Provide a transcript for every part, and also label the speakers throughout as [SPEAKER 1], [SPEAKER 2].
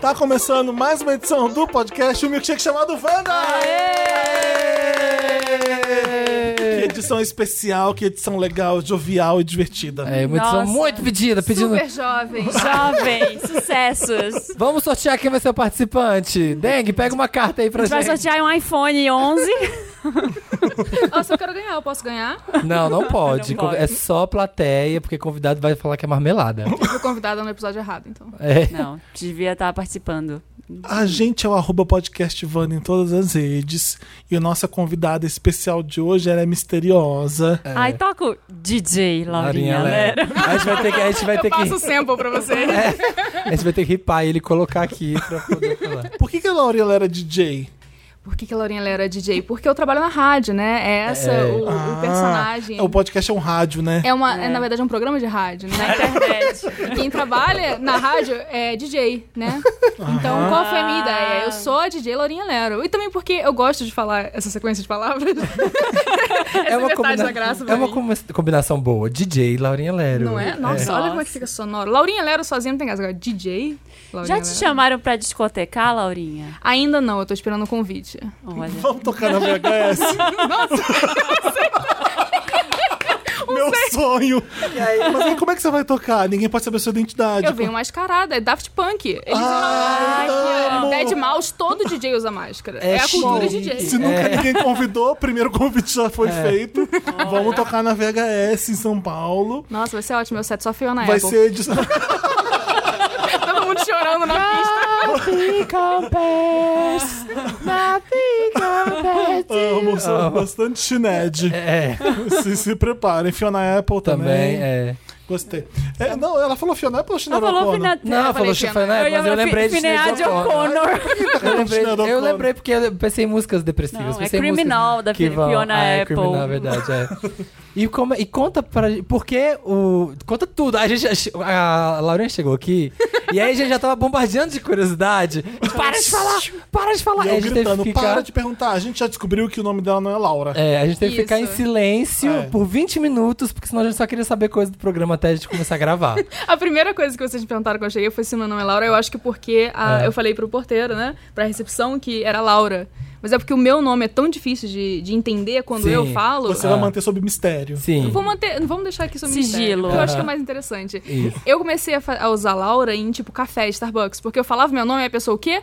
[SPEAKER 1] Tá começando mais uma edição do podcast, o um milkshake chamado Wanda! Que edição especial, que edição legal, jovial e divertida.
[SPEAKER 2] É, uma edição
[SPEAKER 3] Nossa.
[SPEAKER 2] muito pedida, pedindo.
[SPEAKER 3] Super jovem.
[SPEAKER 4] Jovem, sucessos.
[SPEAKER 2] Vamos sortear quem vai ser o participante. Dengue, pega uma carta aí pra
[SPEAKER 4] Vai
[SPEAKER 2] gente.
[SPEAKER 4] sortear um iPhone 11.
[SPEAKER 3] Nossa, eu quero ganhar, eu posso ganhar?
[SPEAKER 2] Não, não pode.
[SPEAKER 4] Não pode.
[SPEAKER 2] É só plateia, porque convidado vai falar que é marmelada.
[SPEAKER 3] Eu fui convidada no episódio errado, então.
[SPEAKER 2] É.
[SPEAKER 4] Não, devia estar participando.
[SPEAKER 1] A gente é o arroba podcast Wanda em todas as redes. E a nossa convidada especial de hoje, ela é misteriosa.
[SPEAKER 2] É.
[SPEAKER 4] Ai,
[SPEAKER 3] tá
[SPEAKER 4] toca o DJ
[SPEAKER 2] Larinha
[SPEAKER 4] Laurinha, né? Lero.
[SPEAKER 2] Lero. É. A gente vai ter que, a gente vai ter
[SPEAKER 3] né? eu passo o
[SPEAKER 2] que, É.
[SPEAKER 3] sample pra você.
[SPEAKER 2] a gente vai ter que ripar ele e colocar aqui pra poder falar.
[SPEAKER 1] Por que, que a Laurila era DJ?
[SPEAKER 3] Por que, que a Laurinha Lera é DJ? Porque eu trabalho na rádio, né? É essa
[SPEAKER 2] É.
[SPEAKER 3] O, o
[SPEAKER 1] Ah,
[SPEAKER 3] personagem.
[SPEAKER 1] É, o podcast é um rádio, né?
[SPEAKER 3] É uma, é, na verdade, é um programa de rádio, né?
[SPEAKER 4] Na internet.
[SPEAKER 3] Quem trabalha na rádio é DJ, né? Então, qual foi a minha ideia? Eu sou a DJ Laurinha Lero. E também porque eu gosto de falar essa sequência de palavras.
[SPEAKER 2] É uma,
[SPEAKER 3] metade da graça pra
[SPEAKER 2] é uma
[SPEAKER 3] mim.
[SPEAKER 2] combi- combinação boa. DJ e Laurinha Lero.
[SPEAKER 3] Não é? Nossa, olha
[SPEAKER 4] Nossa.
[SPEAKER 3] como é que fica sonoro. Laurinha Lero sozinha não tem graça. Agora, DJ? Laurinha
[SPEAKER 4] Já te
[SPEAKER 3] Lero.
[SPEAKER 4] chamaram pra discotecar, Laurinha?
[SPEAKER 3] Ainda não, eu tô esperando o convite.
[SPEAKER 4] Olha.
[SPEAKER 1] Vamos tocar na VHS. Meu sonho. Mas aí, como é que você vai tocar? Ninguém pode saber a sua identidade.
[SPEAKER 3] Eu venho mascarada, é Daft Punk. Eles
[SPEAKER 1] Ai,
[SPEAKER 3] usam
[SPEAKER 1] Ah, amo.
[SPEAKER 3] Dead Mouse, todo DJ usa máscara.
[SPEAKER 2] É
[SPEAKER 3] É, a cultura
[SPEAKER 2] chique.
[SPEAKER 3] DJ.
[SPEAKER 1] Se nunca ninguém convidou, o primeiro convite já foi
[SPEAKER 2] É.
[SPEAKER 1] feito. Vamos tocar na VHS em São Paulo.
[SPEAKER 3] Nossa, vai ser ótimo. Meu set só feio na
[SPEAKER 1] Vai
[SPEAKER 3] Apple.
[SPEAKER 1] é, ser edição.
[SPEAKER 3] Todo mundo chorando na pista.
[SPEAKER 2] Nothing compares, nothing compares.
[SPEAKER 1] Amo, sou
[SPEAKER 2] Amo.
[SPEAKER 1] bastante chined.
[SPEAKER 2] É,
[SPEAKER 1] Se, se preparem. Fiona Apple também.
[SPEAKER 2] também, é.
[SPEAKER 1] Gostei. É, não, ela falou Fiona Apple ou China
[SPEAKER 4] Não falou final.
[SPEAKER 2] Não,
[SPEAKER 3] Eu
[SPEAKER 2] falou
[SPEAKER 3] falei
[SPEAKER 2] chifre, né?
[SPEAKER 4] Eu
[SPEAKER 2] Mas eu
[SPEAKER 4] lembro
[SPEAKER 2] lembrei de
[SPEAKER 4] Finead
[SPEAKER 2] Sinead O'Connor.
[SPEAKER 1] É,
[SPEAKER 4] O'Connor.
[SPEAKER 2] Eu lembrei,
[SPEAKER 1] Sinead
[SPEAKER 2] eu
[SPEAKER 1] O'Connor.
[SPEAKER 2] lembrei porque eu pensei em músicas depressivas.
[SPEAKER 4] Não, é
[SPEAKER 2] pensei em músicas
[SPEAKER 4] Criminal, da
[SPEAKER 2] que vão-
[SPEAKER 4] Fiona
[SPEAKER 2] ah, é
[SPEAKER 4] Apple.
[SPEAKER 2] Criminal, na verdade, é. E, como- é, e conta pra porque o conta tudo. A gente a Laurinha chegou aqui e aí a gente já tava bombardeando de curiosidade. Para de falar, para de falar.
[SPEAKER 1] E
[SPEAKER 2] Aí a
[SPEAKER 1] eu
[SPEAKER 2] gente teve
[SPEAKER 1] gritando,
[SPEAKER 2] que ficar
[SPEAKER 1] para de perguntar. A gente já descobriu que o nome dela não é Laura.
[SPEAKER 2] é, a gente teve que ficar em
[SPEAKER 3] Isso.
[SPEAKER 2] silêncio
[SPEAKER 1] É.
[SPEAKER 2] por 20 minutos, porque senão a gente só queria saber coisa do programa até a gente começar a gravar.
[SPEAKER 3] A primeira coisa que vocês me perguntaram quando eu cheguei foi se meu nome é Laura. Eu acho que porque a-
[SPEAKER 2] É.
[SPEAKER 3] eu falei pro porteiro, né? Pra recepção, que era Laura. Mas é porque o meu nome é tão difícil de, de entender quando
[SPEAKER 2] Sim.
[SPEAKER 3] eu falo.
[SPEAKER 1] Você vai
[SPEAKER 2] Ah.
[SPEAKER 1] manter sob mistério.
[SPEAKER 2] Sim.
[SPEAKER 3] Vou manter, vamos deixar aqui sobre
[SPEAKER 4] Sigilo.
[SPEAKER 3] mistério, porque Eu acho que é
[SPEAKER 2] Aham.
[SPEAKER 3] mais interessante.
[SPEAKER 2] Isso.
[SPEAKER 3] Eu comecei a, fa- a usar Laura em, tipo, café, Starbucks. Porque eu falava meu nome e a pessoa o quê?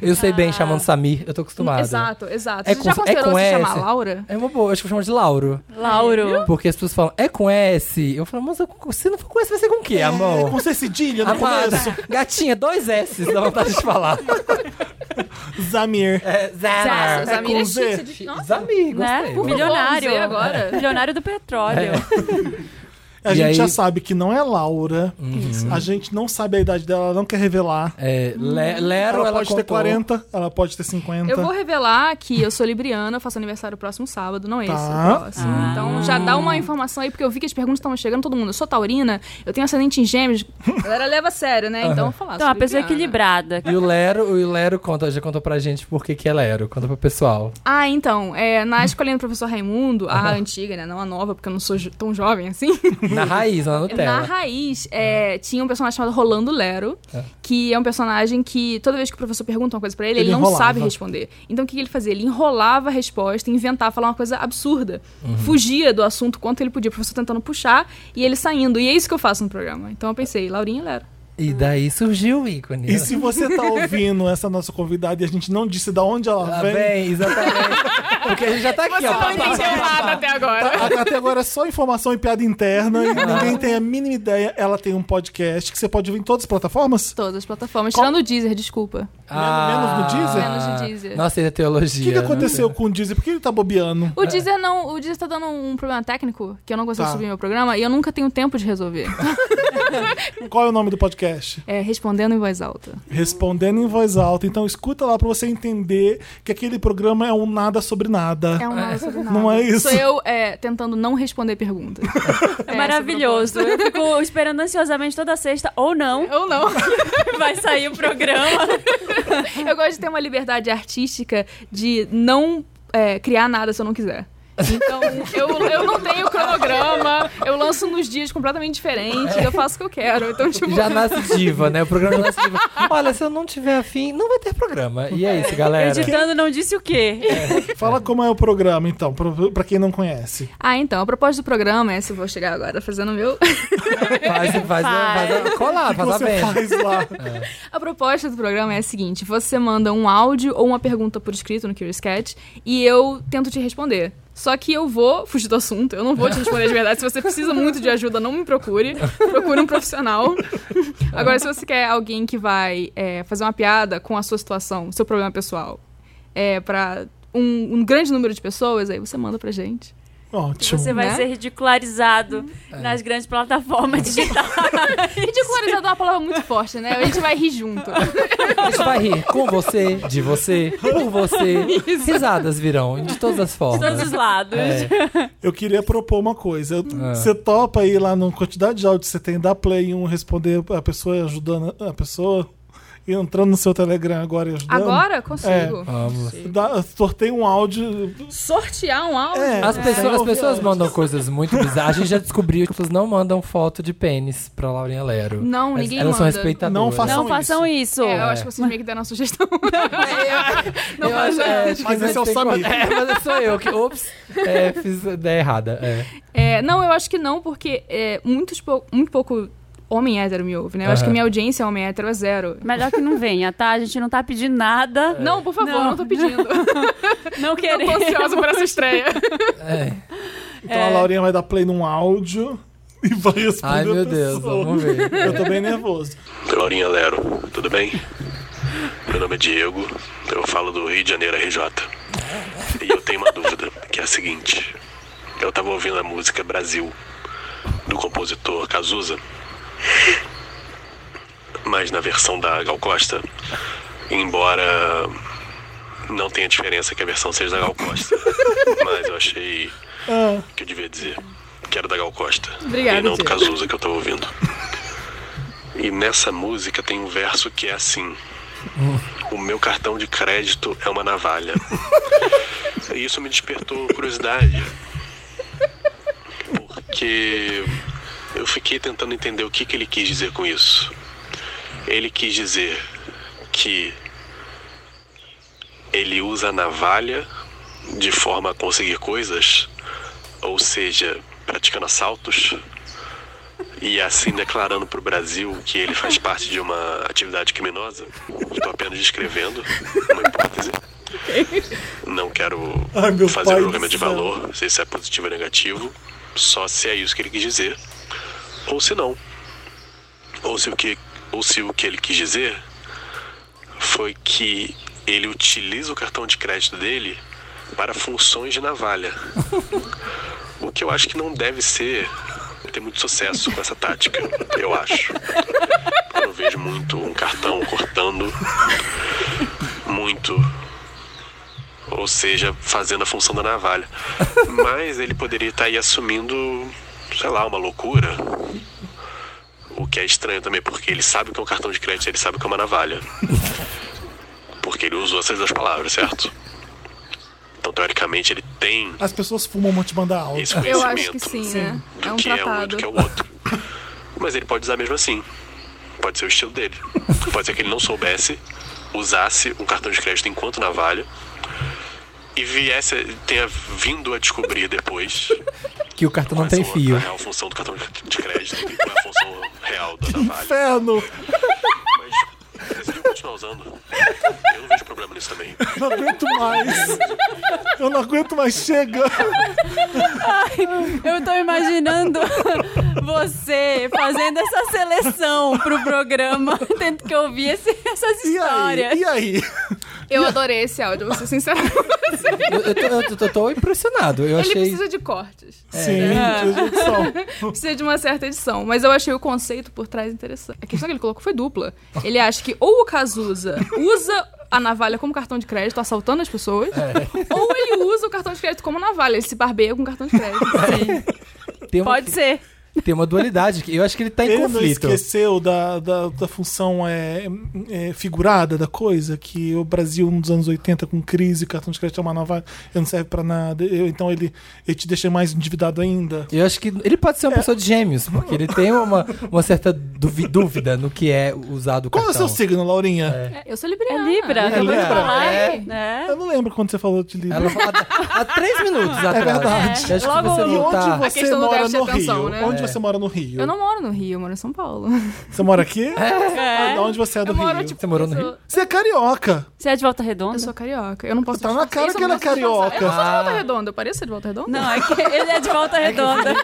[SPEAKER 2] Eu sei bem chamando Samir, eu tô acostumado.
[SPEAKER 3] Exato, exato.
[SPEAKER 2] É
[SPEAKER 3] Você
[SPEAKER 2] com-
[SPEAKER 3] já
[SPEAKER 2] é
[SPEAKER 3] considerou
[SPEAKER 2] com
[SPEAKER 3] se chamar
[SPEAKER 2] S?
[SPEAKER 3] Laura?
[SPEAKER 2] É uma boa, acho que eu chamo de Lauro.
[SPEAKER 4] Lauro. né?
[SPEAKER 2] Porque as pessoas falam, é com S. Eu falo, mas eu- se não for com S, vai ser com o quê,
[SPEAKER 1] É,
[SPEAKER 2] amor? Ah,
[SPEAKER 1] com ser cedilha no
[SPEAKER 2] Amada.
[SPEAKER 1] começo.
[SPEAKER 2] Gatinha, dois S, dá vontade de falar.
[SPEAKER 1] Zamir.
[SPEAKER 2] É,
[SPEAKER 3] Nossa,
[SPEAKER 1] É com
[SPEAKER 3] Zamir é
[SPEAKER 1] Z.
[SPEAKER 3] chique, você diz- Nossa,
[SPEAKER 2] Zami,
[SPEAKER 4] Né?
[SPEAKER 2] gostei. É.
[SPEAKER 3] favor,
[SPEAKER 4] Milionário.
[SPEAKER 3] usei agora.
[SPEAKER 4] Milionário do petróleo.
[SPEAKER 1] A
[SPEAKER 2] E
[SPEAKER 1] gente
[SPEAKER 2] aí- Uhum.
[SPEAKER 1] já sabe que não é Laura. A gente não sabe a idade dela, ela não quer revelar.
[SPEAKER 2] É, Le-
[SPEAKER 3] Hum.
[SPEAKER 2] Lero,
[SPEAKER 1] Ela,
[SPEAKER 2] ela,
[SPEAKER 1] pode ter
[SPEAKER 2] contou.
[SPEAKER 1] 40, ela pode ter 50.
[SPEAKER 2] Então.
[SPEAKER 3] Eu vou revelar que eu sou libriana, eu faço aniversário próximo sábado, não é esse,
[SPEAKER 1] Tá.
[SPEAKER 3] o próximo.
[SPEAKER 2] Ah.
[SPEAKER 3] Então já dá uma informação aí, porque eu vi que as perguntas estavam chegando, todo mundo. Eu sou taurina, eu tenho ascendente em gêmeos. A galera leva a sério, né? Então eu vou falar.
[SPEAKER 4] Então,
[SPEAKER 3] sou
[SPEAKER 4] uma pessoa
[SPEAKER 3] libriana.
[SPEAKER 4] equilibrada.
[SPEAKER 2] E o Lero, e o Lero conta, já contou pra gente por que que é Lero. Conta pro pessoal.
[SPEAKER 3] Ah, então, é, na escolinha do professor Raimundo, a antiga, né? Não a nova, porque eu não sou jo- tão jovem assim.
[SPEAKER 2] Na raiz, na
[SPEAKER 3] Na
[SPEAKER 2] Nutella.
[SPEAKER 3] raiz, é, tinha um personagem chamado Rolando Lero, que é um personagem que toda vez que o professor pergunta uma coisa pra ele, ele,
[SPEAKER 1] Ele
[SPEAKER 3] não
[SPEAKER 1] enrolava.
[SPEAKER 3] sabe responder. Então o que que ele fazia? Ele enrolava a resposta, inventava, falava uma coisa absurda. Fugia do assunto quanto ele podia, o professor tentando puxar e ele saindo. E é isso que eu faço no programa. Então eu pensei, Laurinha Lero.
[SPEAKER 2] E daí surgiu o ícone. né?
[SPEAKER 1] E se você tá ouvindo essa nossa convidada e a gente não disse de onde ela
[SPEAKER 2] Tá
[SPEAKER 1] vem,
[SPEAKER 2] bem, exatamente. Porque a gente já tá aqui, ó. pá, pá,
[SPEAKER 3] é
[SPEAKER 2] pá, pá.
[SPEAKER 3] até agora.
[SPEAKER 1] a- até agora é só informação e piada interna e ninguém tem a mínima ideia. Ela tem um podcast que você pode ouvir em todas as plataformas?
[SPEAKER 3] Todas as plataformas,
[SPEAKER 1] Qual-
[SPEAKER 3] tirando o Deezer, desculpa.
[SPEAKER 1] Menos no Deezer?
[SPEAKER 3] um Menos no Deezer.
[SPEAKER 2] Nossa, ele é
[SPEAKER 1] O
[SPEAKER 2] teologia.
[SPEAKER 1] que, que
[SPEAKER 2] né?
[SPEAKER 1] aconteceu com o Disney? Por que ele tá bobeando?
[SPEAKER 3] O Deezer não, o Deezer tá dando um problema técnico que eu não consigo
[SPEAKER 1] Tá.
[SPEAKER 3] subir meu programa e eu nunca tenho tempo de resolver.
[SPEAKER 1] Qual é o nome do podcast?
[SPEAKER 3] É, respondendo em voz alta.
[SPEAKER 1] Respondendo em voz alta. Então escuta lá pra você entender que aquele programa é um nada sobre nada.
[SPEAKER 3] É um nada sobre nada.
[SPEAKER 1] Não é isso.
[SPEAKER 3] Sou eu é, tentando não responder perguntas.
[SPEAKER 4] É maravilhoso. Eu fico esperando ansiosamente toda sexta, ou não,
[SPEAKER 3] Ou não.
[SPEAKER 4] vai sair o programa.
[SPEAKER 3] Eu gosto de ter uma liberdade artística de não é, criar nada se eu não quiser. Então, eu, eu não tenho cronograma, eu lanço nos dias completamente diferentes, eu faço o que eu quero. Então, tipo,
[SPEAKER 2] Já nasce diva, né? O programa nasce diva. Olha, se eu não tiver afim, não vai ter programa. E é isso, galera.
[SPEAKER 4] Editando não disse o quê?
[SPEAKER 1] Fala como é o programa, então, pra, pra quem não conhece.
[SPEAKER 3] Ah, então, a proposta do programa é, se eu vou chegar agora fazendo o meu...
[SPEAKER 2] Faz, faz, faz, a- faz a- colar, Ah, faz a
[SPEAKER 1] Você
[SPEAKER 2] venda.
[SPEAKER 1] faz lá.
[SPEAKER 3] A proposta do programa é a seguinte: você manda um áudio ou uma pergunta por escrito no Curious Cat e eu tento te responder. Só que eu vou fugir do assunto, eu não vou te responder de verdade. Se você precisa muito de ajuda, não me procure. Procure um profissional. Agora, se você quer alguém que vai é, fazer uma piada com a sua situação, seu problema pessoal, é, pra um, um grande número de pessoas, aí você manda pra gente.
[SPEAKER 1] Ótimo.
[SPEAKER 4] Você vai
[SPEAKER 3] Né?
[SPEAKER 4] ser
[SPEAKER 1] Hum.
[SPEAKER 4] ridicularizado É. nas grandes plataformas digitais.
[SPEAKER 3] Ridicularizado é uma palavra muito forte, né? A gente vai rir junto.
[SPEAKER 2] A gente vai rir com você, de você, por você. Risadas virão, de todas as
[SPEAKER 4] de todos os
[SPEAKER 2] formas.
[SPEAKER 4] lados.
[SPEAKER 2] É.
[SPEAKER 1] Eu queria propor uma coisa. Eu- Você topa aí lá na quantidade de áudio que você tem, dá play em um, responder a pessoa ajudando a pessoa, e entrando no seu Telegram agora e ajudando.
[SPEAKER 3] Agora, consigo.
[SPEAKER 2] Vamos.
[SPEAKER 1] Dá, sorteia um áudio.
[SPEAKER 3] Sortear um áudio.
[SPEAKER 1] É,
[SPEAKER 2] As
[SPEAKER 1] é.
[SPEAKER 2] pessoas, as
[SPEAKER 1] Eu-
[SPEAKER 2] pessoas mandam coisas muito bizarras. A gente já descobriu que as pessoas não mandam foto de pênis pra Laurinha Lero.
[SPEAKER 3] Não,
[SPEAKER 2] Elas-
[SPEAKER 3] ninguém
[SPEAKER 2] Elas são
[SPEAKER 3] manda.
[SPEAKER 2] respeitadoras.
[SPEAKER 1] Não façam
[SPEAKER 4] Não façam isso.
[SPEAKER 3] É, eu
[SPEAKER 2] É.
[SPEAKER 3] acho que vocês meio que deram a sugestão.
[SPEAKER 2] Eu acho- é, acho que
[SPEAKER 1] Mas
[SPEAKER 2] a gente
[SPEAKER 1] esse é o
[SPEAKER 2] tem que-
[SPEAKER 1] Samir.
[SPEAKER 2] É, mas sou eu que, ops, é, fiz a ideia errada. é.
[SPEAKER 3] É, não, eu acho que não, porque é, muitos pou- muito pouco homem hétero me ouve, né? Eu acho que
[SPEAKER 2] Aham.
[SPEAKER 3] minha audiência homem hétero é zero.
[SPEAKER 4] Melhor que não venha, tá? A gente não tá pedindo
[SPEAKER 1] É.
[SPEAKER 2] É.
[SPEAKER 4] nada.
[SPEAKER 3] Não, por favor, não,
[SPEAKER 4] Não.
[SPEAKER 3] tô pedindo.
[SPEAKER 4] Não
[SPEAKER 3] Eu tô
[SPEAKER 4] queremos.
[SPEAKER 3] ansiosa por essa estreia.
[SPEAKER 2] É.
[SPEAKER 1] Então a Laurinha vai dar play num áudio e vai responder.
[SPEAKER 2] Ai,
[SPEAKER 1] a
[SPEAKER 2] meu Deus,
[SPEAKER 1] pessoa.
[SPEAKER 2] vamos ver.
[SPEAKER 1] Eu tô bem nervoso.
[SPEAKER 5] Laurinha Lero, tudo bem? Meu nome é Diego, eu falo do Rio de Janeiro RJ. E eu tenho uma dúvida, que é a seguinte. Eu tava ouvindo a música Brasil, do compositor Cazuza, mas na versão da Gal Costa, embora não tenha diferença que a versão seja da Gal Costa, mas eu achei que eu devia dizer que era da Gal Costa.
[SPEAKER 3] Ah. Obrigada,
[SPEAKER 5] e não do
[SPEAKER 3] Diego.
[SPEAKER 5] Cazuza que eu tava ouvindo. E nessa música tem um verso que é assim: O meu cartão de crédito é uma navalha. e isso me despertou curiosidade. Porque eu fiquei tentando entender o que, que ele quis dizer com isso. Ele quis dizer que ele usa a navalha de forma a conseguir coisas, ou seja, praticando assaltos e assim declarando para o Brasil que ele faz parte de uma atividade criminosa. Estou apenas descrevendo uma hipótese. Não quero
[SPEAKER 1] Ai, Ah, meu
[SPEAKER 5] fazer
[SPEAKER 1] pai
[SPEAKER 5] um
[SPEAKER 1] do
[SPEAKER 5] programa de
[SPEAKER 1] céu.
[SPEAKER 5] valor, se isso é positivo ou negativo, só se é isso que ele quis dizer, ou se não. Ou se o que, ou se o que ele quis dizer foi que ele utiliza o cartão de crédito dele para funções de navalha. O que eu acho que não deve ser ter muito sucesso com essa tática, eu acho. Eu não vejo muito um cartão cortando muito. Ou seja, fazendo a função da navalha. Mas ele poderia estar aí assumindo, sei lá, uma loucura. O que é estranho também, porque ele sabe o que é um cartão de crédito, ele sabe o que é uma navalha. Porque ele usou essas duas palavras, certo? Então, teoricamente, ele tem
[SPEAKER 1] As pessoas fumam um monte de mandar áudio.
[SPEAKER 5] esse
[SPEAKER 3] Eu
[SPEAKER 5] conhecimento
[SPEAKER 3] acho que sim, né?
[SPEAKER 5] do
[SPEAKER 3] É um
[SPEAKER 5] que é um e
[SPEAKER 3] tratado.
[SPEAKER 5] do que é o outro. Mas ele pode usar mesmo assim. Pode ser o estilo dele. Pode ser que ele não soubesse, usasse um cartão de crédito enquanto navalha e viesse, tenha vindo a descobrir depois
[SPEAKER 2] Que o cartão não
[SPEAKER 5] qual é
[SPEAKER 2] tem fio.
[SPEAKER 5] a real função do cartão de crédito e qual é a função real da navalha.
[SPEAKER 1] Inferno!
[SPEAKER 5] Mas decidiu continuar usando. Eu não vejo problema nisso também.
[SPEAKER 1] Não aguento mais! Eu não aguento mais, chega!
[SPEAKER 4] Eu tô imaginando você fazendo essa seleção pro programa, tendo que ouvir esse- essas
[SPEAKER 1] E aí?
[SPEAKER 4] histórias.
[SPEAKER 1] E aí?
[SPEAKER 3] Eu adorei esse áudio, vou ser sincera.
[SPEAKER 2] Eu, eu tô, eu tô- eu tô impressionado. Eu
[SPEAKER 3] Ele
[SPEAKER 2] achei.
[SPEAKER 3] precisa de cortes.
[SPEAKER 1] Sim, é.
[SPEAKER 3] Precisa de uma certa edição. Mas eu achei o conceito por trás interessante. A questão que ele colocou foi dupla. Ele acha que ou o Cazuza usa a navalha como cartão de crédito, assaltando as pessoas,
[SPEAKER 1] É.
[SPEAKER 3] ou ele usa o cartão de crédito como navalha, ele se barbeia com cartão de crédito.
[SPEAKER 2] Tem uma-
[SPEAKER 4] Pode ser.
[SPEAKER 2] Tem uma dualidade. que Eu acho que ele tá em
[SPEAKER 1] Ele não
[SPEAKER 2] conflito.
[SPEAKER 1] esqueceu da, da, da função é, é, figurada da coisa, que o Brasil nos anos 80, com crise, cartão de crédito é uma nova. Eu não serve pra nada. eu- então ele, ele te deixa mais endividado ainda.
[SPEAKER 2] Eu acho que ele pode
[SPEAKER 1] É.
[SPEAKER 2] ser uma pessoa de gêmeos, porque ele tem uma, uma certa duvi- dúvida no que é usado o
[SPEAKER 1] Qual é o
[SPEAKER 2] cartão.
[SPEAKER 1] seu signo, Laurinha?
[SPEAKER 3] É, eu sou libriana.
[SPEAKER 4] É Libra,
[SPEAKER 1] É
[SPEAKER 4] acabou de
[SPEAKER 1] Libra.
[SPEAKER 4] falar.
[SPEAKER 2] É.
[SPEAKER 4] Né?
[SPEAKER 1] Eu não lembro quando você falou de Libra.
[SPEAKER 2] Ela falou há há três minutos atrás.
[SPEAKER 1] É verdade.
[SPEAKER 2] Eu Acho
[SPEAKER 4] Logo-
[SPEAKER 2] que
[SPEAKER 3] um.
[SPEAKER 2] você
[SPEAKER 1] E
[SPEAKER 2] não tá...
[SPEAKER 1] onde
[SPEAKER 3] A
[SPEAKER 1] você
[SPEAKER 3] questão do
[SPEAKER 1] mora
[SPEAKER 3] déficit de
[SPEAKER 1] no
[SPEAKER 3] atenção,
[SPEAKER 1] Rio?
[SPEAKER 3] né?
[SPEAKER 1] Onde
[SPEAKER 2] É.
[SPEAKER 1] você mora no Rio?
[SPEAKER 3] Eu não moro no Rio, eu moro em São Paulo.
[SPEAKER 1] Você mora aqui?
[SPEAKER 4] É.
[SPEAKER 1] Ah, Onde você é do
[SPEAKER 3] eu moro,
[SPEAKER 1] Rio?
[SPEAKER 3] tipo,
[SPEAKER 2] Você morou no
[SPEAKER 3] eu sou-
[SPEAKER 2] Rio?
[SPEAKER 1] Você é carioca.
[SPEAKER 4] Você é de volta redonda?
[SPEAKER 3] Eu sou carioca. Eu não posso
[SPEAKER 1] Tá na
[SPEAKER 3] disfarçar.
[SPEAKER 1] cara
[SPEAKER 3] Isso,
[SPEAKER 1] que
[SPEAKER 3] eu não
[SPEAKER 1] ela é
[SPEAKER 3] posso disfarçar.
[SPEAKER 1] carioca. Ah.
[SPEAKER 3] Eu não sou de volta redonda. Eu pareço ser de volta redonda?
[SPEAKER 4] Não, é que ele é de volta redonda.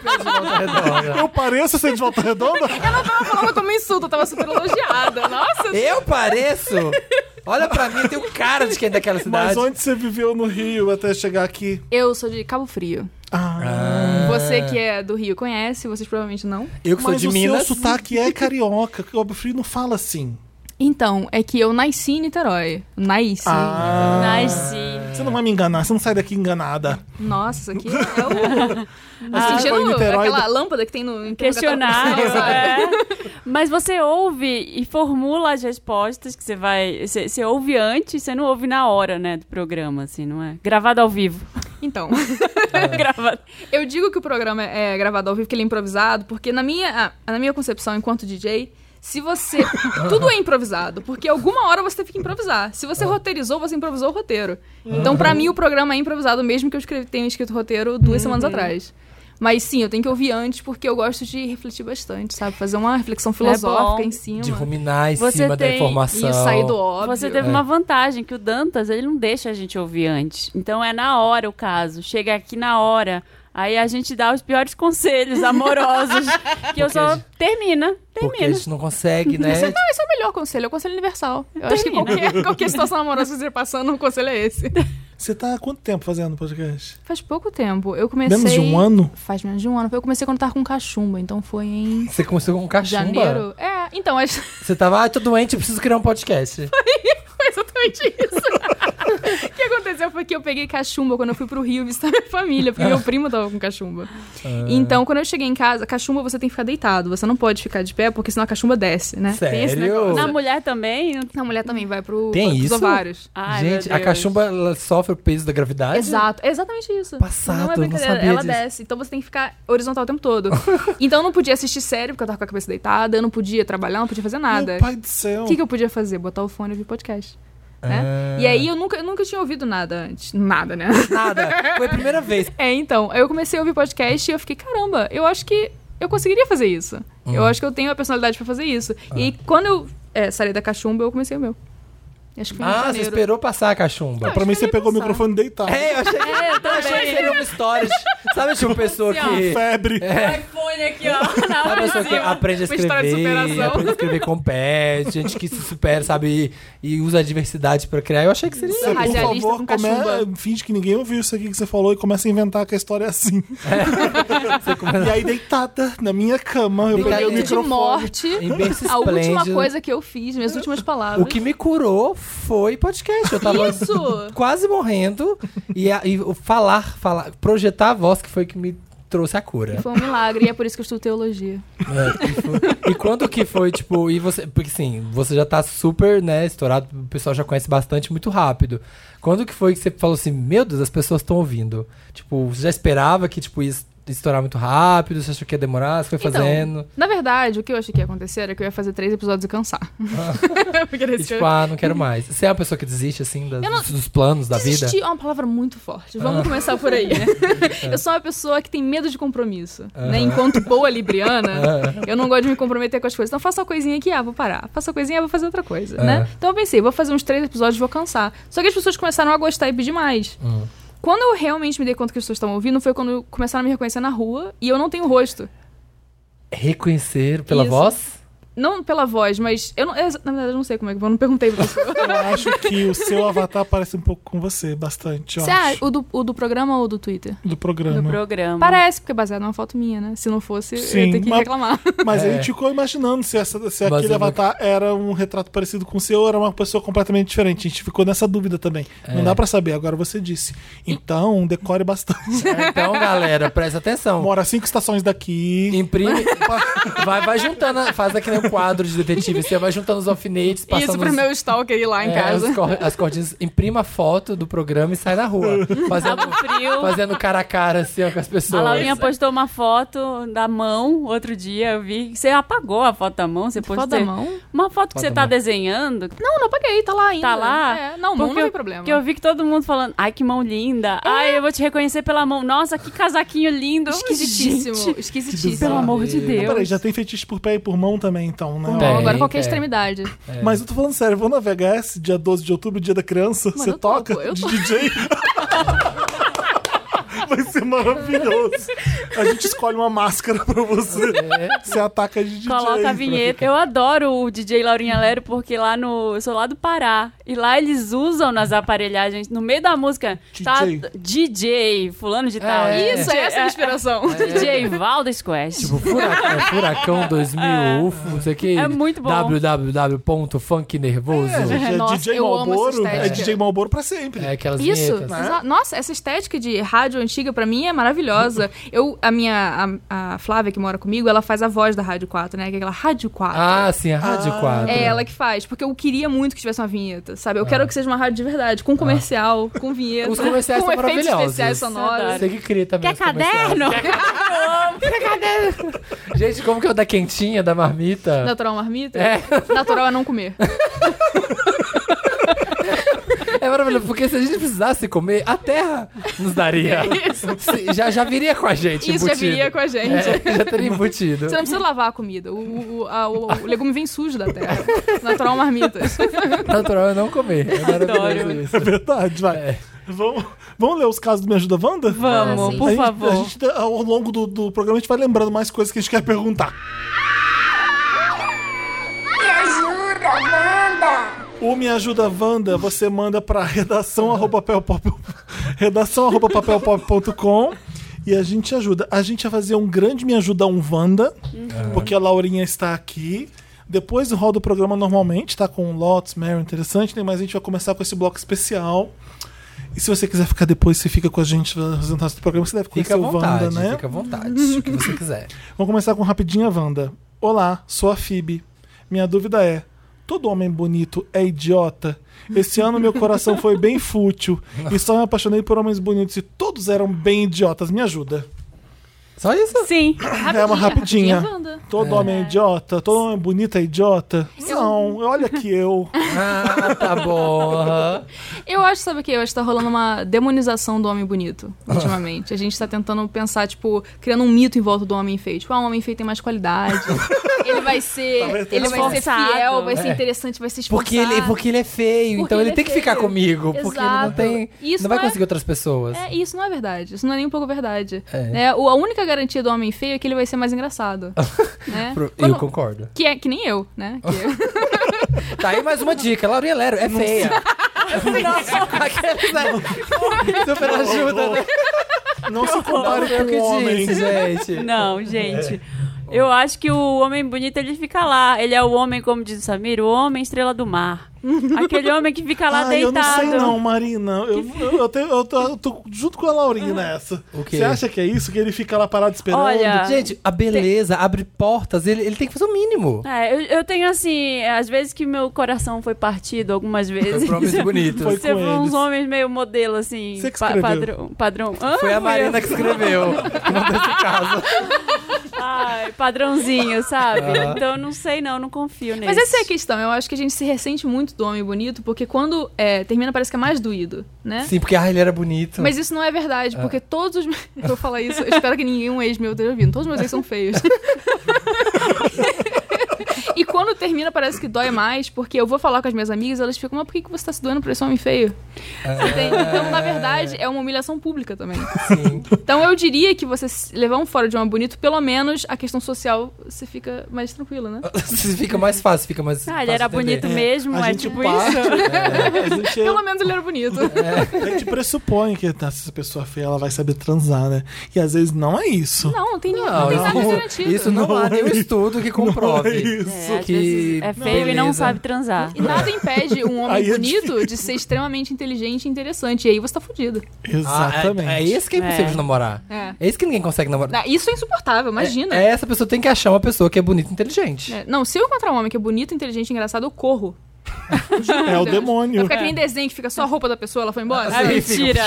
[SPEAKER 1] Eu pareço ser de volta redonda?
[SPEAKER 3] Eu tava falando como insulto, eu tava super elogiada. Nossa,
[SPEAKER 2] Eu pareço? Olha pra mim, tem um cara de quem é daquela cidade.
[SPEAKER 1] Mas onde você viveu no Rio até chegar aqui?
[SPEAKER 3] eu sou de Cabo Frio.
[SPEAKER 1] Ah,
[SPEAKER 3] Você que é do Rio conhece, vocês provavelmente não.
[SPEAKER 2] Eu que sou
[SPEAKER 1] mas
[SPEAKER 2] de
[SPEAKER 1] o
[SPEAKER 2] Minas.
[SPEAKER 1] seu sotaque é carioca. que O Cabo Frio não fala assim.
[SPEAKER 3] Então, é que eu nasci em Niterói. Nasci.
[SPEAKER 1] Ah,
[SPEAKER 4] Nasci.
[SPEAKER 1] você não vai me enganar. Você não sai daqui enganada.
[SPEAKER 3] Nossa, isso aqui é o...
[SPEAKER 1] Você
[SPEAKER 3] Assim,
[SPEAKER 1] Ah, foi em
[SPEAKER 3] genu-
[SPEAKER 1] Niterói
[SPEAKER 3] aquela lâmpada que tem no... no
[SPEAKER 4] questionário.
[SPEAKER 3] interrogatório, sabe?
[SPEAKER 4] é. Mas você ouve e formula as respostas que você vai. Você, você ouve antes, você não ouve na hora, né? Do programa, assim, não é? Gravado ao vivo.
[SPEAKER 3] Então,
[SPEAKER 2] É.
[SPEAKER 4] Gravado.
[SPEAKER 3] eu digo que o programa é gravado ao vivo, que ele é improvisado, porque na minha, ah, na minha concepção enquanto DJ, se você... Tudo é improvisado, porque alguma hora você teve que improvisar. Se você roteirizou, você improvisou o roteiro. Então, pra mim, o programa é improvisado, mesmo que eu escrevi- tenha escrito roteiro duas semanas atrás. Mas sim, eu tenho que ouvir antes, porque eu gosto de refletir bastante, sabe? Fazer uma reflexão filosófica
[SPEAKER 4] bom
[SPEAKER 3] em cima.
[SPEAKER 2] Ah, De ruminar em
[SPEAKER 4] Você
[SPEAKER 2] cima da
[SPEAKER 4] tem-
[SPEAKER 2] informação.
[SPEAKER 3] E sair do óbvio.
[SPEAKER 4] Você teve
[SPEAKER 2] É.
[SPEAKER 4] uma vantagem, que o Dantas, ele não deixa a gente ouvir antes. Então é na hora o caso. Chega aqui na hora. Aí a gente dá os piores conselhos amorosos. que
[SPEAKER 2] Porque
[SPEAKER 4] eu
[SPEAKER 2] a
[SPEAKER 4] só.
[SPEAKER 2] gente-
[SPEAKER 4] Termina.
[SPEAKER 2] Porque a
[SPEAKER 4] Termina.
[SPEAKER 2] gente não consegue, né?
[SPEAKER 3] Não, esse é o melhor conselho, é o conselho universal. Eu acho que qualquer, qualquer situação amorosa que você passando, o conselho é esse.
[SPEAKER 1] Você tá há quanto tempo fazendo podcast?
[SPEAKER 3] Faz pouco tempo. Eu comecei.
[SPEAKER 1] Menos de um ano?
[SPEAKER 3] Faz menos de um ano. Eu comecei quando tava com cachumba, então foi em
[SPEAKER 2] Você começou com cachumba.
[SPEAKER 3] janeiro. É, então, mas
[SPEAKER 2] Você tava, ah, tô doente, eu preciso criar um podcast.
[SPEAKER 3] foi exatamente isso. o que aconteceu foi que eu peguei cachumba quando eu fui pro Rio visitar minha família, porque meu primo tava com cachumba.
[SPEAKER 1] É.
[SPEAKER 3] Então, quando eu cheguei em casa, cachumba você tem que ficar deitado, você não pode ficar de pé, porque senão a cachumba desce, né? Tem esse
[SPEAKER 2] é Sério?
[SPEAKER 3] negócio.
[SPEAKER 4] Na
[SPEAKER 3] Na,
[SPEAKER 4] mulher também. não-
[SPEAKER 3] na mulher também vai pro,
[SPEAKER 2] Tem
[SPEAKER 3] pros
[SPEAKER 2] isso?
[SPEAKER 3] ovários.
[SPEAKER 4] Ai,
[SPEAKER 2] Gente,
[SPEAKER 4] meu
[SPEAKER 2] a
[SPEAKER 4] Deus.
[SPEAKER 2] cachumba ela sofre o peso da gravidade?
[SPEAKER 3] Exato, é exatamente isso.
[SPEAKER 2] Passado,
[SPEAKER 3] não é brincadeira,
[SPEAKER 2] não sabia
[SPEAKER 3] ela
[SPEAKER 2] disso.
[SPEAKER 3] desce, então você tem que ficar horizontal o tempo todo. então eu não podia assistir série, porque eu tava com a cabeça deitada, eu não podia trabalhar, não podia fazer nada.
[SPEAKER 1] Meu pai do céu.
[SPEAKER 3] O que, que eu podia fazer? Botar o fone e ouvir podcast.
[SPEAKER 2] Ah.
[SPEAKER 3] Né?
[SPEAKER 2] É.
[SPEAKER 3] E aí eu nunca, eu nunca tinha ouvido nada antes. Nada, né?
[SPEAKER 2] Nada. Foi a primeira vez.
[SPEAKER 3] É, então, eu comecei a ouvir podcast e eu fiquei, caramba, eu acho que eu conseguiria fazer isso.
[SPEAKER 2] Hum.
[SPEAKER 3] Eu acho que eu tenho a personalidade pra fazer isso.
[SPEAKER 2] Ah.
[SPEAKER 3] E aí, quando eu é, saí da cachumba, eu comecei o meu. Acho que foi em
[SPEAKER 2] Ah, você
[SPEAKER 3] janeiro.
[SPEAKER 2] esperou passar a cachumba.
[SPEAKER 1] É Pra mim, você
[SPEAKER 3] nem
[SPEAKER 1] pegou o
[SPEAKER 3] pensar.
[SPEAKER 1] microfone deitado.
[SPEAKER 2] É, eu achei,
[SPEAKER 4] É, eu
[SPEAKER 2] eu achei que seria uma história. de- Sabe, tipo, pessoa
[SPEAKER 3] Assim, É.
[SPEAKER 2] que.
[SPEAKER 1] Febre.
[SPEAKER 4] iPhone aqui, ó. Na
[SPEAKER 2] Sabe a pessoa que é aprende a
[SPEAKER 3] Uma história de
[SPEAKER 2] escrever,
[SPEAKER 3] superação.
[SPEAKER 2] aprende a escrever com pés, gente que se supera, sabe? E, e usa a diversidade pra criar. Eu achei que seria.
[SPEAKER 1] Você, por
[SPEAKER 3] Radialista
[SPEAKER 1] favor, come...
[SPEAKER 3] com cachumba.
[SPEAKER 1] finge que ninguém ouviu isso aqui que você falou e começa a inventar que a história é assim.
[SPEAKER 2] É.
[SPEAKER 1] e aí, deitada na minha cama, eu
[SPEAKER 2] Deitada
[SPEAKER 1] peguei o
[SPEAKER 2] de
[SPEAKER 3] um de
[SPEAKER 1] microfone.
[SPEAKER 3] morte,
[SPEAKER 2] Em berço
[SPEAKER 3] a última
[SPEAKER 2] um esplêndido.
[SPEAKER 3] coisa que eu fiz, minhas últimas palavras.
[SPEAKER 2] O que me curou foi podcast. Eu tava
[SPEAKER 3] Isso!
[SPEAKER 2] quase morrendo e, a- e o falar, falar, projetar a voz que foi que me trouxe a cura.
[SPEAKER 3] Foi um milagre, e é por isso que eu estudo teologia.
[SPEAKER 2] É, e, foi- e quando que foi, tipo, e você. Porque assim, você já tá super, né, estourado, o pessoal já conhece bastante muito rápido. Quando que foi que você falou assim, meu Deus, as pessoas estão ouvindo? Tipo, você já esperava que, tipo, ia estourar muito rápido, você achou que ia demorar, você foi
[SPEAKER 3] Então,
[SPEAKER 2] fazendo.
[SPEAKER 3] Na verdade, o que eu achei que ia acontecer era que eu ia fazer três episódios e cansar. Porque era
[SPEAKER 2] E
[SPEAKER 3] isso que
[SPEAKER 2] tipo, ah, não quero mais. Você é uma pessoa que desiste, assim, das-
[SPEAKER 3] Eu não-
[SPEAKER 2] dos planos da
[SPEAKER 3] Desistir
[SPEAKER 2] vida? Ah.
[SPEAKER 3] é uma palavra muito forte. Vamos começar por aí. Eu sou uma pessoa que tem medo de compromisso. Né? Enquanto boa libriana, eu não gosto de me comprometer com as coisas. Então faço uma coisinha aqui, ah, vou parar. Faço uma coisinha, ah, vou fazer outra coisa. Né? Então eu pensei, vou fazer uns três episódios, vou cansar. Só que as pessoas começaram a gostar e pedir mais.
[SPEAKER 2] Hum.
[SPEAKER 3] Quando eu realmente me dei conta que as pessoas estavam ouvindo, foi quando começaram a me reconhecer na rua e eu não tenho rosto.
[SPEAKER 2] Reconhecer pela
[SPEAKER 3] Isso.
[SPEAKER 2] voz?
[SPEAKER 3] Não pela voz, mas. Eu, não, eu, na verdade, eu não sei como é que eu não perguntei pra você.
[SPEAKER 1] Eu acho que o seu avatar parece um pouco com você, bastante, eu
[SPEAKER 3] Você ah,
[SPEAKER 1] acho.
[SPEAKER 3] o do, o do programa ou do Twitter?
[SPEAKER 1] Do programa.
[SPEAKER 4] do programa.
[SPEAKER 3] Parece, porque é baseado numa foto minha, né? Se não fosse, eu
[SPEAKER 1] Sim,
[SPEAKER 3] ia ter que
[SPEAKER 1] mas-
[SPEAKER 3] reclamar.
[SPEAKER 1] Mas a
[SPEAKER 2] É.
[SPEAKER 1] gente ficou imaginando se, essa- se
[SPEAKER 2] Mas
[SPEAKER 1] aquele
[SPEAKER 2] eu-
[SPEAKER 1] avatar era um retrato parecido com o seu ou era uma pessoa completamente diferente. A gente ficou nessa dúvida também.
[SPEAKER 2] É.
[SPEAKER 1] Não dá pra saber, agora você disse. Então, decore bastante.
[SPEAKER 2] Então, galera, presta atenção.
[SPEAKER 1] Mora cinco estações daqui.
[SPEAKER 2] Imprime. vai, vai juntando, a- faz aqui um quadro de detetive. Você vai juntando os alfinetes, passando
[SPEAKER 3] Isso pro
[SPEAKER 2] os-
[SPEAKER 3] meu stalker ir lá em
[SPEAKER 2] é,
[SPEAKER 3] casa.
[SPEAKER 2] os cor- as cordinhas. Imprima a foto do programa e sai na rua. Fazendo,
[SPEAKER 4] Frio.
[SPEAKER 2] fazendo cara a cara assim ó, com as
[SPEAKER 4] A
[SPEAKER 2] pessoas.
[SPEAKER 4] Laurinha postou uma foto da mão outro dia, eu vi. Você apagou a foto da mão, você postou.
[SPEAKER 3] Foto da mão?
[SPEAKER 4] Uma foto que
[SPEAKER 2] Foto
[SPEAKER 4] você
[SPEAKER 2] da
[SPEAKER 4] tá
[SPEAKER 2] mão.
[SPEAKER 4] desenhando.
[SPEAKER 3] Não, não apaguei, tá lá ainda.
[SPEAKER 4] Tá lá?
[SPEAKER 3] É, não, mão não
[SPEAKER 4] Porque
[SPEAKER 3] tem
[SPEAKER 4] eu-
[SPEAKER 3] problema. É.
[SPEAKER 4] Que eu vi que todo mundo falando, ai, que mão linda. Ai, eu vou te reconhecer pela mão. Nossa, que casaquinho lindo.
[SPEAKER 3] Esquisitíssimo,
[SPEAKER 4] Gente,
[SPEAKER 3] esquisitíssimo.
[SPEAKER 4] Pelo amor de
[SPEAKER 1] Não, peraí,
[SPEAKER 4] Deus.
[SPEAKER 1] já tem feitiço por pé e por mão também, então, né?
[SPEAKER 2] Tem, É.
[SPEAKER 3] Agora qualquer
[SPEAKER 2] tem.
[SPEAKER 3] extremidade.
[SPEAKER 1] Mas eu tô falando sério, eu vou na VHS, dia 12 de outubro, dia da criança,
[SPEAKER 3] Mas
[SPEAKER 1] você
[SPEAKER 3] eu topo,
[SPEAKER 1] toca
[SPEAKER 3] eu
[SPEAKER 1] de
[SPEAKER 3] topo.
[SPEAKER 1] DJ. Vai ser maravilhoso. A gente escolhe uma máscara pra você.
[SPEAKER 2] É.
[SPEAKER 1] Você ataca de DJ.
[SPEAKER 4] Coloca a
[SPEAKER 1] pra
[SPEAKER 4] vinheta. Eu adoro o DJ Laurinha Lero porque lá no. Eu sou lá do Pará. E lá eles usam nas aparelhagens, no meio da música. Tá,
[SPEAKER 1] DJ.
[SPEAKER 4] DJ, Fulano de Tal.
[SPEAKER 2] É.
[SPEAKER 3] Isso, é essa a inspiração.
[SPEAKER 4] DJ Valdes Quest.
[SPEAKER 2] Tipo, furacão, furacão 2000, UFO, não sei o que.
[SPEAKER 4] É muito bom.
[SPEAKER 2] www.funknervoso. É,
[SPEAKER 1] É
[SPEAKER 3] Nossa,
[SPEAKER 1] DJ
[SPEAKER 3] eu amo
[SPEAKER 1] Malboro,
[SPEAKER 3] essa
[SPEAKER 1] é
[SPEAKER 3] estética.
[SPEAKER 1] DJ Malboro pra sempre.
[SPEAKER 2] aquelas
[SPEAKER 3] É. Isso,
[SPEAKER 2] vinhetas.
[SPEAKER 3] exa- nossa, essa estética de rádio antiga pra mim é maravilhosa. Eu, a minha, a, a Flávia que mora comigo, ela faz a voz da Rádio 4, né? Que é Aquela Rádio 4.
[SPEAKER 2] Ah, sim, a Rádio 4.
[SPEAKER 3] É ela que faz, porque eu queria muito que tivesse uma vinheta, sabe? Eu quero que seja uma rádio de verdade, com comercial, com vinheta,
[SPEAKER 2] É. Ah. Os comerciais
[SPEAKER 3] com
[SPEAKER 2] são
[SPEAKER 3] efeitos
[SPEAKER 2] maravilhosos.
[SPEAKER 3] especiais sonoros.
[SPEAKER 2] Você que cria também.
[SPEAKER 4] Quer
[SPEAKER 2] os comerciais.
[SPEAKER 4] caderno?
[SPEAKER 2] Gente, como que é o da quentinha, da marmita?
[SPEAKER 3] Natural marmita?
[SPEAKER 2] É.
[SPEAKER 3] Natural é não comer.
[SPEAKER 2] É maravilhoso, porque se a gente precisasse comer, a terra nos daria. Se- já, já viria com a gente.
[SPEAKER 3] Isso já
[SPEAKER 2] embutido.
[SPEAKER 3] viria com a gente.
[SPEAKER 2] Tipo É, já teria embutido.
[SPEAKER 3] Você não precisa lavar a comida. O, o- a- o- o legume vem sujo da terra. Natural marmita.
[SPEAKER 2] Natural é não comer. É maravilhoso
[SPEAKER 4] Adoro.
[SPEAKER 2] isso.
[SPEAKER 1] É verdade, vai.
[SPEAKER 2] É.
[SPEAKER 1] Vamos, vamos ler os casos do Me Ajuda Wanda?
[SPEAKER 4] Vamos,
[SPEAKER 3] Ah, sim.
[SPEAKER 1] A
[SPEAKER 4] por
[SPEAKER 1] gente-
[SPEAKER 4] favor.
[SPEAKER 1] A gente, ao longo do, do programa a gente vai lembrando mais coisas que a gente quer perguntar.
[SPEAKER 6] Me ajuda, Wanda!
[SPEAKER 1] O Me Ajuda Wanda você manda para redação arroba papelpop- redação arroba papelpop.com e a gente ajuda. A gente vai fazer um grande Me Ajuda um Wanda, porque a Laurinha está aqui. Depois o rol do programa normalmente, tá? Com Lotus, Mary, interessante, né? Mas a gente vai começar com esse bloco especial. E se você quiser ficar depois, você fica com a gente fazendo o resto do programa, você deve conhecer
[SPEAKER 2] Fica à
[SPEAKER 1] o
[SPEAKER 2] vontade,
[SPEAKER 1] Wanda, né?
[SPEAKER 2] fica à vontade. O que você quiser.
[SPEAKER 1] Vamos começar com rapidinha, Wanda. Olá, sou a Fib. Minha dúvida é: todo homem bonito é idiota? Esse ano meu coração foi bem fútil e só me apaixonei por homens bonitos e todos eram bem idiotas. Me ajuda.
[SPEAKER 2] Só isso?
[SPEAKER 4] Sim.
[SPEAKER 1] é uma rapidinha.
[SPEAKER 3] Wanda.
[SPEAKER 1] Todo homem é idiota? Todo homem bonito é idiota? Não, olha que eu.
[SPEAKER 2] Ah, tá bom. aham.
[SPEAKER 3] Eu acho, sabe o que? Eu acho que tá rolando uma demonização do homem bonito ultimamente. A gente tá tentando pensar, tipo, criando um mito em volta do homem feio. Tipo, ah, o homem feio tem mais qualidade. ele vai ser.
[SPEAKER 1] Talvez tenha
[SPEAKER 3] ele vai ser
[SPEAKER 4] esforçado.
[SPEAKER 3] fiel, vai ser
[SPEAKER 2] É.
[SPEAKER 3] interessante, vai ser esforçado.
[SPEAKER 2] Porque ele, porque ele é feio,
[SPEAKER 3] Porque
[SPEAKER 2] então ele,
[SPEAKER 3] ele é
[SPEAKER 2] tem que ficar
[SPEAKER 3] feio.
[SPEAKER 2] comigo. Porque ele não
[SPEAKER 3] Exato.
[SPEAKER 2] tem.
[SPEAKER 3] Isso
[SPEAKER 2] não vai
[SPEAKER 3] não é-
[SPEAKER 2] conseguir outras pessoas.
[SPEAKER 3] É, isso não é verdade. Isso não é nem um pouco verdade.
[SPEAKER 2] É.
[SPEAKER 3] Né? O- a única garantia do homem feio é que ele vai ser mais engraçado. né?
[SPEAKER 2] Pro-
[SPEAKER 3] Quando-
[SPEAKER 2] Eu concordo.
[SPEAKER 3] Que é que nem eu, né? Que eu-
[SPEAKER 2] Tá aí mais uma dica. Laurinha Lero é feia. Aqueles, né? Super ajuda, né?
[SPEAKER 1] Não se compare
[SPEAKER 2] Foi eu
[SPEAKER 1] com
[SPEAKER 2] que
[SPEAKER 1] o homem.
[SPEAKER 2] disse, gente.
[SPEAKER 4] Não, gente. Eu acho que o homem bonito, ele fica lá. Ele é o homem, como diz o Samir, o homem estrela do mar. Aquele homem que fica lá
[SPEAKER 1] Ah, eu
[SPEAKER 4] deitado.
[SPEAKER 1] não sei não, Marina. Eu, eu, eu tenho- eu tô, eu tô junto com a Laurinha nessa.
[SPEAKER 2] O quê?
[SPEAKER 1] Você acha que é isso? Que ele fica lá parado esperando?
[SPEAKER 4] Olha,
[SPEAKER 2] Gente, a beleza abre portas. Ele, ele tem que fazer o mínimo.
[SPEAKER 4] é, eu, eu tenho assim, às vezes que meu coração foi partido algumas vezes.
[SPEAKER 2] bonito.
[SPEAKER 1] Foi
[SPEAKER 4] Você
[SPEAKER 1] com
[SPEAKER 4] vê uns
[SPEAKER 1] eles.
[SPEAKER 4] homens meio modelo, assim,
[SPEAKER 1] Você que
[SPEAKER 4] pa-
[SPEAKER 1] escreveu.
[SPEAKER 4] padrão. padrão.
[SPEAKER 2] Foi a
[SPEAKER 4] Ah, fui eu.
[SPEAKER 2] Marina que escreveu. Mandou esse caso.
[SPEAKER 4] Ai, padrãozinho, sabe? Então não sei não, não confio nele.
[SPEAKER 3] Mas essa é a questão. Eu acho que a gente se ressente muito do homem bonito, porque quando é, termina parece que é mais doído,
[SPEAKER 4] É?
[SPEAKER 3] né?
[SPEAKER 2] Sim, porque ah, ele era bonito.
[SPEAKER 3] Mas isso não é verdade,
[SPEAKER 2] Ah.
[SPEAKER 3] porque todos os. meus- Eu vou falar isso, eu espero que um nenhum ex meu esteja ouvindo. Todos os meus ex são feios. e quando ter- termina, parece que dói mais, porque eu vou falar com as minhas amigas, elas ficam, mas por que que você tá se doando pra esse homem feio?
[SPEAKER 2] É.
[SPEAKER 3] Entende? Então, na verdade, é uma humilhação pública também.
[SPEAKER 2] Sim.
[SPEAKER 3] Então eu diria que você se levar um fora de homem bonito, pelo menos a questão social você fica mais tranquila, né?
[SPEAKER 2] fica mais fácil, fica mais.
[SPEAKER 4] Ah, ele era
[SPEAKER 2] fácil entender.
[SPEAKER 4] bonito mesmo,
[SPEAKER 1] A
[SPEAKER 4] é
[SPEAKER 1] gente
[SPEAKER 4] tipo
[SPEAKER 1] parte,
[SPEAKER 4] isso.
[SPEAKER 1] é, a gente,
[SPEAKER 3] Pelo menos ele era bonito.
[SPEAKER 1] a gente pressupõe que tá, se essa pessoa feia ela vai saber transar, né? E às vezes não é isso.
[SPEAKER 3] Não, não tem, não,
[SPEAKER 2] Não,
[SPEAKER 3] tem
[SPEAKER 4] tá
[SPEAKER 3] nada
[SPEAKER 2] não,
[SPEAKER 3] garantido.
[SPEAKER 2] isso não,
[SPEAKER 1] Não
[SPEAKER 2] há
[SPEAKER 1] é
[SPEAKER 2] nenhum
[SPEAKER 1] isso.
[SPEAKER 2] estudo que comprove.
[SPEAKER 1] Não é isso.
[SPEAKER 4] É, às
[SPEAKER 2] Que
[SPEAKER 4] vezes é feio e não
[SPEAKER 2] beleza.
[SPEAKER 4] sabe transar.
[SPEAKER 3] E nada impede um homem
[SPEAKER 1] Aí é
[SPEAKER 3] bonito de ser extremamente inteligente e interessante. E aí você tá fudido.
[SPEAKER 2] Ah,
[SPEAKER 1] Exatamente.
[SPEAKER 2] é, é isso que é impossível
[SPEAKER 4] É.
[SPEAKER 2] de namorar.
[SPEAKER 3] É.
[SPEAKER 2] É isso que ninguém consegue namorar.
[SPEAKER 3] Ah, Isso é insuportável, imagina.
[SPEAKER 2] É, essa pessoa tem que achar uma pessoa que é bonita e inteligente.
[SPEAKER 3] É, Não, se eu encontrar um homem que é bonito, inteligente e engraçado, eu corro.
[SPEAKER 1] É o demônio.
[SPEAKER 3] Vai ficar que nem desenho que fica só a roupa da pessoa, ela foi embora.
[SPEAKER 4] Ah,
[SPEAKER 3] sabe?
[SPEAKER 4] mentira.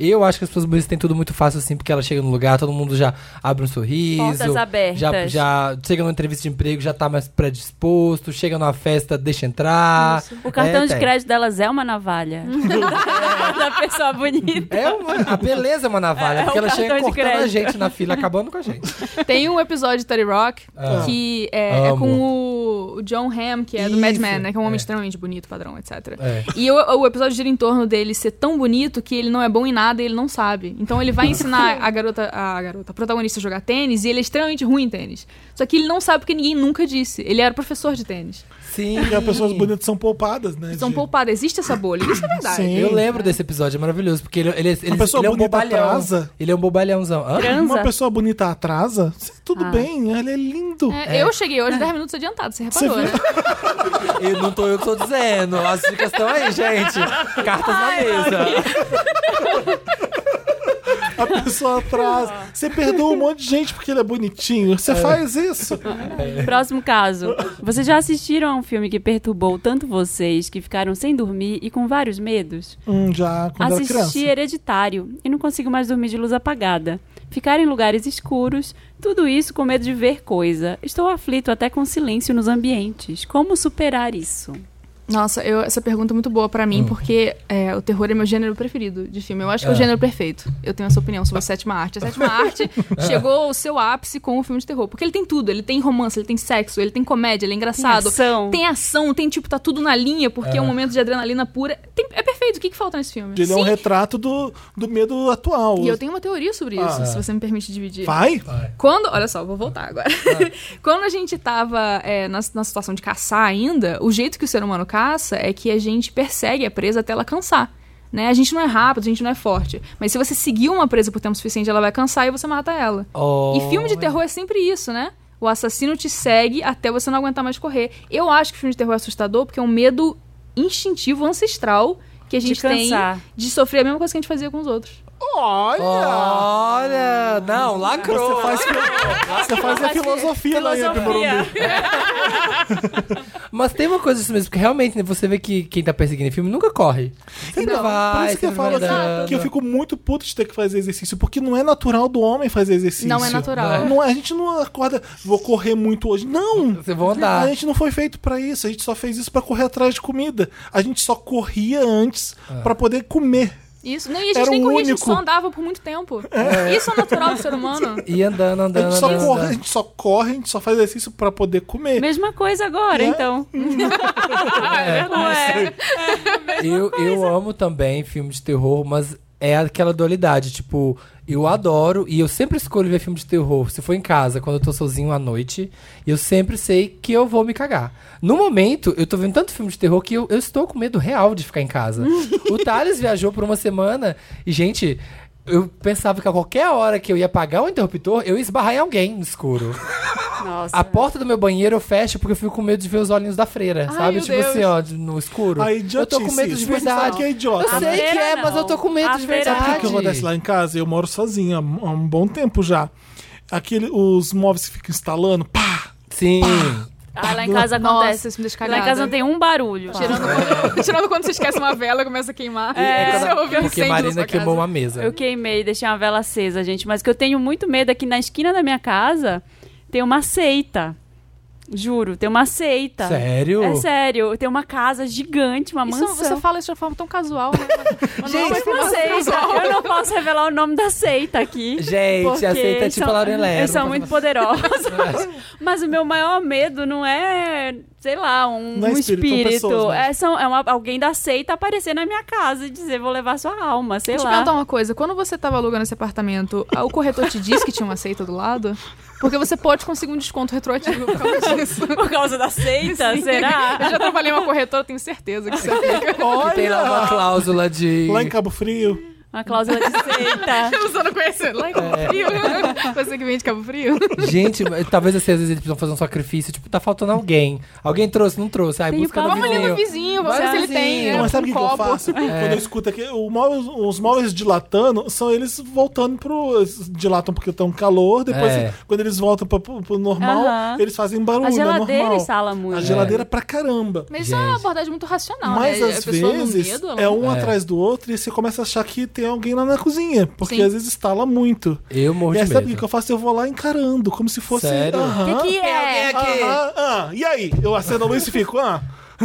[SPEAKER 2] E eu acho que as pessoas bonitas têm tudo muito fácil, assim, porque ela chega num lugar, todo mundo já abre um sorriso.
[SPEAKER 4] Portas abertas.
[SPEAKER 2] Já, já chega numa entrevista de emprego, já tá mais predisposto, chega numa festa, deixa entrar.
[SPEAKER 4] O cartão
[SPEAKER 2] É,
[SPEAKER 4] de
[SPEAKER 2] tem.
[SPEAKER 4] crédito delas é uma navalha. da pessoa bonita.
[SPEAKER 2] É uma, a beleza é uma navalha,
[SPEAKER 4] É, é
[SPEAKER 2] porque
[SPEAKER 4] um
[SPEAKER 2] ela chega
[SPEAKER 4] cartão de
[SPEAKER 2] cortando a
[SPEAKER 4] crédito.
[SPEAKER 2] gente na fila, acabando com a gente.
[SPEAKER 3] Tem um episódio de Tony Rock
[SPEAKER 2] Ah.
[SPEAKER 3] que é, é
[SPEAKER 2] Amo.
[SPEAKER 3] com o- o John Hamm, que é do Mad
[SPEAKER 2] Isso.
[SPEAKER 3] Men, né? Que é um homem
[SPEAKER 2] É.
[SPEAKER 3] extremamente bonito, padrão, etc.
[SPEAKER 2] É.
[SPEAKER 3] E o, o episódio gira em torno dele ser tão bonito que ele não é bom em nada e ele não sabe. Então ele vai ensinar a garota, a garota, a protagonista a jogar tênis e ele é extremamente ruim em tênis. Só que ele não sabe porque ninguém nunca disse. Ele era professor de tênis.
[SPEAKER 2] Sim.
[SPEAKER 1] Porque as pessoas bonitas são poupadas, né?
[SPEAKER 3] São
[SPEAKER 1] de-
[SPEAKER 3] poupadas, existe essa bolha. Isso é verdade.
[SPEAKER 1] Sim.
[SPEAKER 2] Eu lembro desse episódio, é maravilhoso, porque ele, ele, ele,
[SPEAKER 1] pessoa
[SPEAKER 2] ele é um
[SPEAKER 1] bonita
[SPEAKER 2] bobalhão.
[SPEAKER 1] atrasa.
[SPEAKER 2] Ele é um bobalhãozão. Hã?
[SPEAKER 1] Uma
[SPEAKER 4] Transa.
[SPEAKER 1] pessoa bonita atrasa, tudo bem, ele é lindo.
[SPEAKER 3] É, Eu cheguei hoje 10 minutos adiantado, você reparou, né?
[SPEAKER 2] E não tô eu que tô dizendo. As dicas estão aí, gente. Cartas na mesa.
[SPEAKER 1] A pessoa atrasa. Você perdoa um monte de gente porque ele é bonitinho. Você faz isso.
[SPEAKER 3] É.
[SPEAKER 4] Próximo caso. Vocês já assistiram a um filme que perturbou tanto vocês que ficaram sem dormir e com vários medos?
[SPEAKER 1] Hum, já quando era criança.
[SPEAKER 4] Assisti Hereditário e não consigo mais dormir de luz apagada. Ficar em lugares escuros, tudo isso com medo de ver coisa. Estou aflito até com silêncio nos ambientes. Como superar isso?
[SPEAKER 3] Nossa, eu- essa pergunta é muito boa pra
[SPEAKER 1] Uhum.
[SPEAKER 3] mim, porque é, o terror é meu gênero preferido de filme. Eu acho que é o
[SPEAKER 2] Ah.
[SPEAKER 3] gênero perfeito. Eu tenho essa opinião sobre a sétima arte. A sétima arte
[SPEAKER 1] É.
[SPEAKER 3] chegou ao seu ápice com o filme de terror. Porque ele tem tudo. Ele tem romance, ele tem sexo, ele tem comédia, ele é engraçado.
[SPEAKER 4] ação.
[SPEAKER 3] Tem ação, tem tipo, tá tudo na linha, porque é, um momento de adrenalina pura. Tem- é perfeito. O que, que falta nesse filme?
[SPEAKER 1] Ele é um retrato do, do medo atual.
[SPEAKER 3] E eu tenho uma teoria sobre isso,
[SPEAKER 1] Ah.
[SPEAKER 3] se você me permite dividir.
[SPEAKER 1] Vai?
[SPEAKER 3] Quando, olha só, vou voltar agora. Quando a gente tava é, na, na situação de caçar ainda, o jeito que o ser humano caça é que a gente persegue a presa até ela cansar. Né? A gente não é rápido, a gente não é forte. Mas se você seguir uma presa por tempo suficiente, ela vai cansar e você mata ela.
[SPEAKER 2] Oh.
[SPEAKER 3] E filme de terror é sempre isso, né? O assassino te segue até você não aguentar mais correr. Eu acho que filme de terror é assustador porque é um medo instintivo, ancestral, que a
[SPEAKER 4] De
[SPEAKER 3] gente tem
[SPEAKER 4] cansar.
[SPEAKER 3] de sofrer a mesma coisa que a gente fazia com os outros.
[SPEAKER 1] Olha!
[SPEAKER 2] Oh, Olha, não, lacrou.
[SPEAKER 1] Você faz, você faz a filosofia da Ian Morumbi.
[SPEAKER 2] Mas tem uma coisa disso mesmo, porque realmente né, você vê que quem tá perseguindo o filme nunca corre. Sempre
[SPEAKER 1] Então,
[SPEAKER 2] vai,
[SPEAKER 1] Por isso que eu
[SPEAKER 2] sempre
[SPEAKER 1] falo
[SPEAKER 2] vai
[SPEAKER 1] assim,
[SPEAKER 2] andando.
[SPEAKER 1] que eu fico muito puto de ter que fazer exercício, porque não é natural do homem fazer exercício.
[SPEAKER 3] Não é natural.
[SPEAKER 1] Não é- a gente não acorda, vou correr muito hoje. Não!
[SPEAKER 2] Você vai andar.
[SPEAKER 1] A gente não foi feito pra isso, a gente só fez isso pra correr atrás de comida. A gente só corria antes pra poder comer.
[SPEAKER 3] Isso. Não, e a gente
[SPEAKER 1] Era
[SPEAKER 3] nem
[SPEAKER 1] o
[SPEAKER 3] corria, a gente
[SPEAKER 1] único.
[SPEAKER 3] só andava por muito tempo. Isso é natural do ser humano.
[SPEAKER 2] E andando,
[SPEAKER 1] A
[SPEAKER 2] andando,
[SPEAKER 1] gente, só
[SPEAKER 2] andando.
[SPEAKER 1] corre, a
[SPEAKER 2] andando.
[SPEAKER 1] gente só corre, a gente só faz exercício pra poder comer.
[SPEAKER 4] Mesma coisa agora, então. Não é?
[SPEAKER 2] Eu, eu amo também filme de terror, mas é aquela dualidade, tipo, eu adoro e eu sempre escolho ver filme de terror. Se for em casa, quando eu tô sozinho à noite, eu sempre sei que eu vou me cagar. No momento, eu tô vendo tanto filme de terror que eu, eu estou com medo real de ficar em casa. o Thales viajou por uma semana e, gente. Eu pensava que a qualquer hora que eu ia apagar o interruptor, eu ia esbarrar em alguém no escuro.
[SPEAKER 4] Nossa.
[SPEAKER 2] A porta do meu banheiro eu fecho porque eu fico com medo de ver os olhinhos da freira,
[SPEAKER 3] Ai,
[SPEAKER 2] sabe?
[SPEAKER 3] meu
[SPEAKER 2] Tipo
[SPEAKER 3] Deus.
[SPEAKER 2] assim, ó, de- no escuro.
[SPEAKER 1] A
[SPEAKER 2] eu tô com
[SPEAKER 1] idiotice,
[SPEAKER 2] medo de
[SPEAKER 1] isso. Você sabe
[SPEAKER 2] verdade.
[SPEAKER 1] que é idiota,
[SPEAKER 2] Eu
[SPEAKER 1] né?
[SPEAKER 2] sei que é,
[SPEAKER 4] Feira
[SPEAKER 2] mas
[SPEAKER 4] não.
[SPEAKER 2] eu tô com medo
[SPEAKER 4] A
[SPEAKER 2] de
[SPEAKER 4] feira
[SPEAKER 2] verdade.
[SPEAKER 4] não.
[SPEAKER 1] O que acontece lá em casa? Eu moro sozinho há há um bom tempo já. Aquele, os móveis que ficam instalando, pá!
[SPEAKER 2] Sim.
[SPEAKER 4] Ah, lá em casa
[SPEAKER 3] Nossa,
[SPEAKER 4] acontece.
[SPEAKER 3] isso me deixa
[SPEAKER 4] lá
[SPEAKER 3] cagada.
[SPEAKER 4] em casa não tem um barulho.
[SPEAKER 3] Tirando quando, tirando quando você esquece uma vela e começa a queimar. É, você ouve um
[SPEAKER 2] Porque
[SPEAKER 3] incêndio na
[SPEAKER 2] Marina
[SPEAKER 3] sua
[SPEAKER 2] queimou uma
[SPEAKER 3] casa.
[SPEAKER 2] mesa.
[SPEAKER 4] Eu queimei, deixei uma vela acesa, gente. Mas o que eu tenho muito medo é que na esquina da minha casa tem uma seita. Juro, tem uma seita.
[SPEAKER 2] Sério?
[SPEAKER 4] É sério, tem uma casa gigante, uma
[SPEAKER 3] Isso,
[SPEAKER 4] mansão.
[SPEAKER 3] você fala isso de uma forma tão casual, né? Mas não é
[SPEAKER 4] Mas
[SPEAKER 3] uma
[SPEAKER 4] uma
[SPEAKER 3] informação
[SPEAKER 4] seita.
[SPEAKER 3] casual.
[SPEAKER 4] Eu não posso revelar o nome da seita aqui.
[SPEAKER 2] Gente,
[SPEAKER 4] porque
[SPEAKER 2] a seita é tipo
[SPEAKER 4] são-
[SPEAKER 2] a Lauren Lero,
[SPEAKER 4] Eles são
[SPEAKER 2] não
[SPEAKER 4] muito
[SPEAKER 2] pode
[SPEAKER 4] poderosos. Mas o meu maior medo não é, sei lá, um,
[SPEAKER 1] Não é
[SPEAKER 4] um
[SPEAKER 1] espírito, são
[SPEAKER 4] espírito.
[SPEAKER 1] pessoas mesmo.
[SPEAKER 2] né?
[SPEAKER 4] é, são, é uma- alguém da seita aparecer na minha casa e dizer, vou levar sua alma, sei
[SPEAKER 3] Deixa eu
[SPEAKER 4] lá.
[SPEAKER 3] perguntar um uma coisa. Quando você tava alugando esse apartamento, ah, o corretor te disse que tinha uma seita do lado? Porque você pode conseguir um desconto retroativo por causa disso.
[SPEAKER 4] Por causa da seita,
[SPEAKER 3] Sim.
[SPEAKER 4] será?
[SPEAKER 3] Eu já trabalhei em uma corretora, tenho certeza que isso aplica.
[SPEAKER 2] Que tem lá uma cláusula de.
[SPEAKER 1] Lá em Cabo Frio,
[SPEAKER 4] Uma cláusula de seita.
[SPEAKER 3] Eu só não conheço lá em Cabo Frio. Você que vem de Cabo Frio.
[SPEAKER 2] Gente, talvez assim, às vezes eles precisam fazer um sacrifício. Tipo, tá faltando alguém. Alguém trouxe, não trouxe. Aí
[SPEAKER 4] Tem o
[SPEAKER 2] busca no
[SPEAKER 4] Paulo
[SPEAKER 3] Vamos ali no
[SPEAKER 2] vizinho.
[SPEAKER 3] vizinho, vamos ver
[SPEAKER 2] Vai
[SPEAKER 3] se ele
[SPEAKER 2] vizinho.
[SPEAKER 3] tem.
[SPEAKER 2] Não,
[SPEAKER 1] mas sabe o
[SPEAKER 3] um
[SPEAKER 1] que, que eu
[SPEAKER 3] copo.
[SPEAKER 1] faço? Quando eu escuto aqui, o móvel- os móveis dilatando são eles voltando pro. eles Dilatam porque estão calor, depois
[SPEAKER 2] É.
[SPEAKER 1] quando eles voltam pra- pro, pro normal,
[SPEAKER 4] Aham.
[SPEAKER 1] eles fazem barulho.
[SPEAKER 4] A
[SPEAKER 1] é
[SPEAKER 4] geladeira
[SPEAKER 1] normal.
[SPEAKER 4] instala muito.
[SPEAKER 1] A geladeira é pra caramba.
[SPEAKER 3] Mas isso é uma abordagem muito racional,
[SPEAKER 1] Mas
[SPEAKER 3] né?
[SPEAKER 1] às
[SPEAKER 3] a pessoa no
[SPEAKER 1] vezes
[SPEAKER 3] medo, ela
[SPEAKER 1] é um
[SPEAKER 2] É.
[SPEAKER 1] atrás do outro e você começa a achar que tem alguém lá na cozinha, porque
[SPEAKER 3] Sim.
[SPEAKER 1] às vezes instala muito.
[SPEAKER 2] Eu morro
[SPEAKER 1] E aí,
[SPEAKER 2] de
[SPEAKER 1] sabe o que
[SPEAKER 2] medo.
[SPEAKER 1] eu faço? Eu vou lá encarando, como se fosse.
[SPEAKER 2] Sério?
[SPEAKER 1] Aham.
[SPEAKER 4] Que é?
[SPEAKER 1] Aham, ah, e aí? Eu acendo a luz e fico, ah. Aí eu, o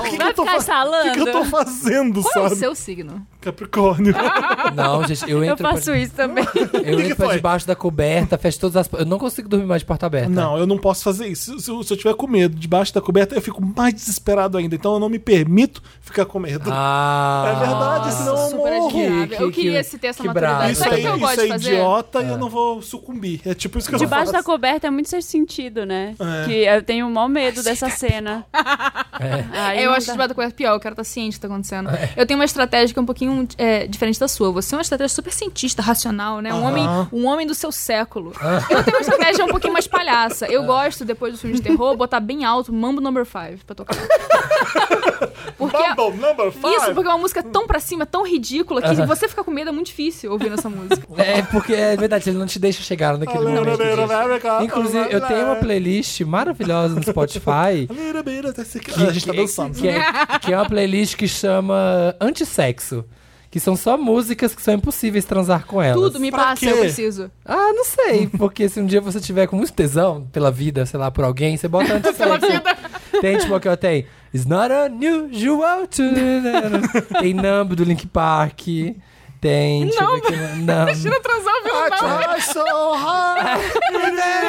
[SPEAKER 1] que, que,
[SPEAKER 4] Vai
[SPEAKER 1] eu tô
[SPEAKER 4] ficar
[SPEAKER 1] fa- o
[SPEAKER 4] instalando?
[SPEAKER 1] que que eu tô fazendo,
[SPEAKER 3] Qual é o
[SPEAKER 1] sabe?
[SPEAKER 3] seu signo?
[SPEAKER 1] Capricórnio.
[SPEAKER 2] Não, gente, eu
[SPEAKER 4] Eu
[SPEAKER 2] entro,
[SPEAKER 4] faço
[SPEAKER 2] pra,
[SPEAKER 4] isso também.
[SPEAKER 2] eu
[SPEAKER 1] que
[SPEAKER 2] entro pra
[SPEAKER 1] foi?
[SPEAKER 2] debaixo da coberta, fecho todas as. Eu não consigo dormir mais de porta aberta.
[SPEAKER 1] Não, eu não posso fazer isso. Se, eu- se eu tiver com medo debaixo da coberta, eu fico mais desesperado ainda. Então eu não me permito ficar com medo.
[SPEAKER 2] Ah.
[SPEAKER 1] É verdade, senão eu
[SPEAKER 3] Super
[SPEAKER 1] morro.
[SPEAKER 3] admirável.
[SPEAKER 2] que-
[SPEAKER 3] eu queria
[SPEAKER 2] que-
[SPEAKER 3] se ter essa
[SPEAKER 2] que bravo.
[SPEAKER 3] maturidade.
[SPEAKER 1] Isso
[SPEAKER 3] Sabe o
[SPEAKER 1] aí,
[SPEAKER 3] que eu gosto
[SPEAKER 1] isso
[SPEAKER 3] de
[SPEAKER 1] é
[SPEAKER 3] fazer?
[SPEAKER 1] idiota e eu não vou sucumbir. É tipo isso que eu
[SPEAKER 4] Debaixo da
[SPEAKER 1] faço.
[SPEAKER 4] coberta é muito sem sentido, né?
[SPEAKER 1] É.
[SPEAKER 4] Que eu tenho o maior medo dessa cena.
[SPEAKER 2] É.
[SPEAKER 4] Aí
[SPEAKER 3] eu
[SPEAKER 4] não
[SPEAKER 3] acho
[SPEAKER 4] dá.
[SPEAKER 3] que debaixo da coberta pior, eu quero estar ciente do que tá acontecendo. Eu tenho uma estratégia que é um pouquinho é, diferente da sua. Você é uma estratégia super cientista, racional, né?
[SPEAKER 1] Aham.
[SPEAKER 3] Um,
[SPEAKER 1] Ah.
[SPEAKER 3] homem, um homem do seu século. Eu tenho uma estratégia um pouquinho mais palhaça. Eu gosto, depois do filme de terror, botar bem alto Mambo Number 5 pra tocar. Porque
[SPEAKER 1] Bumble, number five.
[SPEAKER 3] Isso, porque é uma música tão pra cima, tão ridícula, que você ficar com medo é muito difícil ouvindo essa música.
[SPEAKER 2] É, porque é verdade, ele não te deixa chegar naquele momento. gente. Inclusive, eu tenho uma playlist maravilhosa no Spotify.
[SPEAKER 1] A gente tá dançando.
[SPEAKER 2] Que é, que é uma playlist que chama Antissexo. Que são só músicas que são impossíveis transar com elas.
[SPEAKER 3] Tudo me
[SPEAKER 1] Pra
[SPEAKER 3] passa,
[SPEAKER 1] quê?
[SPEAKER 3] eu preciso.
[SPEAKER 2] Ah, não sei. Porque se um dia você tiver com muito tesão pela vida, sei lá, por alguém, você bota antissexo. pela vida. Tem tipo que eu tenho. It's not unusual to... Tem Numb do Link Park. Tem... Deixa eu ver aqui, né? Numb.
[SPEAKER 3] Pra transar, eu tá
[SPEAKER 1] I try so hard.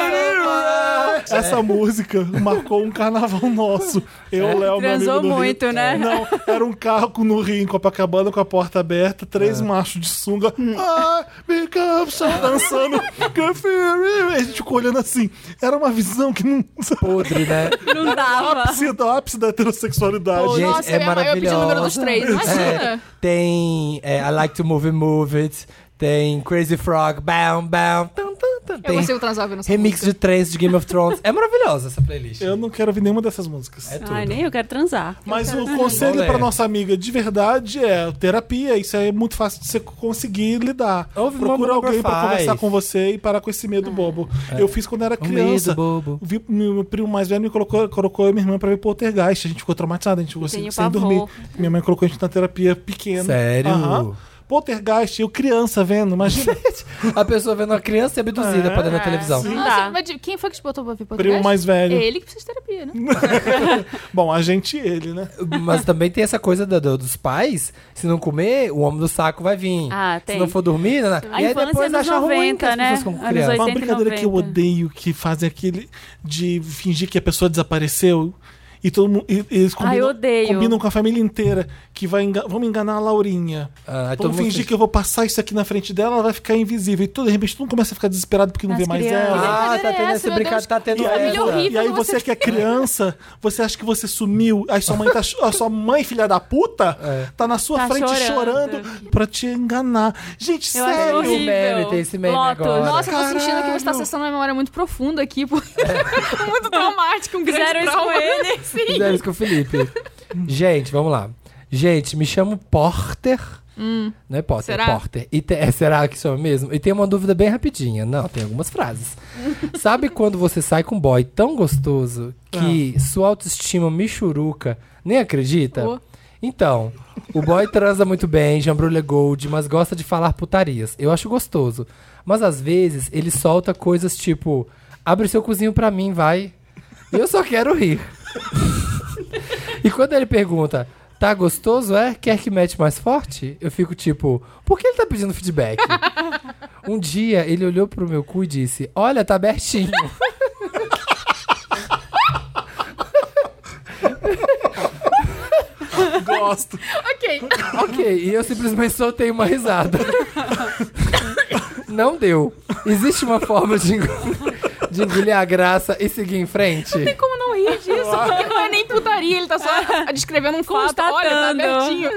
[SPEAKER 1] Essa música marcou um carnaval nosso. Eu, Léo, meu amigo
[SPEAKER 4] É. Transou
[SPEAKER 1] do Rio.
[SPEAKER 4] muito, né?
[SPEAKER 1] Não, era um carro no Rio, em Copacabana, com a porta aberta, três machos de sunga. Ah, make up, só dançando. Can feel it. A gente ficou olhando assim. Era uma visão que não...
[SPEAKER 2] Podre, né?
[SPEAKER 4] Não dava.
[SPEAKER 1] Ápice, do ápice da heterossexualidade.
[SPEAKER 2] Gente,
[SPEAKER 3] Nossa,
[SPEAKER 2] é
[SPEAKER 3] eu ia- eu ia pedir o número dos
[SPEAKER 2] maravilhosa.
[SPEAKER 3] três, imagina.
[SPEAKER 2] É, tem é, I Like to Move It, Move It. Tem Crazy Frog, Bam Bam. Tum, tum, tum.
[SPEAKER 3] Eu
[SPEAKER 2] Tem
[SPEAKER 3] consigo transar ouvindo essa
[SPEAKER 2] remix de
[SPEAKER 3] música.
[SPEAKER 2] trens de Game of Thrones. É maravilhosa essa playlist.
[SPEAKER 1] Eu não quero ouvir nenhuma dessas músicas.
[SPEAKER 2] É tudo.
[SPEAKER 4] Ai, nem eu quero transar.
[SPEAKER 1] Mas o conselho
[SPEAKER 2] Olé.
[SPEAKER 1] pra nossa amiga de verdade é terapia. Isso aí é muito fácil de você conseguir lidar.
[SPEAKER 2] Ouve um
[SPEAKER 1] Procura
[SPEAKER 2] Mambo
[SPEAKER 1] alguém pra
[SPEAKER 2] Number Five.
[SPEAKER 1] conversar com você e parar com esse
[SPEAKER 4] É.
[SPEAKER 1] medo bobo. Eu fiz quando era
[SPEAKER 2] Um
[SPEAKER 1] criança.
[SPEAKER 2] medo bobo.
[SPEAKER 1] Vi- meu primo mais velho me colocou, colocou eu e minha irmã pra ver Poltergeist. A gente ficou traumatizado, a gente ficou assim,
[SPEAKER 4] tenho
[SPEAKER 1] sem
[SPEAKER 4] pavor.
[SPEAKER 1] dormir. Minha mãe colocou a gente na terapia pequena.
[SPEAKER 2] Sério?
[SPEAKER 1] Aham. Poltergeist, eu criança vendo, imagina.
[SPEAKER 2] A pessoa vendo uma criança ser abduzida pra dentro da televisão.
[SPEAKER 4] sim.
[SPEAKER 3] Nossa,
[SPEAKER 4] Dá.
[SPEAKER 3] mas de- quem foi que te botou pra ver podcast?
[SPEAKER 1] primo mais
[SPEAKER 3] É
[SPEAKER 1] velho.
[SPEAKER 3] ele que precisa de terapia, né?
[SPEAKER 1] Bom, a gente e ele, né?
[SPEAKER 2] Mas também tem essa coisa da- do- dos pais. Se não comer, o homem do saco vai vir.
[SPEAKER 4] Ah, tem.
[SPEAKER 2] Se não for dormir, não, não.
[SPEAKER 4] A
[SPEAKER 2] e aí
[SPEAKER 4] infância
[SPEAKER 2] depois
[SPEAKER 4] nos
[SPEAKER 2] acha ruim que
[SPEAKER 4] 90,
[SPEAKER 2] as
[SPEAKER 4] né?
[SPEAKER 2] pessoas ficam com
[SPEAKER 4] Anos
[SPEAKER 2] criança.
[SPEAKER 4] 80.
[SPEAKER 1] Uma brincadeira que eu
[SPEAKER 4] 90.
[SPEAKER 1] odeio que fazem aquele de fingir que a pessoa desapareceu e todo mundo. e- Eles combinam,
[SPEAKER 4] eu odeio.
[SPEAKER 1] combinam com a família inteira que vai enga- vamos enganar a Laurinha.
[SPEAKER 2] Ah, aí todo
[SPEAKER 1] vamos
[SPEAKER 2] mundo
[SPEAKER 1] fingir
[SPEAKER 2] finge-
[SPEAKER 1] que eu vou passar isso aqui na frente dela, ela vai ficar invisível. E tudo, de repente todo mundo começa a ficar desesperado porque não
[SPEAKER 4] As
[SPEAKER 1] vê mais
[SPEAKER 4] crianças.
[SPEAKER 1] ela.
[SPEAKER 2] Ah, tá
[SPEAKER 3] brincadeira é
[SPEAKER 2] tendo
[SPEAKER 3] essa,
[SPEAKER 2] esse
[SPEAKER 3] meu
[SPEAKER 2] brincadeira,
[SPEAKER 3] Deus?
[SPEAKER 2] tá tendo
[SPEAKER 1] E aí,
[SPEAKER 3] família horrível,
[SPEAKER 1] e aí
[SPEAKER 3] você-
[SPEAKER 1] você que é criança, você acha que você sumiu, aí sua mãe tá. cho- A sua mãe, filha da puta, tá na sua
[SPEAKER 4] Tá
[SPEAKER 1] frente
[SPEAKER 4] chorando.
[SPEAKER 1] chorando. pra te enganar. Gente,
[SPEAKER 4] Eu acho
[SPEAKER 1] sério.
[SPEAKER 2] Tem esse
[SPEAKER 4] horrível.
[SPEAKER 2] meme, tem esse meme
[SPEAKER 4] Lotus.
[SPEAKER 2] agora.
[SPEAKER 3] Nossa, eu tô sentindo que você tá
[SPEAKER 1] Caralho.
[SPEAKER 3] acessando uma memória muito profunda aqui, porque é muito traumático, um grande
[SPEAKER 4] Fizeram isso
[SPEAKER 3] trauma.
[SPEAKER 4] com ele.
[SPEAKER 3] Sim.
[SPEAKER 2] Fizeram isso com o Felipe. Gente, vamos lá. Gente, me chamo Porter. Não é Potter,
[SPEAKER 3] Será?
[SPEAKER 2] é Porter. E te- é, será que chama mesmo? E tem uma dúvida bem rapidinha. Não, tem algumas frases. Sabe quando você sai com um boy tão gostoso que sua autoestima me churuca, nem acredita?
[SPEAKER 3] Oh.
[SPEAKER 2] Então, o boy transa muito bem, jambrulha gold, mas gosta de falar putarias. Eu acho gostoso. Mas às vezes ele solta coisas tipo: abre seu cozinho pra mim, vai. E eu só quero rir. E quando ele pergunta, tá gostoso, é? Quer que mete mais forte? Eu fico tipo, por que ele tá pedindo feedback? Um dia ele olhou pro meu cu e disse, olha, tá abertinho.
[SPEAKER 1] Gosto.
[SPEAKER 3] Ok.
[SPEAKER 2] ok, e eu simplesmente soltei uma risada. Não deu. Existe uma forma de, engo- de engolir a graça e seguir em frente?
[SPEAKER 3] Tem como não rir disso? Porque não é nem putaria, ele tá só descrevendo um fato. Olha, tá
[SPEAKER 4] Constatando.
[SPEAKER 3] abertinho.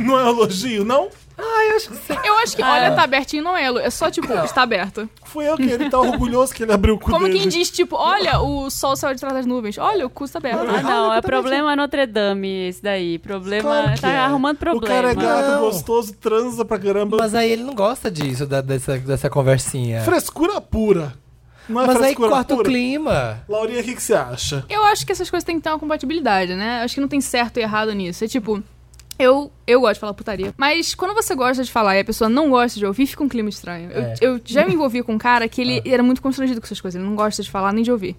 [SPEAKER 1] Não é elogio, não?
[SPEAKER 2] Ah,
[SPEAKER 3] Eu acho que olha, tá abertinho não é, elo- é só tipo, está aberto.
[SPEAKER 1] Foi eu que ele tá orgulhoso que ele abriu o cu
[SPEAKER 3] Como
[SPEAKER 1] dele.
[SPEAKER 3] quem diz, tipo, olha, o sol saiu de trás das nuvens. Olha, o cu está aberto.
[SPEAKER 4] Ah, não, é problema Notre Dame esse daí. Problema.
[SPEAKER 1] Claro que
[SPEAKER 4] tá
[SPEAKER 1] é.
[SPEAKER 4] arrumando
[SPEAKER 1] O cara
[SPEAKER 4] problema.
[SPEAKER 1] é gato,
[SPEAKER 2] Não.
[SPEAKER 1] gostoso, transa pra caramba.
[SPEAKER 2] Mas aí ele não gosta disso, da- dessa, dessa conversinha.
[SPEAKER 1] Frescura pura. Não é
[SPEAKER 2] Mas aí
[SPEAKER 1] frescura
[SPEAKER 2] corta o
[SPEAKER 1] pura?
[SPEAKER 2] clima.
[SPEAKER 1] Laurinha, o que, que você acha?
[SPEAKER 3] Eu acho que essas coisas têm que ter uma compatibilidade, né? Acho que não tem certo e errado nisso. É tipo, eu, eu gosto de falar putaria. Mas quando você gosta de falar e a pessoa não gosta de ouvir, fica um clima estranho. Eu-
[SPEAKER 2] É.
[SPEAKER 3] Eu, já me envolvi com um cara que ele era muito constrangido com essas coisas. Ele não gosta de falar nem de ouvir.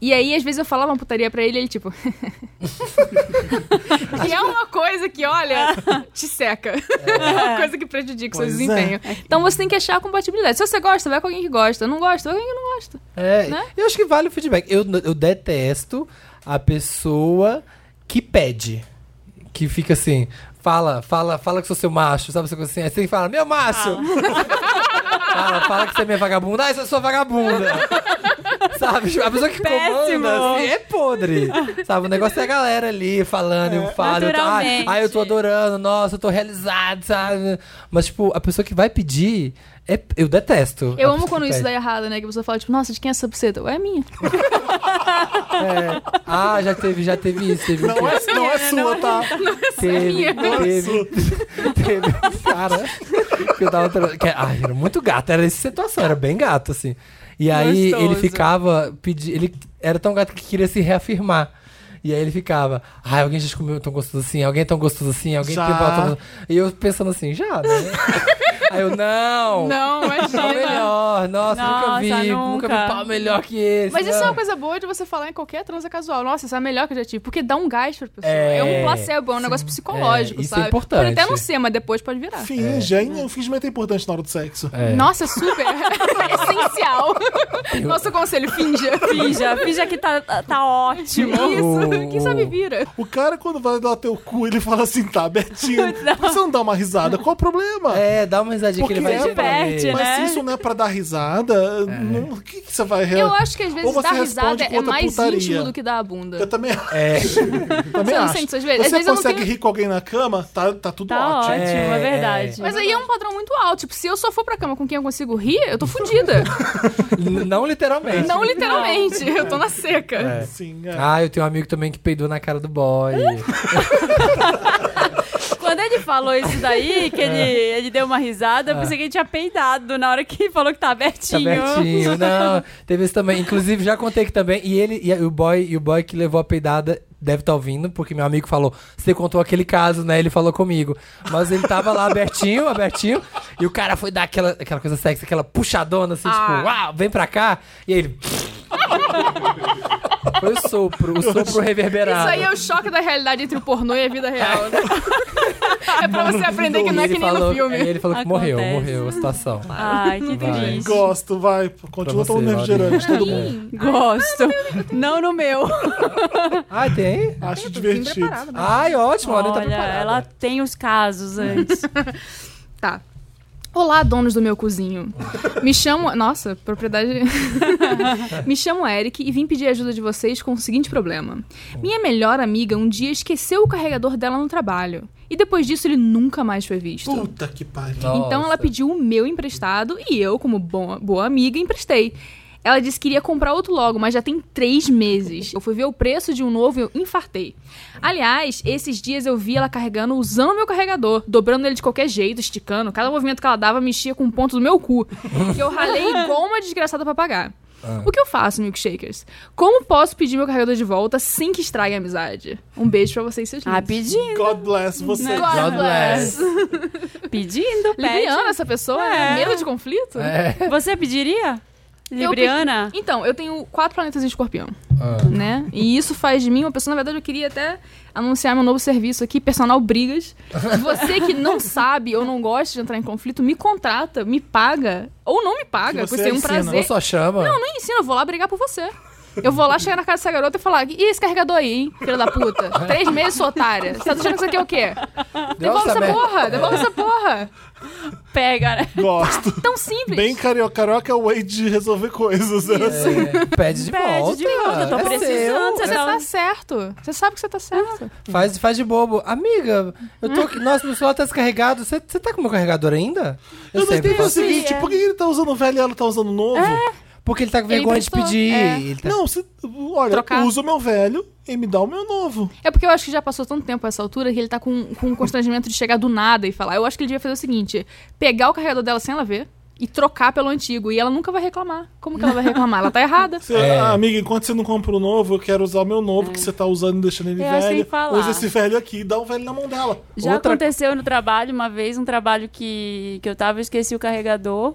[SPEAKER 3] E aí, às vezes, eu falava uma putaria pra ele e ele, tipo. que é uma coisa que, olha, te seca. É uma coisa que prejudica o seu
[SPEAKER 1] Pois é.
[SPEAKER 3] desempenho. Então você tem que achar a compatibilidade. Se você gosta, vai com alguém que gosta. Não gosta, vai com alguém que não gosta.
[SPEAKER 2] É,
[SPEAKER 3] Né?
[SPEAKER 2] eu acho que vale o feedback. Eu, eu detesto a pessoa que pede. Que fica assim, fala, fala, fala que sou seu macho, sabe? Essa coisa assim. Aí você fala, meu macho!
[SPEAKER 3] Ah.
[SPEAKER 2] fala, fala que você é minha vagabunda. Ah, eu sou sua vagabunda! sabe? tipo, A pessoa que
[SPEAKER 4] Péssimo.
[SPEAKER 2] comanda assim, é podre. Sabe? O negócio é a galera ali falando,
[SPEAKER 3] É,
[SPEAKER 2] eu falo. eu tô- ah,
[SPEAKER 4] Naturalmente.
[SPEAKER 2] ah, eu tô adorando, nossa, eu tô realizado, sabe? Mas, tipo, a pessoa que vai pedir, é- eu detesto. a
[SPEAKER 3] Eu amo
[SPEAKER 2] pessoa
[SPEAKER 3] quando
[SPEAKER 2] que
[SPEAKER 3] isso
[SPEAKER 2] pede.
[SPEAKER 3] dá errado, né? Que a pessoa fala, tipo, nossa, de quem é essa buceta? Ué, é minha.
[SPEAKER 2] É. Ah, já teve, já teve isso. Teve, um
[SPEAKER 1] Não é, não é sua, tá?
[SPEAKER 2] teve,
[SPEAKER 3] minha.
[SPEAKER 2] teve, teve um cara que eu tava tra- que- Ai, era muito gato, era essa situação, era bem gato, assim. E aí
[SPEAKER 3] Gostoso.
[SPEAKER 2] ele ficava pedindo. Ele era tão gato que queria se reafirmar. E aí ele ficava, ai, alguém já comeu tão gostoso assim, alguém tão gostoso assim, alguém
[SPEAKER 1] Já.
[SPEAKER 2] tem pau tão gostoso. E eu pensando assim, já, né? aí eu, não,
[SPEAKER 3] Não,
[SPEAKER 2] pau
[SPEAKER 3] imagina.
[SPEAKER 2] melhor, nossa,
[SPEAKER 4] Nossa,
[SPEAKER 2] nunca vi, nunca.
[SPEAKER 4] nunca.
[SPEAKER 2] vi pau melhor que esse.
[SPEAKER 3] Mas isso é
[SPEAKER 2] não."
[SPEAKER 3] uma coisa boa de você falar em qualquer transa casual. Nossa, isso é a melhor que eu já tive. Porque dá um gás pra pessoa. É,
[SPEAKER 2] É.
[SPEAKER 3] um placebo, é um negócio psicológico,
[SPEAKER 2] É, isso é
[SPEAKER 3] sabe?
[SPEAKER 2] importante.
[SPEAKER 3] Pode até não ser, mas depois pode virar.
[SPEAKER 1] Finge, hein? O fingimento é importante na hora do sexo.
[SPEAKER 2] É.
[SPEAKER 3] Nossa, é super É essencial. Nosso conselho, finja.
[SPEAKER 1] é-
[SPEAKER 4] Finja, finja que tá, tá ótimo.
[SPEAKER 3] Isso, quem sabe vira.
[SPEAKER 1] O cara, quando vai dar teu cu, ele fala assim, tá, Betinho, por que você não dá uma risada? Qual o problema?
[SPEAKER 2] É, dá uma risadinha que ele
[SPEAKER 1] Porque é
[SPEAKER 2] vai responder.
[SPEAKER 4] diverte,
[SPEAKER 1] Mas se
[SPEAKER 4] né?
[SPEAKER 1] isso não é pra dar
[SPEAKER 2] É.
[SPEAKER 1] risada, não- o que, que você vai...
[SPEAKER 3] Eu acho que às vezes
[SPEAKER 1] Ou você
[SPEAKER 3] dar
[SPEAKER 1] responde
[SPEAKER 3] risada
[SPEAKER 1] com
[SPEAKER 3] é
[SPEAKER 1] outra
[SPEAKER 3] mais
[SPEAKER 1] putaria.
[SPEAKER 3] íntimo do que dar a bunda.
[SPEAKER 1] Eu também,
[SPEAKER 2] É,
[SPEAKER 1] também
[SPEAKER 3] não
[SPEAKER 1] acho.
[SPEAKER 3] sente isso às vezes? Às
[SPEAKER 1] Você
[SPEAKER 3] vezes eu não
[SPEAKER 1] consegue
[SPEAKER 3] tenho-
[SPEAKER 1] rir com alguém na cama, tá, tá tudo
[SPEAKER 4] Tá
[SPEAKER 1] ótimo.
[SPEAKER 4] ótimo, é,
[SPEAKER 2] É.
[SPEAKER 4] verdade.
[SPEAKER 3] Mas aí é um padrão muito alto. Tipo, se eu só for pra cama com quem eu consigo rir, eu tô fudida.
[SPEAKER 2] n- não literalmente.
[SPEAKER 3] não literalmente, eu tô na seca.
[SPEAKER 2] É.
[SPEAKER 1] Sim, é.
[SPEAKER 2] Ah, eu tenho um amigo também que peidou na cara do boy.
[SPEAKER 4] Quando ele falou isso daí, que ele,
[SPEAKER 2] É.
[SPEAKER 4] ele deu uma risada, eu pensei que ele tinha peidado na hora que falou que tá
[SPEAKER 2] tá
[SPEAKER 4] abertinho.
[SPEAKER 2] abertinho. Não, teve isso também. Inclusive, já contei que também. E ele e o boy, e o boy que levou a peidada deve estar ouvindo, porque meu amigo falou: você contou aquele caso, né? Ele falou comigo. Mas ele tava lá abertinho, abertinho, e o cara foi dar aquela, aquela coisa sexy, aquela puxadona assim,
[SPEAKER 3] Ah.
[SPEAKER 2] tipo, uau, vem pra cá. E aí ele. Foi o sopro, o sopro reverberado.
[SPEAKER 3] Isso aí é o choque da realidade entre o pornô e a vida real. né? é pra você aprender que não é
[SPEAKER 2] Ele
[SPEAKER 3] que nem
[SPEAKER 2] falou-
[SPEAKER 3] no filme.
[SPEAKER 2] é, Ele falou que morreu,
[SPEAKER 4] Acontece.
[SPEAKER 2] morreu a situação.
[SPEAKER 4] Ai, que
[SPEAKER 2] Vai.
[SPEAKER 4] triste.
[SPEAKER 1] Gosto, vai. Continua
[SPEAKER 2] você,
[SPEAKER 1] tomando refrigerante, todo mundo.
[SPEAKER 4] Gosto. Não no meu.
[SPEAKER 2] Ah, tem?
[SPEAKER 1] Acho divertido.
[SPEAKER 3] Preparado, né?
[SPEAKER 2] Ai, ótimo, olha, tá
[SPEAKER 4] Olha,
[SPEAKER 2] preparada.
[SPEAKER 4] ela tem os casos antes.
[SPEAKER 3] Tá. Olá, donos do meu cozinho. Me chamo. Nossa, propriedade. Me chamo Eric e vim pedir ajuda de vocês com o seguinte problema. Minha melhor amiga um dia esqueceu o carregador dela no trabalho. E depois disso ele nunca mais foi visto.
[SPEAKER 1] Puta que pariu.
[SPEAKER 3] Então ela
[SPEAKER 2] Nossa.
[SPEAKER 3] pediu o meu emprestado e eu, como bom- boa amiga, emprestei. Ela disse que iria comprar outro logo, mas já tem três meses. Eu fui ver o preço de um novo e eu infartei. Aliás, esses dias eu vi ela carregando, usando meu carregador, dobrando ele de qualquer jeito, esticando. Cada movimento que ela dava mexia com o ponto do meu cu. que eu ralei igual uma desgraçada pra pagar.
[SPEAKER 2] Ah.
[SPEAKER 3] O que eu faço, milkshakers? Como posso pedir meu carregador de volta sem que estrague a amizade? Um beijo pra vocês, seus
[SPEAKER 4] Ah,
[SPEAKER 3] lindos.
[SPEAKER 4] Rapidinho.
[SPEAKER 1] God bless você.
[SPEAKER 3] God
[SPEAKER 2] God bless.
[SPEAKER 4] Pedindo, pede.
[SPEAKER 3] Libriana essa pessoa?
[SPEAKER 4] É.
[SPEAKER 3] Medo de conflito?
[SPEAKER 2] É.
[SPEAKER 4] Você pediria?
[SPEAKER 3] Eu
[SPEAKER 4] Libriana?
[SPEAKER 3] pe- Então, eu tenho quatro planetas em escorpião, né? E isso faz de mim uma pessoa... Na verdade, eu queria até anunciar meu novo serviço aqui, Personal Brigas. Você que não sabe ou não gosta de entrar em conflito, me contrata, me paga. Ou não me paga,
[SPEAKER 1] Que você
[SPEAKER 3] pois tem um
[SPEAKER 1] ensina.
[SPEAKER 2] Ou
[SPEAKER 3] prazer.
[SPEAKER 2] só chama.
[SPEAKER 3] Não, não ensina, eu vou lá brigar por você. Eu vou lá chegar na casa dessa garota e falar: Ih, esse carregador aí, hein, filha da puta. Três meses, sua otária. Você tá achando que isso aqui é o quê? Devolve
[SPEAKER 2] Nossa,
[SPEAKER 3] essa
[SPEAKER 2] merda.
[SPEAKER 3] porra, devolve essa porra.
[SPEAKER 4] Pega, né?
[SPEAKER 1] Gosto.
[SPEAKER 3] Tão simples.
[SPEAKER 1] Bem carioca, carioca é o way de resolver coisas. né?
[SPEAKER 2] É, pede de
[SPEAKER 4] Pede
[SPEAKER 2] volta.
[SPEAKER 4] de volta, eu tô
[SPEAKER 2] é
[SPEAKER 4] precisando.
[SPEAKER 2] seu.
[SPEAKER 3] você
[SPEAKER 4] Não.
[SPEAKER 3] tá certo. Você sabe que você tá certo.
[SPEAKER 2] Faz, faz de bobo. Amiga, eu tô aqui. Nossa, meu celular tá descarregado. Você você tá com o meu carregador ainda?
[SPEAKER 1] Eu não
[SPEAKER 2] sempre
[SPEAKER 1] entendi o
[SPEAKER 2] faço.
[SPEAKER 1] seguinte, por que ele tá usando o velho e ela tá usando o novo?
[SPEAKER 2] Porque ele tá com vergonha de
[SPEAKER 3] emprestou,
[SPEAKER 2] pedir.
[SPEAKER 3] é.
[SPEAKER 2] Ele tá-
[SPEAKER 1] Não, você, olha,
[SPEAKER 3] Trocar.
[SPEAKER 1] usa o meu velho e me dá o meu novo.
[SPEAKER 3] É porque eu acho que já passou tanto tempo a essa altura que ele tá com, com um constrangimento de chegar do nada e falar. Eu acho que ele devia fazer o seguinte: pegar o carregador dela sem ela ver e trocar pelo antigo. E ela nunca vai reclamar. Como que ela vai reclamar? Ela tá errada.
[SPEAKER 1] Você, ah, amiga, enquanto você não compra o novo, eu quero usar o meu novo que você tá usando e deixando ele
[SPEAKER 4] Eu acho que tem
[SPEAKER 1] velho.
[SPEAKER 4] que falar.
[SPEAKER 1] Usa esse velho aqui e dá o velho na mão dela.
[SPEAKER 4] Já
[SPEAKER 2] Outra-
[SPEAKER 4] aconteceu no trabalho uma vez, um trabalho que, que eu tava, eu esqueci o carregador.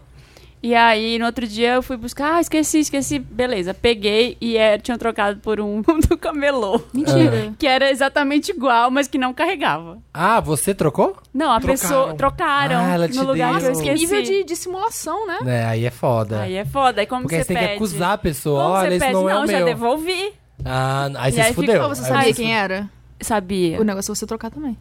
[SPEAKER 4] E aí, no outro dia, eu fui buscar, ah, esqueci, esqueci. Beleza, peguei e é, tinham trocado por um do camelô.
[SPEAKER 2] É.
[SPEAKER 3] Mentira.
[SPEAKER 4] Que era exatamente igual, mas que não carregava.
[SPEAKER 2] Ah, você trocou?
[SPEAKER 4] Não, a
[SPEAKER 1] Trocaram.
[SPEAKER 4] pessoa. Trocaram
[SPEAKER 2] Ah, ela te
[SPEAKER 4] no lugar
[SPEAKER 2] deu.
[SPEAKER 4] que eu
[SPEAKER 2] Nossa,
[SPEAKER 3] Que
[SPEAKER 4] esqueci.
[SPEAKER 3] nível de, de simulação, né?
[SPEAKER 2] É, aí é foda.
[SPEAKER 4] Aí é foda. Aí como
[SPEAKER 2] Porque
[SPEAKER 4] você,
[SPEAKER 2] aí você tem
[SPEAKER 4] pede?
[SPEAKER 2] que acusar a pessoa.
[SPEAKER 4] Como
[SPEAKER 2] Olha,
[SPEAKER 4] você
[SPEAKER 2] isso
[SPEAKER 4] pede?
[SPEAKER 2] não é o
[SPEAKER 4] já
[SPEAKER 2] meu.
[SPEAKER 4] devolvi.
[SPEAKER 2] Ah, aí você
[SPEAKER 4] aí
[SPEAKER 2] se fudeu.
[SPEAKER 4] ficou,
[SPEAKER 3] Você
[SPEAKER 2] Aí
[SPEAKER 3] sabia
[SPEAKER 2] se
[SPEAKER 4] é.
[SPEAKER 3] quem era?
[SPEAKER 4] Sabia.
[SPEAKER 3] O negócio é você trocar também.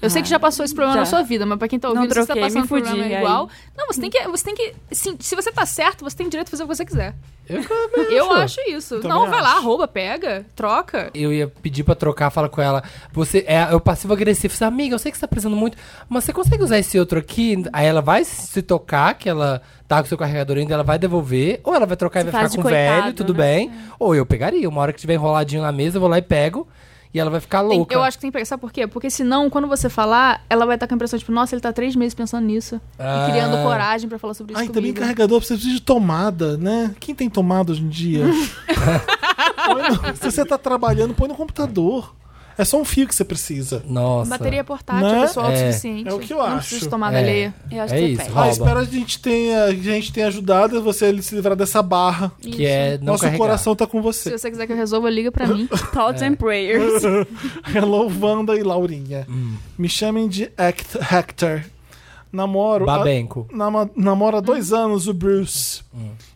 [SPEAKER 3] Eu sei que já passou esse problema
[SPEAKER 4] Ah. já.
[SPEAKER 3] na sua vida, mas pra quem tá
[SPEAKER 4] Não
[SPEAKER 3] ouvindo, se você tá
[SPEAKER 4] troquei,
[SPEAKER 3] passando
[SPEAKER 4] me
[SPEAKER 3] por um
[SPEAKER 4] fudi,
[SPEAKER 3] problema
[SPEAKER 4] aí.
[SPEAKER 3] igual. Não, você tem que. Você tem que. Sim, se você tá certo, você tem direito a fazer o que você quiser.
[SPEAKER 2] Eu também
[SPEAKER 3] Eu acho isso.
[SPEAKER 1] também
[SPEAKER 3] Não, vai lá,
[SPEAKER 1] acho.
[SPEAKER 3] rouba, pega, troca.
[SPEAKER 2] Eu ia pedir pra trocar, fala com ela. Você é eu passivo agressivo. Falei, amiga, eu sei que você tá precisando muito, mas você consegue usar esse outro aqui? Aí ela vai se tocar que ela tá com o seu carregador ainda, ela vai devolver, ou ela vai trocar e
[SPEAKER 4] Você
[SPEAKER 2] vai ficar
[SPEAKER 4] faz de
[SPEAKER 2] com o
[SPEAKER 4] coitado,
[SPEAKER 2] velho, tudo
[SPEAKER 4] né?
[SPEAKER 2] bem? Ou eu pegaria, uma hora que tiver enroladinho na mesa, eu vou lá e pego, e ela vai ficar
[SPEAKER 3] Tem-
[SPEAKER 2] louca.
[SPEAKER 3] eu acho que tem que pegar. Sabe por quê? Porque senão, quando você falar, ela vai estar com a impressão, tipo, nossa, ele tá três meses pensando nisso.
[SPEAKER 2] Ah.
[SPEAKER 3] E criando coragem pra falar sobre isso
[SPEAKER 1] Ah, e também
[SPEAKER 3] comigo.
[SPEAKER 1] carregador, você precisa de tomada, né? Quem tem tomada hoje em dia? Põe no- se você tá trabalhando, põe no computador. É só um fio que você precisa.
[SPEAKER 2] Nossa.
[SPEAKER 3] Bateria portátil,
[SPEAKER 1] Né?
[SPEAKER 3] eu sou
[SPEAKER 2] É.
[SPEAKER 3] autossuficiente.
[SPEAKER 1] É o que eu
[SPEAKER 3] Não
[SPEAKER 1] acho.
[SPEAKER 3] preciso de tomada
[SPEAKER 2] É.
[SPEAKER 3] alheia.
[SPEAKER 4] Eu acho
[SPEAKER 2] É
[SPEAKER 4] que eu
[SPEAKER 2] isso,
[SPEAKER 4] pego.
[SPEAKER 2] Rouba.
[SPEAKER 1] Ah, espero que a gente tenha, a gente tenha ajudado você a se livrar dessa barra.
[SPEAKER 2] Que é não
[SPEAKER 1] Nosso
[SPEAKER 2] carregar.
[SPEAKER 1] coração tá com
[SPEAKER 3] Se
[SPEAKER 1] você.
[SPEAKER 3] você quiser que eu resolva, liga pra mim.
[SPEAKER 4] Thoughts
[SPEAKER 2] É.
[SPEAKER 4] and prayers.
[SPEAKER 1] Hello, Wanda e Laurinha.
[SPEAKER 2] Hum.
[SPEAKER 1] Me chamem de Act Hector. Namoro. a-
[SPEAKER 2] Babenco.
[SPEAKER 1] Nama- namora há dois anos o Bruce.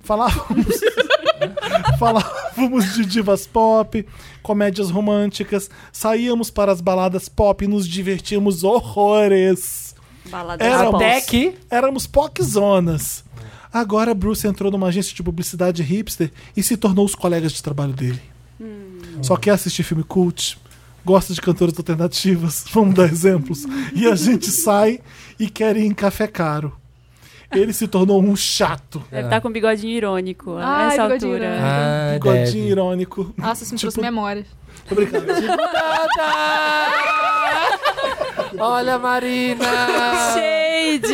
[SPEAKER 1] Falávamos. Falávamos de divas pop, comédias românticas, saíamos para as baladas pop e nos divertíamos horrores.
[SPEAKER 4] Balada
[SPEAKER 1] Era
[SPEAKER 4] pop.
[SPEAKER 2] Até que
[SPEAKER 1] Éramos poquezonas. Agora Bruce entrou numa agência de publicidade hipster e se tornou os colegas de trabalho dele. Só quer assistir filme cult, gosta de cantoras alternativas, vamos dar exemplos. E a gente sai e quer ir em café caro. Ele se tornou um chato.
[SPEAKER 4] Deve
[SPEAKER 2] É.
[SPEAKER 4] estar com um bigodinho irônico a
[SPEAKER 3] Ai,
[SPEAKER 4] essa
[SPEAKER 3] bigodinho
[SPEAKER 4] altura.
[SPEAKER 3] irônico.
[SPEAKER 2] ah,
[SPEAKER 1] Bigodinho
[SPEAKER 2] deve.
[SPEAKER 1] irônico.
[SPEAKER 3] Nossa, isso me trouxe
[SPEAKER 1] Tipo-
[SPEAKER 3] memórias.
[SPEAKER 1] Obrigado.
[SPEAKER 2] Olha, Marina.
[SPEAKER 4] Shade!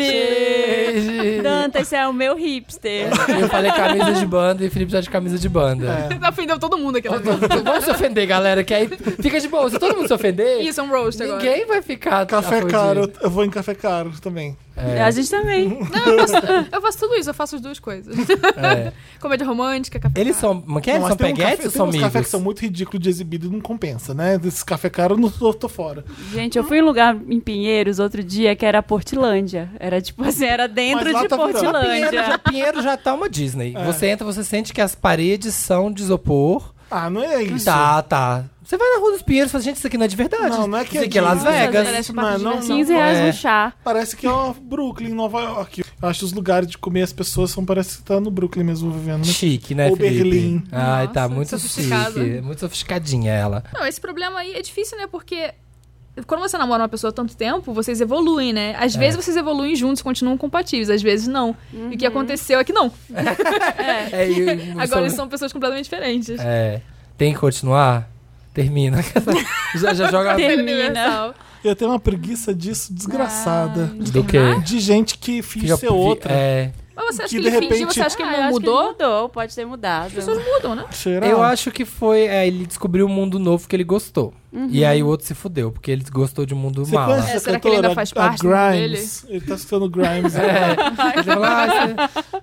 [SPEAKER 4] Dantas, você é o meu hipster.
[SPEAKER 2] Eu falei camisa de banda e o Felipe já de camisa de
[SPEAKER 1] É.
[SPEAKER 2] banda. Então,
[SPEAKER 3] Ofendeu todo mundo né? aquela vez.
[SPEAKER 2] Vamos se ofender, galera, que aí fica de boa. Se todo mundo se ofender,
[SPEAKER 3] Isso, é um roast agora.
[SPEAKER 2] ninguém vai ficar. É.
[SPEAKER 1] Café
[SPEAKER 2] afundido.
[SPEAKER 1] caro, eu vou em café caro também.
[SPEAKER 4] A gente também.
[SPEAKER 3] Não, eu faço, eu faço tudo isso, eu faço as duas coisas.
[SPEAKER 2] É.
[SPEAKER 3] Comédia romântica, café.
[SPEAKER 2] Eles são. mas Quem é?
[SPEAKER 1] Não, mas
[SPEAKER 2] Eles são
[SPEAKER 1] tem um
[SPEAKER 2] peguetes
[SPEAKER 1] café-
[SPEAKER 2] ou são
[SPEAKER 1] Tem uns cafés que
[SPEAKER 2] amigos?
[SPEAKER 1] são muito ridículos de exibido e não compensa, né? Desse café caro eu não tô, tô fora.
[SPEAKER 4] Gente, eu fui em um lugar em Pinheiros outro dia que era Portilândia. Era tipo assim, era dentro
[SPEAKER 1] Mas lá
[SPEAKER 4] de
[SPEAKER 1] tá virando.
[SPEAKER 2] Pinheiro já,
[SPEAKER 4] Portilândia.
[SPEAKER 2] Pinheiro já tá uma Disney.
[SPEAKER 1] É.
[SPEAKER 2] Você entra, você sente que as paredes são de isopor.
[SPEAKER 1] Ah, não é isso.
[SPEAKER 2] Tá, tá. Você vai na Rua dos Pinheiros e fala, gente, isso aqui não é de verdade.
[SPEAKER 1] Não, não é que
[SPEAKER 2] isso
[SPEAKER 1] é
[SPEAKER 2] aqui é
[SPEAKER 1] de-
[SPEAKER 2] Las Vegas.
[SPEAKER 3] Parece um
[SPEAKER 4] Ah,
[SPEAKER 1] Não,
[SPEAKER 3] parque de
[SPEAKER 1] não, não.
[SPEAKER 3] diversão.
[SPEAKER 4] 15 reais
[SPEAKER 2] É.
[SPEAKER 4] no chá.
[SPEAKER 1] Parece que é uma Brooklyn, Nova York. Eu acho os lugares de comer as pessoas são parece que tá no Brooklyn mesmo vivendo. né?
[SPEAKER 2] Chique, né,
[SPEAKER 1] Ou
[SPEAKER 2] Felipe?
[SPEAKER 1] Berlim.
[SPEAKER 2] Ai, tá
[SPEAKER 3] Nossa,
[SPEAKER 2] muito
[SPEAKER 3] sofisticada.
[SPEAKER 2] chique. Muito sofisticadinha ela.
[SPEAKER 3] Não, esse problema aí é difícil, né? Porque quando você namora uma pessoa há tanto tempo, vocês evoluem, né?
[SPEAKER 1] É.
[SPEAKER 3] Às vezes vocês evoluem juntos, continuam compatíveis, às vezes não. E o que aconteceu é que não.
[SPEAKER 2] É, e-
[SPEAKER 3] Agora eles são pessoas completamente diferentes.
[SPEAKER 2] É. Tem que continuar? Termina. já, já joga
[SPEAKER 4] Tem-
[SPEAKER 3] Pelo
[SPEAKER 4] Termina.
[SPEAKER 3] universal.
[SPEAKER 1] Eu tenho uma preguiça disso desgraçada. É,
[SPEAKER 2] do que?
[SPEAKER 1] De gente que finge ser outra.
[SPEAKER 2] É.
[SPEAKER 3] Mas você acha
[SPEAKER 1] Que,
[SPEAKER 3] que,
[SPEAKER 1] de
[SPEAKER 3] ele fingiu?
[SPEAKER 1] repente-
[SPEAKER 3] Você acha que
[SPEAKER 4] Ah,
[SPEAKER 3] ele
[SPEAKER 4] eu acho
[SPEAKER 3] mudou?
[SPEAKER 4] ele mudou, pode ter mudado.
[SPEAKER 3] As pessoas mudam, né?
[SPEAKER 1] Será?
[SPEAKER 2] Eu acho que foi. é, ele descobriu um mundo novo que ele gostou. E aí o outro se fudeu, porque ele gostou de um mundo
[SPEAKER 1] Você
[SPEAKER 2] mala.
[SPEAKER 1] conhece
[SPEAKER 3] É,
[SPEAKER 1] essa
[SPEAKER 3] será que ele
[SPEAKER 1] cantora?
[SPEAKER 3] ainda faz
[SPEAKER 1] a,
[SPEAKER 3] parte do mundo
[SPEAKER 1] Grimes. Ele tá escutando Grimes.
[SPEAKER 2] É. Ele falou, "Ah, você-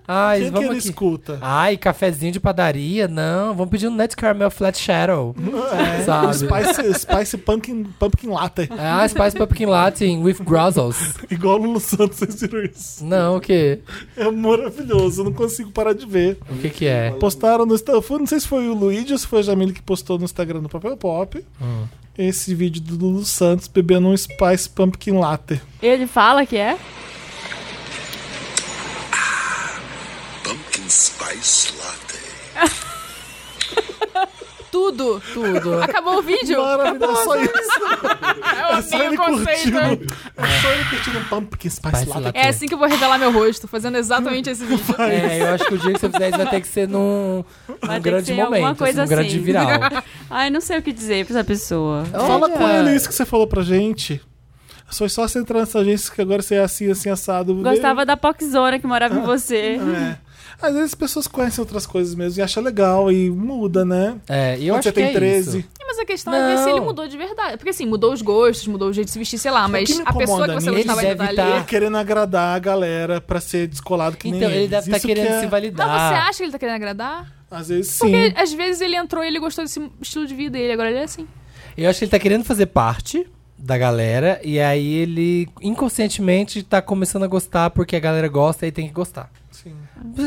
[SPEAKER 2] ai,
[SPEAKER 1] Quem que
[SPEAKER 2] vamos
[SPEAKER 1] ele
[SPEAKER 2] aqui.
[SPEAKER 1] escuta?
[SPEAKER 2] Ai, cafezinho de padaria? Não, vamos pedir um Net Caramel Flat Shadow.
[SPEAKER 1] É,
[SPEAKER 2] Sabe?
[SPEAKER 1] Spice, Spice Pumpkin, Pumpkin Latte.
[SPEAKER 2] Ah, Spice Pumpkin Latin with Grozzles.
[SPEAKER 1] Igual o Lulu Santos, vocês viram isso.
[SPEAKER 2] Não, o quê?
[SPEAKER 1] É maravilhoso, eu não consigo parar de ver.
[SPEAKER 2] O que que é?
[SPEAKER 1] Postaram no Instagram, não sei se foi o Luigi ou se foi a Jamile que postou no Instagram do Papel Pop.
[SPEAKER 2] Hum.
[SPEAKER 1] Esse vídeo do Lulu Santos bebendo um Spice Pumpkin Latte.
[SPEAKER 4] Ele fala que é?
[SPEAKER 2] Um
[SPEAKER 7] Pumpkin Spice Latte.
[SPEAKER 3] Tudo!
[SPEAKER 2] Tudo.
[SPEAKER 3] Acabou o vídeo? Ah,
[SPEAKER 1] Maravilhoso, só isso.
[SPEAKER 3] Eu
[SPEAKER 1] É só
[SPEAKER 3] amei
[SPEAKER 1] ele
[SPEAKER 3] o conceito.
[SPEAKER 1] curtindo. É só ele curtindo um Pumpkin Spice,
[SPEAKER 2] Spice
[SPEAKER 1] Latte.
[SPEAKER 2] Latte.
[SPEAKER 3] É assim que eu vou revelar meu rosto, fazendo exatamente esse vídeo.
[SPEAKER 2] É, eu acho que o dia que você fizer isso vai ter que ser num, num
[SPEAKER 4] Vai ter que
[SPEAKER 2] grande
[SPEAKER 4] ser alguma
[SPEAKER 2] momento,
[SPEAKER 4] coisa
[SPEAKER 2] assim, um grande
[SPEAKER 4] assim.
[SPEAKER 2] viral.
[SPEAKER 4] Ai, não sei o que dizer pra essa pessoa.
[SPEAKER 1] Fala
[SPEAKER 2] Olha.
[SPEAKER 1] com ele isso que você falou pra gente. Foi só você entrar nessa agência que agora você é assim, assim, assado.
[SPEAKER 4] Gostava da Poczona que morava
[SPEAKER 2] Ah.
[SPEAKER 4] em você.
[SPEAKER 1] É. Às vezes as pessoas conhecem outras coisas mesmo e acham legal e muda, né?
[SPEAKER 2] É, e eu
[SPEAKER 1] Quando
[SPEAKER 2] acho
[SPEAKER 1] você tem
[SPEAKER 2] que é
[SPEAKER 1] 13.
[SPEAKER 2] isso.
[SPEAKER 3] Mas a questão
[SPEAKER 2] Não.
[SPEAKER 3] é ver se ele mudou de verdade. Porque assim, mudou os gostos, mudou o jeito de se vestir, sei lá, mas
[SPEAKER 1] que me
[SPEAKER 3] a pessoa que
[SPEAKER 1] incomoda
[SPEAKER 3] você
[SPEAKER 1] nisso?
[SPEAKER 3] gostava de
[SPEAKER 2] Ele deve
[SPEAKER 3] estar
[SPEAKER 2] tá-
[SPEAKER 3] ali.
[SPEAKER 1] Ele querendo agradar a galera pra ser descolado que nem
[SPEAKER 2] Então, ele
[SPEAKER 1] eles.
[SPEAKER 2] deve estar
[SPEAKER 1] Isso
[SPEAKER 2] querendo
[SPEAKER 1] que é-
[SPEAKER 2] se validar.
[SPEAKER 3] Mas você acha que ele tá querendo agradar?
[SPEAKER 1] Às vezes sim.
[SPEAKER 3] Porque às vezes ele entrou e ele gostou desse estilo de vida dele, agora ele é assim.
[SPEAKER 2] Eu acho que ele tá querendo fazer parte da galera e aí ele inconscientemente tá começando a gostar porque a galera gosta e tem que gostar.
[SPEAKER 1] Sim.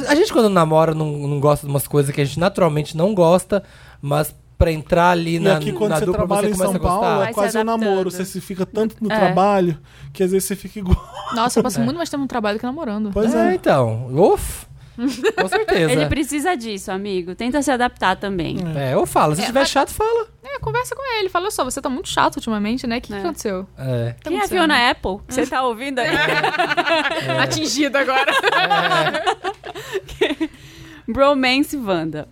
[SPEAKER 2] A gente quando namora não, não gosta de umas coisas que a gente naturalmente não gosta, mas pra entrar ali
[SPEAKER 1] E
[SPEAKER 2] na,
[SPEAKER 1] aqui quando
[SPEAKER 2] na
[SPEAKER 1] você
[SPEAKER 2] dupla você
[SPEAKER 1] trabalha em
[SPEAKER 2] começa
[SPEAKER 1] São
[SPEAKER 2] a gostar.
[SPEAKER 1] Paulo é
[SPEAKER 4] Vai se
[SPEAKER 1] quase um
[SPEAKER 4] adaptando.
[SPEAKER 1] namoro. Você se fica tanto no
[SPEAKER 4] É.
[SPEAKER 1] trabalho que às vezes você fica igual.
[SPEAKER 3] Nossa, eu passo muito mais tempo no trabalho que namorando.
[SPEAKER 1] Pois
[SPEAKER 2] É,
[SPEAKER 1] é.
[SPEAKER 2] então. Uf! Com certeza.
[SPEAKER 4] Ele precisa disso, amigo. Tenta se adaptar também.
[SPEAKER 2] É, eu falo. Se
[SPEAKER 3] É,
[SPEAKER 2] tiver
[SPEAKER 3] mas-
[SPEAKER 2] chato, fala.
[SPEAKER 3] É, conversa com ele, fala "Olha só, você tá muito chato ultimamente, né? O que, que
[SPEAKER 4] É.
[SPEAKER 3] aconteceu? Tá
[SPEAKER 2] É.
[SPEAKER 4] Quem é a
[SPEAKER 3] acontecendo?"
[SPEAKER 4] Fiona Apple? Você tá ouvindo aí?
[SPEAKER 2] É.
[SPEAKER 3] Atingido agora.
[SPEAKER 4] É. Bromance Wanda.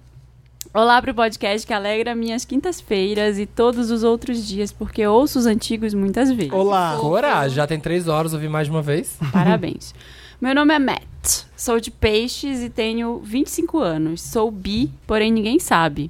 [SPEAKER 4] Olá pro podcast que alegra minhas quintas-feiras e todos os outros dias, porque ouço os antigos muitas vezes.
[SPEAKER 1] Olá.
[SPEAKER 2] Coragem. Já tem três horas, ouvi mais de uma vez.
[SPEAKER 4] Parabéns. Meu nome é Matt, sou de Peixes e tenho 25 anos. Sou bi, porém ninguém sabe.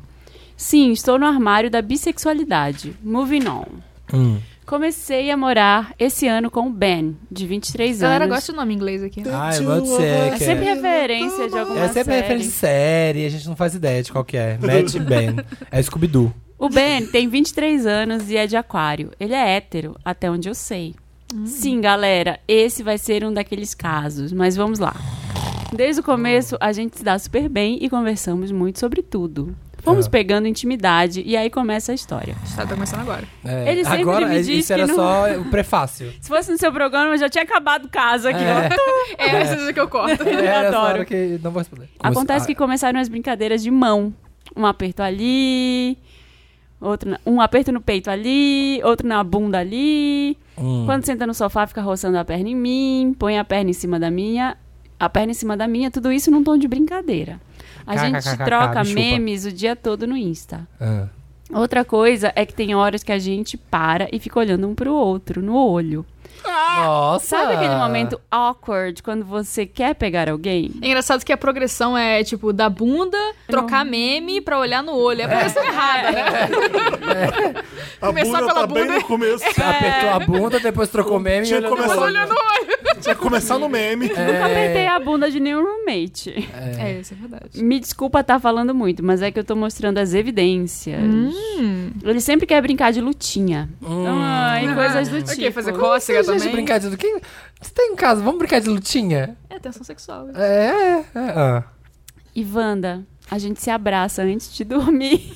[SPEAKER 4] Sim, estou no armário da bissexualidade. Moving on.
[SPEAKER 2] Hum.
[SPEAKER 4] Comecei a morar esse ano com o Ben, de 23
[SPEAKER 3] A galera
[SPEAKER 4] anos.
[SPEAKER 3] gosta do nome inglês aqui.
[SPEAKER 2] Ai, vou
[SPEAKER 4] É
[SPEAKER 2] dizer que
[SPEAKER 4] sempre
[SPEAKER 2] é.
[SPEAKER 4] referência de alguma
[SPEAKER 2] É sempre
[SPEAKER 4] série.
[SPEAKER 2] referência de série, a gente não faz ideia de qual que é. Matt e Ben. É Scooby-Doo.
[SPEAKER 4] O Ben tem 23 anos e é de aquário. Ele é hétero, até onde eu sei. Sim, galera, esse vai ser um daqueles casos, mas vamos lá. Desde o começo, a gente se dá super bem e conversamos muito sobre tudo. Fomos
[SPEAKER 2] É.
[SPEAKER 4] pegando intimidade e aí começa a história.
[SPEAKER 3] Tá, tá começando agora.
[SPEAKER 2] É.
[SPEAKER 4] Ele sempre
[SPEAKER 2] Agora,
[SPEAKER 4] me
[SPEAKER 2] isso
[SPEAKER 4] diz que
[SPEAKER 2] era
[SPEAKER 4] não-
[SPEAKER 2] só o prefácio.
[SPEAKER 4] Se fosse no seu programa, eu já tinha acabado o caso aqui. ó.
[SPEAKER 2] É,
[SPEAKER 3] É, essa é a que eu corto.
[SPEAKER 4] Eu
[SPEAKER 2] era essa
[SPEAKER 4] adoro.
[SPEAKER 2] hora que não vou responder.
[SPEAKER 4] Acontece que
[SPEAKER 2] Começou-
[SPEAKER 4] começaram as brincadeiras de mão. Um aperto ali, outro na- um aperto no peito ali, outro na bunda ali.
[SPEAKER 2] Ah, hum.
[SPEAKER 4] Quando senta no sofá, fica roçando a perna em mim, põe a perna em cima da minha, a perna em cima da minha, tudo isso num tom de brincadeira. A gente
[SPEAKER 2] KKKK,
[SPEAKER 4] troca
[SPEAKER 2] me chupa.
[SPEAKER 4] memes o dia todo no Insta.
[SPEAKER 2] Ah.
[SPEAKER 4] Outra coisa é que tem horas que a gente para e fica olhando um pro outro, no olho.
[SPEAKER 2] Nossa!
[SPEAKER 4] Sabe aquele momento awkward quando você quer pegar alguém?
[SPEAKER 3] É engraçado que a progressão é, tipo, da bunda, trocar meme pra olhar no olho. É a progressão errada, né?
[SPEAKER 1] A
[SPEAKER 3] Começar
[SPEAKER 1] bunda
[SPEAKER 3] pela
[SPEAKER 1] tá bem
[SPEAKER 3] bunda. É.
[SPEAKER 1] no começo.
[SPEAKER 2] Você Ah, apertou a bunda, depois trocou o meme e
[SPEAKER 1] Tinha
[SPEAKER 2] olhou no
[SPEAKER 1] começado-
[SPEAKER 2] olho.
[SPEAKER 3] Olhando no olho.
[SPEAKER 1] Tinha que começar no meme.
[SPEAKER 2] É.
[SPEAKER 4] Nunca apertei a bunda de nenhum roommate.
[SPEAKER 3] É, isso é verdade.
[SPEAKER 4] Me desculpa estar falando muito, mas é que eu tô mostrando as evidências. Ele sempre quer brincar de lutinha. Ai, coisas do tipo.
[SPEAKER 3] O quê? Ah, né? Fazer cócega
[SPEAKER 2] Gente,
[SPEAKER 3] também?
[SPEAKER 2] brincar de lutinha. Você tem em casa, vamos brincar de lutinha?
[SPEAKER 3] É, tensão sexual.
[SPEAKER 2] É, é. é. Ah.
[SPEAKER 4] E Wanda, a gente se abraça antes de dormir.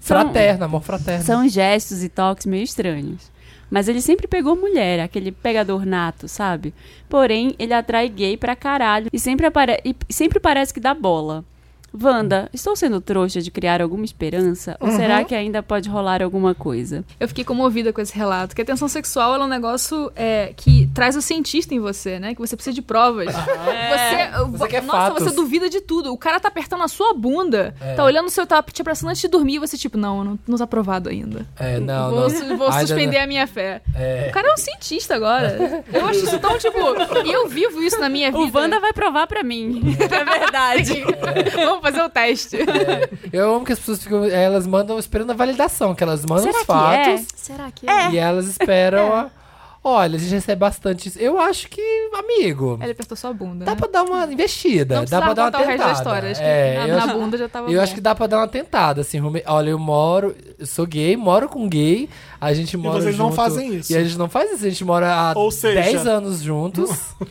[SPEAKER 4] são,
[SPEAKER 2] Fraterno, amor fraterno.
[SPEAKER 4] são gestos e toques meio estranhos. Mas ele sempre pegou mulher, aquele pegador nato, sabe? Porém, ele atrai gay pra caralho e sempre, apare- e sempre parece que dá bola. Wanda, estou sendo trouxa de criar alguma esperança? Ou será que ainda pode rolar alguma coisa?
[SPEAKER 3] Eu fiquei comovida com esse relato, que a tensão sexual ela é um negócio é, que traz o cientista em você, né? Que você precisa de provas.
[SPEAKER 4] É.
[SPEAKER 3] Você,
[SPEAKER 2] Você quer
[SPEAKER 3] nossa,
[SPEAKER 2] fatos. É.
[SPEAKER 3] você duvida de tudo. O cara tá apertando a sua bunda, tá olhando o seu, tá te abraçando antes de dormir, e você, tipo, não, não, não tá aprovado ainda.
[SPEAKER 2] É, não,
[SPEAKER 3] vou
[SPEAKER 2] não.
[SPEAKER 3] su- vou
[SPEAKER 2] Ainda
[SPEAKER 3] suspender
[SPEAKER 2] não.
[SPEAKER 3] a minha fé.
[SPEAKER 2] É.
[SPEAKER 3] O cara é um cientista agora. Eu acho isso tão, tipo. E eu vivo isso na minha vida.
[SPEAKER 4] O Wanda vai provar pra mim. É verdade.
[SPEAKER 3] Vamos fazer o teste.
[SPEAKER 2] Eu amo que as pessoas ficam. eh, Elas mandam esperando a validação, que elas mandam
[SPEAKER 4] Será
[SPEAKER 2] os
[SPEAKER 3] é?
[SPEAKER 4] que
[SPEAKER 2] fatos
[SPEAKER 3] Será que
[SPEAKER 2] e elas esperam
[SPEAKER 3] É.
[SPEAKER 2] a. Olha, a gente recebe bastante isso. Eu acho que, amigo,
[SPEAKER 3] Ele apertou sua bunda.
[SPEAKER 2] dá
[SPEAKER 3] né?
[SPEAKER 2] pra dar uma investida.
[SPEAKER 3] Não
[SPEAKER 2] dá pra
[SPEAKER 3] precisava
[SPEAKER 2] dar uma
[SPEAKER 3] contar o
[SPEAKER 2] tentada.
[SPEAKER 3] resto da história. Acho que
[SPEAKER 2] É,
[SPEAKER 3] na,
[SPEAKER 2] eu
[SPEAKER 3] na
[SPEAKER 2] acho-
[SPEAKER 3] bunda já tava.
[SPEAKER 2] Eu
[SPEAKER 3] bom.
[SPEAKER 2] acho que dá pra dar uma tentada, assim. rume- Olha, eu moro, eu sou gay, moro com gay, a gente mora
[SPEAKER 1] vocês não
[SPEAKER 2] junto,
[SPEAKER 1] fazem isso.
[SPEAKER 2] E a gente não faz isso, a gente mora há
[SPEAKER 1] Ou seja-
[SPEAKER 2] 10 anos juntos,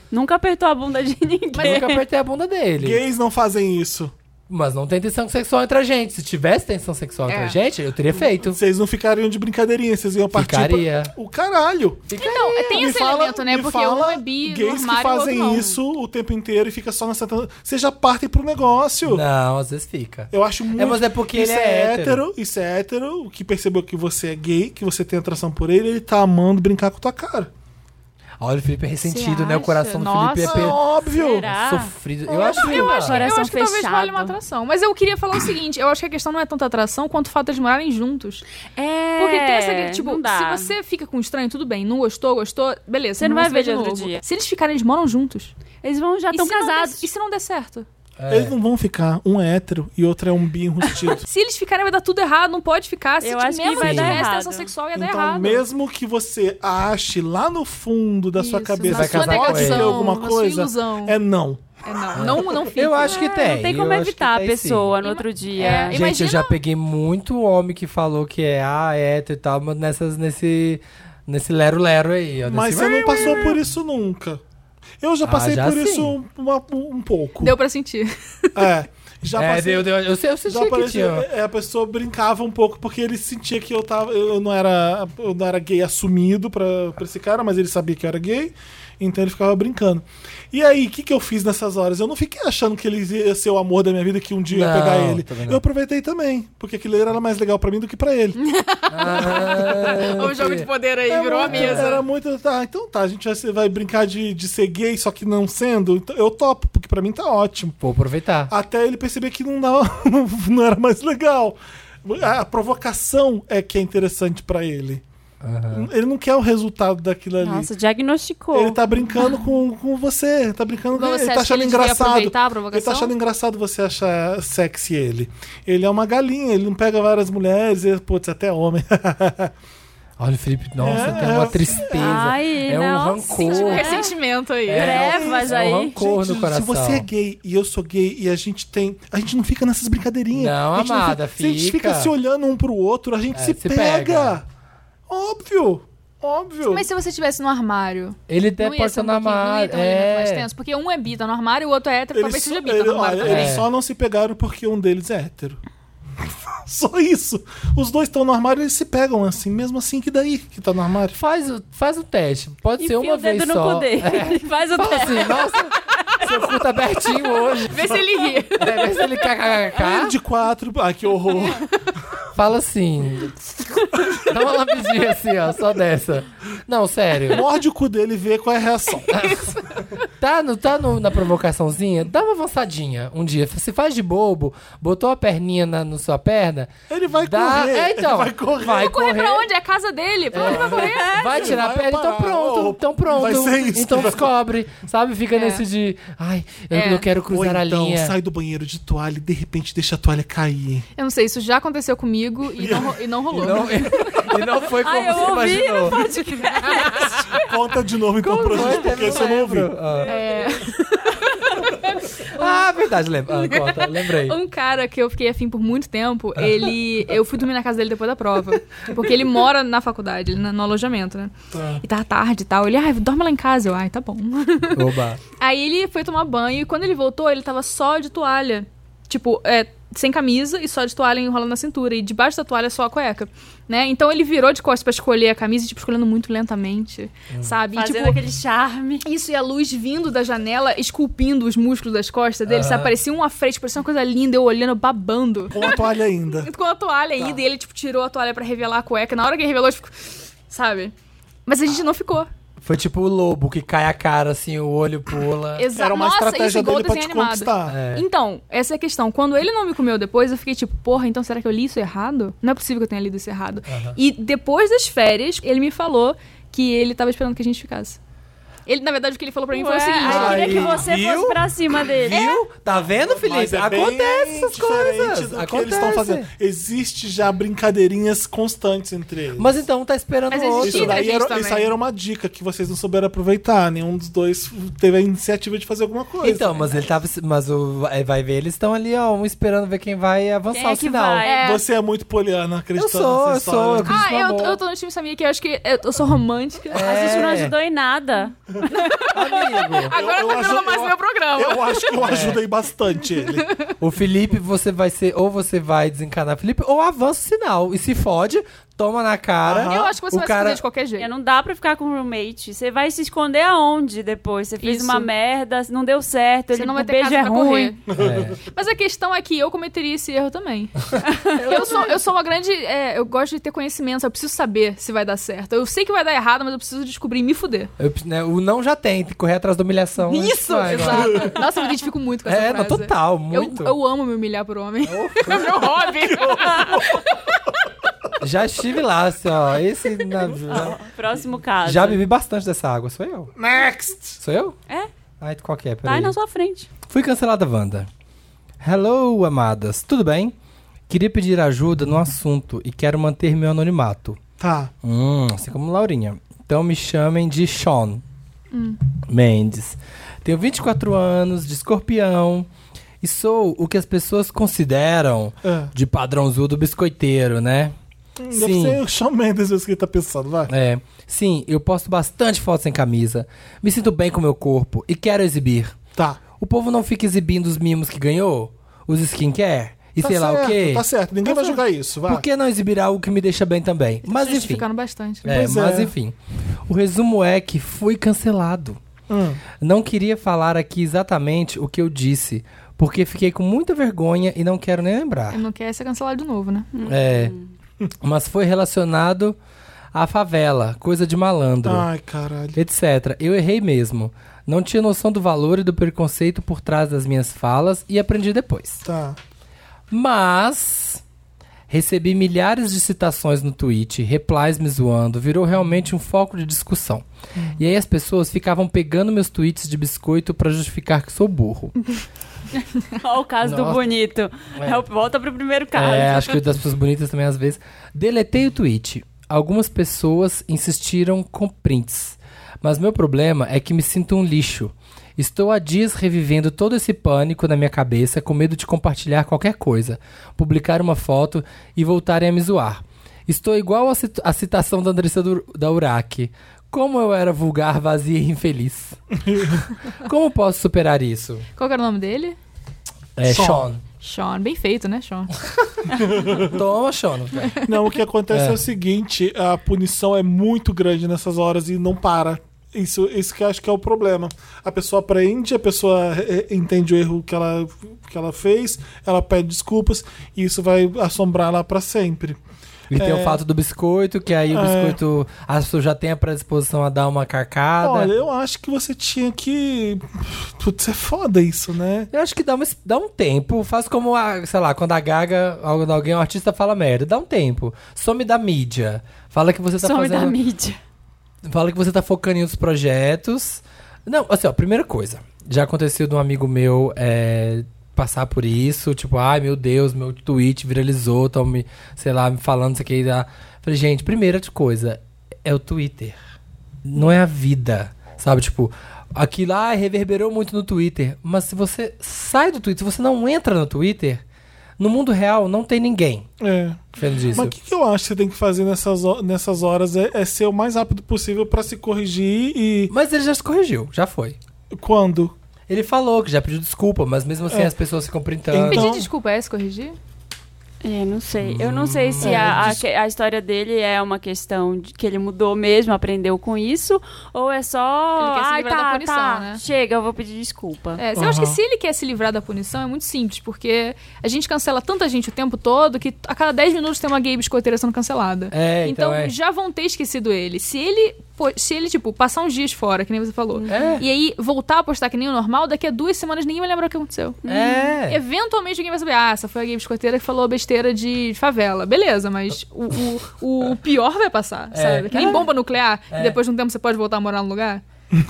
[SPEAKER 4] Nunca apertou a bunda de ninguém.
[SPEAKER 2] mas nunca apertei a bunda dele.
[SPEAKER 1] Gays não fazem isso.
[SPEAKER 2] Mas não tem tensão sexual entre a gente. Se tivesse tensão sexual entre
[SPEAKER 3] É.
[SPEAKER 2] a gente, eu teria feito.
[SPEAKER 1] Vocês não ficariam de brincadeirinha, vocês iam partir pra-
[SPEAKER 2] Ficaria.
[SPEAKER 1] O caralho.
[SPEAKER 3] Então, tem
[SPEAKER 1] É, Me
[SPEAKER 3] esse
[SPEAKER 1] fala-
[SPEAKER 3] elemento, né?
[SPEAKER 1] me
[SPEAKER 3] Porque
[SPEAKER 1] fala
[SPEAKER 3] um é bi no
[SPEAKER 1] gays que
[SPEAKER 3] armário, o outro
[SPEAKER 1] fazem
[SPEAKER 3] não.
[SPEAKER 1] isso o tempo inteiro e fica só nessa... Vocês já partem pro negócio.
[SPEAKER 2] Não, às vezes fica.
[SPEAKER 1] Eu acho muito.
[SPEAKER 2] mas é porque
[SPEAKER 1] isso
[SPEAKER 2] ele é hétero.
[SPEAKER 1] Isso é hétero. O que percebeu que você é gay, que você tem atração por ele, ele tá amando brincar com tua cara.
[SPEAKER 2] Olha, o Felipe é ressentido,
[SPEAKER 3] Você
[SPEAKER 2] né? O coração do
[SPEAKER 3] acha? Ah.
[SPEAKER 2] Felipe é
[SPEAKER 1] É
[SPEAKER 2] pe-
[SPEAKER 1] óbvio.
[SPEAKER 4] Será?
[SPEAKER 2] sofrido. Eu acho que
[SPEAKER 3] Eu
[SPEAKER 2] não.
[SPEAKER 3] acho, eu
[SPEAKER 4] Coração
[SPEAKER 3] acho que talvez
[SPEAKER 4] fechado.
[SPEAKER 3] valha uma atração. Mas eu queria falar o seguinte: eu acho que a questão não é tanta atração quanto o fato de eles morarem juntos.
[SPEAKER 4] É.
[SPEAKER 3] Porque tem essa. Tipo,
[SPEAKER 4] não dá.
[SPEAKER 3] se você fica com um estranho, tudo bem. Não gostou, gostou, beleza.
[SPEAKER 4] Você não vai
[SPEAKER 3] se
[SPEAKER 4] ver
[SPEAKER 3] de
[SPEAKER 4] de outro
[SPEAKER 3] novo.
[SPEAKER 4] dia.
[SPEAKER 3] Se eles ficarem, eles moram juntos.
[SPEAKER 4] Eles vão já
[SPEAKER 3] E
[SPEAKER 4] estão
[SPEAKER 3] se não der-
[SPEAKER 4] casados.
[SPEAKER 3] e se não der certo?
[SPEAKER 2] É.
[SPEAKER 1] Eles não vão ficar. Um é hétero e outro é um bi enrustido.
[SPEAKER 3] Se eles ficarem, vai dar tudo errado, não pode ficar. Se
[SPEAKER 4] Eu
[SPEAKER 3] tiver
[SPEAKER 4] acho que
[SPEAKER 3] menos
[SPEAKER 4] vai
[SPEAKER 3] que
[SPEAKER 4] dar
[SPEAKER 3] tivesse
[SPEAKER 4] errado.
[SPEAKER 3] tensão sexual, ia dar
[SPEAKER 1] então,
[SPEAKER 3] errado.
[SPEAKER 1] mesmo que você ache lá no fundo da sua
[SPEAKER 3] Isso,
[SPEAKER 1] cabeça
[SPEAKER 2] vai
[SPEAKER 1] que
[SPEAKER 3] na sua
[SPEAKER 2] casar com
[SPEAKER 1] pode
[SPEAKER 2] ele.
[SPEAKER 1] ter
[SPEAKER 3] negação,
[SPEAKER 1] alguma
[SPEAKER 3] na
[SPEAKER 1] coisa,
[SPEAKER 3] Sua ilusão.
[SPEAKER 1] é não.
[SPEAKER 3] É, não, não, não fica.
[SPEAKER 2] Eu acho que tem.
[SPEAKER 4] Não tem
[SPEAKER 2] eu
[SPEAKER 4] como
[SPEAKER 2] acho que
[SPEAKER 4] evitar a
[SPEAKER 2] tem, sim.
[SPEAKER 4] pessoa no outro dia.
[SPEAKER 3] É,
[SPEAKER 2] Gente, eu
[SPEAKER 3] Imagina-
[SPEAKER 2] já peguei muito homem que falou que é ah, é hétero e tal, mas nessas, nesse. Nesse lero-lero aí. Ó,
[SPEAKER 1] Mas
[SPEAKER 2] nesse...
[SPEAKER 1] você não passou por isso nunca. Eu já
[SPEAKER 2] assim Ah,
[SPEAKER 1] passei
[SPEAKER 2] já
[SPEAKER 1] por
[SPEAKER 2] sim.
[SPEAKER 1] isso um, uma- um pouco.
[SPEAKER 3] Deu pra sentir.
[SPEAKER 1] É. Já
[SPEAKER 2] É,
[SPEAKER 1] passei.
[SPEAKER 2] deu, deu. Eu, sei- eu senti
[SPEAKER 1] já
[SPEAKER 2] que
[SPEAKER 1] apareceu,
[SPEAKER 2] tinha.
[SPEAKER 1] é, a pessoa brincava um pouco porque ele sentia que eu tava, eu eu não era, eu não era gay assumido pra, pra esse cara, mas ele sabia que eu era gay, então ele ficava brincando. E aí, o que, que eu fiz nessas horas? Eu não fiquei achando que ele ia ser o amor da minha vida que um dia eu ia
[SPEAKER 2] Não,
[SPEAKER 1] pegar ele.
[SPEAKER 2] também não.
[SPEAKER 1] Eu aproveitei também, porque aquilo era mais legal pra mim do que pra ele.
[SPEAKER 2] Ah,
[SPEAKER 3] o jogo de poder aí
[SPEAKER 1] É
[SPEAKER 3] virou a
[SPEAKER 1] muito-
[SPEAKER 3] mesa.
[SPEAKER 1] Era muito. Tá, então tá, a gente vai, ser- vai brincar de, de ser gay, só que não sendo. Então Eu topo, porque pra mim tá ótimo.
[SPEAKER 2] Vou aproveitar.
[SPEAKER 1] Até ele perceber que não, dava, não era mais legal. A, a provocação é que é interessante pra ele. Ele não quer o resultado daquilo ali.
[SPEAKER 4] Nossa, diagnosticou.
[SPEAKER 1] Ele tá brincando com, com você, tá brincando com
[SPEAKER 3] tipo, Mas
[SPEAKER 1] ele,
[SPEAKER 3] você
[SPEAKER 1] ele tá
[SPEAKER 3] acha que
[SPEAKER 1] achando
[SPEAKER 3] ele devia
[SPEAKER 1] engraçado.
[SPEAKER 3] aproveitar a
[SPEAKER 1] ele tá
[SPEAKER 3] provocação?
[SPEAKER 1] achando engraçado você achar sexy ele. Ele é uma galinha, ele não pega várias mulheres, ele, putz, até homem.
[SPEAKER 2] Olha o Felipe, nossa,
[SPEAKER 1] É,
[SPEAKER 2] tem uma
[SPEAKER 1] é.
[SPEAKER 2] tristeza.
[SPEAKER 4] Ai,
[SPEAKER 2] é um
[SPEAKER 4] nossa.
[SPEAKER 2] rancor.
[SPEAKER 3] Um ressentimento aí.
[SPEAKER 2] É,
[SPEAKER 4] Trevas
[SPEAKER 2] é um
[SPEAKER 4] aí.
[SPEAKER 2] rancor
[SPEAKER 1] Gente,
[SPEAKER 2] no coração.
[SPEAKER 1] Se você é gay e eu sou gay e a gente tem. A gente não fica nessas brincadeirinhas.
[SPEAKER 2] Não,
[SPEAKER 1] a gente
[SPEAKER 2] amada,
[SPEAKER 1] fica, Se a gente fica
[SPEAKER 2] fica.
[SPEAKER 1] se olhando um pro outro, a gente
[SPEAKER 2] É,
[SPEAKER 1] se,
[SPEAKER 2] se
[SPEAKER 1] pega.
[SPEAKER 2] pega.
[SPEAKER 1] Óbvio. Óbvio.
[SPEAKER 3] Mas se você estivesse no armário,
[SPEAKER 2] Ele até
[SPEAKER 3] não ia
[SPEAKER 2] pode
[SPEAKER 3] ser
[SPEAKER 2] ser
[SPEAKER 3] um
[SPEAKER 2] na
[SPEAKER 3] pouquinho, não ia
[SPEAKER 2] armário.
[SPEAKER 3] ter um elemento mais
[SPEAKER 2] É.
[SPEAKER 3] tenso. Porque um é bi, tá no armário, e o outro é hétero, talvez
[SPEAKER 1] só,
[SPEAKER 3] seja bi, tá no armário
[SPEAKER 1] olha,
[SPEAKER 3] também.
[SPEAKER 2] É.
[SPEAKER 1] eles só não se pegaram porque um deles é hétero. Só isso. Os dois estão no armário, eles se pegam assim, mesmo assim, que daí que tá no armário?
[SPEAKER 2] Faz, o- faz o teste. Pode ser
[SPEAKER 4] Enfia
[SPEAKER 2] é uma
[SPEAKER 4] o dedo
[SPEAKER 2] vez
[SPEAKER 4] no
[SPEAKER 2] só. É,
[SPEAKER 4] cu dele. Faz o
[SPEAKER 2] Fala
[SPEAKER 4] teste.
[SPEAKER 2] assim, nossa, seu cu tá abertinho hoje.
[SPEAKER 3] Vê se ele ri.
[SPEAKER 2] É, vê se ele
[SPEAKER 1] Um
[SPEAKER 2] kkkk.
[SPEAKER 1] de quatro. Ah, que horror.
[SPEAKER 2] Fala assim. Dá uma lambidinha assim, ó, só dessa. Não, sério.
[SPEAKER 1] Morde o cu dele e vê qual é a reação.
[SPEAKER 2] Tá, no, tá no- na provocaçãozinha? Dá uma avançadinha um dia. Se faz de bobo, botou a perninha na no sua perna.
[SPEAKER 1] Ele vai
[SPEAKER 2] dá.
[SPEAKER 1] correr.
[SPEAKER 2] é, então.
[SPEAKER 1] Ele vai correr.
[SPEAKER 2] Vai
[SPEAKER 3] Correr pra onde? É a casa dele. Pra onde vai correr?
[SPEAKER 2] Vai tirar a
[SPEAKER 1] vai
[SPEAKER 2] perna, então
[SPEAKER 1] parar.
[SPEAKER 2] pronto,
[SPEAKER 1] Ou-
[SPEAKER 2] então pronto.
[SPEAKER 1] vai ser isso.
[SPEAKER 2] Então descobre, sabe? Fica
[SPEAKER 3] É.
[SPEAKER 2] nesse de, ai, eu
[SPEAKER 3] É.
[SPEAKER 2] não quero
[SPEAKER 1] Ou
[SPEAKER 2] cruzar a
[SPEAKER 1] então
[SPEAKER 2] linha.
[SPEAKER 1] sai do banheiro de toalha e de repente deixa a toalha cair.
[SPEAKER 3] Eu não sei, isso já aconteceu comigo e não, ro- e não rolou.
[SPEAKER 2] Não, e não foi como
[SPEAKER 4] Ai, eu
[SPEAKER 2] você
[SPEAKER 4] ouvi
[SPEAKER 2] imaginou.
[SPEAKER 4] no podcast.
[SPEAKER 1] Conta de novo então pra gente, porque
[SPEAKER 2] Teve
[SPEAKER 1] esse eu não ouvi.
[SPEAKER 2] lembro. Ah,
[SPEAKER 3] É,
[SPEAKER 2] Ah, verdade, lembra. Ah, conta, lembrei.
[SPEAKER 3] um cara que eu fiquei afim por muito tempo, ele. Eu fui dormir na casa dele depois da prova. Porque ele mora na faculdade, ele na- no alojamento, né?
[SPEAKER 1] Tá.
[SPEAKER 3] E tava tarde e tal. Ele, ai, dorme lá em casa. Eu, ai, tá bom.
[SPEAKER 2] Oba.
[SPEAKER 3] Aí ele foi tomar banho e quando ele voltou, ele tava só de toalha. Tipo, é, sem camisa e só de toalha enrolando na cintura. E debaixo da toalha só a cueca, né? Então ele virou de costas pra escolher a camisa e, tipo, escolhendo muito lentamente,
[SPEAKER 1] Hum.
[SPEAKER 3] sabe? E,
[SPEAKER 4] Fazendo
[SPEAKER 3] tipo,
[SPEAKER 4] aquele charme.
[SPEAKER 3] isso e a luz vindo da janela, esculpindo os músculos das costas dele.
[SPEAKER 2] Aham.
[SPEAKER 1] Ah.
[SPEAKER 3] Sabe? Parecia uma frente, parecia uma coisa linda, eu olhando, babando.
[SPEAKER 1] Com a toalha ainda.
[SPEAKER 3] Com a toalha ainda,
[SPEAKER 1] Tá.
[SPEAKER 3] e ele, tipo, tirou a toalha pra revelar a cueca. Na hora que ele revelou, tipo, sabe? Mas a gente não ficou.
[SPEAKER 2] Foi tipo o lobo que cai a cara, assim, o olho pula.
[SPEAKER 3] Exato.
[SPEAKER 1] Era uma
[SPEAKER 3] Nossa,
[SPEAKER 1] estratégia
[SPEAKER 3] esse gol
[SPEAKER 1] dele pra te
[SPEAKER 3] desenho animado.
[SPEAKER 1] conquistar.
[SPEAKER 2] É.
[SPEAKER 3] Então, essa é a questão. Quando ele não me comeu depois, eu fiquei tipo, porra, então será que eu li isso errado? Não é possível que eu tenha lido isso errado. E depois das férias, ele me falou que ele tava esperando que a gente ficasse. Ele, na verdade, o que ele falou pra mim foi o seguinte.
[SPEAKER 2] ai,
[SPEAKER 4] Ué, queria que
[SPEAKER 2] Aí,
[SPEAKER 4] você
[SPEAKER 2] viu?
[SPEAKER 4] fosse pra cima dele.
[SPEAKER 2] Viu? Tá vendo, Felipe?
[SPEAKER 1] Mas é bem
[SPEAKER 2] Acontece essas
[SPEAKER 1] diferente
[SPEAKER 2] coisas.
[SPEAKER 1] do que
[SPEAKER 2] Acontece.
[SPEAKER 1] eles estão fazendo. Existe já brincadeirinhas constantes entre eles.
[SPEAKER 2] Mas então tá esperando
[SPEAKER 3] Mas
[SPEAKER 2] o outro.
[SPEAKER 3] existe-
[SPEAKER 1] isso, daí
[SPEAKER 3] gente
[SPEAKER 1] era,
[SPEAKER 3] também.
[SPEAKER 1] isso aí era uma dica que vocês não souberam aproveitar. Nenhum dos dois teve a iniciativa de fazer alguma coisa.
[SPEAKER 2] Então, mas
[SPEAKER 4] né?
[SPEAKER 2] ele tava. Mas o, aí vai ver, eles estão ali, ó, um esperando ver quem vai avançar
[SPEAKER 4] Quem é
[SPEAKER 2] o
[SPEAKER 4] que
[SPEAKER 2] final.
[SPEAKER 4] vai?
[SPEAKER 3] É.
[SPEAKER 1] Você é muito poliana,
[SPEAKER 2] Eu
[SPEAKER 1] acreditando
[SPEAKER 2] sou, eu
[SPEAKER 1] nessa
[SPEAKER 2] sou, eu
[SPEAKER 1] história.
[SPEAKER 2] acredito
[SPEAKER 3] Ah,
[SPEAKER 2] no
[SPEAKER 3] eu,
[SPEAKER 2] amor.
[SPEAKER 3] eu tô no time Samir que eu acho que eu, eu sou romântica.
[SPEAKER 4] A gente não
[SPEAKER 2] É.
[SPEAKER 4] ajudou em nada.
[SPEAKER 2] Amigo,
[SPEAKER 3] Agora
[SPEAKER 1] né? eu
[SPEAKER 3] tá
[SPEAKER 1] acho-
[SPEAKER 3] virando
[SPEAKER 4] é
[SPEAKER 3] mais
[SPEAKER 1] eu-
[SPEAKER 3] meu programa.
[SPEAKER 1] Eu acho que eu ajudei bastante ele.
[SPEAKER 2] o Felipe, você vai ser, ou você vai desencanar o Felipe, ou avança o sinal. E se fode, toma na cara.
[SPEAKER 1] Aham.
[SPEAKER 3] Eu acho que você
[SPEAKER 2] o
[SPEAKER 3] vai se
[SPEAKER 2] cara...
[SPEAKER 3] fazer de qualquer jeito.
[SPEAKER 4] É, Não dá pra ficar com o roommate. Você vai se esconder aonde depois? Você fez
[SPEAKER 3] Isso.
[SPEAKER 4] uma merda, não deu certo,
[SPEAKER 3] Você
[SPEAKER 4] ele
[SPEAKER 3] não vai
[SPEAKER 4] o
[SPEAKER 3] ter
[SPEAKER 4] beijo
[SPEAKER 3] casa
[SPEAKER 4] é
[SPEAKER 3] pra
[SPEAKER 4] ruim.
[SPEAKER 3] correr. Mas a questão é que eu cometeria esse erro também. eu, sou, eu sou uma grande. é, eu gosto de ter conhecimento, eu preciso saber se vai dar certo. Eu sei que vai dar errado, mas eu preciso descobrir e me fuder.
[SPEAKER 2] Eu- né, o não já tem, tem que correr atrás da humilhação. né?
[SPEAKER 3] Isso!
[SPEAKER 2] Vai, vai.
[SPEAKER 3] Exato. Nossa, eu me identifico muito com essa
[SPEAKER 2] É, não,
[SPEAKER 3] frase.
[SPEAKER 2] total,
[SPEAKER 3] Eu,
[SPEAKER 2] muito.
[SPEAKER 3] eu amo me humilhar por homem. é meu hobby.
[SPEAKER 2] Já estive lá, assim, ó. Esse navio.
[SPEAKER 4] Próximo caso. Tá
[SPEAKER 2] Já bebi bastante dessa água, sou eu.
[SPEAKER 1] Next!
[SPEAKER 2] Sou eu?
[SPEAKER 4] É.
[SPEAKER 2] Ai, qual que é?
[SPEAKER 4] Tá aí
[SPEAKER 2] Peraí.
[SPEAKER 4] na sua frente.
[SPEAKER 2] Fui cancelada, Wanda. Hello, amadas. Tudo bem? Queria pedir ajuda no assunto e quero manter meu anonimato.
[SPEAKER 1] Tá.
[SPEAKER 2] Hum, assim como Laurinha. Então me chamem de Sean Mendes. Tenho 24 anos, de escorpião. E sou o que as pessoas consideram
[SPEAKER 1] É.
[SPEAKER 2] de padrãozudo biscoiteiro, né?
[SPEAKER 1] Hum, Deve ser o Shawn Mendes mesmo que ele tá pensando, vai.
[SPEAKER 2] É. Sim, eu posto bastante fotos sem camisa. Me sinto bem com meu corpo e quero exibir.
[SPEAKER 1] Tá.
[SPEAKER 2] O povo não fica exibindo os mimos que ganhou? Os skincare? E
[SPEAKER 1] Tá
[SPEAKER 2] sei lá o
[SPEAKER 1] certo,
[SPEAKER 2] quê?
[SPEAKER 1] Tá certo, ninguém vai julgar isso, vai.
[SPEAKER 2] Por que não exibir algo que me deixa bem também? Mas enfim.
[SPEAKER 3] Justificando bastante. né?
[SPEAKER 2] É,
[SPEAKER 1] Pois
[SPEAKER 2] mas
[SPEAKER 1] é.
[SPEAKER 2] enfim. O resumo é que fui cancelado.
[SPEAKER 1] Hum.
[SPEAKER 2] Não queria falar aqui exatamente o que eu disse, porque fiquei com muita vergonha e não quero nem lembrar.
[SPEAKER 3] Ele não quer ser cancelado de novo, né?
[SPEAKER 2] É. Mas foi relacionado à favela, coisa de malandro.
[SPEAKER 1] Ai, caralho.
[SPEAKER 2] etc. Eu errei mesmo. Não tinha noção do valor e do preconceito por trás das minhas falas e aprendi depois.
[SPEAKER 1] Tá.
[SPEAKER 2] Mas recebi milhares de citações no tweet, replies me zoando, virou realmente um foco de discussão. E aí as pessoas ficavam pegando meus tweets de biscoito pra justificar que sou burro.
[SPEAKER 4] Olha o caso
[SPEAKER 2] Nossa.
[SPEAKER 4] do bonito. É o- Volta pro primeiro caso.
[SPEAKER 2] É, acho que das pessoas bonitas também às vezes. Deletei o tweet. Algumas pessoas insistiram com prints. Mas meu problema é que me sinto um lixo. Estou há dias revivendo todo esse pânico na minha cabeça, com medo de compartilhar qualquer coisa, publicar uma foto e voltarem a me zoar. Estou igual a, cit- a citação da Andressa Dur- da Uraque. Como eu era vulgar, vazia e infeliz. Como posso superar isso?
[SPEAKER 3] Qual que era o nome dele?
[SPEAKER 2] É,
[SPEAKER 1] Sean.
[SPEAKER 2] Sean.
[SPEAKER 3] Sean. Bem feito, né, Sean?
[SPEAKER 2] Toma, Sean.
[SPEAKER 1] Não, o que acontece é. o seguinte: a punição é muito grande nessas horas e não para. Isso, isso que eu acho que é o problema. A pessoa aprende, a pessoa eh, entende o erro que ela, que ela fez, ela pede desculpas e isso vai assombrar lá pra sempre.
[SPEAKER 2] E tem
[SPEAKER 1] É.
[SPEAKER 2] o fato do biscoito, que aí o
[SPEAKER 1] É.
[SPEAKER 2] biscoito, as pessoas já têm a predisposição a dar uma carcada.
[SPEAKER 1] Olha, eu acho que você tinha que. Putz, é foda isso, né?
[SPEAKER 2] Eu acho que dá, uma, es- dá um tempo. Faz como, a, sei lá, quando a gaga, quando alguém, um artista fala merda. Dá um tempo. Some da mídia. Fala que você tá
[SPEAKER 4] Some da
[SPEAKER 2] fazendo.
[SPEAKER 4] mídia.
[SPEAKER 2] Fala que você tá focando em outros projetos. Não, assim, ó, primeira coisa. Já aconteceu de um amigo meu é, passar por isso, tipo, ai meu Deus, meu tweet viralizou, tão me, sei lá, me falando isso aqui. Lá. Falei, gente, primeira de coisa, é o Twitter. Não é a vida. Sabe, tipo, aquilo lá reverberou muito no Twitter. Mas se você sai do Twitter, se você não entra no Twitter, no mundo real não tem ninguém.
[SPEAKER 1] É.
[SPEAKER 2] Fazendo isso.
[SPEAKER 1] Mas o que, que eu acho que você tem que fazer nessas, ho- nessas horas é, é ser o mais rápido possível pra se corrigir e.
[SPEAKER 2] Mas ele já se corrigiu, já foi.
[SPEAKER 1] Quando?
[SPEAKER 2] Ele falou que já pediu desculpa, mas mesmo assim
[SPEAKER 1] É.
[SPEAKER 2] as pessoas ficam printando.
[SPEAKER 1] Então-
[SPEAKER 3] Pedir desculpa é se corrigir?
[SPEAKER 4] É, não sei. Eu não sei se
[SPEAKER 1] É,
[SPEAKER 4] a, a
[SPEAKER 1] des-
[SPEAKER 4] que- a história dele é uma questão de que ele mudou mesmo, aprendeu com isso, ou é só.
[SPEAKER 3] Ele quer se
[SPEAKER 4] "Ai,
[SPEAKER 3] livrar
[SPEAKER 4] tá,
[SPEAKER 3] da punição,
[SPEAKER 4] tá,
[SPEAKER 3] né?"
[SPEAKER 4] Chega, eu vou pedir desculpa.
[SPEAKER 3] É, se eu acho que
[SPEAKER 1] Aham.
[SPEAKER 3] se ele quer se livrar da punição, é muito simples, porque a gente cancela tanta gente o tempo todo que a cada 10 minutos tem uma gay biscoiteira sendo cancelada.
[SPEAKER 2] É, então é.
[SPEAKER 3] já vão ter esquecido ele. Se ele pô, se ele, tipo, passar uns dias fora, que nem você falou,
[SPEAKER 2] É.
[SPEAKER 3] e aí voltar a postar que nem o normal, daqui a duas semanas ninguém vai lembrar o que aconteceu.
[SPEAKER 2] É.
[SPEAKER 3] Eventualmente alguém vai saber, ah, essa foi a gay biscoiteira que falou besteira de favela. Beleza, mas o, o, o pior vai
[SPEAKER 2] É.
[SPEAKER 3] passar, sabe? Que nem bomba nuclear, e depois de um tempo você pode voltar a morar no lugar.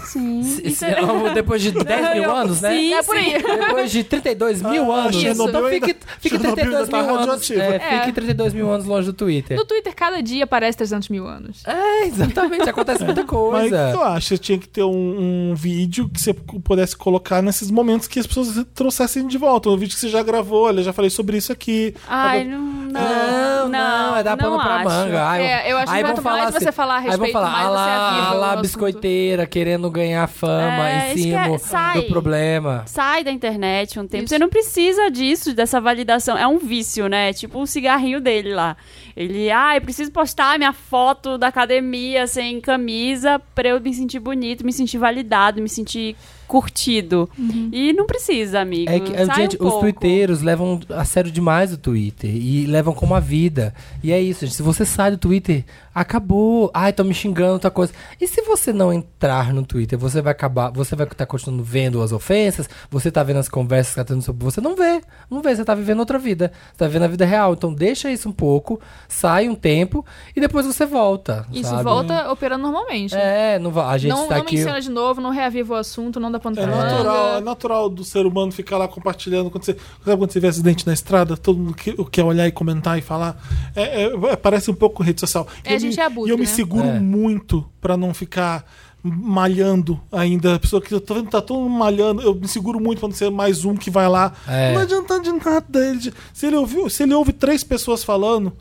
[SPEAKER 4] Sim.
[SPEAKER 2] Se- se- é Depois de 10 mil anos, né?
[SPEAKER 4] Sim,
[SPEAKER 3] É por aí.
[SPEAKER 2] Depois de 32 mil
[SPEAKER 1] Ah,
[SPEAKER 2] anos.
[SPEAKER 3] Chernobyl
[SPEAKER 2] Então
[SPEAKER 1] ainda-
[SPEAKER 2] fique, fique
[SPEAKER 1] Chernobyl
[SPEAKER 2] 32
[SPEAKER 1] ainda tá
[SPEAKER 2] mil anos.
[SPEAKER 1] radioativa.
[SPEAKER 2] É,
[SPEAKER 3] É.
[SPEAKER 2] Fique 32 mil anos longe do Twitter.
[SPEAKER 3] No Twitter, cada dia aparece 300 mil anos.
[SPEAKER 2] É, exatamente. Acontece muita
[SPEAKER 1] Mas o que tu
[SPEAKER 2] coisa.
[SPEAKER 1] acha? Tinha que ter um, um vídeo que você pudesse colocar nesses momentos que as pessoas trouxessem de volta. Um vídeo que você já gravou, olha, já falei sobre isso aqui.
[SPEAKER 4] Ai, não, não.
[SPEAKER 2] Tá Não, não, é dar pano pra
[SPEAKER 4] acho.
[SPEAKER 2] manga. Ai,
[SPEAKER 3] É, eu acho
[SPEAKER 2] aí
[SPEAKER 3] que
[SPEAKER 2] vão
[SPEAKER 3] quanto mais
[SPEAKER 2] assim-
[SPEAKER 3] você falar a
[SPEAKER 2] aí vão
[SPEAKER 3] respeito,
[SPEAKER 2] falar,
[SPEAKER 3] mais
[SPEAKER 2] "Ah
[SPEAKER 3] você
[SPEAKER 2] lá,
[SPEAKER 3] aviva o
[SPEAKER 2] lá,
[SPEAKER 3] assunto."
[SPEAKER 2] biscoiteira, querendo ganhar fama
[SPEAKER 4] É,
[SPEAKER 2] em
[SPEAKER 4] isso que é-
[SPEAKER 2] cima
[SPEAKER 4] sai.
[SPEAKER 2] do problema.
[SPEAKER 4] Sai da internet um tempo.
[SPEAKER 3] Isso.
[SPEAKER 4] Você não precisa disso, dessa validação. É um vício, né? É Tipo o cigarrinho dele lá. Ele, ah, eu preciso postar minha foto da academia sem camisa pra eu me sentir bonito, me sentir validado, me sentir curtido. E não precisa, amigo.
[SPEAKER 2] É que,
[SPEAKER 4] Sai
[SPEAKER 2] gente,
[SPEAKER 4] um pouco.
[SPEAKER 2] os twitteiros levam a sério demais o Twitter e levam como a vida. E é isso, gente. Se você sai do Twitter, acabou. Ai, tô me xingando, outra coisa. E se você não entrar no Twitter, você vai acabar, você vai estar continuando vendo as ofensas, você tá vendo as conversas que tá tendo sobre você, não vê. Não vê, você tá vivendo outra vida. Você tá vivendo a vida real. Então deixa isso um pouco, sai um tempo e depois você volta.
[SPEAKER 3] Isso
[SPEAKER 2] sabe?
[SPEAKER 3] volta operando normalmente.
[SPEAKER 2] É, não va- a gente
[SPEAKER 3] não
[SPEAKER 2] tá
[SPEAKER 3] não
[SPEAKER 2] aqui. né?
[SPEAKER 3] menciona de novo, não reaviva o assunto, não dá pano
[SPEAKER 1] É
[SPEAKER 3] pra
[SPEAKER 1] natural, é
[SPEAKER 3] manga.
[SPEAKER 1] natural do ser humano ficar lá compartilhando. Quando você, sabe quando você vê acidente na estrada, todo mundo que, quer olhar e comentar e falar? É, é- é- parece um pouco rede social.
[SPEAKER 3] É, a
[SPEAKER 1] Eu
[SPEAKER 3] gente
[SPEAKER 1] me-
[SPEAKER 3] é abutre,
[SPEAKER 1] E eu me
[SPEAKER 3] né?
[SPEAKER 1] seguro
[SPEAKER 2] É.
[SPEAKER 1] muito pra não ficar malhando ainda. A pessoa que eu tô vendo tá todo mundo malhando, eu me seguro muito pra não ser mais um que vai lá.
[SPEAKER 2] É.
[SPEAKER 1] Não adianta de nada. Ele- se, ele ouviu, se ele ouve três pessoas falando.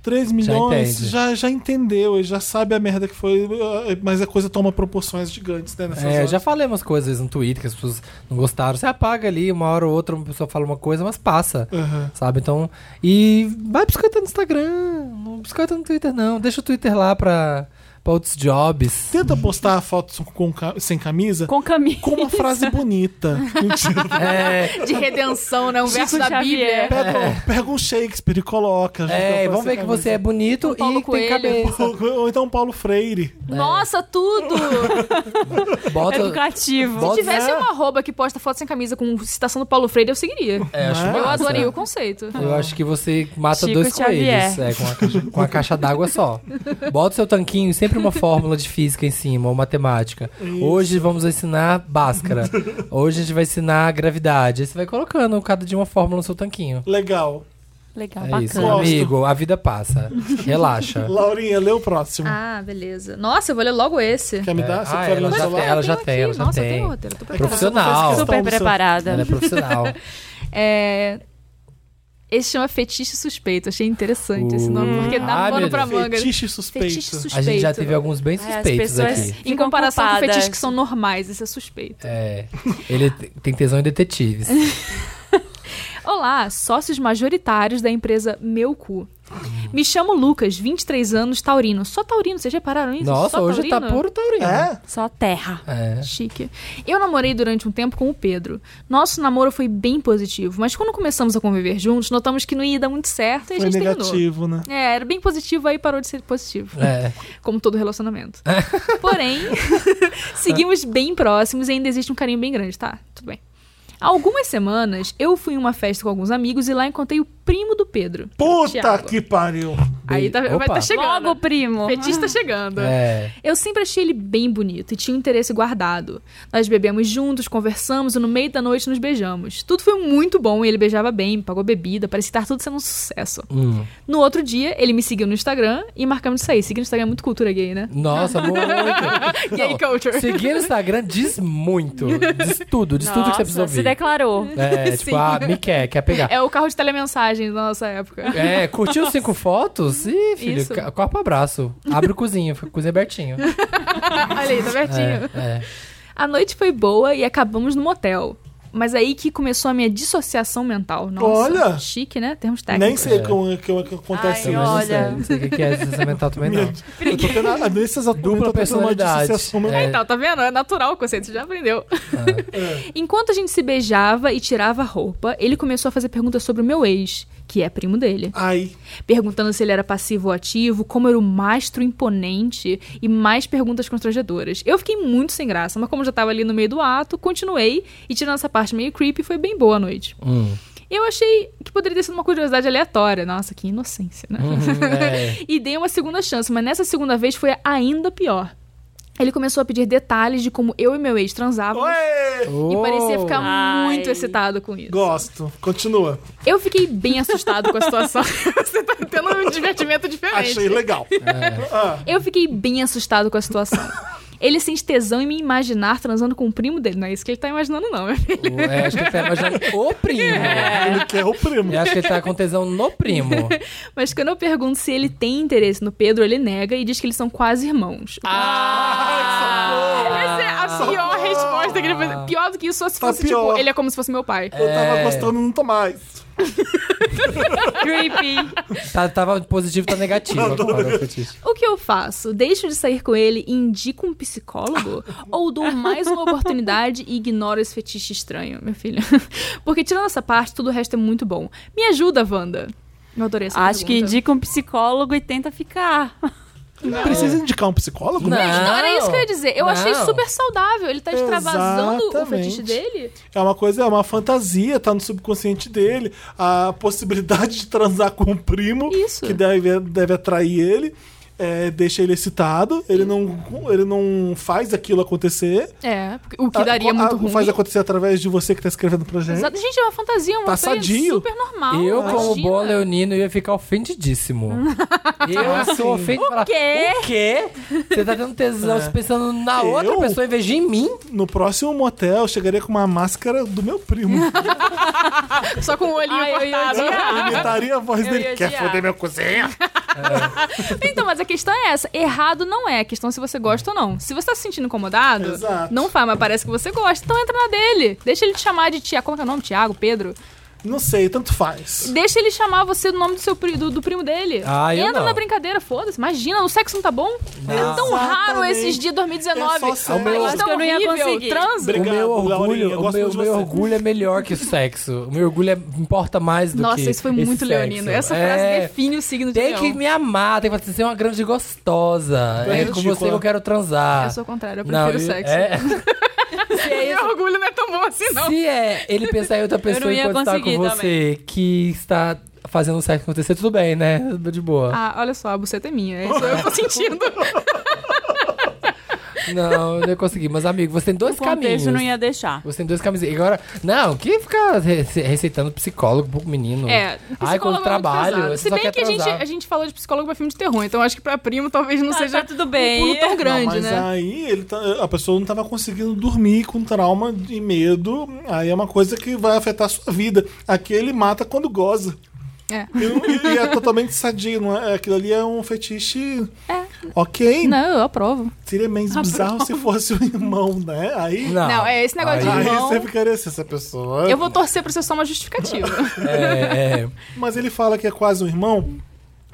[SPEAKER 1] 3 milhões,
[SPEAKER 2] entende.
[SPEAKER 1] já, já entendeu, ele já sabe a merda que foi, mas a coisa toma proporções gigantes, né? nessas
[SPEAKER 2] É, eu
[SPEAKER 1] horas.
[SPEAKER 2] já falei umas coisas às vezes, no Twitter que as pessoas não gostaram. Você apaga ali, uma hora ou outra uma pessoa fala uma coisa, mas passa.
[SPEAKER 1] Uhum.
[SPEAKER 2] Sabe? Então. E vai biscoitando no Instagram. Não biscoita no Twitter, não. Deixa o Twitter lá pra, pra outros jobs.
[SPEAKER 1] Tenta postar a foto com ca- sem camisa com,
[SPEAKER 4] Com caminho.
[SPEAKER 1] uma frase bonita. Mentira.
[SPEAKER 2] É,
[SPEAKER 3] De redenção, né? Um
[SPEAKER 4] Chico
[SPEAKER 3] verso da
[SPEAKER 4] Xavier.
[SPEAKER 3] Bíblia.
[SPEAKER 1] Pega, um- pega um Shakespeare e coloca. junto
[SPEAKER 2] é,
[SPEAKER 1] com a
[SPEAKER 2] vamos ver
[SPEAKER 1] sem
[SPEAKER 2] que
[SPEAKER 1] camisa.
[SPEAKER 2] você é bonito e
[SPEAKER 3] Paulo
[SPEAKER 2] tem
[SPEAKER 3] Coelho.
[SPEAKER 2] cabeça.
[SPEAKER 1] Ou, ou então Paulo Freire.
[SPEAKER 2] É.
[SPEAKER 3] Nossa, tudo!
[SPEAKER 4] É
[SPEAKER 2] Bota.
[SPEAKER 4] Educativo.
[SPEAKER 2] Bota-
[SPEAKER 3] Se tivesse
[SPEAKER 2] É.
[SPEAKER 3] uma arroba que posta foto sem camisa com citação do Paulo Freire, eu seguiria.
[SPEAKER 2] É, acho
[SPEAKER 1] Eu
[SPEAKER 3] Eu
[SPEAKER 2] massa.
[SPEAKER 3] adorei o conceito.
[SPEAKER 2] Eu acho que você mata
[SPEAKER 4] Ah. Chico
[SPEAKER 2] dois
[SPEAKER 4] Xavier.
[SPEAKER 2] coelhos é, com, a caixa, com a caixa d'água só. Bota o seu tanquinho e sempre uma fórmula de física em cima, ou matemática. Hoje vamos ensinar Bhaskara. Hoje a gente vai ensinar gravidade. Aí você vai colocando cada dia uma fórmula no seu tanquinho.
[SPEAKER 1] Legal.
[SPEAKER 4] Legal,
[SPEAKER 2] É
[SPEAKER 4] Ah, bacana.
[SPEAKER 2] isso, amigo. A vida passa. Relaxa.
[SPEAKER 1] Laurinha, lê o próximo.
[SPEAKER 3] Ah, beleza. Nossa, eu vou ler logo esse.
[SPEAKER 1] Quer me dar? Você
[SPEAKER 2] Ah,
[SPEAKER 1] quer
[SPEAKER 2] ela
[SPEAKER 1] no
[SPEAKER 2] já
[SPEAKER 1] celular?
[SPEAKER 2] tem, ela já
[SPEAKER 3] Eu tenho
[SPEAKER 2] tem,
[SPEAKER 3] aqui.
[SPEAKER 2] ela já
[SPEAKER 3] Nossa, eu
[SPEAKER 2] tem.
[SPEAKER 3] tenho roteiro, tô preparada.
[SPEAKER 1] Profissional.
[SPEAKER 2] Profissional.
[SPEAKER 4] Super preparada.
[SPEAKER 2] Ela é profissional.
[SPEAKER 3] É... Esse chama Fetiche Suspeito. Achei interessante esse nome,
[SPEAKER 2] Uh.
[SPEAKER 3] porque dá
[SPEAKER 2] Ah,
[SPEAKER 3] pano
[SPEAKER 2] meu
[SPEAKER 3] pra
[SPEAKER 2] Deus.
[SPEAKER 3] manga.
[SPEAKER 1] Fetiche suspeito.
[SPEAKER 3] Fetiche suspeito.
[SPEAKER 2] A gente já teve alguns bem
[SPEAKER 4] Ai, as
[SPEAKER 2] suspeitos
[SPEAKER 4] pessoas-
[SPEAKER 2] aqui.
[SPEAKER 3] Em
[SPEAKER 4] Ficam
[SPEAKER 3] comparação com
[SPEAKER 4] culpadas.
[SPEAKER 3] fetiches que são normais, esse é suspeito.
[SPEAKER 2] É. Ele te- tem tesão em detetives.
[SPEAKER 3] Olá, sócios majoritários da empresa Meu Cu. Me chamo Lucas, 23 anos, taurino. Só taurino, vocês repararam isso?
[SPEAKER 2] Nossa,
[SPEAKER 3] Só
[SPEAKER 2] hoje tá
[SPEAKER 3] taurino?
[SPEAKER 2] puro taurino.
[SPEAKER 1] É?
[SPEAKER 4] Só terra.
[SPEAKER 2] É.
[SPEAKER 3] Chique. Eu namorei durante um tempo com o Pedro. Nosso namoro foi bem positivo, mas quando começamos a conviver juntos, notamos que não ia dar muito certo e a
[SPEAKER 1] Foi
[SPEAKER 3] gente terminou.
[SPEAKER 1] negativo, né?
[SPEAKER 3] É, era bem positivo, aí parou de ser positivo.
[SPEAKER 2] É.
[SPEAKER 3] Como todo relacionamento. Porém, seguimos bem próximos e ainda existe um carinho bem grande, tá? Tudo bem. Há algumas semanas, eu fui em uma festa com alguns amigos e lá encontrei o primo do Pedro.
[SPEAKER 1] Puta
[SPEAKER 3] Thiago.
[SPEAKER 1] que pariu.
[SPEAKER 3] Aí tá, vai
[SPEAKER 2] Opa.
[SPEAKER 3] tá chegando.
[SPEAKER 4] Logo, primo.
[SPEAKER 3] o petista tá chegando.
[SPEAKER 2] É.
[SPEAKER 3] Eu sempre achei ele bem bonito e tinha um interesse guardado. Nós bebemos juntos, conversamos e no meio da noite nos beijamos. Tudo foi muito bom e ele beijava bem, me pagou bebida, parecia estar tudo sendo um sucesso.
[SPEAKER 2] Hum.
[SPEAKER 3] No outro dia, ele me seguiu no Instagram e marcamos de sair. Seguir no Instagram é muito cultura gay, né?
[SPEAKER 2] Nossa, muito.
[SPEAKER 3] Gay
[SPEAKER 2] Não,
[SPEAKER 3] culture.
[SPEAKER 2] Seguir no Instagram diz muito. Diz tudo, diz tudo que você precisa
[SPEAKER 4] Nossa, Se
[SPEAKER 2] ouvir.
[SPEAKER 4] declarou.
[SPEAKER 2] É,
[SPEAKER 3] Sim.
[SPEAKER 2] tipo, ah, me quer, quer pegar.
[SPEAKER 3] É o carro de telemensagem da nossa época.
[SPEAKER 2] É, curtiu cinco fotos? Ih, filho,
[SPEAKER 3] Isso.
[SPEAKER 2] ca- corpo abraço. Abre o cozinho, fica o cozinho abertinho.
[SPEAKER 3] Olha aí, tá pertinho.
[SPEAKER 2] É,
[SPEAKER 3] A noite foi boa e acabamos no motel. Mas aí que começou a minha dissociação mental. Nossa,
[SPEAKER 1] Olha!
[SPEAKER 3] chique, né? Termos
[SPEAKER 1] Nem
[SPEAKER 3] técnicos.
[SPEAKER 1] sei como é que, como é que acontece
[SPEAKER 4] Ai,
[SPEAKER 1] isso.
[SPEAKER 2] Também não sei,
[SPEAKER 4] olha.
[SPEAKER 2] não sei o que que é desenvolvimento mental também não.
[SPEAKER 1] Eu tô tendo, a- nesse exato momento, eu tô
[SPEAKER 2] Dupla
[SPEAKER 1] tendo uma
[SPEAKER 2] personalidade.
[SPEAKER 1] dissociação
[SPEAKER 2] É.
[SPEAKER 1] mental.
[SPEAKER 3] Então, tá vendo? É natural o conceito, você já aprendeu. É. Enquanto a gente se beijava e tirava a roupa, ele começou a fazer perguntas sobre o meu ex, que é primo dele.
[SPEAKER 1] Ai,
[SPEAKER 3] Perguntando se ele era passivo ou ativo, como era o mastro imponente e mais perguntas constrangedoras. Eu fiquei muito sem graça, mas como eu já tava ali no meio do ato, continuei e tirando essa parte meio creepy, foi bem boa a noite.
[SPEAKER 2] Hum.
[SPEAKER 3] Eu achei que poderia ter sido uma curiosidade aleatória. Nossa, que inocência, né?
[SPEAKER 1] Uhum.
[SPEAKER 2] é.
[SPEAKER 3] e dei uma segunda chance, mas nessa segunda vez foi ainda pior. Ele começou a pedir detalhes de como eu e meu ex transávamos
[SPEAKER 1] Ué! Oh.
[SPEAKER 3] e parecia ficar
[SPEAKER 4] Ai.
[SPEAKER 3] muito excitado com isso.
[SPEAKER 1] Gosto. Continua.
[SPEAKER 3] Eu fiquei bem assustado com a situação. Você tá tendo um divertimento diferente.
[SPEAKER 1] Achei legal. Ah,
[SPEAKER 3] Eu fiquei bem assustado com a situação. Ele sente tesão em me imaginar transando com o primo dele. Não é isso que ele tá imaginando, não.
[SPEAKER 2] O- é, acho que ele tá imaginando o primo.
[SPEAKER 3] É.
[SPEAKER 1] Ah, ele quer o primo.
[SPEAKER 2] Eu acho que ele tá com tesão no primo.
[SPEAKER 3] Mas quando eu pergunto se ele tem interesse no Pedro, ele nega e diz que eles são quase irmãos.
[SPEAKER 1] Ah!
[SPEAKER 3] Essa é a pior resposta que ele fez. Pior do que isso, só se
[SPEAKER 1] Tá
[SPEAKER 3] fosse,
[SPEAKER 1] pior.
[SPEAKER 3] tipo, ele é como se fosse meu pai.
[SPEAKER 1] Eu tava gostando, não tô mais.
[SPEAKER 4] Creepy.
[SPEAKER 2] Tá, tava positivo, tá negativo. Agora, o fetiche.
[SPEAKER 3] O que eu faço? Deixo de sair com ele e indico um psicólogo? Ou dou mais uma oportunidade e ignoro esse fetiche estranho, meu filho? Porque tirando essa parte, tudo o resto é muito bom. Me ajuda, Wanda. Eu adorei essa
[SPEAKER 4] Acho que
[SPEAKER 3] pergunta.
[SPEAKER 4] indica um psicólogo e tenta ficar.
[SPEAKER 1] Precisa indicar um psicólogo? né?
[SPEAKER 3] Não, era isso que eu ia dizer. Eu
[SPEAKER 2] Não.
[SPEAKER 3] achei super saudável. Ele tá extravasando o
[SPEAKER 1] Exatamente.
[SPEAKER 3] fetiche dele.
[SPEAKER 1] É uma coisa, é uma fantasia, tá no subconsciente dele. A possibilidade de transar com o primo,
[SPEAKER 3] Isso.
[SPEAKER 1] que deve, deve atrair ele, é, deixa ele excitado. Ele não, ele não faz aquilo acontecer.
[SPEAKER 3] É, porque- o que daria
[SPEAKER 1] A-
[SPEAKER 3] muito
[SPEAKER 1] a-
[SPEAKER 3] ruim.
[SPEAKER 1] Ah, Faz acontecer através de você que tá escrevendo pra gente.
[SPEAKER 3] Exato. Gente, é uma fantasia, é uma
[SPEAKER 1] Tá
[SPEAKER 3] coisa
[SPEAKER 1] sadio.
[SPEAKER 3] super normal.
[SPEAKER 2] Eu, como
[SPEAKER 3] imagina.
[SPEAKER 2] bom leonino, ia ficar ofendidíssimo. Eu sou ofendido e falar,
[SPEAKER 4] quê?
[SPEAKER 2] o quê? Você tá tendo tesão você pensando na
[SPEAKER 1] Eu?
[SPEAKER 2] outra pessoa em vez de em mim?
[SPEAKER 1] No próximo motel, eu chegaria com uma máscara do meu primo.
[SPEAKER 3] Só com o olhinho
[SPEAKER 4] Ai, eu ia
[SPEAKER 3] cortado.
[SPEAKER 1] Imitaria a voz
[SPEAKER 4] Eu
[SPEAKER 1] dele.
[SPEAKER 4] ia
[SPEAKER 1] Quer
[SPEAKER 4] odiar.
[SPEAKER 1] foder meu cozinha?
[SPEAKER 3] Então, mas a questão é essa. Errado não é. A questão é se você gosta ou não. Se você tá se sentindo incomodado,
[SPEAKER 1] Exato.
[SPEAKER 3] não faz, mas parece que você gosta. Então entra na dele. Deixa ele te chamar de Tiago. Como que é o nome? Tiago? Pedro?
[SPEAKER 1] Não sei, tanto faz.
[SPEAKER 3] Deixa ele chamar você do nome do, seu, pri- do, do primo dele.
[SPEAKER 2] Ah, eu
[SPEAKER 3] entra
[SPEAKER 2] não.
[SPEAKER 3] na brincadeira, foda-se. Imagina, o sexo não tá bom? É tão raro
[SPEAKER 1] Exatamente.
[SPEAKER 3] esses dias 2019.
[SPEAKER 1] É só sexo.
[SPEAKER 3] Mas
[SPEAKER 1] Eu
[SPEAKER 4] acho
[SPEAKER 3] tão
[SPEAKER 4] que eu não ia
[SPEAKER 3] horrível.
[SPEAKER 4] conseguir.
[SPEAKER 3] Transa.
[SPEAKER 1] Obrigado,
[SPEAKER 2] o meu
[SPEAKER 1] Laurinha,
[SPEAKER 2] orgulho,
[SPEAKER 1] eu
[SPEAKER 2] o
[SPEAKER 1] gosto
[SPEAKER 2] meu,
[SPEAKER 1] muito de
[SPEAKER 2] meu
[SPEAKER 1] você.
[SPEAKER 2] orgulho é melhor que o sexo. O meu orgulho é, importa mais do
[SPEAKER 3] Nossa,
[SPEAKER 2] que
[SPEAKER 3] isso foi muito
[SPEAKER 2] esse
[SPEAKER 3] leonino.
[SPEAKER 2] sexo.
[SPEAKER 3] Essa frase
[SPEAKER 2] É.
[SPEAKER 3] define o signo de
[SPEAKER 2] Tem
[SPEAKER 3] leão.
[SPEAKER 2] que me amar, tem que ser uma grande gostosa.
[SPEAKER 1] Tu é
[SPEAKER 2] É com
[SPEAKER 1] ridícula.
[SPEAKER 2] você que eu quero transar.
[SPEAKER 3] Eu sou o contrário, eu
[SPEAKER 2] Ah, Não,
[SPEAKER 3] prefiro
[SPEAKER 2] eu-
[SPEAKER 3] sexo.
[SPEAKER 2] é.
[SPEAKER 3] Meu orgulho não é tão bom assim, não.
[SPEAKER 2] Se é ele pensar em outra pessoa
[SPEAKER 4] ia
[SPEAKER 2] enquanto está com
[SPEAKER 4] conseguir
[SPEAKER 2] você que está fazendo o sexo acontecer, tudo bem, né? De boa.
[SPEAKER 3] Ah, olha só, a buceta é minha. É isso que eu tô sentindo.
[SPEAKER 2] Não, eu não ia conseguir. Mas, amigo, você tem
[SPEAKER 4] O
[SPEAKER 2] dois caminhos.
[SPEAKER 4] contexto não ia deixar.
[SPEAKER 2] Você tem dois caminhos. E agora, não, que ficar rece- receitando psicólogo pro menino?
[SPEAKER 3] É,
[SPEAKER 2] Ai,
[SPEAKER 3] psicólogo é
[SPEAKER 2] quanto
[SPEAKER 3] muito
[SPEAKER 2] trabalho.
[SPEAKER 3] pesado.
[SPEAKER 2] Você
[SPEAKER 3] Se
[SPEAKER 2] só
[SPEAKER 3] bem
[SPEAKER 2] quer
[SPEAKER 3] que a gente,
[SPEAKER 2] transar.
[SPEAKER 3] a gente falou de psicólogo pra filme de terror, então acho que pra primo talvez não
[SPEAKER 4] Ah,
[SPEAKER 3] seja
[SPEAKER 4] tá tudo
[SPEAKER 3] um
[SPEAKER 4] bem.
[SPEAKER 3] pulo tão grande,
[SPEAKER 1] não, mas
[SPEAKER 3] né?
[SPEAKER 1] aí ele tá- a pessoa não estava conseguindo dormir com trauma e medo. Aí é uma coisa que vai afetar a sua vida. Aqui ele mata quando goza.
[SPEAKER 3] É.
[SPEAKER 1] E, e- e é totalmente sadio, não é? Aquilo ali é um fetiche. Ok.
[SPEAKER 3] Não, eu aprovo.
[SPEAKER 1] Seria menos bizarro se fosse o irmão, né? Aí,
[SPEAKER 2] Não,
[SPEAKER 3] Não, é esse negócio de
[SPEAKER 1] aí
[SPEAKER 3] irmão.
[SPEAKER 1] você ficaria assim, essa pessoa.
[SPEAKER 3] Eu vou torcer pra ser só uma justificativa.
[SPEAKER 2] É, é.
[SPEAKER 1] Mas ele fala que é quase um irmão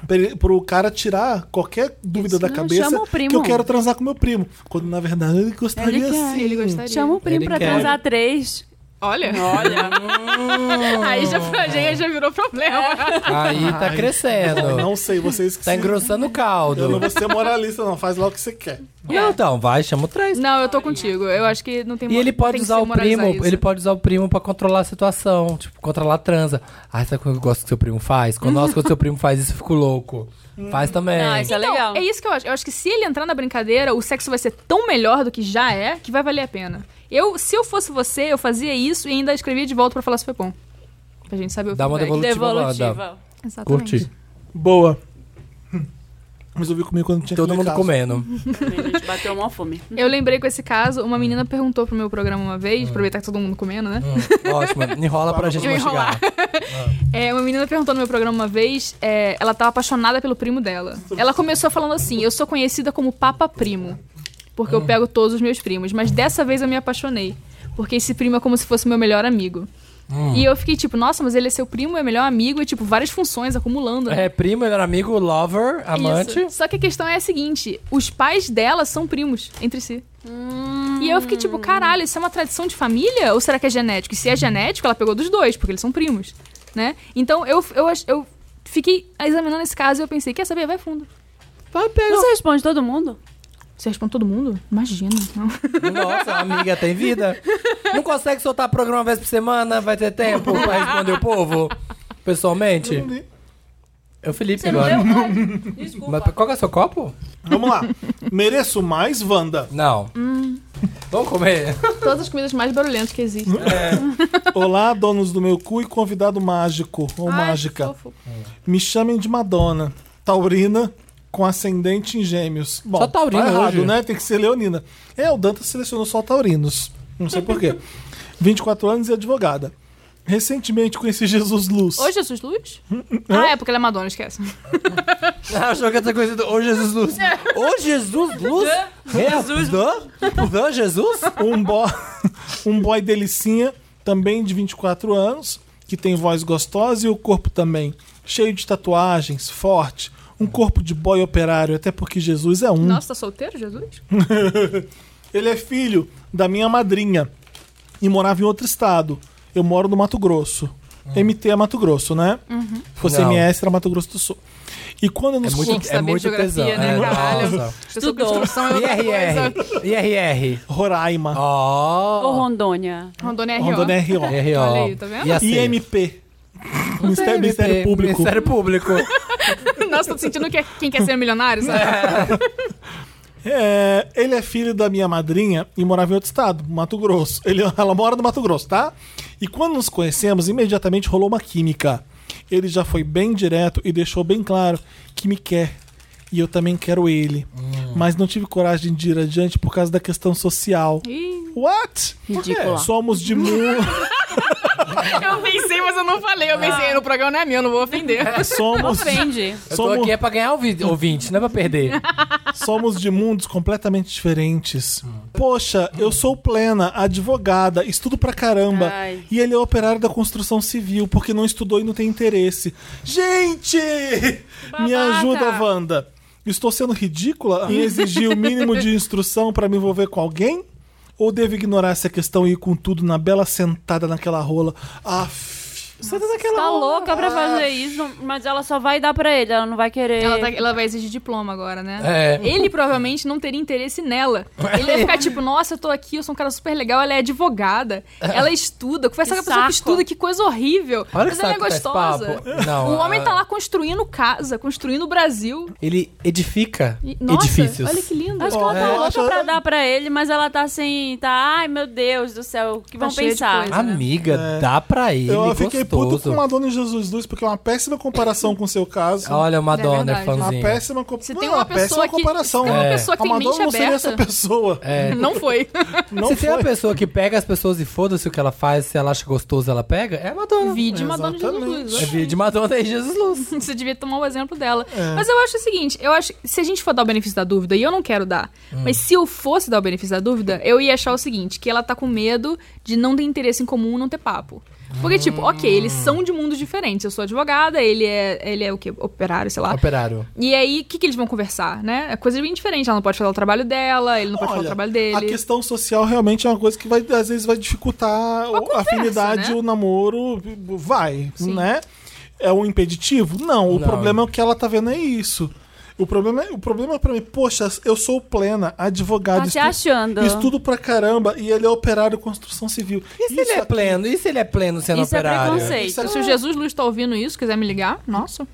[SPEAKER 1] pra ele- pro cara tirar qualquer dúvida
[SPEAKER 4] Isso,
[SPEAKER 1] da
[SPEAKER 4] não,
[SPEAKER 1] cabeça
[SPEAKER 4] chama o primo.
[SPEAKER 1] que eu quero transar com meu primo. Quando na verdade ele gostaria
[SPEAKER 4] Ele quer,
[SPEAKER 1] sim.
[SPEAKER 3] Ele gostaria.
[SPEAKER 4] Chama o primo
[SPEAKER 2] Ele
[SPEAKER 4] pra
[SPEAKER 2] quer.
[SPEAKER 4] transar três.
[SPEAKER 3] Olha. Olha. Aí já, pra gente já virou problema.
[SPEAKER 2] Aí tá
[SPEAKER 1] Ai,
[SPEAKER 2] crescendo.
[SPEAKER 1] Não sei, vocês que
[SPEAKER 2] Tá
[SPEAKER 1] se-
[SPEAKER 2] engrossando o
[SPEAKER 1] Eu não
[SPEAKER 2] caldo.
[SPEAKER 1] vou ser moralista, não. Faz lá o que você quer.
[SPEAKER 2] Não, então, vai, chama o três.
[SPEAKER 3] Não, eu tô contigo. Eu acho que não tem
[SPEAKER 2] E
[SPEAKER 3] mo-
[SPEAKER 2] ele pode
[SPEAKER 3] tem que
[SPEAKER 2] usar
[SPEAKER 3] se
[SPEAKER 2] o
[SPEAKER 3] moralizar
[SPEAKER 2] primo,
[SPEAKER 3] isso.
[SPEAKER 2] ele pode usar o primo pra controlar a situação, tipo, controlar a transa. Ah, sabe como eu gosto que seu primo faz? Quando nossa, quando seu primo faz isso, eu fico louco.
[SPEAKER 3] Hum.
[SPEAKER 2] Faz também.
[SPEAKER 4] Não, isso é
[SPEAKER 3] Então,
[SPEAKER 4] legal.
[SPEAKER 3] é isso que eu acho. Eu acho que se ele entrar na brincadeira, o sexo vai ser tão melhor do que já é, que vai valer a pena. Eu, se eu fosse você, eu fazia isso e ainda escrevia de volta pra falar se foi bom. Pra gente saber o
[SPEAKER 2] Dá uma
[SPEAKER 3] feedback.
[SPEAKER 2] devolutiva, Wanda.
[SPEAKER 4] Devolutiva.
[SPEAKER 3] Exatamente.
[SPEAKER 2] Curti.
[SPEAKER 1] Boa. Hum. Resolvi comer quando tinha que
[SPEAKER 2] Todo
[SPEAKER 1] comer
[SPEAKER 2] mundo
[SPEAKER 1] caso.
[SPEAKER 2] comendo.
[SPEAKER 4] A gente bateu uma fome.
[SPEAKER 3] Eu lembrei com esse caso, uma menina perguntou pro meu programa uma vez, aproveitar que todo mundo comendo, né?
[SPEAKER 2] Hum, ótimo. Enrola pra gente
[SPEAKER 3] Eu ia
[SPEAKER 2] mastigar.
[SPEAKER 3] É, uma menina perguntou no meu programa uma vez, é, ela tava apaixonada pelo primo dela. Ela começou falando assim: Eu sou conhecida como Papa Primo, porque eu pego todos os meus primos, mas dessa vez eu me apaixonei, porque esse primo é como se fosse meu melhor amigo. E eu fiquei tipo, nossa, mas ele é seu primo, é melhor amigo, e tipo, várias funções acumulando. né?
[SPEAKER 2] É primo, melhor amigo, lover, amante.
[SPEAKER 3] Isso. Só que a questão é a seguinte: os pais dela são primos entre si. E eu fiquei tipo, caralho, isso é uma tradição de família? Ou será que é genético? E se é genético, ela pegou dos dois, porque eles são primos. né? Então eu, eu, ach- eu fiquei examinando esse caso e eu pensei, quer saber? Vai fundo.
[SPEAKER 2] Vai, pega.
[SPEAKER 4] Você responde todo mundo?
[SPEAKER 3] Você responde todo mundo? Imagina. então. Não.
[SPEAKER 2] Nossa, a amiga tem vida. Não consegue soltar programa uma vez por semana? Vai ter tempo pra responder o povo? Pessoalmente? É o Felipe agora. Mas qual que é o seu copo?
[SPEAKER 1] Vamos lá. Mereço mais, Wanda.
[SPEAKER 2] Não.
[SPEAKER 3] Hum.
[SPEAKER 2] Vamos comer.
[SPEAKER 3] Todas as comidas mais barulhentas que existem.
[SPEAKER 1] Olá, donos do meu cu e convidado mágico ou
[SPEAKER 3] Ai,
[SPEAKER 1] mágica.
[SPEAKER 3] fofo.
[SPEAKER 1] Me chamem de Madonna. Taurina com ascendente em gêmeos. Bom,
[SPEAKER 2] Só taurina
[SPEAKER 1] tá errado,
[SPEAKER 2] hoje.
[SPEAKER 1] né? Tem que ser leonina. É, o Dantas selecionou só taurinos. Não sei porquê. 24 anos e advogada. Recentemente conheci Jesus Luz.
[SPEAKER 3] Ô, Jesus Luz?
[SPEAKER 2] Hum,
[SPEAKER 3] ah, é porque ela é Madonna, esquece.
[SPEAKER 2] Ah, Achou que essa coisa do Ô Jesus Luz. Ô Jesus Luz? Jesus Luz? Dã Jesus?
[SPEAKER 1] um, bo... um boy delicinha, também de 24 anos, que tem voz gostosa e o corpo também. Cheio de tatuagens, forte. Um corpo de boy operário, até porque Jesus é um.
[SPEAKER 3] Nossa, tá solteiro, Jesus?
[SPEAKER 1] Ele é filho da minha madrinha e morava em outro estado. Eu moro no Mato Grosso. MT é Mato Grosso, né? Se fosse
[SPEAKER 2] Hum. Não.
[SPEAKER 1] MS, era Mato Grosso do Sul. E quando eu nos
[SPEAKER 2] muito-
[SPEAKER 3] Tinha que
[SPEAKER 2] É
[SPEAKER 3] saber
[SPEAKER 2] muito
[SPEAKER 3] de geografia,
[SPEAKER 2] tesão,
[SPEAKER 3] né?
[SPEAKER 2] é,
[SPEAKER 3] Caralho.
[SPEAKER 2] nossa.
[SPEAKER 4] Estudou.
[SPEAKER 3] Construção é outra coisa.
[SPEAKER 2] IRR. IRR.
[SPEAKER 1] Roraima,
[SPEAKER 4] Ou
[SPEAKER 2] Ó.
[SPEAKER 4] Rondônia?
[SPEAKER 3] Rondônia é
[SPEAKER 2] é
[SPEAKER 3] RO.
[SPEAKER 1] Rondônia é RO.
[SPEAKER 2] IRR, ó.
[SPEAKER 3] Olha aí, tá vendo?
[SPEAKER 2] E assim,
[SPEAKER 1] IMP.
[SPEAKER 2] é
[SPEAKER 1] Ministério, Ministério Público.
[SPEAKER 2] Ministério Público.
[SPEAKER 3] Nossa, tô sentindo que é quem quer ser milionário, sabe?
[SPEAKER 1] É, ele é filho da minha madrinha e morava em outro estado, Mato Grosso. Ele- ela mora no Mato Grosso, tá? E quando nos conhecemos, imediatamente rolou uma química. Ele já foi bem direto e deixou bem claro que me quer. E eu também quero ele. Mas não tive coragem de ir adiante por causa da questão social.
[SPEAKER 3] Ih,
[SPEAKER 1] What?
[SPEAKER 4] Ridícula.
[SPEAKER 1] Somos de mu-
[SPEAKER 3] eu pensei, mas eu não falei. Eu pensei, no programa não é meu, não vou ofender.
[SPEAKER 1] somos,
[SPEAKER 4] Ofende.
[SPEAKER 2] Eu tô
[SPEAKER 1] Somos-
[SPEAKER 2] aqui é pra ganhar ouvi- ouvinte, não é pra perder.
[SPEAKER 1] Somos de mundos completamente diferentes. Poxa, eu sou plena, advogada, estudo pra caramba.
[SPEAKER 4] Ai.
[SPEAKER 1] E ele é operário da construção civil, porque não estudou e não tem interesse. Gente! Me
[SPEAKER 3] Babaca.
[SPEAKER 1] ajuda, Wanda. Estou sendo ridícula em exigir o mínimo de instrução pra me envolver com alguém? Ou devo ignorar essa questão e ir com tudo na bela sentada naquela rola? Aff. Senta naquela
[SPEAKER 4] Tá
[SPEAKER 1] rola.
[SPEAKER 4] louca pra fazer isso, mas ela só vai dar pra ele, ela não vai querer.
[SPEAKER 3] Ela, tá- ela vai exigir diploma agora, né?
[SPEAKER 2] É.
[SPEAKER 3] Ele provavelmente não teria interesse nela. Ele ia ficar tipo, nossa, eu tô aqui, eu sou um cara super legal, ela é advogada, ela estuda, conversa
[SPEAKER 4] Que
[SPEAKER 3] com a pessoa que
[SPEAKER 4] saco.
[SPEAKER 3] estuda, que coisa horrível.
[SPEAKER 2] Olha que
[SPEAKER 3] mas ela é
[SPEAKER 2] saco desse
[SPEAKER 3] gostosa.
[SPEAKER 2] papo. Não,
[SPEAKER 3] o homem
[SPEAKER 2] ah.
[SPEAKER 3] tá lá construindo casa, construindo o Brasil.
[SPEAKER 2] Ele edifica
[SPEAKER 3] E- nossa,
[SPEAKER 2] edifícios.
[SPEAKER 3] olha que lindo.
[SPEAKER 4] Acho que ela tá
[SPEAKER 1] É,
[SPEAKER 4] louca
[SPEAKER 1] acho-
[SPEAKER 4] pra dar pra ele, mas ela tá assim, tá, ai meu Deus do céu, o que
[SPEAKER 3] Tá
[SPEAKER 4] vão
[SPEAKER 3] cheia de
[SPEAKER 4] pensar?
[SPEAKER 3] coisa.
[SPEAKER 2] Amiga, dá pra ele,
[SPEAKER 1] É. Eu fiquei puto
[SPEAKER 2] gostoso.
[SPEAKER 1] com Madonna e Jesus Luz, porque é uma péssima comparação com o seu caso.
[SPEAKER 2] Olha, Madonna
[SPEAKER 3] É
[SPEAKER 2] é
[SPEAKER 3] verdade.
[SPEAKER 1] Uma
[SPEAKER 2] fãzinha.
[SPEAKER 1] péssima, co-
[SPEAKER 3] Se
[SPEAKER 1] Não,
[SPEAKER 3] tem
[SPEAKER 1] é
[SPEAKER 3] uma
[SPEAKER 1] uma péssima
[SPEAKER 3] pessoa que-
[SPEAKER 1] comparação.
[SPEAKER 3] se tem uma É. pessoa que
[SPEAKER 1] a
[SPEAKER 3] tem
[SPEAKER 1] Madonna
[SPEAKER 3] mente
[SPEAKER 1] não seria
[SPEAKER 3] aberta.
[SPEAKER 1] essa pessoa.
[SPEAKER 3] Não foi.
[SPEAKER 1] Não foi.
[SPEAKER 2] se É. tem uma pessoa que pega as pessoas e foda-se o que ela faz, se ela acha gostoso, ela pega, é a Madonna.
[SPEAKER 3] Vídeo Madonna Jesus Luz.
[SPEAKER 1] Exatamente.
[SPEAKER 2] É vídeo de Madonna e Jesus Luz.
[SPEAKER 3] Você devia tomar o exemplo dela. Mas eu acho o seguinte, eu acho, se a gente for dar o benefício da dúvida, e eu não quero dar, mas se eu fosse dar o benefício da dúvida, eu ia achar o seguinte, que ela tá com medo de não ter interesse em comum, não ter papo. Porque, tipo, ok, eles são de mundos diferentes. Eu sou advogada, ele é, ele é o quê? Operário, sei lá.
[SPEAKER 2] Operário.
[SPEAKER 3] E aí, o que, que eles vão conversar, né? É coisa bem diferente. Ela não pode falar o trabalho dela, ele não pode falar o
[SPEAKER 1] Olha,
[SPEAKER 3] trabalho
[SPEAKER 1] A
[SPEAKER 3] dele.
[SPEAKER 1] questão social realmente é uma coisa que vai, às vezes vai dificultar o- a afinidade,
[SPEAKER 3] né?
[SPEAKER 1] o namoro. Vai, né? É um impeditivo? Não, o
[SPEAKER 2] Não.
[SPEAKER 1] problema é o que ela tá vendo é isso. O problema, é- o problema pra mim, poxa, eu sou plena, advogada,
[SPEAKER 4] Tá se
[SPEAKER 1] estu-
[SPEAKER 4] achando.
[SPEAKER 1] estudo pra caramba e ele é operário de construção civil.
[SPEAKER 2] E se ele é
[SPEAKER 1] aqui-
[SPEAKER 2] pleno? E se ele é pleno sendo
[SPEAKER 4] Isso é
[SPEAKER 2] operário?
[SPEAKER 4] preconceito.
[SPEAKER 1] isso aqui-
[SPEAKER 3] Se o Jesus Luz tá ouvindo isso, quiser me ligar, nossa.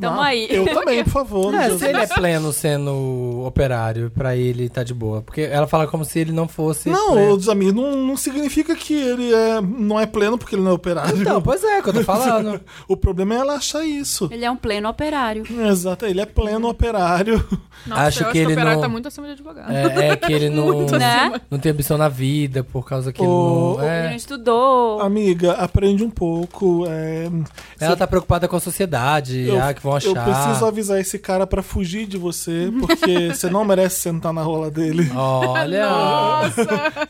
[SPEAKER 4] Tamo aí.
[SPEAKER 1] é Eu também, por favor.
[SPEAKER 2] Não,
[SPEAKER 1] Jesus.
[SPEAKER 2] se ele é pleno sendo operário, pra ele tá de boa. Porque ela fala como se ele não fosse.
[SPEAKER 1] Não,
[SPEAKER 2] pleno.
[SPEAKER 1] o Zamir não, não significa que ele é, não é pleno porque ele não é operário.
[SPEAKER 2] Então, pois é, é o que eu tô falando.
[SPEAKER 1] O problema é ela achar isso.
[SPEAKER 4] Ele é um pleno operário.
[SPEAKER 1] Exato, ele é pleno operário.
[SPEAKER 3] Nossa,
[SPEAKER 2] Acho
[SPEAKER 3] eu
[SPEAKER 2] que
[SPEAKER 3] acho que o
[SPEAKER 2] ele
[SPEAKER 3] operário
[SPEAKER 2] não-
[SPEAKER 3] tá muito acima de advogado.
[SPEAKER 2] É, é que ele não,
[SPEAKER 4] acima.
[SPEAKER 2] não tem ambição na vida por causa que
[SPEAKER 1] Ô,
[SPEAKER 2] ele não.
[SPEAKER 4] Né? Ele
[SPEAKER 2] é.
[SPEAKER 4] não estudou.
[SPEAKER 1] Amiga, aprende um pouco. é,
[SPEAKER 2] Ela tá preocupada com a sociedade, ah, que vão achar.
[SPEAKER 1] eu preciso avisar esse cara pra fugir de você, porque você não merece sentar na rola
[SPEAKER 2] Ah,
[SPEAKER 1] dele.
[SPEAKER 2] Olha,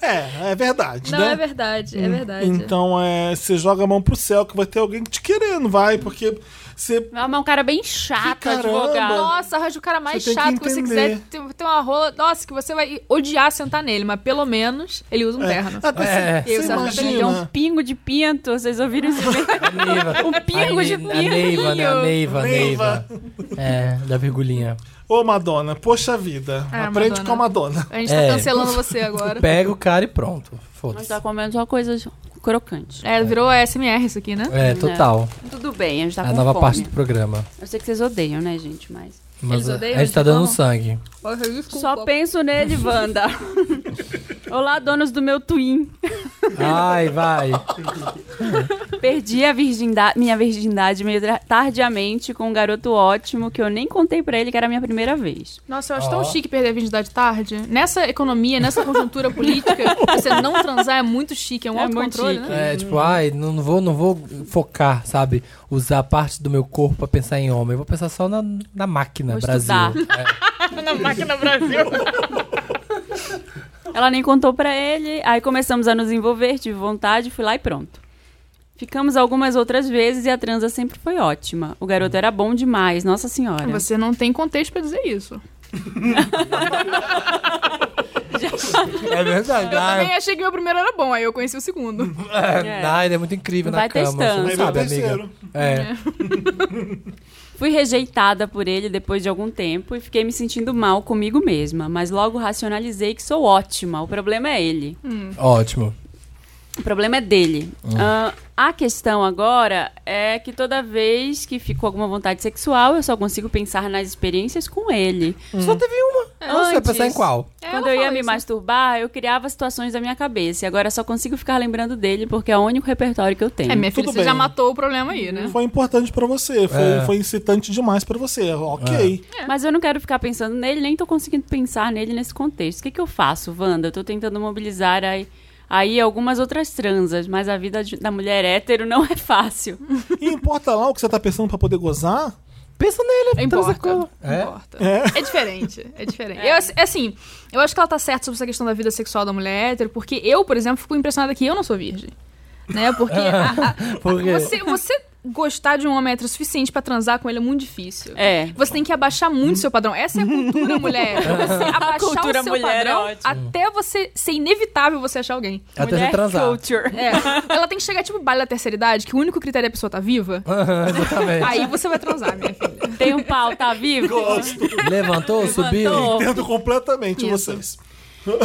[SPEAKER 1] É, é verdade,
[SPEAKER 3] Não,
[SPEAKER 1] né?
[SPEAKER 3] é verdade, é verdade.
[SPEAKER 1] Então, é, você joga a mão pro céu que vai ter alguém te querendo, vai, porque você
[SPEAKER 4] Mas é um cara bem chato,
[SPEAKER 1] Caramba.
[SPEAKER 4] advogado.
[SPEAKER 3] Nossa, arranja o cara mais
[SPEAKER 1] Você tem que
[SPEAKER 3] chato que, você
[SPEAKER 1] entender.
[SPEAKER 3] quiser. Tem, tem uma rola, nossa, que você vai odiar sentar nele, mas pelo menos ele usa um terno.
[SPEAKER 1] Ah, mas
[SPEAKER 2] É,
[SPEAKER 1] você-
[SPEAKER 3] eu
[SPEAKER 1] você
[SPEAKER 3] só-
[SPEAKER 4] Ele deu um
[SPEAKER 1] imagina.
[SPEAKER 4] pingo de pinto, vocês ouviram isso bem?
[SPEAKER 2] Neiva.
[SPEAKER 4] Um pingo de
[SPEAKER 2] A Ne- A Neiva, né? A Neiva, a Neiva. É, da virgulinha.
[SPEAKER 1] Ô, Madonna, poxa vida.
[SPEAKER 3] Ah,
[SPEAKER 1] Aprende
[SPEAKER 3] Madonna.
[SPEAKER 1] com a Madonna.
[SPEAKER 3] A gente tá
[SPEAKER 2] É.
[SPEAKER 3] cancelando você agora.
[SPEAKER 2] Pega o cara e pronto.
[SPEAKER 4] Mas
[SPEAKER 2] Foda-se.
[SPEAKER 4] tá comendo só coisas crocantes.
[SPEAKER 3] É, virou ASMR isso aqui, né?
[SPEAKER 2] É, total.
[SPEAKER 4] Tudo bem, a gente tá
[SPEAKER 1] Ah,
[SPEAKER 2] É a
[SPEAKER 4] com
[SPEAKER 2] nova
[SPEAKER 4] fome.
[SPEAKER 2] parte do programa.
[SPEAKER 4] Eu sei que vocês odeiam, né, gente? Mas.
[SPEAKER 2] Mas
[SPEAKER 3] Eles odeiam,
[SPEAKER 2] a gente tá
[SPEAKER 3] eles
[SPEAKER 2] dando
[SPEAKER 3] reclamam?
[SPEAKER 2] sangue.
[SPEAKER 4] Só penso nele, Wanda. Olá, donos do meu twin.
[SPEAKER 2] Ai, vai.
[SPEAKER 4] Perdi a virgindade, minha virgindade meio tra- tardiamente com um garoto ótimo que eu nem contei pra ele que era a minha primeira vez.
[SPEAKER 3] Nossa, eu acho
[SPEAKER 2] Ó.
[SPEAKER 3] tão chique perder a virgindade tarde. Nessa economia, nessa conjuntura política, você não transar é muito chique, é um
[SPEAKER 4] É
[SPEAKER 3] autocontrole,
[SPEAKER 4] muito
[SPEAKER 3] né?
[SPEAKER 4] chique.
[SPEAKER 2] É, tipo, ai, não não vou, não vou focar, sabe? Usar parte do meu corpo pra pensar em homem. Eu vou pensar só na, na máquina,
[SPEAKER 4] Vou
[SPEAKER 2] Brasil.
[SPEAKER 4] estudar. Ela nem contou pra ele, aí começamos a nos envolver, tive vontade, fui lá e pronto. Ficamos algumas outras vezes e a transa sempre foi ótima. O garoto era bom demais, nossa senhora.
[SPEAKER 3] Você não tem contexto pra dizer isso.
[SPEAKER 2] É verdade.
[SPEAKER 3] Eu
[SPEAKER 2] ai,
[SPEAKER 3] também achei que meu primeiro era bom, aí eu conheci o segundo.
[SPEAKER 2] É. Ah, ele é muito incrível
[SPEAKER 4] Vai
[SPEAKER 2] na cama.
[SPEAKER 4] testando.
[SPEAKER 2] Você
[SPEAKER 1] Aí vai o
[SPEAKER 2] não sabe, amiga.
[SPEAKER 1] terceiro.
[SPEAKER 2] É.
[SPEAKER 4] Fui rejeitada por ele depois de algum tempo e fiquei me sentindo mal comigo mesma, mas logo racionalizei que sou ótima, o problema é ele.
[SPEAKER 2] Ótimo.
[SPEAKER 4] O problema é dele. Ah, a questão agora é que toda vez que fico com alguma vontade sexual, eu só consigo pensar nas experiências com ele.
[SPEAKER 2] Só teve uma. Não, você vai
[SPEAKER 3] antes.
[SPEAKER 2] pensar em qual?
[SPEAKER 3] É,
[SPEAKER 4] Quando
[SPEAKER 3] ela
[SPEAKER 4] eu ia
[SPEAKER 3] fala
[SPEAKER 4] me
[SPEAKER 3] isso.
[SPEAKER 4] masturbar, eu criava situações da minha cabeça e agora só consigo ficar lembrando dele porque é o único repertório que eu tenho.
[SPEAKER 3] É, minha filha,
[SPEAKER 1] Tudo
[SPEAKER 3] você já
[SPEAKER 1] bem.
[SPEAKER 3] matou o problema aí, né?
[SPEAKER 1] Foi importante pra você. Foi,
[SPEAKER 2] É.
[SPEAKER 1] foi incitante demais pra você. Ok.
[SPEAKER 4] Mas eu não quero ficar pensando nele, nem tô conseguindo pensar nele nesse contexto. O que, que eu faço, Wanda? Eu tô tentando mobilizar aí, aí algumas outras transas, mas a vida de- da mulher hétero não é fácil.
[SPEAKER 1] E importa lá o que você tá pensando pra poder gozar?
[SPEAKER 2] Pensa nele. transa
[SPEAKER 3] Importa.
[SPEAKER 2] com- É?
[SPEAKER 3] Importa. É. diferente. É diferente. Eu, ass- assim, eu acho que ela tá certa sobre essa questão da vida sexual da mulher hétero, porque eu, por exemplo, fico impressionada que eu não sou virgem. Né? Porque a- a-
[SPEAKER 2] Por quê?
[SPEAKER 4] assim,
[SPEAKER 3] você, você gostar de um homem hétero o suficiente pra transar com ele é muito difícil.
[SPEAKER 4] É.
[SPEAKER 3] Você tem que abaixar muito seu padrão. Essa é a cultura mulher. hétero. Você abaixar
[SPEAKER 4] cultura
[SPEAKER 3] o seu
[SPEAKER 4] mulher é
[SPEAKER 3] padrão
[SPEAKER 4] ótimo.
[SPEAKER 3] até você ser inevitável você achar alguém.
[SPEAKER 2] Até
[SPEAKER 4] mulher
[SPEAKER 2] você transar.
[SPEAKER 4] culture.
[SPEAKER 3] É. Ela tem que chegar tipo baile da terceira idade, que o único critério é a pessoa tá viva.
[SPEAKER 2] Aham, exatamente.
[SPEAKER 3] Aí você vai transar, minha filha.
[SPEAKER 4] Tem um pau, tá vivo?
[SPEAKER 2] Levantou, subiu.
[SPEAKER 4] Levantou.
[SPEAKER 1] Entendo completamente
[SPEAKER 3] Isso.
[SPEAKER 1] vocês.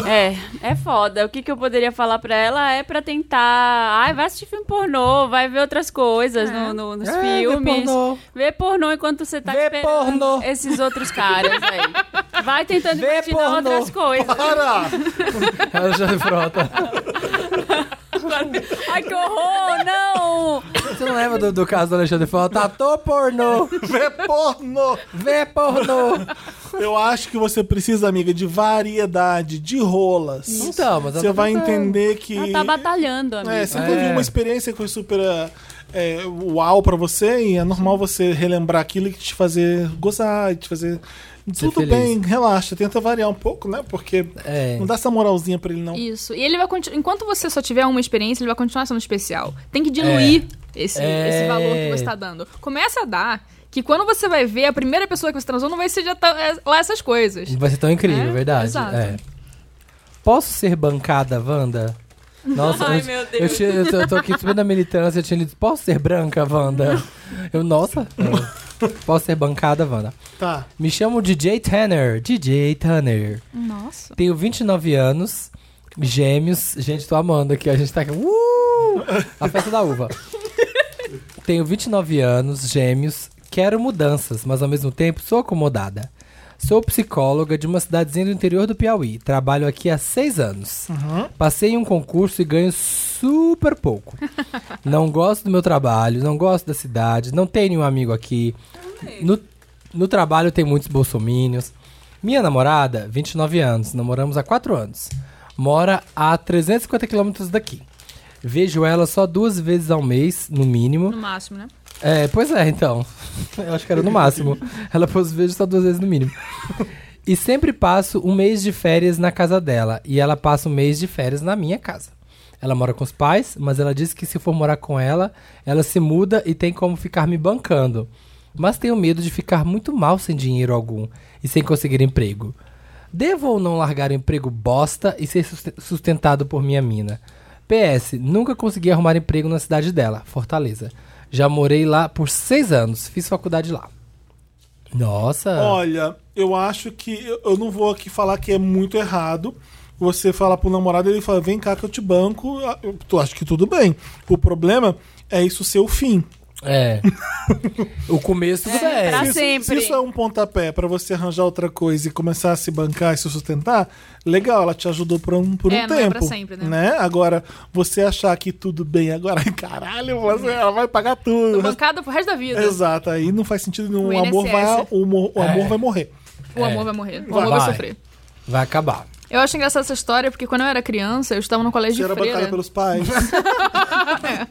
[SPEAKER 4] É, é foda. O que, que eu poderia falar pra ela é pra tentar. Ai, vai assistir filme pornô, vai ver outras coisas no- no- nos
[SPEAKER 2] É, vê
[SPEAKER 4] filmes.
[SPEAKER 2] pornô.
[SPEAKER 4] Vê pornô enquanto você tá
[SPEAKER 2] Vê
[SPEAKER 4] esperando
[SPEAKER 2] pornô.
[SPEAKER 4] esses outros caras aí. Vai tentando
[SPEAKER 2] Vê
[SPEAKER 4] imaginar
[SPEAKER 2] pornô.
[SPEAKER 4] outras coisas.
[SPEAKER 1] Para!
[SPEAKER 2] Ela já frota.
[SPEAKER 4] Ai, que horror! Não!
[SPEAKER 2] Você não lembra do, do caso do Alexandre Frota? Ator pornô.
[SPEAKER 1] Vê porno!
[SPEAKER 2] Vê pornô.
[SPEAKER 1] Eu acho que você precisa, amiga, de variedade, de rolas.
[SPEAKER 2] Então, mas
[SPEAKER 1] Você
[SPEAKER 2] eu tô
[SPEAKER 1] vai
[SPEAKER 2] tentando.
[SPEAKER 1] entender que.
[SPEAKER 4] Ela tá batalhando, amigo.
[SPEAKER 1] É, você teve
[SPEAKER 2] É.
[SPEAKER 1] uma experiência que foi super é, uau pra você e é normal você relembrar aquilo e te fazer gozar, e te fazer. Tudo
[SPEAKER 2] feliz.
[SPEAKER 1] bem, relaxa, tenta variar um pouco, né? Porque
[SPEAKER 2] É.
[SPEAKER 1] não dá essa moralzinha pra ele, não.
[SPEAKER 3] Isso. E ele vai continuar. Enquanto você só tiver uma experiência, ele vai continuar sendo especial. Tem que diluir Esse,
[SPEAKER 2] É.
[SPEAKER 3] esse valor que você tá dando. Começa a dar. Que quando você vai ver, a primeira pessoa que você transou não vai ser já tá- é, lá essas coisas.
[SPEAKER 2] Vai ser tão incrível,
[SPEAKER 3] É,
[SPEAKER 2] verdade.
[SPEAKER 3] exato.
[SPEAKER 2] É. Posso ser bancada, Wanda? Nossa,
[SPEAKER 4] Ai,
[SPEAKER 2] eu,
[SPEAKER 4] meu
[SPEAKER 2] eu,
[SPEAKER 4] Deus.
[SPEAKER 2] tinha- eu, tô- eu tô aqui subindo a militância, eu tinha lido, posso ser branca, Wanda? Eu, nossa, é. posso ser bancada, Wanda.
[SPEAKER 1] Tá.
[SPEAKER 2] Me chamo DJ Tanner, DJ Tanner.
[SPEAKER 3] Nossa.
[SPEAKER 2] Tenho 29 anos, gêmeos. Gente, tô amando aqui. A gente tá aqui. Uh! A festa da uva. Tenho 29 anos, gêmeos. Quero mudanças, mas ao mesmo tempo sou acomodada. Sou psicóloga de uma cidadezinha do interior do Piauí. Trabalho aqui há seis anos. Passei em um concurso e ganho super pouco. não gosto do meu trabalho, não gosto da cidade, não tenho nenhum amigo aqui. No, no trabalho tem muitos bolsomínios. Minha namorada, 29 anos, namoramos há 4 anos. Mora a 350 quilômetros daqui. Vejo ela só duas vezes ao mês, no mínimo.
[SPEAKER 3] No máximo, né?
[SPEAKER 2] É, pois é, então. Eu acho que era no máximo. Ela pôs vejo só duas vezes no mínimo. E sempre passo um mês de férias na casa dela. E ela passa um mês de férias na minha casa. Ela mora com os pais, mas ela disse que se for morar com ela, ela se muda e tem como ficar me bancando. mas tenho medo de ficar muito mal sem dinheiro algum e sem conseguir emprego. Devo ou não largar o emprego bosta e ser susten- sustentado por minha mina? PS, nunca consegui arrumar emprego na cidade dela, Fortaleza. Já morei lá por seis anos, fiz faculdade lá. Nossa!
[SPEAKER 3] Ah.
[SPEAKER 1] Olha, eu acho que. eu- Eu não vou aqui falar que é muito errado. Você falar pro namorado, ele fala, vem cá que eu te banco. Ah, eu- Tu acha que tudo bem. O problema é isso ser o fim.
[SPEAKER 2] É. o começo
[SPEAKER 3] É,
[SPEAKER 2] tudo bem.
[SPEAKER 4] pra-
[SPEAKER 1] Se isso-
[SPEAKER 4] sempre.
[SPEAKER 1] Se isso é um pontapé pra você arranjar outra coisa e começar a se bancar e se sustentar, legal, ela te ajudou por um, por
[SPEAKER 3] É,
[SPEAKER 1] um
[SPEAKER 3] não
[SPEAKER 1] tempo.
[SPEAKER 3] é pra sempre, né?
[SPEAKER 1] Agora, você achar que tudo bem agora, caralho, você- ela vai pagar tudo.
[SPEAKER 3] Tô bancada pro resto da vida.
[SPEAKER 1] Exato, aí não faz sentido nenhum.
[SPEAKER 3] O
[SPEAKER 1] O, amor,
[SPEAKER 3] INSS.
[SPEAKER 1] vai, o, amor- o amor
[SPEAKER 2] É.
[SPEAKER 1] vai morrer.
[SPEAKER 3] O amor
[SPEAKER 2] É.
[SPEAKER 3] vai morrer. O
[SPEAKER 1] Vai.
[SPEAKER 3] amor vai, sofrer.
[SPEAKER 2] Vai acabar.
[SPEAKER 3] Eu acho engraçada essa história, porque quando eu era criança, eu estava no
[SPEAKER 1] Você
[SPEAKER 3] colégio
[SPEAKER 1] era
[SPEAKER 3] de freira.
[SPEAKER 1] bancada pelos pais.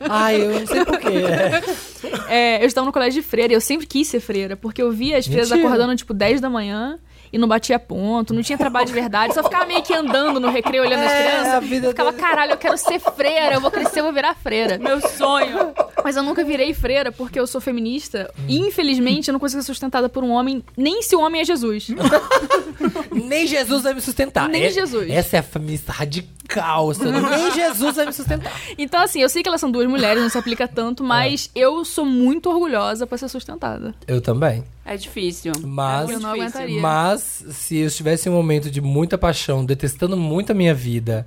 [SPEAKER 2] Ai, eu não sei porquê.
[SPEAKER 3] É, eu estava no colégio de freira e eu sempre quis ser freira, porque eu via as freiras
[SPEAKER 2] Mentira.
[SPEAKER 3] acordando tipo 10 da manhã e não batia ponto, não tinha trabalho de verdade, só ficava meio que andando no recreio olhando as
[SPEAKER 2] É, a
[SPEAKER 3] crianças.
[SPEAKER 2] vida
[SPEAKER 3] Eu ficava,
[SPEAKER 2] deles.
[SPEAKER 3] caralho, eu quero ser freira, eu vou crescer, eu vou virar freira.
[SPEAKER 4] Meu sonho.
[SPEAKER 3] Mas eu nunca virei freira porque eu sou feminista e infelizmente eu não consigo ser sustentada por um homem, nem se o homem é Jesus.
[SPEAKER 2] Nem Jesus vai me sustentar.
[SPEAKER 3] Nem
[SPEAKER 2] É-
[SPEAKER 3] Jesus.
[SPEAKER 2] Essa é a feminista radical. seu- Nem Jesus vai me sustentar.
[SPEAKER 3] Então assim, eu sei que elas são duas mulheres, não se aplica
[SPEAKER 2] É.
[SPEAKER 3] tanto, mas eu sou muito orgulhosa pra ser sustentada.
[SPEAKER 2] Eu também.
[SPEAKER 4] É difícil.
[SPEAKER 2] Mas.
[SPEAKER 3] eu não
[SPEAKER 4] difícil.
[SPEAKER 3] aguentaria.
[SPEAKER 2] Mas se eu estivesse em um momento de muita paixão, detestando muito a minha vida,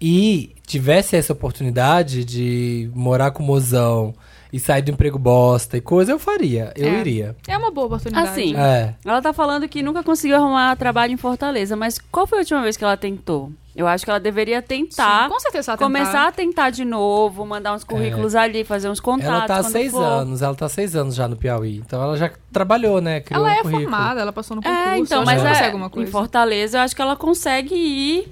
[SPEAKER 2] e tivesse essa oportunidade de morar com o mozão e sair do emprego bosta e coisa, eu faria. Eu
[SPEAKER 3] É.
[SPEAKER 2] iria.
[SPEAKER 3] É uma boa oportunidade.
[SPEAKER 4] Assim.
[SPEAKER 2] É.
[SPEAKER 4] Ela tá falando que nunca conseguiu arrumar trabalho em Fortaleza, mas qual foi a última vez que ela tentou? Eu acho que ela deveria tentar.
[SPEAKER 3] Sim, com certeza ela tentar.
[SPEAKER 4] tá. Começar a tentar de novo, mandar uns currículos ali, fazer uns contatos.
[SPEAKER 2] É. Ela tá há
[SPEAKER 4] quando
[SPEAKER 2] seis
[SPEAKER 4] for.
[SPEAKER 2] anos, ela tá há seis anos já no Piauí. Então ela já trabalhou, né? Criou
[SPEAKER 3] Ela
[SPEAKER 2] um
[SPEAKER 3] é
[SPEAKER 2] currículo.
[SPEAKER 3] formada, ela passou no concurso,
[SPEAKER 4] É, então,
[SPEAKER 3] eu acho
[SPEAKER 4] mas
[SPEAKER 3] que ela
[SPEAKER 4] é,
[SPEAKER 3] consegue alguma
[SPEAKER 4] em
[SPEAKER 3] coisa.
[SPEAKER 4] Fortaleza eu acho que ela consegue ir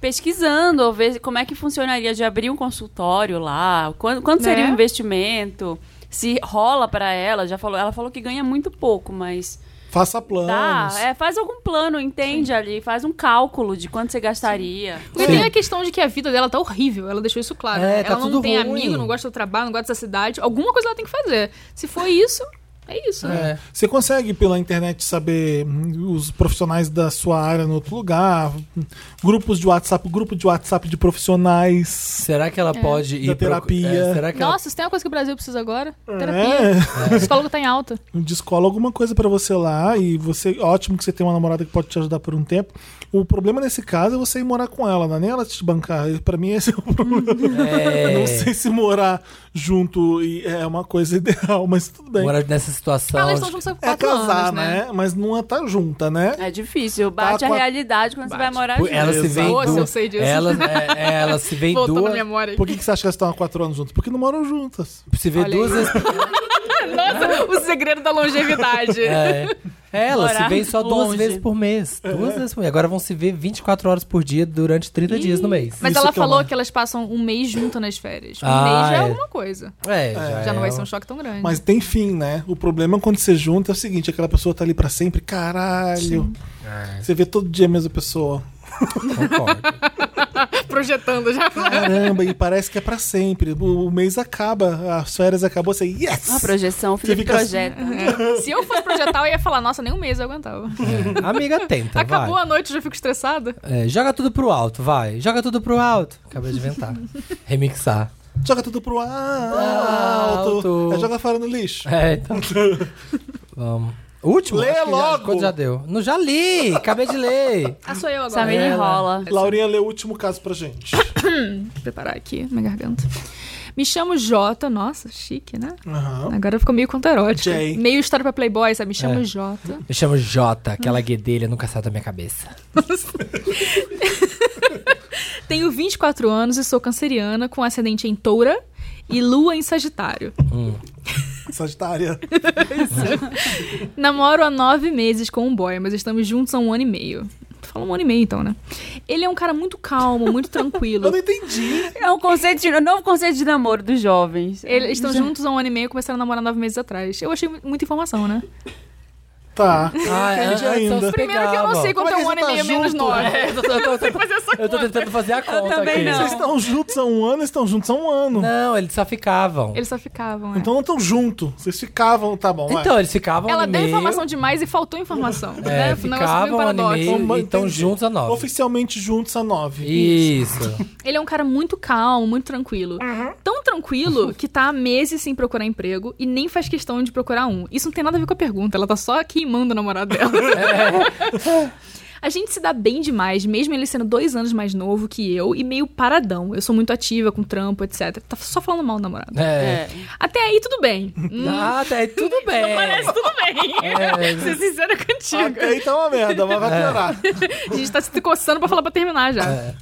[SPEAKER 4] pesquisando, ou ver como é que funcionaria de abrir um consultório lá, quanto, quanto seria
[SPEAKER 3] Né?
[SPEAKER 4] o investimento, se rola pra ela, já falou, ela falou que ganha muito pouco, mas
[SPEAKER 1] Faça planos.
[SPEAKER 4] tá, é, faz algum plano, entende ali, faz um cálculo de quanto você gastaria.
[SPEAKER 3] Porque
[SPEAKER 2] Sim.
[SPEAKER 3] tem a questão de que a vida dela tá horrível, ela deixou isso claro.
[SPEAKER 2] É,
[SPEAKER 3] né?
[SPEAKER 2] tá
[SPEAKER 3] ela não
[SPEAKER 2] tudo
[SPEAKER 3] tem
[SPEAKER 2] ruim.
[SPEAKER 3] amigo, não gosta do trabalho, não gosta dessa cidade. Alguma coisa ela tem que fazer. Se for isso, é isso. né?
[SPEAKER 2] É.
[SPEAKER 1] Você consegue pela internet saber hum, os profissionais da sua área no outro lugar, hum, grupos de WhatsApp, grupo de WhatsApp de profissionais.
[SPEAKER 2] Será que ela pode ir.
[SPEAKER 1] Da
[SPEAKER 2] pro-
[SPEAKER 1] terapia.
[SPEAKER 2] É, será que ela
[SPEAKER 3] É. Nossa, se tem uma coisa que o Brasil precisa agora, terapia.
[SPEAKER 1] É.
[SPEAKER 3] O psicólogo tá em alta.
[SPEAKER 1] descola alguma coisa pra você lá e você ótimo que você tem uma namorada que pode te ajudar por um tempo. O problema nesse caso é você ir morar com ela, não é nem ela te bancar. E Pra mim esse é o problema.
[SPEAKER 2] É.
[SPEAKER 1] Não sei se morar junto e é uma coisa ideal, mas tudo bem.
[SPEAKER 2] mora nessa situação?
[SPEAKER 3] Ah, elas estão
[SPEAKER 2] de-
[SPEAKER 3] juntas há
[SPEAKER 1] É
[SPEAKER 3] quatro
[SPEAKER 1] casar,
[SPEAKER 3] anos, né?
[SPEAKER 1] né? Mas não é tá junta, né?
[SPEAKER 4] É difícil, bate
[SPEAKER 1] Tá com
[SPEAKER 4] a
[SPEAKER 1] a-
[SPEAKER 4] realidade quando você vai morar
[SPEAKER 2] Pô,
[SPEAKER 4] junto.
[SPEAKER 2] Ela se vê em
[SPEAKER 3] Nossa, eu
[SPEAKER 2] duas.
[SPEAKER 3] sei disso.
[SPEAKER 2] Ela, é, é, ela se vê em
[SPEAKER 3] Voltando à
[SPEAKER 2] duas.
[SPEAKER 3] memória.
[SPEAKER 1] Por que, que você acha que elas estão há quatro anos juntas? Porque não moram juntas.
[SPEAKER 2] Se vê
[SPEAKER 3] Olha
[SPEAKER 2] duas
[SPEAKER 3] aí.
[SPEAKER 2] vezes.
[SPEAKER 3] Nossa, o segredo da longevidade.
[SPEAKER 2] É. É, Ela se
[SPEAKER 4] Morar
[SPEAKER 2] vê só duas
[SPEAKER 4] longe.
[SPEAKER 2] vezes por mês.
[SPEAKER 1] É.
[SPEAKER 2] Duas vezes por mês. Agora vão se ver 24 horas por dia durante 30 dias no mês.
[SPEAKER 3] Mas
[SPEAKER 1] Isso
[SPEAKER 3] ela
[SPEAKER 1] que eu
[SPEAKER 3] falou
[SPEAKER 1] não-
[SPEAKER 3] que elas passam um mês junto nas férias. Um
[SPEAKER 2] é Ah,
[SPEAKER 3] mês já é
[SPEAKER 2] é.
[SPEAKER 3] alguma coisa.
[SPEAKER 2] É, já,
[SPEAKER 3] Já
[SPEAKER 2] é
[SPEAKER 3] não vai ser
[SPEAKER 2] um-
[SPEAKER 3] um choque tão grande.
[SPEAKER 1] Mas tem fim, né? O problema é quando você junta é o seguinte: aquela pessoa tá ali pra sempre, caralho. Você vê todo dia a mesma pessoa.
[SPEAKER 3] um
[SPEAKER 2] Concordo.
[SPEAKER 3] Tá Projetando já.
[SPEAKER 1] Caramba, e parece que é pra sempre. O, o mês acaba, as férias acabou, você. Yes!
[SPEAKER 2] Ah,
[SPEAKER 4] Uma projeção, o Felipe
[SPEAKER 1] fica-
[SPEAKER 4] projeta.
[SPEAKER 3] Se eu fosse projetar, eu ia falar, nossa, nem um mês eu aguentava.
[SPEAKER 2] É. Amiga, tenta,
[SPEAKER 3] Acabou
[SPEAKER 2] vai.
[SPEAKER 3] a noite, eu já fico estressada.
[SPEAKER 2] É, joga tudo pro alto, vai. Joga tudo pro alto. Acabei de inventar. Remixar.
[SPEAKER 1] Joga tudo pro alto.
[SPEAKER 2] Alto.
[SPEAKER 1] É, joga fora no lixo.
[SPEAKER 2] É, então. Vamos. Último?
[SPEAKER 1] Lê
[SPEAKER 2] Acho que já-
[SPEAKER 1] logo.
[SPEAKER 2] quanto já deu? Não, já li! Acabei de ler!
[SPEAKER 3] Ah, sou eu agora.
[SPEAKER 4] Essa menina enrola.
[SPEAKER 1] Laurinha lê o último caso pra gente.
[SPEAKER 3] Vou preparar aqui minha garganta. Me chamo Jota. Nossa, chique, né?
[SPEAKER 1] Aham.
[SPEAKER 3] Agora ficou meio conto erótico.
[SPEAKER 1] Jay.
[SPEAKER 3] Meio história pra Playboy, sabe? Me chamo
[SPEAKER 2] É.
[SPEAKER 3] Jota.
[SPEAKER 2] Me chamo Jota, aquela guedelha nunca sai da minha cabeça.
[SPEAKER 3] Tenho 24 anos e sou canceriana, com ascendente em toura e lua em sagitário.
[SPEAKER 1] Sagitária.
[SPEAKER 3] Namoro há nove meses com um boy, mas estamos juntos há um ano e meio. Fala um ano e meio, então, né? Ele é um cara muito calmo, muito tranquilo.
[SPEAKER 1] Eu não entendi.
[SPEAKER 4] É um conceito de, um novo conceito de namoro dos jovens.
[SPEAKER 3] Eles estão juntos há um ano e meio, começaram a namorar nove meses atrás. Eu achei mu- muita informação, né?
[SPEAKER 1] Tá.
[SPEAKER 2] Ah,
[SPEAKER 1] entendi
[SPEAKER 2] antes eu
[SPEAKER 1] ainda.
[SPEAKER 2] só
[SPEAKER 3] Primeiro que eu não
[SPEAKER 2] pegava.
[SPEAKER 3] sei quanto é
[SPEAKER 1] Como
[SPEAKER 3] um
[SPEAKER 1] é que
[SPEAKER 3] ano e
[SPEAKER 1] você
[SPEAKER 3] meio
[SPEAKER 1] tá
[SPEAKER 3] menos
[SPEAKER 1] junto?
[SPEAKER 3] nove.
[SPEAKER 2] É, eu tô- eu tô-
[SPEAKER 3] Tem que fazer essa
[SPEAKER 2] Eu tô
[SPEAKER 3] conta.
[SPEAKER 2] tentando fazer a conta
[SPEAKER 4] também
[SPEAKER 2] aqui.
[SPEAKER 4] não.
[SPEAKER 1] Vocês estão juntos há um ano, eles estão juntos há um ano.
[SPEAKER 2] Não, eles só ficavam.
[SPEAKER 3] Eles só ficavam, é.
[SPEAKER 1] Então não estão juntos. Vocês ficavam, tá bom. vai.
[SPEAKER 2] Então, eles ficavam um
[SPEAKER 3] Ela
[SPEAKER 2] ano e
[SPEAKER 3] deu
[SPEAKER 2] meio,
[SPEAKER 3] informação demais e faltou informação.
[SPEAKER 2] É,
[SPEAKER 3] né? Foi um negócio meio
[SPEAKER 2] ficavam um ano e
[SPEAKER 3] paradoxo.
[SPEAKER 2] meio e estão
[SPEAKER 1] Entendi.
[SPEAKER 2] juntos a nove.
[SPEAKER 1] Oficialmente juntos a nove.
[SPEAKER 2] Isso.
[SPEAKER 3] Ele é um cara muito calmo, muito tranquilo. Tão tranquilo que tá há meses sem procurar emprego e nem faz questão de procurar um. Isso não tem nada a ver com a pergunta, ela tá só queimando o namorado dela.
[SPEAKER 2] É.
[SPEAKER 3] A gente se dá bem demais, mesmo ele sendo dois anos mais novo que eu e meio paradão. Eu sou muito ativa com trampo, etc. Tá só falando mal do namorado.
[SPEAKER 2] É.
[SPEAKER 4] É.
[SPEAKER 3] Até aí, tudo bem. Hum,
[SPEAKER 2] Ah, tá, é tudo bem.
[SPEAKER 3] Parece tudo bem.
[SPEAKER 2] É. Ah,
[SPEAKER 3] Ser sincera contigo.
[SPEAKER 1] Até aí tá uma merda, mas vai piorar.
[SPEAKER 3] A gente tá se coçando pra falar pra terminar já.
[SPEAKER 2] É.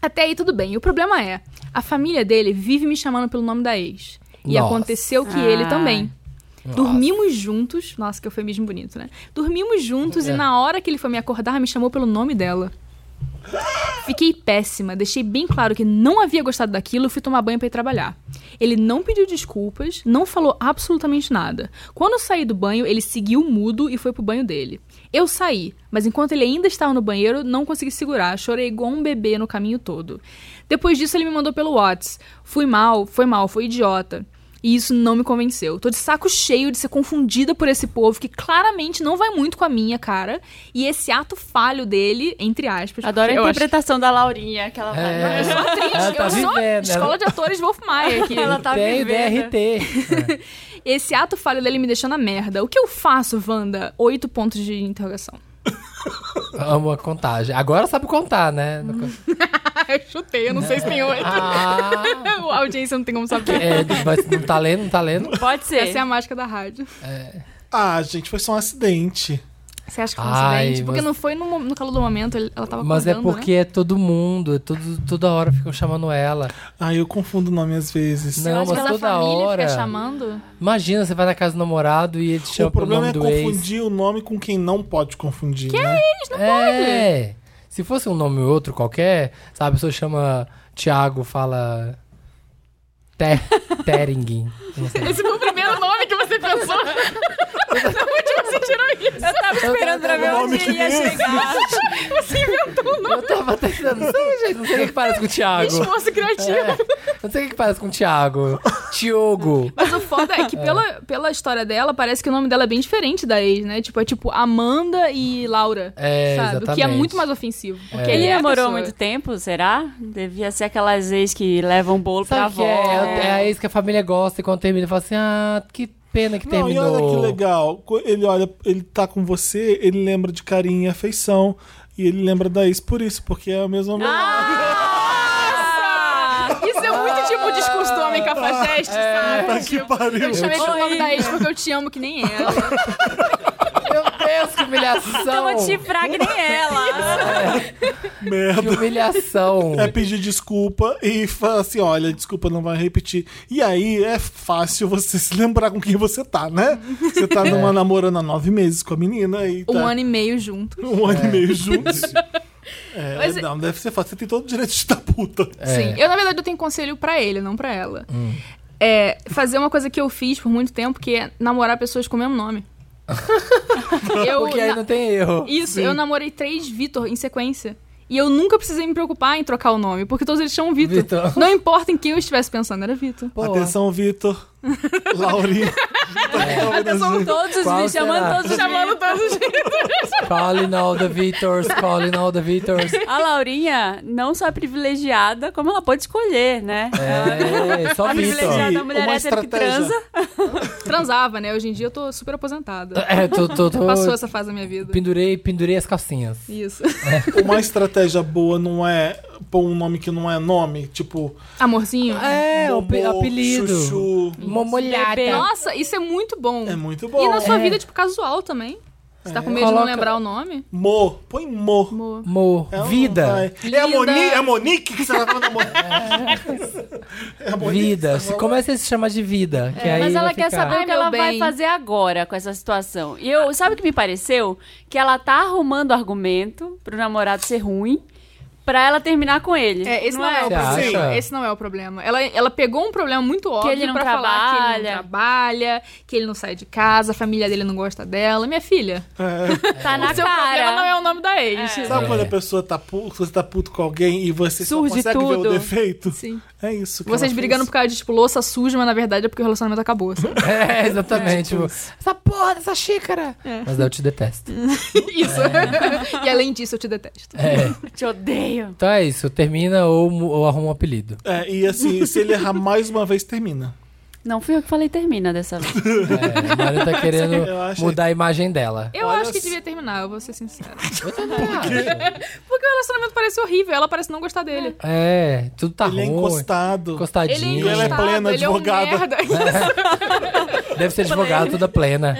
[SPEAKER 3] Até aí tudo bem. O problema é, a família dele vive me chamando pelo nome da ex. E
[SPEAKER 2] Nossa.
[SPEAKER 3] aconteceu que
[SPEAKER 4] Ah.
[SPEAKER 3] ele também. Dormimos juntos. Nossa, que eufemismo bonito, né? Dormimos
[SPEAKER 2] É.
[SPEAKER 3] juntos e na hora que ele foi me acordar, me chamou pelo nome dela. Fiquei péssima, deixei bem claro que não havia gostado daquilo e fui tomar banho pra ir trabalhar. Ele não pediu desculpas, não falou absolutamente nada. Quando eu saí do banho, ele seguiu mudo e foi pro banho dele. Eu saí, mas enquanto ele ainda estava no banheiro, não consegui segurar, chorei igual um bebê no caminho todo. Depois disso, ele me mandou pelo Whats. Fui mal, foi mal, foi idiota. E isso não me convenceu. Tô de saco cheio de ser confundida por esse povo que claramente não vai muito com a minha cara. E esse ato falho dele, entre aspas.
[SPEAKER 4] Adoro a
[SPEAKER 3] porque eu acho-
[SPEAKER 4] interpretação da Laurinha, que ela vai.
[SPEAKER 2] É.
[SPEAKER 3] eu sou atriz,
[SPEAKER 2] Ela tá
[SPEAKER 3] eu sou
[SPEAKER 2] vivendo,
[SPEAKER 3] escola
[SPEAKER 2] ela-
[SPEAKER 3] de atores Wolf Maia aqui.
[SPEAKER 4] Ela tá
[SPEAKER 2] Tem o
[SPEAKER 4] vivendo.
[SPEAKER 2] DRT.
[SPEAKER 3] Esse ato falho dele me deixou na merda. O que eu faço, Wanda? Oito pontos de interrogação.
[SPEAKER 2] Amo a contagem. Agora sabe contar, né?
[SPEAKER 3] eu chutei, eu não sei se tem oito.
[SPEAKER 2] Ah,
[SPEAKER 3] a audiência não tem como saber.
[SPEAKER 2] é, mas não tá lendo, não tá lendo.
[SPEAKER 4] Pode ser.
[SPEAKER 3] Essa é a mágica da rádio.
[SPEAKER 1] Ah, gente, foi só um acidente.
[SPEAKER 3] Você acha que foi um
[SPEAKER 2] Ai,
[SPEAKER 3] acidente? Porque
[SPEAKER 2] mas-
[SPEAKER 3] não foi no, mo- no calor do momento, ele- ela tava
[SPEAKER 2] Mas é
[SPEAKER 3] acordando, né?
[SPEAKER 2] porque é todo mundo, é todo, toda hora ficam chamando ela.
[SPEAKER 1] Ah, eu confundo o nome às vezes.
[SPEAKER 3] Né? Eu
[SPEAKER 2] Não,
[SPEAKER 3] acho
[SPEAKER 2] mas
[SPEAKER 3] que
[SPEAKER 2] toda
[SPEAKER 3] a família
[SPEAKER 2] hora.
[SPEAKER 3] fica chamando.
[SPEAKER 2] Imagina, você vai na casa do namorado e ele te chama
[SPEAKER 1] O
[SPEAKER 2] pelo
[SPEAKER 1] problema
[SPEAKER 2] nome
[SPEAKER 1] é
[SPEAKER 2] do ex.
[SPEAKER 1] confundir o nome com quem não pode confundir. né?
[SPEAKER 2] É. Se fosse um nome ou outro qualquer, sabe, a pessoa chama Tiago, fala. Te... Teringin. Não sei.
[SPEAKER 3] Esse foi o primeiro nome que você pensou.
[SPEAKER 4] Eu tava esperando pra ver
[SPEAKER 1] O
[SPEAKER 4] onde
[SPEAKER 1] nome que
[SPEAKER 4] ia
[SPEAKER 1] nem
[SPEAKER 4] chegar.
[SPEAKER 2] Eu tava tentando, não sei, gente, não sei o que que parece com o Thiago.
[SPEAKER 3] Esforço criativo.
[SPEAKER 2] É, não sei o que que parece com o Thiago. Tiogo.
[SPEAKER 3] Mas o foda é que pela, pela história dela, parece que o nome dela é bem diferente da ex, né? Tipo, é tipo Amanda e Laura.
[SPEAKER 2] É,
[SPEAKER 3] sabe? O que é
[SPEAKER 2] exatamente.
[SPEAKER 3] muito mais ofensivo. Porque
[SPEAKER 4] Ele
[SPEAKER 3] é a
[SPEAKER 4] namorou
[SPEAKER 3] pessoa.
[SPEAKER 4] muito tempo, será? Devia ser aquelas ex que levam bolo pra
[SPEAKER 2] Sabe que
[SPEAKER 4] avó.
[SPEAKER 2] é, é a ex que a família gosta e quando termina fala assim: ah, que pena que
[SPEAKER 1] Não, e
[SPEAKER 2] terminou.
[SPEAKER 1] olha que legal. Co- Ele olha, ele tá com você, ele lembra de carinho e afeição. E ele lembra da ex por isso, porque é a mesma memória.
[SPEAKER 3] Ah, Isso é muito tipo o discurso do homem cafajeste, sabe?
[SPEAKER 1] que pariu.
[SPEAKER 3] Eu te chamei pelo nome da ex porque eu te amo que nem ela.
[SPEAKER 2] Meu Deus, que humilhação!
[SPEAKER 4] Então Eu vou te fragar que nem ela.
[SPEAKER 2] Que
[SPEAKER 1] Merda.
[SPEAKER 2] humilhação!
[SPEAKER 1] É pedir desculpa e falar assim: olha, desculpa, não vai repetir. E aí é fácil você se lembrar com quem você tá, né? Você
[SPEAKER 2] É.
[SPEAKER 1] tá numa namorando há nove meses com a menina e. Tá
[SPEAKER 3] Um ano e meio junto.
[SPEAKER 1] um ano e meio juntos. É,
[SPEAKER 3] Mas-
[SPEAKER 1] não, deve ser fácil. Você tem todo o direito de estar puta.
[SPEAKER 2] É.
[SPEAKER 3] Sim. Eu, na verdade, eu tenho conselho pra ele, não pra ela. É fazer uma coisa que eu fiz por muito tempo, que é namorar pessoas com o mesmo nome. eu,
[SPEAKER 2] Porque aí
[SPEAKER 3] na-
[SPEAKER 2] não tem erro.
[SPEAKER 3] Isso, eu namorei três Vitor em sequência. E eu nunca precisei me preocupar em trocar o nome, porque todos eles chamam Vitor.
[SPEAKER 2] Vitor.
[SPEAKER 3] Não importa em quem eu estivesse pensando, era Vitor.
[SPEAKER 2] Pô,
[SPEAKER 1] Atenção, Vitor. Laurinha.
[SPEAKER 2] é
[SPEAKER 4] São todos os
[SPEAKER 2] Qual
[SPEAKER 4] vídeos, chamando
[SPEAKER 2] será?
[SPEAKER 4] todos os vídeos.
[SPEAKER 3] todos
[SPEAKER 2] calling all the Victors, calling all the Victors.
[SPEAKER 4] A Laurinha não só é privilegiada, como ela pode escolher, né?
[SPEAKER 2] É, só
[SPEAKER 4] A
[SPEAKER 2] Vitor.
[SPEAKER 4] privilegiada
[SPEAKER 1] Uma
[SPEAKER 4] mulher hétero que
[SPEAKER 1] estratégia.
[SPEAKER 4] transa.
[SPEAKER 3] Transava, né? Hoje em dia eu tô super aposentada.
[SPEAKER 2] É, tô, tô, tô-
[SPEAKER 3] Passou essa fase da minha vida.
[SPEAKER 2] Pendurei, pendurei as calcinhas.
[SPEAKER 3] Isso.
[SPEAKER 1] Uma estratégia boa não é pôr um nome que não é nome, tipo.
[SPEAKER 3] Amorzinho?
[SPEAKER 2] É, o pe-
[SPEAKER 1] Momô,
[SPEAKER 2] apelido.
[SPEAKER 1] Chuchu.
[SPEAKER 2] Momolhada.
[SPEAKER 4] Bebê.
[SPEAKER 3] Nossa, isso é muito bom.
[SPEAKER 1] É muito bom.
[SPEAKER 3] E na sua
[SPEAKER 2] É.
[SPEAKER 3] vida, tipo, casual também? Você tá com medo de
[SPEAKER 2] Coloca-
[SPEAKER 3] não lembrar o nome?
[SPEAKER 1] Mo. Põe Mo.
[SPEAKER 3] Amor.
[SPEAKER 2] Mo.
[SPEAKER 1] É um- vai.
[SPEAKER 2] Vida.
[SPEAKER 1] É a, Moni,
[SPEAKER 3] Linda.
[SPEAKER 1] é a Monique que você tá falando da Moni. É a Monique.
[SPEAKER 2] Vida. Se- Começa a se chamar de vida. que aí
[SPEAKER 4] É, Mas ela
[SPEAKER 2] vai
[SPEAKER 4] quer
[SPEAKER 2] ficar.
[SPEAKER 4] saber o
[SPEAKER 3] Ai,
[SPEAKER 4] que ela
[SPEAKER 3] meu
[SPEAKER 4] vai
[SPEAKER 3] bem.
[SPEAKER 4] fazer agora com essa situação. E eu, sabe o que me pareceu? Que ela tá arrumando argumento pro namorado ser ruim pra ela terminar com ele. Tá
[SPEAKER 3] É, esse não, é, o
[SPEAKER 2] Você
[SPEAKER 3] problema.
[SPEAKER 2] acha?
[SPEAKER 3] Esse não é o problema. Ela, ela pegou um problema muito óbvio
[SPEAKER 4] ele não
[SPEAKER 3] pra falar que ele não
[SPEAKER 4] trabalha.
[SPEAKER 3] trabalha, que ele não sai de casa, a família dele não gosta dela. Minha filha,
[SPEAKER 4] Tá na
[SPEAKER 3] o seu problema não
[SPEAKER 4] cara.
[SPEAKER 3] é o nome da ex.
[SPEAKER 1] Sabe
[SPEAKER 2] É.
[SPEAKER 1] quando a pessoa tá puto, você tá puto com alguém e você
[SPEAKER 4] Surge
[SPEAKER 1] só consegue ver o
[SPEAKER 4] tudo.
[SPEAKER 1] defeito?
[SPEAKER 3] Sim.
[SPEAKER 1] É isso. que
[SPEAKER 3] Vocês
[SPEAKER 1] ela
[SPEAKER 3] brigando
[SPEAKER 1] fez.
[SPEAKER 3] por causa de, tipo, louça suja, mas na verdade é porque o relacionamento acabou. sabe?
[SPEAKER 2] É, exatamente. tipo, essa porra dessa xícara.
[SPEAKER 1] É.
[SPEAKER 2] Mas eu te detesto.
[SPEAKER 1] Hum.
[SPEAKER 3] Isso. É. e além disso, eu te detesto.
[SPEAKER 2] É.
[SPEAKER 4] Te odeio.
[SPEAKER 2] Então é isso, termina ou, mu- ou arruma um apelido.
[SPEAKER 1] É, e assim, se ele errar mais uma vez, termina.
[SPEAKER 4] Não fui eu que falei termina dessa vez.
[SPEAKER 2] É, a Mari tá querendo
[SPEAKER 1] Eu achei-
[SPEAKER 2] mudar a imagem dela.
[SPEAKER 3] Eu
[SPEAKER 1] Olha
[SPEAKER 3] acho que
[SPEAKER 1] só.
[SPEAKER 3] devia terminar, eu vou ser sincera.
[SPEAKER 2] Ah,
[SPEAKER 3] Porque o relacionamento parece horrível, ela parece não gostar dele.
[SPEAKER 2] É, tudo tá
[SPEAKER 1] ele é
[SPEAKER 2] ruim.
[SPEAKER 1] encostado.
[SPEAKER 2] Encostadinho.
[SPEAKER 3] Ele é
[SPEAKER 1] ela é
[SPEAKER 3] encostado,
[SPEAKER 1] plena
[SPEAKER 3] ele é um
[SPEAKER 1] advogada.
[SPEAKER 3] merda.
[SPEAKER 2] Deve ser advogado toda plena.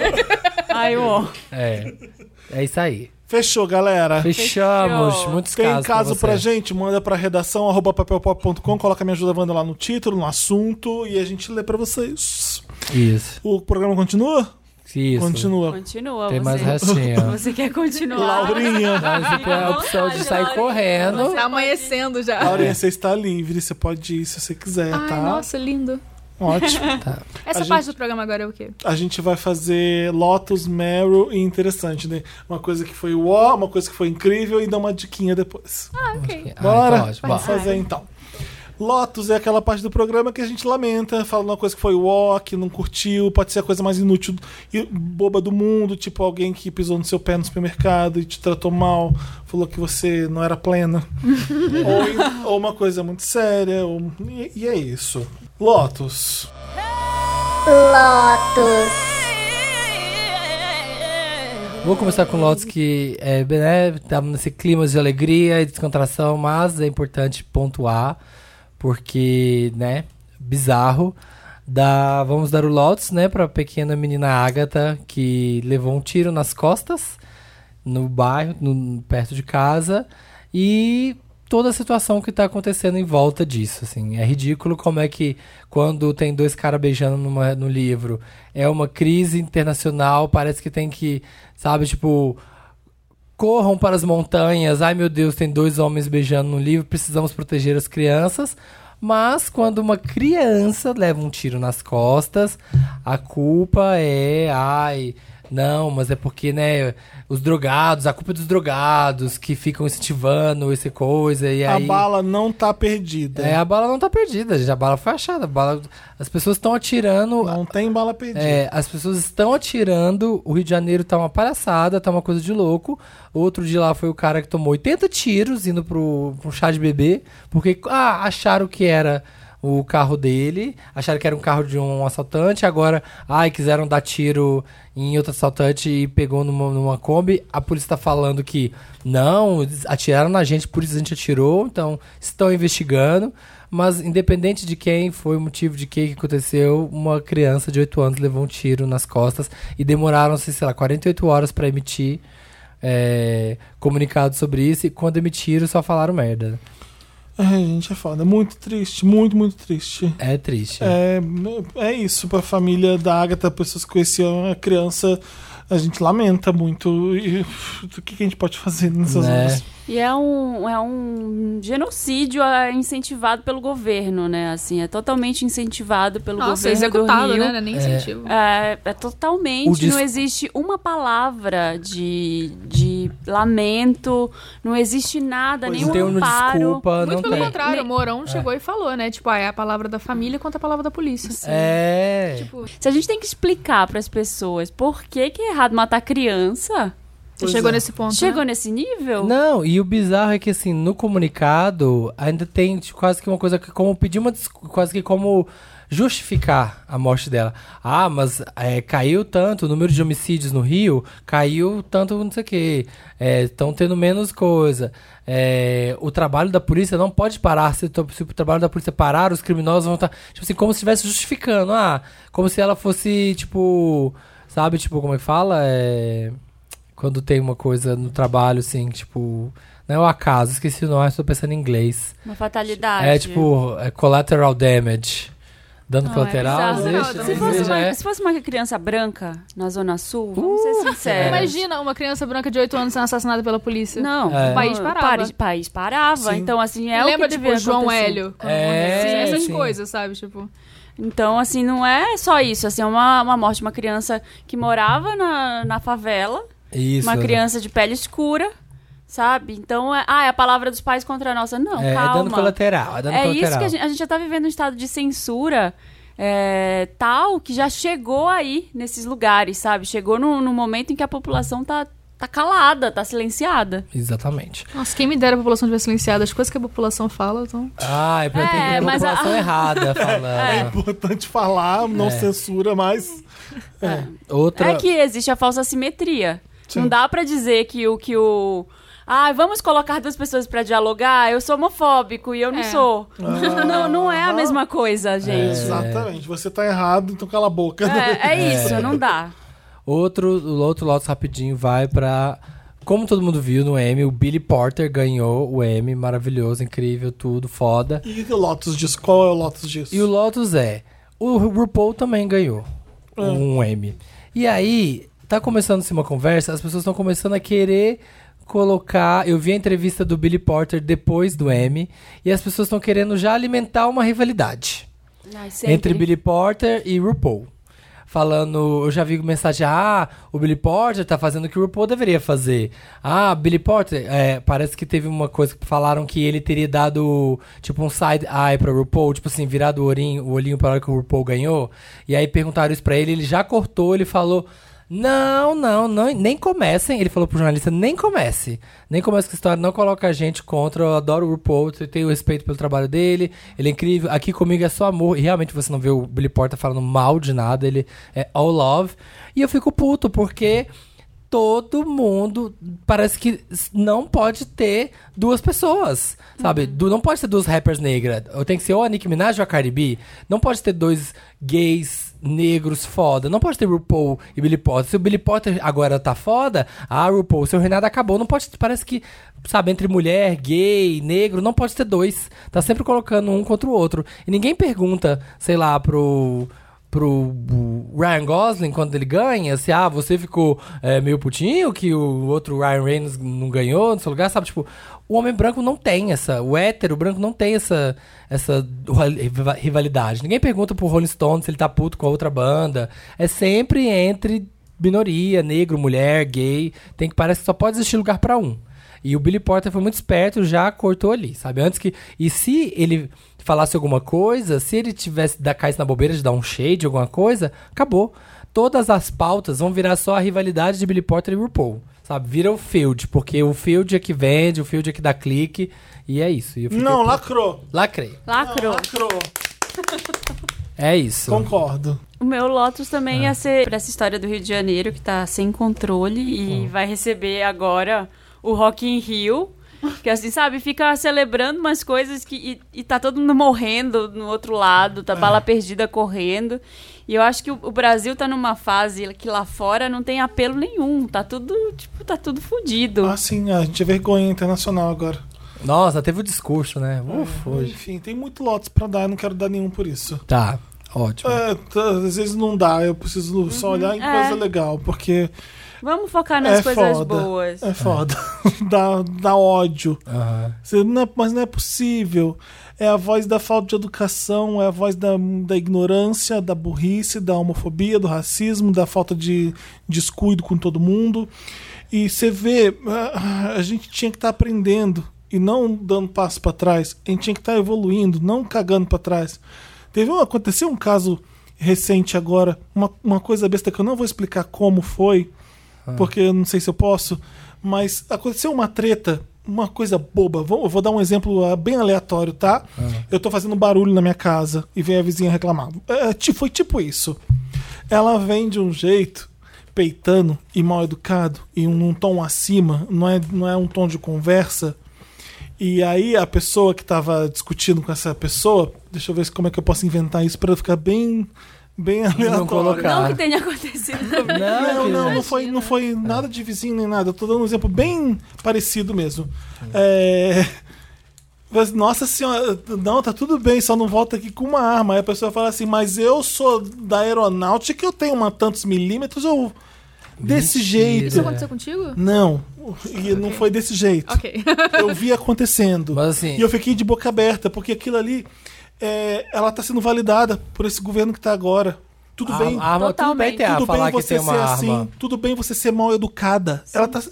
[SPEAKER 4] Ai, ó.
[SPEAKER 2] É. É isso aí.
[SPEAKER 1] Fechou, galera.
[SPEAKER 2] Fechamos. Muitos
[SPEAKER 1] Tem
[SPEAKER 2] casos.
[SPEAKER 1] caso pra,
[SPEAKER 2] pra, você.
[SPEAKER 1] gente, manda pra redação arroba papelpop.com, coloca Me Ajuda Wanda lá no título, no assunto, e a gente lê pra vocês.
[SPEAKER 2] Isso.
[SPEAKER 1] O programa continua?
[SPEAKER 2] Isso.
[SPEAKER 1] Continua.
[SPEAKER 4] Continua,
[SPEAKER 2] Tem
[SPEAKER 4] você.
[SPEAKER 2] mais restinho.
[SPEAKER 4] Você quer continuar?
[SPEAKER 1] Laurinha.
[SPEAKER 2] Mas tem a opção de sair correndo.
[SPEAKER 3] Tá amanhecendo já.
[SPEAKER 1] Laurinha, você está livre, você pode ir se você quiser,
[SPEAKER 3] Ai,
[SPEAKER 1] tá?
[SPEAKER 3] nossa, lindo.
[SPEAKER 1] Ótimo.
[SPEAKER 3] Essa
[SPEAKER 1] A
[SPEAKER 3] parte do programa agora é o quê?
[SPEAKER 1] A gente vai fazer Lotus, Meryl e interessante, né? Uma coisa que foi uó, uma coisa que foi incrível e dá uma diquinha depois.
[SPEAKER 3] Ah, ok.
[SPEAKER 2] Ah,
[SPEAKER 1] Bora?
[SPEAKER 2] então, ótimo.
[SPEAKER 1] Vamos
[SPEAKER 2] Bora.
[SPEAKER 1] fazer então. Lotus é aquela parte do programa que a gente lamenta, fala uma coisa que foi uó, que não curtiu, pode ser a coisa mais inútil e boba do mundo, tipo alguém que pisou no seu pé no supermercado e te tratou mal, falou que você não era plena. ou, ou uma coisa muito séria, ou- e, e é isso. Lotus.
[SPEAKER 6] Lotus,
[SPEAKER 2] Vou começar com Lotus que é, bem, né, tava nesse clima de alegria e descontração, mas é importante pontuar, porque, né, bizarro. Dá, vamos dar o Lotus, né, pra pequena menina Agatha, que levou um tiro nas costas, no bairro, no- perto de casa, e toda a situação que tá acontecendo em volta disso, assim. É ridículo como é que quando tem dois caras beijando numa- no livro, é uma crise internacional, parece que tem que, sabe, tipo, corram para as montanhas, ai meu Deus, tem dois homens beijando no livro, precisamos proteger as crianças. Mas quando uma criança leva um tiro nas costas, a culpa é, ai, não, mas é porque, né, os drogados, a culpa é dos drogados que ficam incentivando essa coisa e
[SPEAKER 1] A
[SPEAKER 2] aí
[SPEAKER 1] bala não tá perdida.
[SPEAKER 2] é, a bala não tá perdida, gente. A bala foi achada. A bala... As pessoas estão atirando.
[SPEAKER 1] Não tem bala perdida.
[SPEAKER 2] É, as pessoas estão atirando. O Rio de Janeiro tá uma palhaçada, tá uma coisa de louco. Outro de lá foi o cara que tomou 80 tiros indo pro, pro chá de bebê, porque ah, acharam que era o carro dele, acharam que era um carro de um assaltante, agora, ai, quiseram dar tiro em outro assaltante e pegou numa, numa Kombi. A polícia tá falando que não, eles atiraram na gente, por isso a gente atirou, então estão investigando. Mas independente de quem foi o motivo de que que aconteceu, uma criança de 8 anos levou um tiro nas costas e demoraram-se, sei lá, 48 horas pra emitir é, comunicado sobre isso. E quando emitiram, só falaram merda.
[SPEAKER 1] Ai, gente, é foda. Muito triste, muito, muito triste.
[SPEAKER 2] É triste.
[SPEAKER 1] É, é isso, pra família da Agatha, pessoas que conheciam a criança, a gente lamenta muito. E, o que, que a gente pode fazer nessas
[SPEAKER 2] Né?
[SPEAKER 1] horas?
[SPEAKER 4] E é um, é um genocídio ah, incentivado pelo governo, né? Assim, é totalmente incentivado pelo
[SPEAKER 3] Nossa,
[SPEAKER 4] governo do
[SPEAKER 3] executado,
[SPEAKER 4] Rio.
[SPEAKER 3] né? Não é nem incentivo.
[SPEAKER 4] É, é totalmente.
[SPEAKER 2] O dis-
[SPEAKER 4] Não existe uma palavra de, de lamento, não existe nada,
[SPEAKER 1] Pois
[SPEAKER 4] nenhum
[SPEAKER 2] não tem uma
[SPEAKER 4] amparo.
[SPEAKER 2] desculpa,
[SPEAKER 3] um Muito
[SPEAKER 2] não
[SPEAKER 3] pelo
[SPEAKER 2] tem. É.
[SPEAKER 3] contrário, o Mourão chegou e falou, né? Tipo, ah, é a palavra da família contra a palavra da polícia. Tipo,
[SPEAKER 2] É.
[SPEAKER 4] Se a gente tem que explicar para as pessoas por que, que é errado matar criança,
[SPEAKER 3] Você
[SPEAKER 2] é.
[SPEAKER 3] chegou nesse ponto.
[SPEAKER 4] chegou
[SPEAKER 3] né?
[SPEAKER 4] nesse nível?
[SPEAKER 2] Não, e o bizarro é que assim, no comunicado ainda tem tipo, quase que uma coisa que como pedir uma desculpa, quase que como justificar a morte dela. Ah, mas é, caiu tanto o número de homicídios no Rio, caiu tanto não sei o que. Estão tendo menos coisa. É, o trabalho da polícia não pode parar. Se, o tra- se o trabalho da polícia parar, os criminosos vão estar. tipo assim, como se estivesse justificando. Ah, como se ela fosse, tipo. Sabe, tipo, como é que fala? É quando tem uma coisa no trabalho, assim, tipo. Não é o acaso, esqueci o nome, estou pensando em inglês.
[SPEAKER 4] Uma fatalidade.
[SPEAKER 2] É tipo, é collateral damage. Dano colateral, às
[SPEAKER 4] Ah, bizarro.
[SPEAKER 2] vezes.
[SPEAKER 3] Se
[SPEAKER 2] às
[SPEAKER 4] Se
[SPEAKER 2] vezes
[SPEAKER 4] fosse,
[SPEAKER 2] já
[SPEAKER 4] uma,
[SPEAKER 2] é.
[SPEAKER 4] se fosse uma criança branca na Zona Sul, vamos
[SPEAKER 2] Uh,
[SPEAKER 4] ser
[SPEAKER 3] né?
[SPEAKER 2] É.
[SPEAKER 4] sinceros.
[SPEAKER 3] Imagina uma criança branca de 8 anos sendo assassinada pela polícia.
[SPEAKER 4] Não,
[SPEAKER 2] É.
[SPEAKER 4] o país parava. Ah, Paris, país parava.
[SPEAKER 1] Sim.
[SPEAKER 4] Então, assim, é
[SPEAKER 3] Lembra,
[SPEAKER 4] o que
[SPEAKER 3] tipo,
[SPEAKER 4] devia
[SPEAKER 3] João
[SPEAKER 4] acontecer.
[SPEAKER 3] Hélio. quando
[SPEAKER 2] É,
[SPEAKER 3] aconteceu. Essas
[SPEAKER 2] sim.
[SPEAKER 3] coisas, sabe? Tipo,
[SPEAKER 4] Então, assim, não é só isso. Assim, é uma, uma morte de uma criança que morava na, na favela,
[SPEAKER 2] Isso. é.
[SPEAKER 4] uma criança de pele escura, sabe? Então, é, ah, é a palavra dos pais contra a nossa. Não,
[SPEAKER 2] É, é
[SPEAKER 4] calma.
[SPEAKER 2] dano colateral. É, dano
[SPEAKER 4] É
[SPEAKER 2] colateral.
[SPEAKER 4] isso que a gente, a gente já tá vivendo um estado de censura é, tal que já chegou aí nesses lugares, sabe? Chegou no, no momento em que a população tá, tá calada, tá silenciada.
[SPEAKER 2] Exatamente.
[SPEAKER 3] nossa, quem me dera a população tivesse silenciada. As coisas que a população fala, então...
[SPEAKER 2] Ah, é pra ter
[SPEAKER 4] É,
[SPEAKER 2] que
[SPEAKER 4] mas a-
[SPEAKER 2] população errada
[SPEAKER 1] É
[SPEAKER 2] falando.
[SPEAKER 1] importante falar, não
[SPEAKER 2] É.
[SPEAKER 1] censura, mas.
[SPEAKER 2] Outra.
[SPEAKER 4] É que existe a falsa simetria.
[SPEAKER 1] Sim.
[SPEAKER 4] Não dá pra dizer que o que o ah, vamos colocar duas pessoas pra dialogar. Eu sou homofóbico e eu não
[SPEAKER 3] É.
[SPEAKER 4] sou. não, não é a mesma coisa,
[SPEAKER 2] É.
[SPEAKER 4] gente.
[SPEAKER 1] Exatamente. Você tá errado, então cala a boca.
[SPEAKER 4] É, é isso, não dá.
[SPEAKER 2] Outro, o outro lote rapidinho vai pra. Como todo mundo viu no M, o Billy Porter ganhou o M, maravilhoso, incrível, tudo, foda.
[SPEAKER 1] E o Lotus disso? Qual é o Lotus disso?
[SPEAKER 2] E o Lotus é. O RuPaul também ganhou um M. E aí, tá começando-se uma conversa, as pessoas estão começando a querer colocar. Eu vi a entrevista do Billy Porter depois do M, e as pessoas estão querendo já alimentar uma rivalidade
[SPEAKER 4] Ai, sempre.
[SPEAKER 2] entre Billy Porter e RuPaul. Falando, eu já vi mensagem, ah, o Billy Porter tá fazendo o que o RuPaul deveria fazer. Ah, Billy Porter, é, parece que teve uma coisa que falaram que ele teria dado, tipo, um side eye pra RuPaul, tipo assim, virado o olhinho, o olhinho pra hora que o RuPaul ganhou. E aí perguntaram isso pra ele, ele já cortou, ele falou, não, não, não, nem comecem. Ele falou pro jornalista, nem comece. Nem comece com essa história, não coloca a gente contra. Eu adoro o RuPaul, eu tenho respeito pelo trabalho dele. Ele é incrível. Aqui comigo é só amor. E realmente você não vê o Billy Porter falando mal de nada. Ele é all love. E eu fico puto, porque todo mundo parece que s- não pode ter duas pessoas, sabe? Du- não pode ter duas rappers negras. Ou Tem que ser ou a Nicki Minaj ou a Cardi B. Não pode ter dois gays negros foda. Não pode ter RuPaul e Billy Potter. Se o Billy Potter agora tá foda, ah, RuPaul, seu reinado acabou. Não pode, parece que, sabe, entre mulher, gay, negro, não pode ter dois. Tá sempre colocando um contra o outro. E ninguém pergunta, sei lá, pro pro Ryan Gosling quando ele ganha, se ah, você ficou é, meio putinho que o outro Ryan Reynolds não ganhou no seu lugar, sabe? Tipo, o homem branco não tem essa, o hétero branco não tem essa, essa rival- rivalidade. Ninguém pergunta pro Rolling Stone se ele tá puto com a outra banda. É sempre entre minoria, negro, mulher, gay. Tem que parece que só pode existir lugar pra um. E o Billy Porter foi muito esperto, já cortou ali, sabe? Antes que. E se ele falasse alguma coisa, se ele tivesse da caísse na bobeira de dar um shade, alguma coisa, acabou. Todas as pautas vão virar só a rivalidade de Billy Porter e RuPaul. Sabe? Vira o Field, porque o Field é que vende, o Field é que dá clique. E é isso. E eu fiquei
[SPEAKER 1] Não,
[SPEAKER 2] puto.
[SPEAKER 1] lacrou.
[SPEAKER 2] Lacrei.
[SPEAKER 4] Lacro.
[SPEAKER 1] Lacrou.
[SPEAKER 2] É isso.
[SPEAKER 1] Concordo.
[SPEAKER 4] O meu Lotus também
[SPEAKER 1] É.
[SPEAKER 4] ia ser pra essa história do Rio de Janeiro, que tá sem controle e
[SPEAKER 1] Hum.
[SPEAKER 4] vai receber agora o Rock in Rio. Que assim, sabe, fica celebrando umas coisas que. E, e tá todo mundo morrendo no outro lado,
[SPEAKER 1] É.
[SPEAKER 4] tá bala perdida correndo. E eu acho que o, o Brasil tá numa fase que lá fora não tem apelo nenhum. Tá tudo, tipo, tá tudo fudido.
[SPEAKER 1] Ah, sim, a gente é vergonha internacional agora.
[SPEAKER 2] Nossa, teve o discurso,
[SPEAKER 1] É.
[SPEAKER 2] né? Ufa, hoje.
[SPEAKER 1] Enfim, tem muito Lotus pra dar, eu não quero dar nenhum por isso.
[SPEAKER 2] Tá, ótimo.
[SPEAKER 1] É, tá, às vezes não dá, eu preciso só olhar em coisa
[SPEAKER 4] é.
[SPEAKER 1] legal, porque
[SPEAKER 4] Vamos focar nas
[SPEAKER 1] é
[SPEAKER 4] coisas
[SPEAKER 1] foda.
[SPEAKER 4] boas.
[SPEAKER 1] É foda. dá, dá ódio.
[SPEAKER 2] Aham.
[SPEAKER 1] Você, não é- mas não é possível. É a voz da falta de educação, é a voz da, da ignorância, da burrice, da homofobia, do racismo, da falta de descuido com todo mundo. E você vê, ah, a gente tinha que estar aprendendo e não dando passo para trás. A gente tinha que estar evoluindo, não cagando para trás. Teve um, aconteceu um caso recente agora, uma, uma coisa besta que eu não vou explicar como foi, porque eu não sei se eu posso, mas aconteceu uma treta, uma coisa boba. Vou, eu vou dar um exemplo ah, bem aleatório, tá? Eu tô fazendo barulho na minha casa e vem a vizinha reclamar. É, ti- foi tipo isso. Ela vem de um jeito peitando e mal educado e um, um tom acima, não é, não é um tom de conversa. E aí a pessoa que tava discutindo com essa pessoa, deixa eu ver se- como é que eu posso inventar isso pra ficar bem bem aleatório.
[SPEAKER 2] colocar.
[SPEAKER 4] Não que tenha acontecido comigo.
[SPEAKER 1] Não,
[SPEAKER 2] que-
[SPEAKER 1] não, não foi, não foi nada de vizinho nem nada. Eu tô dando um exemplo bem parecido mesmo. É, Mas, Nossa senhora, não, tá tudo bem, só não volta aqui com uma arma. Aí a pessoa fala assim, mas eu sou da aeronáutica, eu tenho uma tantos milímetros, eu. Desse
[SPEAKER 3] Isso
[SPEAKER 2] é.
[SPEAKER 1] jeito.
[SPEAKER 3] aconteceu contigo? É
[SPEAKER 1] Não, e não foi desse jeito.
[SPEAKER 3] Ok.
[SPEAKER 1] Eu vi acontecendo.
[SPEAKER 2] Mas, assim-
[SPEAKER 1] E eu fiquei de boca aberta, porque aquilo ali, é, ela tá sendo validada por esse governo que tá agora. Tudo
[SPEAKER 2] A-
[SPEAKER 1] bem.
[SPEAKER 2] a arma, tudo bem
[SPEAKER 4] Totalmente.
[SPEAKER 2] ter a
[SPEAKER 1] Tudo
[SPEAKER 2] É, falar
[SPEAKER 1] bem
[SPEAKER 2] que
[SPEAKER 1] você
[SPEAKER 2] tem uma
[SPEAKER 1] ser
[SPEAKER 2] arma.
[SPEAKER 1] assim, tudo bem você ser mal educada. Ela tá,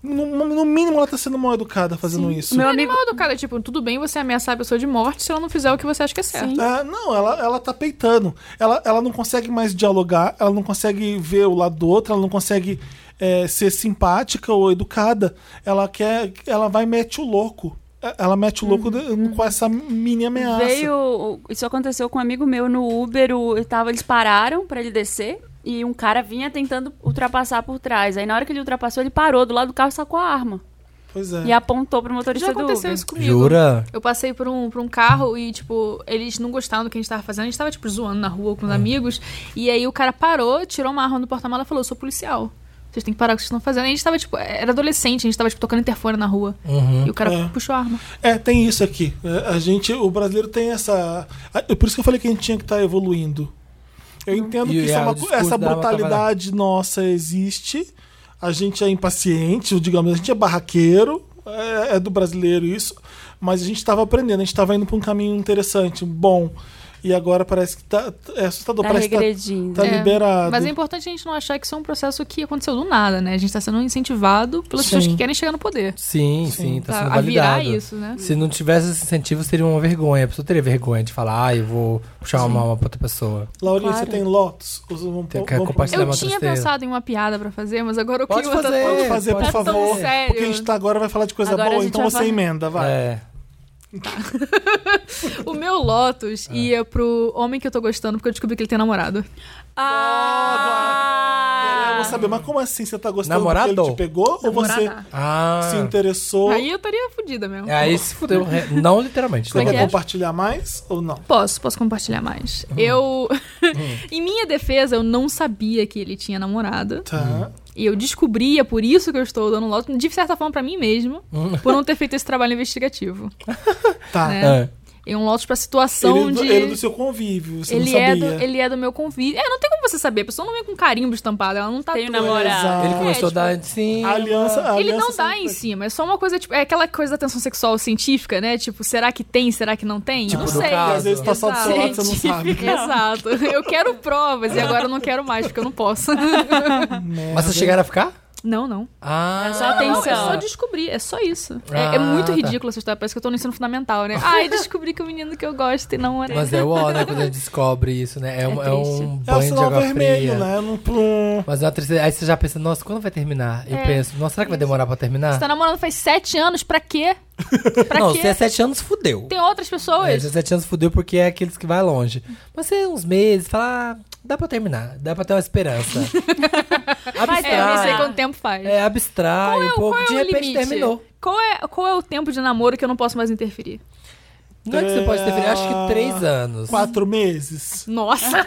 [SPEAKER 1] no, no mínimo, ela tá sendo mal educada fazendo isso.
[SPEAKER 3] Meu amigo do cara, tipo, tudo bem você ameaçar a pessoa de morte se ela não fizer o que você acha que é certo.
[SPEAKER 4] Sim.
[SPEAKER 1] É, não, ela, ela tá peitando. Ela, ela não consegue mais dialogar, ela não consegue ver o lado do outro, ela não consegue é, ser simpática ou educada. Ela quer. Ela vai e mete o louco. É, Ela mete o louco de- com essa mini ameaça.
[SPEAKER 4] Veio. o- Isso aconteceu com um amigo meu no Uber. O, ele tava, eles pararam pra ele descer e um cara vinha tentando ultrapassar por trás. Aí na hora que ele ultrapassou, ele parou do lado do carro e sacou a arma.
[SPEAKER 1] Pois
[SPEAKER 4] E
[SPEAKER 1] é.
[SPEAKER 4] apontou pro motorista
[SPEAKER 3] Já
[SPEAKER 4] do Uber.
[SPEAKER 3] aconteceu
[SPEAKER 4] Tá
[SPEAKER 3] isso comigo.
[SPEAKER 2] Jura?
[SPEAKER 3] Eu passei por um, por um carro e, tipo, eles não gostavam do que a gente tava fazendo. A gente tava, tipo, zoando na rua
[SPEAKER 2] É.
[SPEAKER 3] com os amigos. E aí o cara parou, tirou uma arma do porta-mala e falou: Eu sou policial. Vocês têm que parar o que vocês estão fazendo. E a gente tava, tipo, era adolescente, a gente tava, tipo, tocando interfone na rua.
[SPEAKER 2] Uhum.
[SPEAKER 3] E o cara
[SPEAKER 1] É.
[SPEAKER 3] puxou a arma.
[SPEAKER 1] É, tem isso aqui. É, A gente, o brasileiro tem essa. a- é Por isso que eu falei que a gente tinha que estar evoluindo. Eu entendo
[SPEAKER 2] E
[SPEAKER 1] que isso é
[SPEAKER 2] é, o
[SPEAKER 1] uma co-
[SPEAKER 2] discurso
[SPEAKER 1] essa
[SPEAKER 2] da Ava Cavalari.
[SPEAKER 1] brutalidade nossa existe. A gente é impaciente, digamos, a gente é barraqueiro, é, é do brasileiro isso. Mas a gente estava aprendendo, a gente estava indo para um caminho interessante, um bom. E agora parece que tá, é assustador.
[SPEAKER 4] Tá
[SPEAKER 1] parece que tá-
[SPEAKER 4] regredindo.
[SPEAKER 1] tá,
[SPEAKER 3] É,
[SPEAKER 1] liberado.
[SPEAKER 3] Mas é importante a gente não achar que isso é um processo que aconteceu do nada, né? A gente tá sendo incentivado pelas
[SPEAKER 2] Sim.
[SPEAKER 3] pessoas que querem chegar no poder.
[SPEAKER 2] Sim, sim, tá,
[SPEAKER 3] Tá,
[SPEAKER 2] sendo
[SPEAKER 3] a virar
[SPEAKER 2] validado.
[SPEAKER 3] isso, né?
[SPEAKER 2] Se não tivesse esse incentivo, seria uma vergonha. A pessoa teria vergonha de falar, ah, eu vou puxar uma alma pra outra pessoa.
[SPEAKER 1] Laurinha,
[SPEAKER 4] Claro.
[SPEAKER 1] você tem lotos? Os- Vamos,
[SPEAKER 2] Tem-
[SPEAKER 1] vamos-
[SPEAKER 2] quer compartilhar
[SPEAKER 3] Eu
[SPEAKER 2] uma
[SPEAKER 3] tinha
[SPEAKER 2] tristeza.
[SPEAKER 3] pensado em uma piada pra fazer, mas agora o
[SPEAKER 2] Pode
[SPEAKER 3] clima tá
[SPEAKER 2] fazer.
[SPEAKER 3] tão-
[SPEAKER 1] Pode fazer,
[SPEAKER 2] Pode
[SPEAKER 1] por
[SPEAKER 3] tá tão
[SPEAKER 1] favor.
[SPEAKER 3] sério.
[SPEAKER 1] Porque a gente tá agora vai falar de coisa
[SPEAKER 4] Agora a
[SPEAKER 1] boa,
[SPEAKER 4] gente
[SPEAKER 1] então
[SPEAKER 4] vai
[SPEAKER 1] você
[SPEAKER 4] falar-
[SPEAKER 1] emenda, vai.
[SPEAKER 2] É.
[SPEAKER 3] O meu Lotus
[SPEAKER 1] Ah.
[SPEAKER 3] ia pro homem que eu tô gostando, porque eu descobri que ele tem namorado.
[SPEAKER 1] Eu vou
[SPEAKER 4] Ah!
[SPEAKER 1] saber, mas como assim você tá gostando
[SPEAKER 2] Namorado?
[SPEAKER 1] porque ele te pegou?
[SPEAKER 3] Namorada.
[SPEAKER 2] Ah. É,
[SPEAKER 1] Ou você se interessou?
[SPEAKER 3] Aí eu estaria fodida mesmo.
[SPEAKER 1] É,
[SPEAKER 2] Aí se fudeu. Re- Não literalmente. né?
[SPEAKER 1] Você
[SPEAKER 3] Como é
[SPEAKER 1] quer
[SPEAKER 3] que é?
[SPEAKER 1] compartilhar mais ou não?
[SPEAKER 3] Posso, posso compartilhar mais.
[SPEAKER 1] Hum.
[SPEAKER 3] Eu. em minha defesa, eu não sabia que ele tinha namorada.
[SPEAKER 1] Tá.
[SPEAKER 2] Hum.
[SPEAKER 3] E eu descobri, é por isso que eu estou dando Lotus, de certa forma, pra mim mesmo,
[SPEAKER 1] Hum.
[SPEAKER 3] por não ter feito esse trabalho investigativo.
[SPEAKER 1] Tá.
[SPEAKER 3] Né?
[SPEAKER 2] É.
[SPEAKER 3] E um Lotus pra situação
[SPEAKER 1] Ele, é do,
[SPEAKER 3] de.
[SPEAKER 1] ele é do seu convívio, você
[SPEAKER 3] Ele
[SPEAKER 1] não
[SPEAKER 3] é,
[SPEAKER 1] sabia.
[SPEAKER 3] do, ele é do meu convite. É, não tem como você saber. A pessoa não vem com carimbo estampado. Ela não tá.
[SPEAKER 4] Tem um
[SPEAKER 3] toda-
[SPEAKER 4] namorado.
[SPEAKER 2] Ele
[SPEAKER 1] Ah,
[SPEAKER 2] começou
[SPEAKER 3] é,
[SPEAKER 2] a dar. Sim.
[SPEAKER 1] A aliança, a
[SPEAKER 3] Ele
[SPEAKER 1] aliança
[SPEAKER 3] não dá
[SPEAKER 1] sempre-
[SPEAKER 3] em cima, é só uma coisa, tipo, é aquela coisa da tensão sexual científica, né? Tipo, será que tem, será que não tem? não
[SPEAKER 2] Tipo, do
[SPEAKER 3] sei.
[SPEAKER 2] caso.
[SPEAKER 1] E às vezes tá só do seu lado, você não sabe.
[SPEAKER 3] Exato. Eu quero provas e agora eu não quero mais, porque eu não posso.
[SPEAKER 1] Né?
[SPEAKER 2] Mas vocês chegaram a ficar?
[SPEAKER 3] Não, não.
[SPEAKER 2] Ah.
[SPEAKER 4] É só atenção.
[SPEAKER 3] Não, é só descobrir, é só isso. é, é
[SPEAKER 2] Ah,
[SPEAKER 3] muito
[SPEAKER 2] tá.
[SPEAKER 3] ridículo essa história, parece que eu tô no ensino fundamental, né? Ai, descobri que o menino que eu gosto e não era.
[SPEAKER 2] Mas é o ó, né? Quando a gente descobre isso, né? É, um,
[SPEAKER 4] É
[SPEAKER 2] é um
[SPEAKER 4] triste.
[SPEAKER 1] É o
[SPEAKER 2] banho de
[SPEAKER 1] sinal
[SPEAKER 2] água
[SPEAKER 1] vermelho,
[SPEAKER 2] fria.
[SPEAKER 1] né? Não, pum.
[SPEAKER 2] Mas é uma tristeza. Aí você já pensa, nossa, quando vai terminar? Eu
[SPEAKER 3] É.
[SPEAKER 2] penso, nossa, será que vai demorar pra terminar?
[SPEAKER 3] Você tá namorando faz sete anos, pra quê? Pra
[SPEAKER 2] ah. não,
[SPEAKER 3] quê?
[SPEAKER 2] se é sete anos, fudeu.
[SPEAKER 3] Tem outras
[SPEAKER 2] É,
[SPEAKER 3] pessoas.
[SPEAKER 2] 17 anos fudeu porque é aqueles que vai longe. Mas é uns meses, fala, ah, dá pra terminar, dá pra ter uma esperança.
[SPEAKER 4] Mas
[SPEAKER 3] É, eu não sei
[SPEAKER 4] Ah.
[SPEAKER 2] abstrai.
[SPEAKER 3] quanto tempo faz.
[SPEAKER 2] tá. É, abstrai
[SPEAKER 3] Qual é
[SPEAKER 2] um
[SPEAKER 3] o-
[SPEAKER 2] pouco.
[SPEAKER 3] qual é
[SPEAKER 2] de
[SPEAKER 3] o
[SPEAKER 2] repente
[SPEAKER 3] limite?
[SPEAKER 2] terminou.
[SPEAKER 3] Qual é, qual é o tempo de namoro que eu não posso mais interferir?
[SPEAKER 2] Não é que você pode ter acho que três anos.
[SPEAKER 1] Quatro meses.
[SPEAKER 3] Nossa!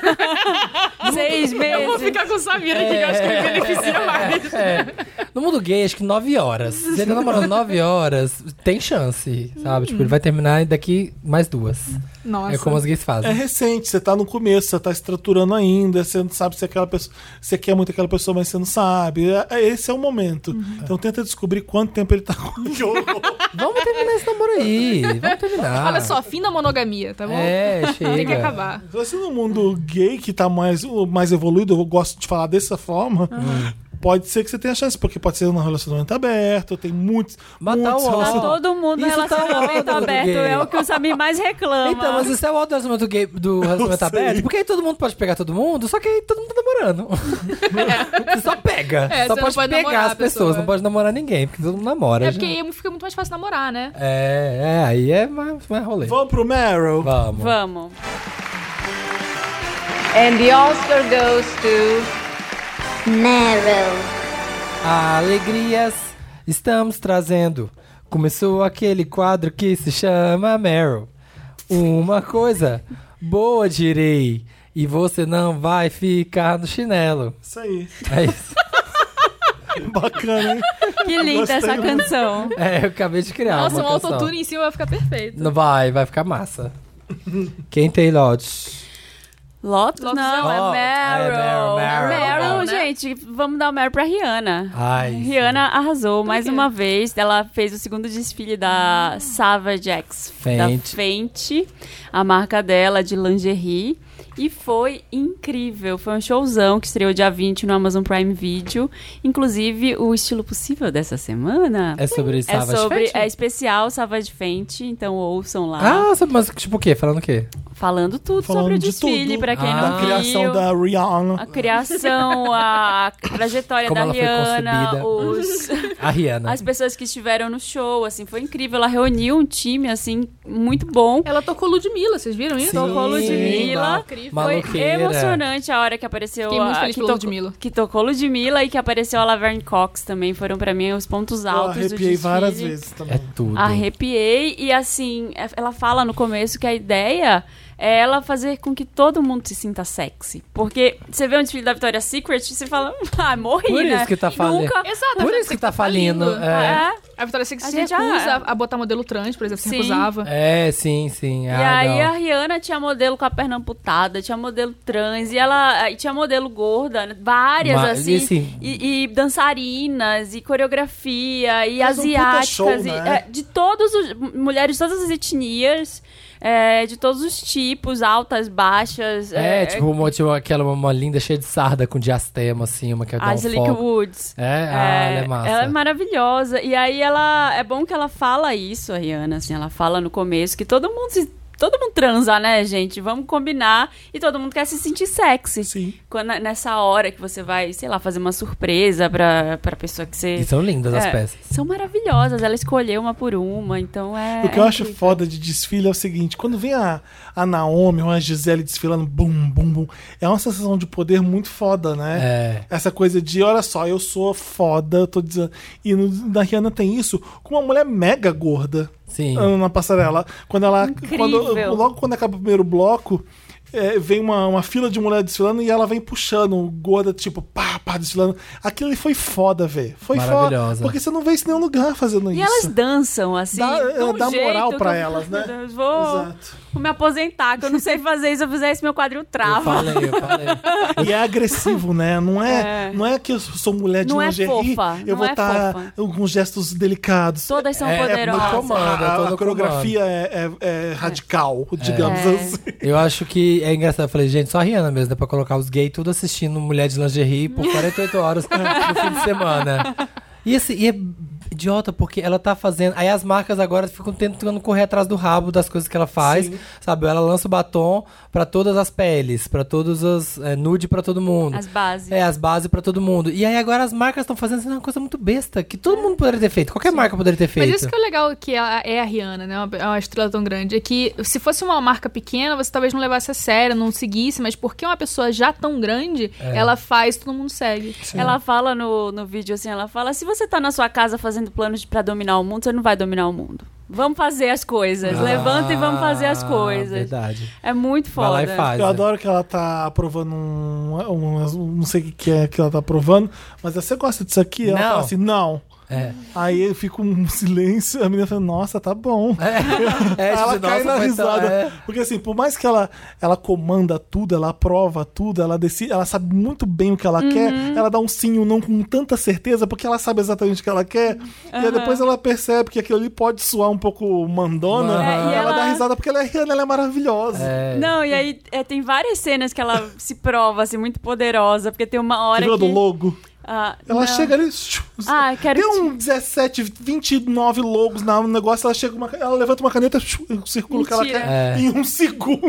[SPEAKER 4] Seis
[SPEAKER 3] eu vou
[SPEAKER 4] meses.
[SPEAKER 3] ficar com o Samira aqui, que eu acho que me beneficia mais.
[SPEAKER 2] No mundo gay, acho que nove horas. Se ele tá namorando nove horas, tem chance, sabe? Tipo, ele vai terminar daqui mais duas.
[SPEAKER 3] Nossa.
[SPEAKER 2] É como as gays
[SPEAKER 1] É
[SPEAKER 2] fazem.
[SPEAKER 1] recente, você tá no começo, você tá estruturando ainda, você não sabe se é aquela pessoa. Você quer muito aquela pessoa, mas você não sabe. É- é- Esse é o momento.
[SPEAKER 3] Uhum.
[SPEAKER 1] Então tenta descobrir quanto tempo ele tá com o jogo.
[SPEAKER 2] Vamos terminar esse namoro aí. Vamos terminar.
[SPEAKER 3] Olha só, fim da monogamia, tá bom?
[SPEAKER 2] Ah. É, chega.
[SPEAKER 3] Tem que acabar.
[SPEAKER 1] Se Você no mundo gay que tá mais, o mais evoluído, eu gosto de falar dessa forma,
[SPEAKER 4] Ah.
[SPEAKER 1] pode ser que você tenha chance, porque pode ser um relacionamento aberto, tem muitos.
[SPEAKER 2] Matar
[SPEAKER 1] muitos
[SPEAKER 2] o
[SPEAKER 4] Tá
[SPEAKER 2] Ó,
[SPEAKER 1] relacionamentos-
[SPEAKER 4] todo mundo no
[SPEAKER 2] isso tá
[SPEAKER 4] relacionamento
[SPEAKER 2] ótimo,
[SPEAKER 4] aberto.
[SPEAKER 2] gay.
[SPEAKER 4] É o que o Samir mais reclama.
[SPEAKER 2] Então, mas isso é o alto relacionamento gay do relacionamento
[SPEAKER 1] sei.
[SPEAKER 2] aberto, porque aí todo mundo pode pegar todo mundo, só que aí todo mundo tá namorando. Você só pega.
[SPEAKER 3] É,
[SPEAKER 2] só pode,
[SPEAKER 3] você não pode
[SPEAKER 2] pegar
[SPEAKER 3] namorar
[SPEAKER 2] as
[SPEAKER 3] a
[SPEAKER 2] pessoas,
[SPEAKER 3] pessoa.
[SPEAKER 2] não pode namorar ninguém, porque todo mundo namora.
[SPEAKER 3] É
[SPEAKER 2] já.
[SPEAKER 3] porque aí fica muito mais fácil namorar, né?
[SPEAKER 2] é, é, aí é mais, mais rolê.
[SPEAKER 1] Vamos pro Meryl.
[SPEAKER 2] Vamos.
[SPEAKER 4] Vamos.
[SPEAKER 8] And the Oscar goes to.
[SPEAKER 6] Meryl.
[SPEAKER 2] Alegrias estamos trazendo. Começou aquele quadro que se chama Meryl. Uma coisa boa direi, e você não vai ficar no chinelo.
[SPEAKER 1] Isso aí.
[SPEAKER 2] É isso.
[SPEAKER 1] Bacana, hein?
[SPEAKER 4] Que linda
[SPEAKER 1] Gostei
[SPEAKER 4] essa
[SPEAKER 1] muito.
[SPEAKER 4] canção.
[SPEAKER 2] É, eu acabei de criar.
[SPEAKER 3] Nossa, um
[SPEAKER 2] uma canção.
[SPEAKER 3] autotune em cima vai ficar perfeito.
[SPEAKER 2] Não Vai, vai ficar massa. Quem tem lotes?
[SPEAKER 4] Lotus?
[SPEAKER 3] Lotus
[SPEAKER 4] não,
[SPEAKER 2] não.
[SPEAKER 4] é Meryl.
[SPEAKER 2] É Meryl,
[SPEAKER 4] É
[SPEAKER 2] Meryl.
[SPEAKER 4] Meryl,
[SPEAKER 3] Né?
[SPEAKER 4] gente. Vamos dar o Meryl pra Rihanna.
[SPEAKER 2] Ai. né?
[SPEAKER 4] Rihanna arrasou mais
[SPEAKER 3] quê?
[SPEAKER 4] uma vez. Ela fez o segundo desfile da Savage X. Da
[SPEAKER 2] Ah. Fenty.
[SPEAKER 4] Fenty. A marca dela de lingerie. E foi incrível. Foi um showzão que estreou dia 20 no Amazon Prime Video. Inclusive, o estilo possível dessa semana...
[SPEAKER 2] É sobre
[SPEAKER 4] É
[SPEAKER 2] Savage
[SPEAKER 4] sobre.
[SPEAKER 2] Fenty?
[SPEAKER 4] É especial Savage Fenty, então ouçam lá.
[SPEAKER 2] Ah, sabe, mas tipo o quê? Falando o quê?
[SPEAKER 4] Falando tudo sobre
[SPEAKER 1] Falando
[SPEAKER 4] o
[SPEAKER 1] de
[SPEAKER 4] desfile,
[SPEAKER 1] tudo.
[SPEAKER 4] pra quem
[SPEAKER 2] Ah.
[SPEAKER 4] não
[SPEAKER 1] Da criação
[SPEAKER 4] viu.
[SPEAKER 1] da
[SPEAKER 4] A
[SPEAKER 1] Rihanna.
[SPEAKER 4] criação, a trajetória
[SPEAKER 2] Como
[SPEAKER 4] da
[SPEAKER 2] ela foi
[SPEAKER 4] Rihanna, os,
[SPEAKER 2] A Rihanna.
[SPEAKER 4] as pessoas que estiveram no show, assim, foi incrível. Ela reuniu um time, assim, muito bom.
[SPEAKER 3] Ela tocou Ludmilla, vocês viram isso?
[SPEAKER 2] Sim,
[SPEAKER 4] tocou Ludmilla.
[SPEAKER 2] ma-
[SPEAKER 3] Incrível.
[SPEAKER 4] Foi
[SPEAKER 2] Maloqueira.
[SPEAKER 4] emocionante a hora que apareceu
[SPEAKER 3] Fiquei muito
[SPEAKER 4] a,
[SPEAKER 3] feliz
[SPEAKER 4] que,
[SPEAKER 3] pelo
[SPEAKER 4] tocou-
[SPEAKER 3] Ludmilla.
[SPEAKER 4] que tocou Ludmilla e que apareceu a Laverne Cox também. Foram pra mim os pontos
[SPEAKER 1] Eu
[SPEAKER 4] altos do
[SPEAKER 1] arrepiei
[SPEAKER 4] desfile.
[SPEAKER 1] várias vezes
[SPEAKER 2] É
[SPEAKER 1] também.
[SPEAKER 2] tudo.
[SPEAKER 4] Arrepiei e assim, ela fala no começo que a ideia é ela fazer com que todo mundo se sinta sexy. Porque você vê um desfile da Victoria's Secret e você fala, ah, morri,
[SPEAKER 2] Por
[SPEAKER 4] né?
[SPEAKER 2] isso que tá falhando.
[SPEAKER 4] Nunca...
[SPEAKER 3] Exato, a
[SPEAKER 2] Por
[SPEAKER 3] Vitória
[SPEAKER 2] isso que tá falindo. É,
[SPEAKER 4] É.
[SPEAKER 3] A Vitória Secret
[SPEAKER 4] A
[SPEAKER 3] se
[SPEAKER 4] gente já-
[SPEAKER 3] recusa a botar modelo trans, por exemplo, se
[SPEAKER 4] Sim.
[SPEAKER 3] recusava.
[SPEAKER 2] é sim, sim.
[SPEAKER 4] E
[SPEAKER 2] Ah,
[SPEAKER 4] aí
[SPEAKER 2] não.
[SPEAKER 4] a Rihanna tinha modelo com a perna amputada, tinha modelo trans, e ela aí tinha modelo gorda, né? várias,
[SPEAKER 2] Mas,
[SPEAKER 4] assim.
[SPEAKER 2] e assim-
[SPEAKER 4] E, e dançarinas, e coreografia, e
[SPEAKER 1] Fez um puta
[SPEAKER 4] asiáticas.
[SPEAKER 1] show,
[SPEAKER 4] e,
[SPEAKER 1] né?
[SPEAKER 4] é, de todos os. Mulheres de todas as etnias, é, de todos os tipos, altas, baixas. eh,
[SPEAKER 2] É, tipo, uma, tipo, aquela uma, uma linda cheia de sarda com diastema, assim, uma que dá
[SPEAKER 4] A
[SPEAKER 2] um
[SPEAKER 4] Angelique
[SPEAKER 2] foco.
[SPEAKER 4] Woods.
[SPEAKER 2] É, ah, ela é massa.
[SPEAKER 4] ela é maravilhosa. E aí ela. É bom que ela fala isso, a Rihanna, assim, ela fala no começo que todo mundo se- Todo mundo transa, né, gente? Vamos combinar. E todo mundo quer se sentir sexy.
[SPEAKER 1] Sim.
[SPEAKER 4] Quando, nessa hora que você vai, sei lá, fazer uma surpresa pra, pra pessoa que você.
[SPEAKER 2] E são lindas as
[SPEAKER 4] É,
[SPEAKER 2] peças.
[SPEAKER 4] São maravilhosas. Ela escolheu uma por uma, então é.
[SPEAKER 1] O que eu
[SPEAKER 4] é
[SPEAKER 1] acho
[SPEAKER 4] incrível.
[SPEAKER 1] foda de desfile é o seguinte: quando vem a, a Naomi ou a Gisele desfilando, bum, bum, bum, é uma sensação de poder muito foda,
[SPEAKER 2] É.
[SPEAKER 1] né? Essa coisa de, olha só, eu sou foda, eu tô dizendo. E no, da Rihanna tem isso com uma mulher mega gorda
[SPEAKER 2] Sim.
[SPEAKER 1] ah, na passarela. Quando ela. Quando,
[SPEAKER 4] Incrível.
[SPEAKER 1] logo quando acaba o primeiro bloco. é, vem uma, uma fila de mulher desfilando e ela vem puxando, gorda, tipo, pá, pá, desfilando. Aquilo foi foda, velho. Foi foda.
[SPEAKER 2] Maravilhosa.
[SPEAKER 1] Porque você não vê isso em nenhum lugar fazendo
[SPEAKER 4] E
[SPEAKER 1] isso.
[SPEAKER 4] elas dançam, assim.
[SPEAKER 1] Dá- é,
[SPEAKER 4] de um
[SPEAKER 1] dá moral
[SPEAKER 4] jeito
[SPEAKER 1] pra
[SPEAKER 4] que eu-
[SPEAKER 1] elas, né?
[SPEAKER 4] Meu Deus, vou,
[SPEAKER 1] Exato.
[SPEAKER 4] vou me aposentar, que eu não sei fazer isso. Se eu fizer isso, meu quadril trava.
[SPEAKER 2] Eu falei, eu falei.
[SPEAKER 1] E é agressivo, né? Não é, não é que eu sou mulher de
[SPEAKER 4] Não é
[SPEAKER 1] lingerie,
[SPEAKER 4] fofa,
[SPEAKER 1] eu
[SPEAKER 4] não
[SPEAKER 1] vou
[SPEAKER 4] é
[SPEAKER 1] estar
[SPEAKER 4] fofa.
[SPEAKER 1] com gestos delicados.
[SPEAKER 4] Todas são
[SPEAKER 2] É, é
[SPEAKER 4] poderosas.
[SPEAKER 2] no comando.
[SPEAKER 1] a,
[SPEAKER 2] eu tô
[SPEAKER 1] a
[SPEAKER 2] no
[SPEAKER 1] coreografia é, é- é radical, digamos
[SPEAKER 4] É.
[SPEAKER 1] assim.
[SPEAKER 2] Eu acho que é engraçado. Eu falei, gente, só a Rihanna mesmo, dá pra colocar os gays tudo assistindo Mulher de Lingerie por 48 horas no fim de semana. E, assim, e é idiota, porque ela tá fazendo. Aí as marcas agora ficam tentando correr atrás do rabo das coisas que ela faz, sabe? Ela lança o batom pra todas as peles, pra todas as. é, nude pra todo mundo.
[SPEAKER 4] As bases.
[SPEAKER 2] É, as bases pra todo mundo. E aí agora as marcas estão fazendo assim, uma coisa muito besta, que todo mundo poderia ter feito, qualquer marca poderia ter feito.
[SPEAKER 3] Mas isso que é o legal que ela é a Rihanna, né? Uma- É uma estrela tão grande. É que se fosse uma marca pequena, você talvez não levasse a sério, não seguisse, mas porque uma pessoa já tão grande,
[SPEAKER 2] É.
[SPEAKER 3] ela faz, todo mundo segue.
[SPEAKER 4] Ela fala no, no vídeo assim, ela fala, se você tá na sua casa fazendo planos pra dominar o mundo, você não vai dominar o mundo. Vamos fazer as coisas. Levanta e vamos fazer as
[SPEAKER 2] Ah,
[SPEAKER 4] coisas.
[SPEAKER 2] Verdade.
[SPEAKER 4] É muito foda.
[SPEAKER 2] Vai lá e faz.
[SPEAKER 1] Eu
[SPEAKER 2] né?
[SPEAKER 1] adoro que ela tá aprovando um, um- um- Não sei o que que é que ela tá aprovando, mas você gosta disso aqui? Ela
[SPEAKER 2] Não.
[SPEAKER 1] fala assim, não.
[SPEAKER 2] É.
[SPEAKER 1] Aí eu fico um silêncio, a menina fala, nossa, tá bom.
[SPEAKER 2] É,
[SPEAKER 1] ela
[SPEAKER 2] tipo,
[SPEAKER 1] cai
[SPEAKER 2] nossa,
[SPEAKER 1] na
[SPEAKER 2] mas tá-
[SPEAKER 1] risada.
[SPEAKER 2] é.
[SPEAKER 1] Porque assim, por mais que ela, ela comanda tudo, ela aprova tudo, ela decide, ela sabe muito bem o que ela quer,
[SPEAKER 4] Uhum.
[SPEAKER 1] ela dá um sim ou não com tanta certeza, porque ela sabe exatamente o que ela quer. E aí depois ela percebe que aquilo ali pode soar um pouco mandona.
[SPEAKER 2] É,
[SPEAKER 4] e
[SPEAKER 1] ela,
[SPEAKER 4] ela-
[SPEAKER 1] dá risada porque ela é Rihanna, ela é maravilhosa.
[SPEAKER 2] É.
[SPEAKER 4] Não, e aí é, tem várias cenas que ela se prova, assim, muito poderosa, porque tem uma hora
[SPEAKER 1] Você viu a
[SPEAKER 4] que...
[SPEAKER 1] do logo?
[SPEAKER 4] Ah,
[SPEAKER 1] Ela
[SPEAKER 4] não.
[SPEAKER 1] chega ali.
[SPEAKER 4] Ah, quero
[SPEAKER 1] Tem um 17, 29 logos na- no negócio, ela chega uma, ela levanta uma caneta, o círculo que ela
[SPEAKER 4] Mentira.
[SPEAKER 1] quer
[SPEAKER 2] É.
[SPEAKER 1] em um segundo.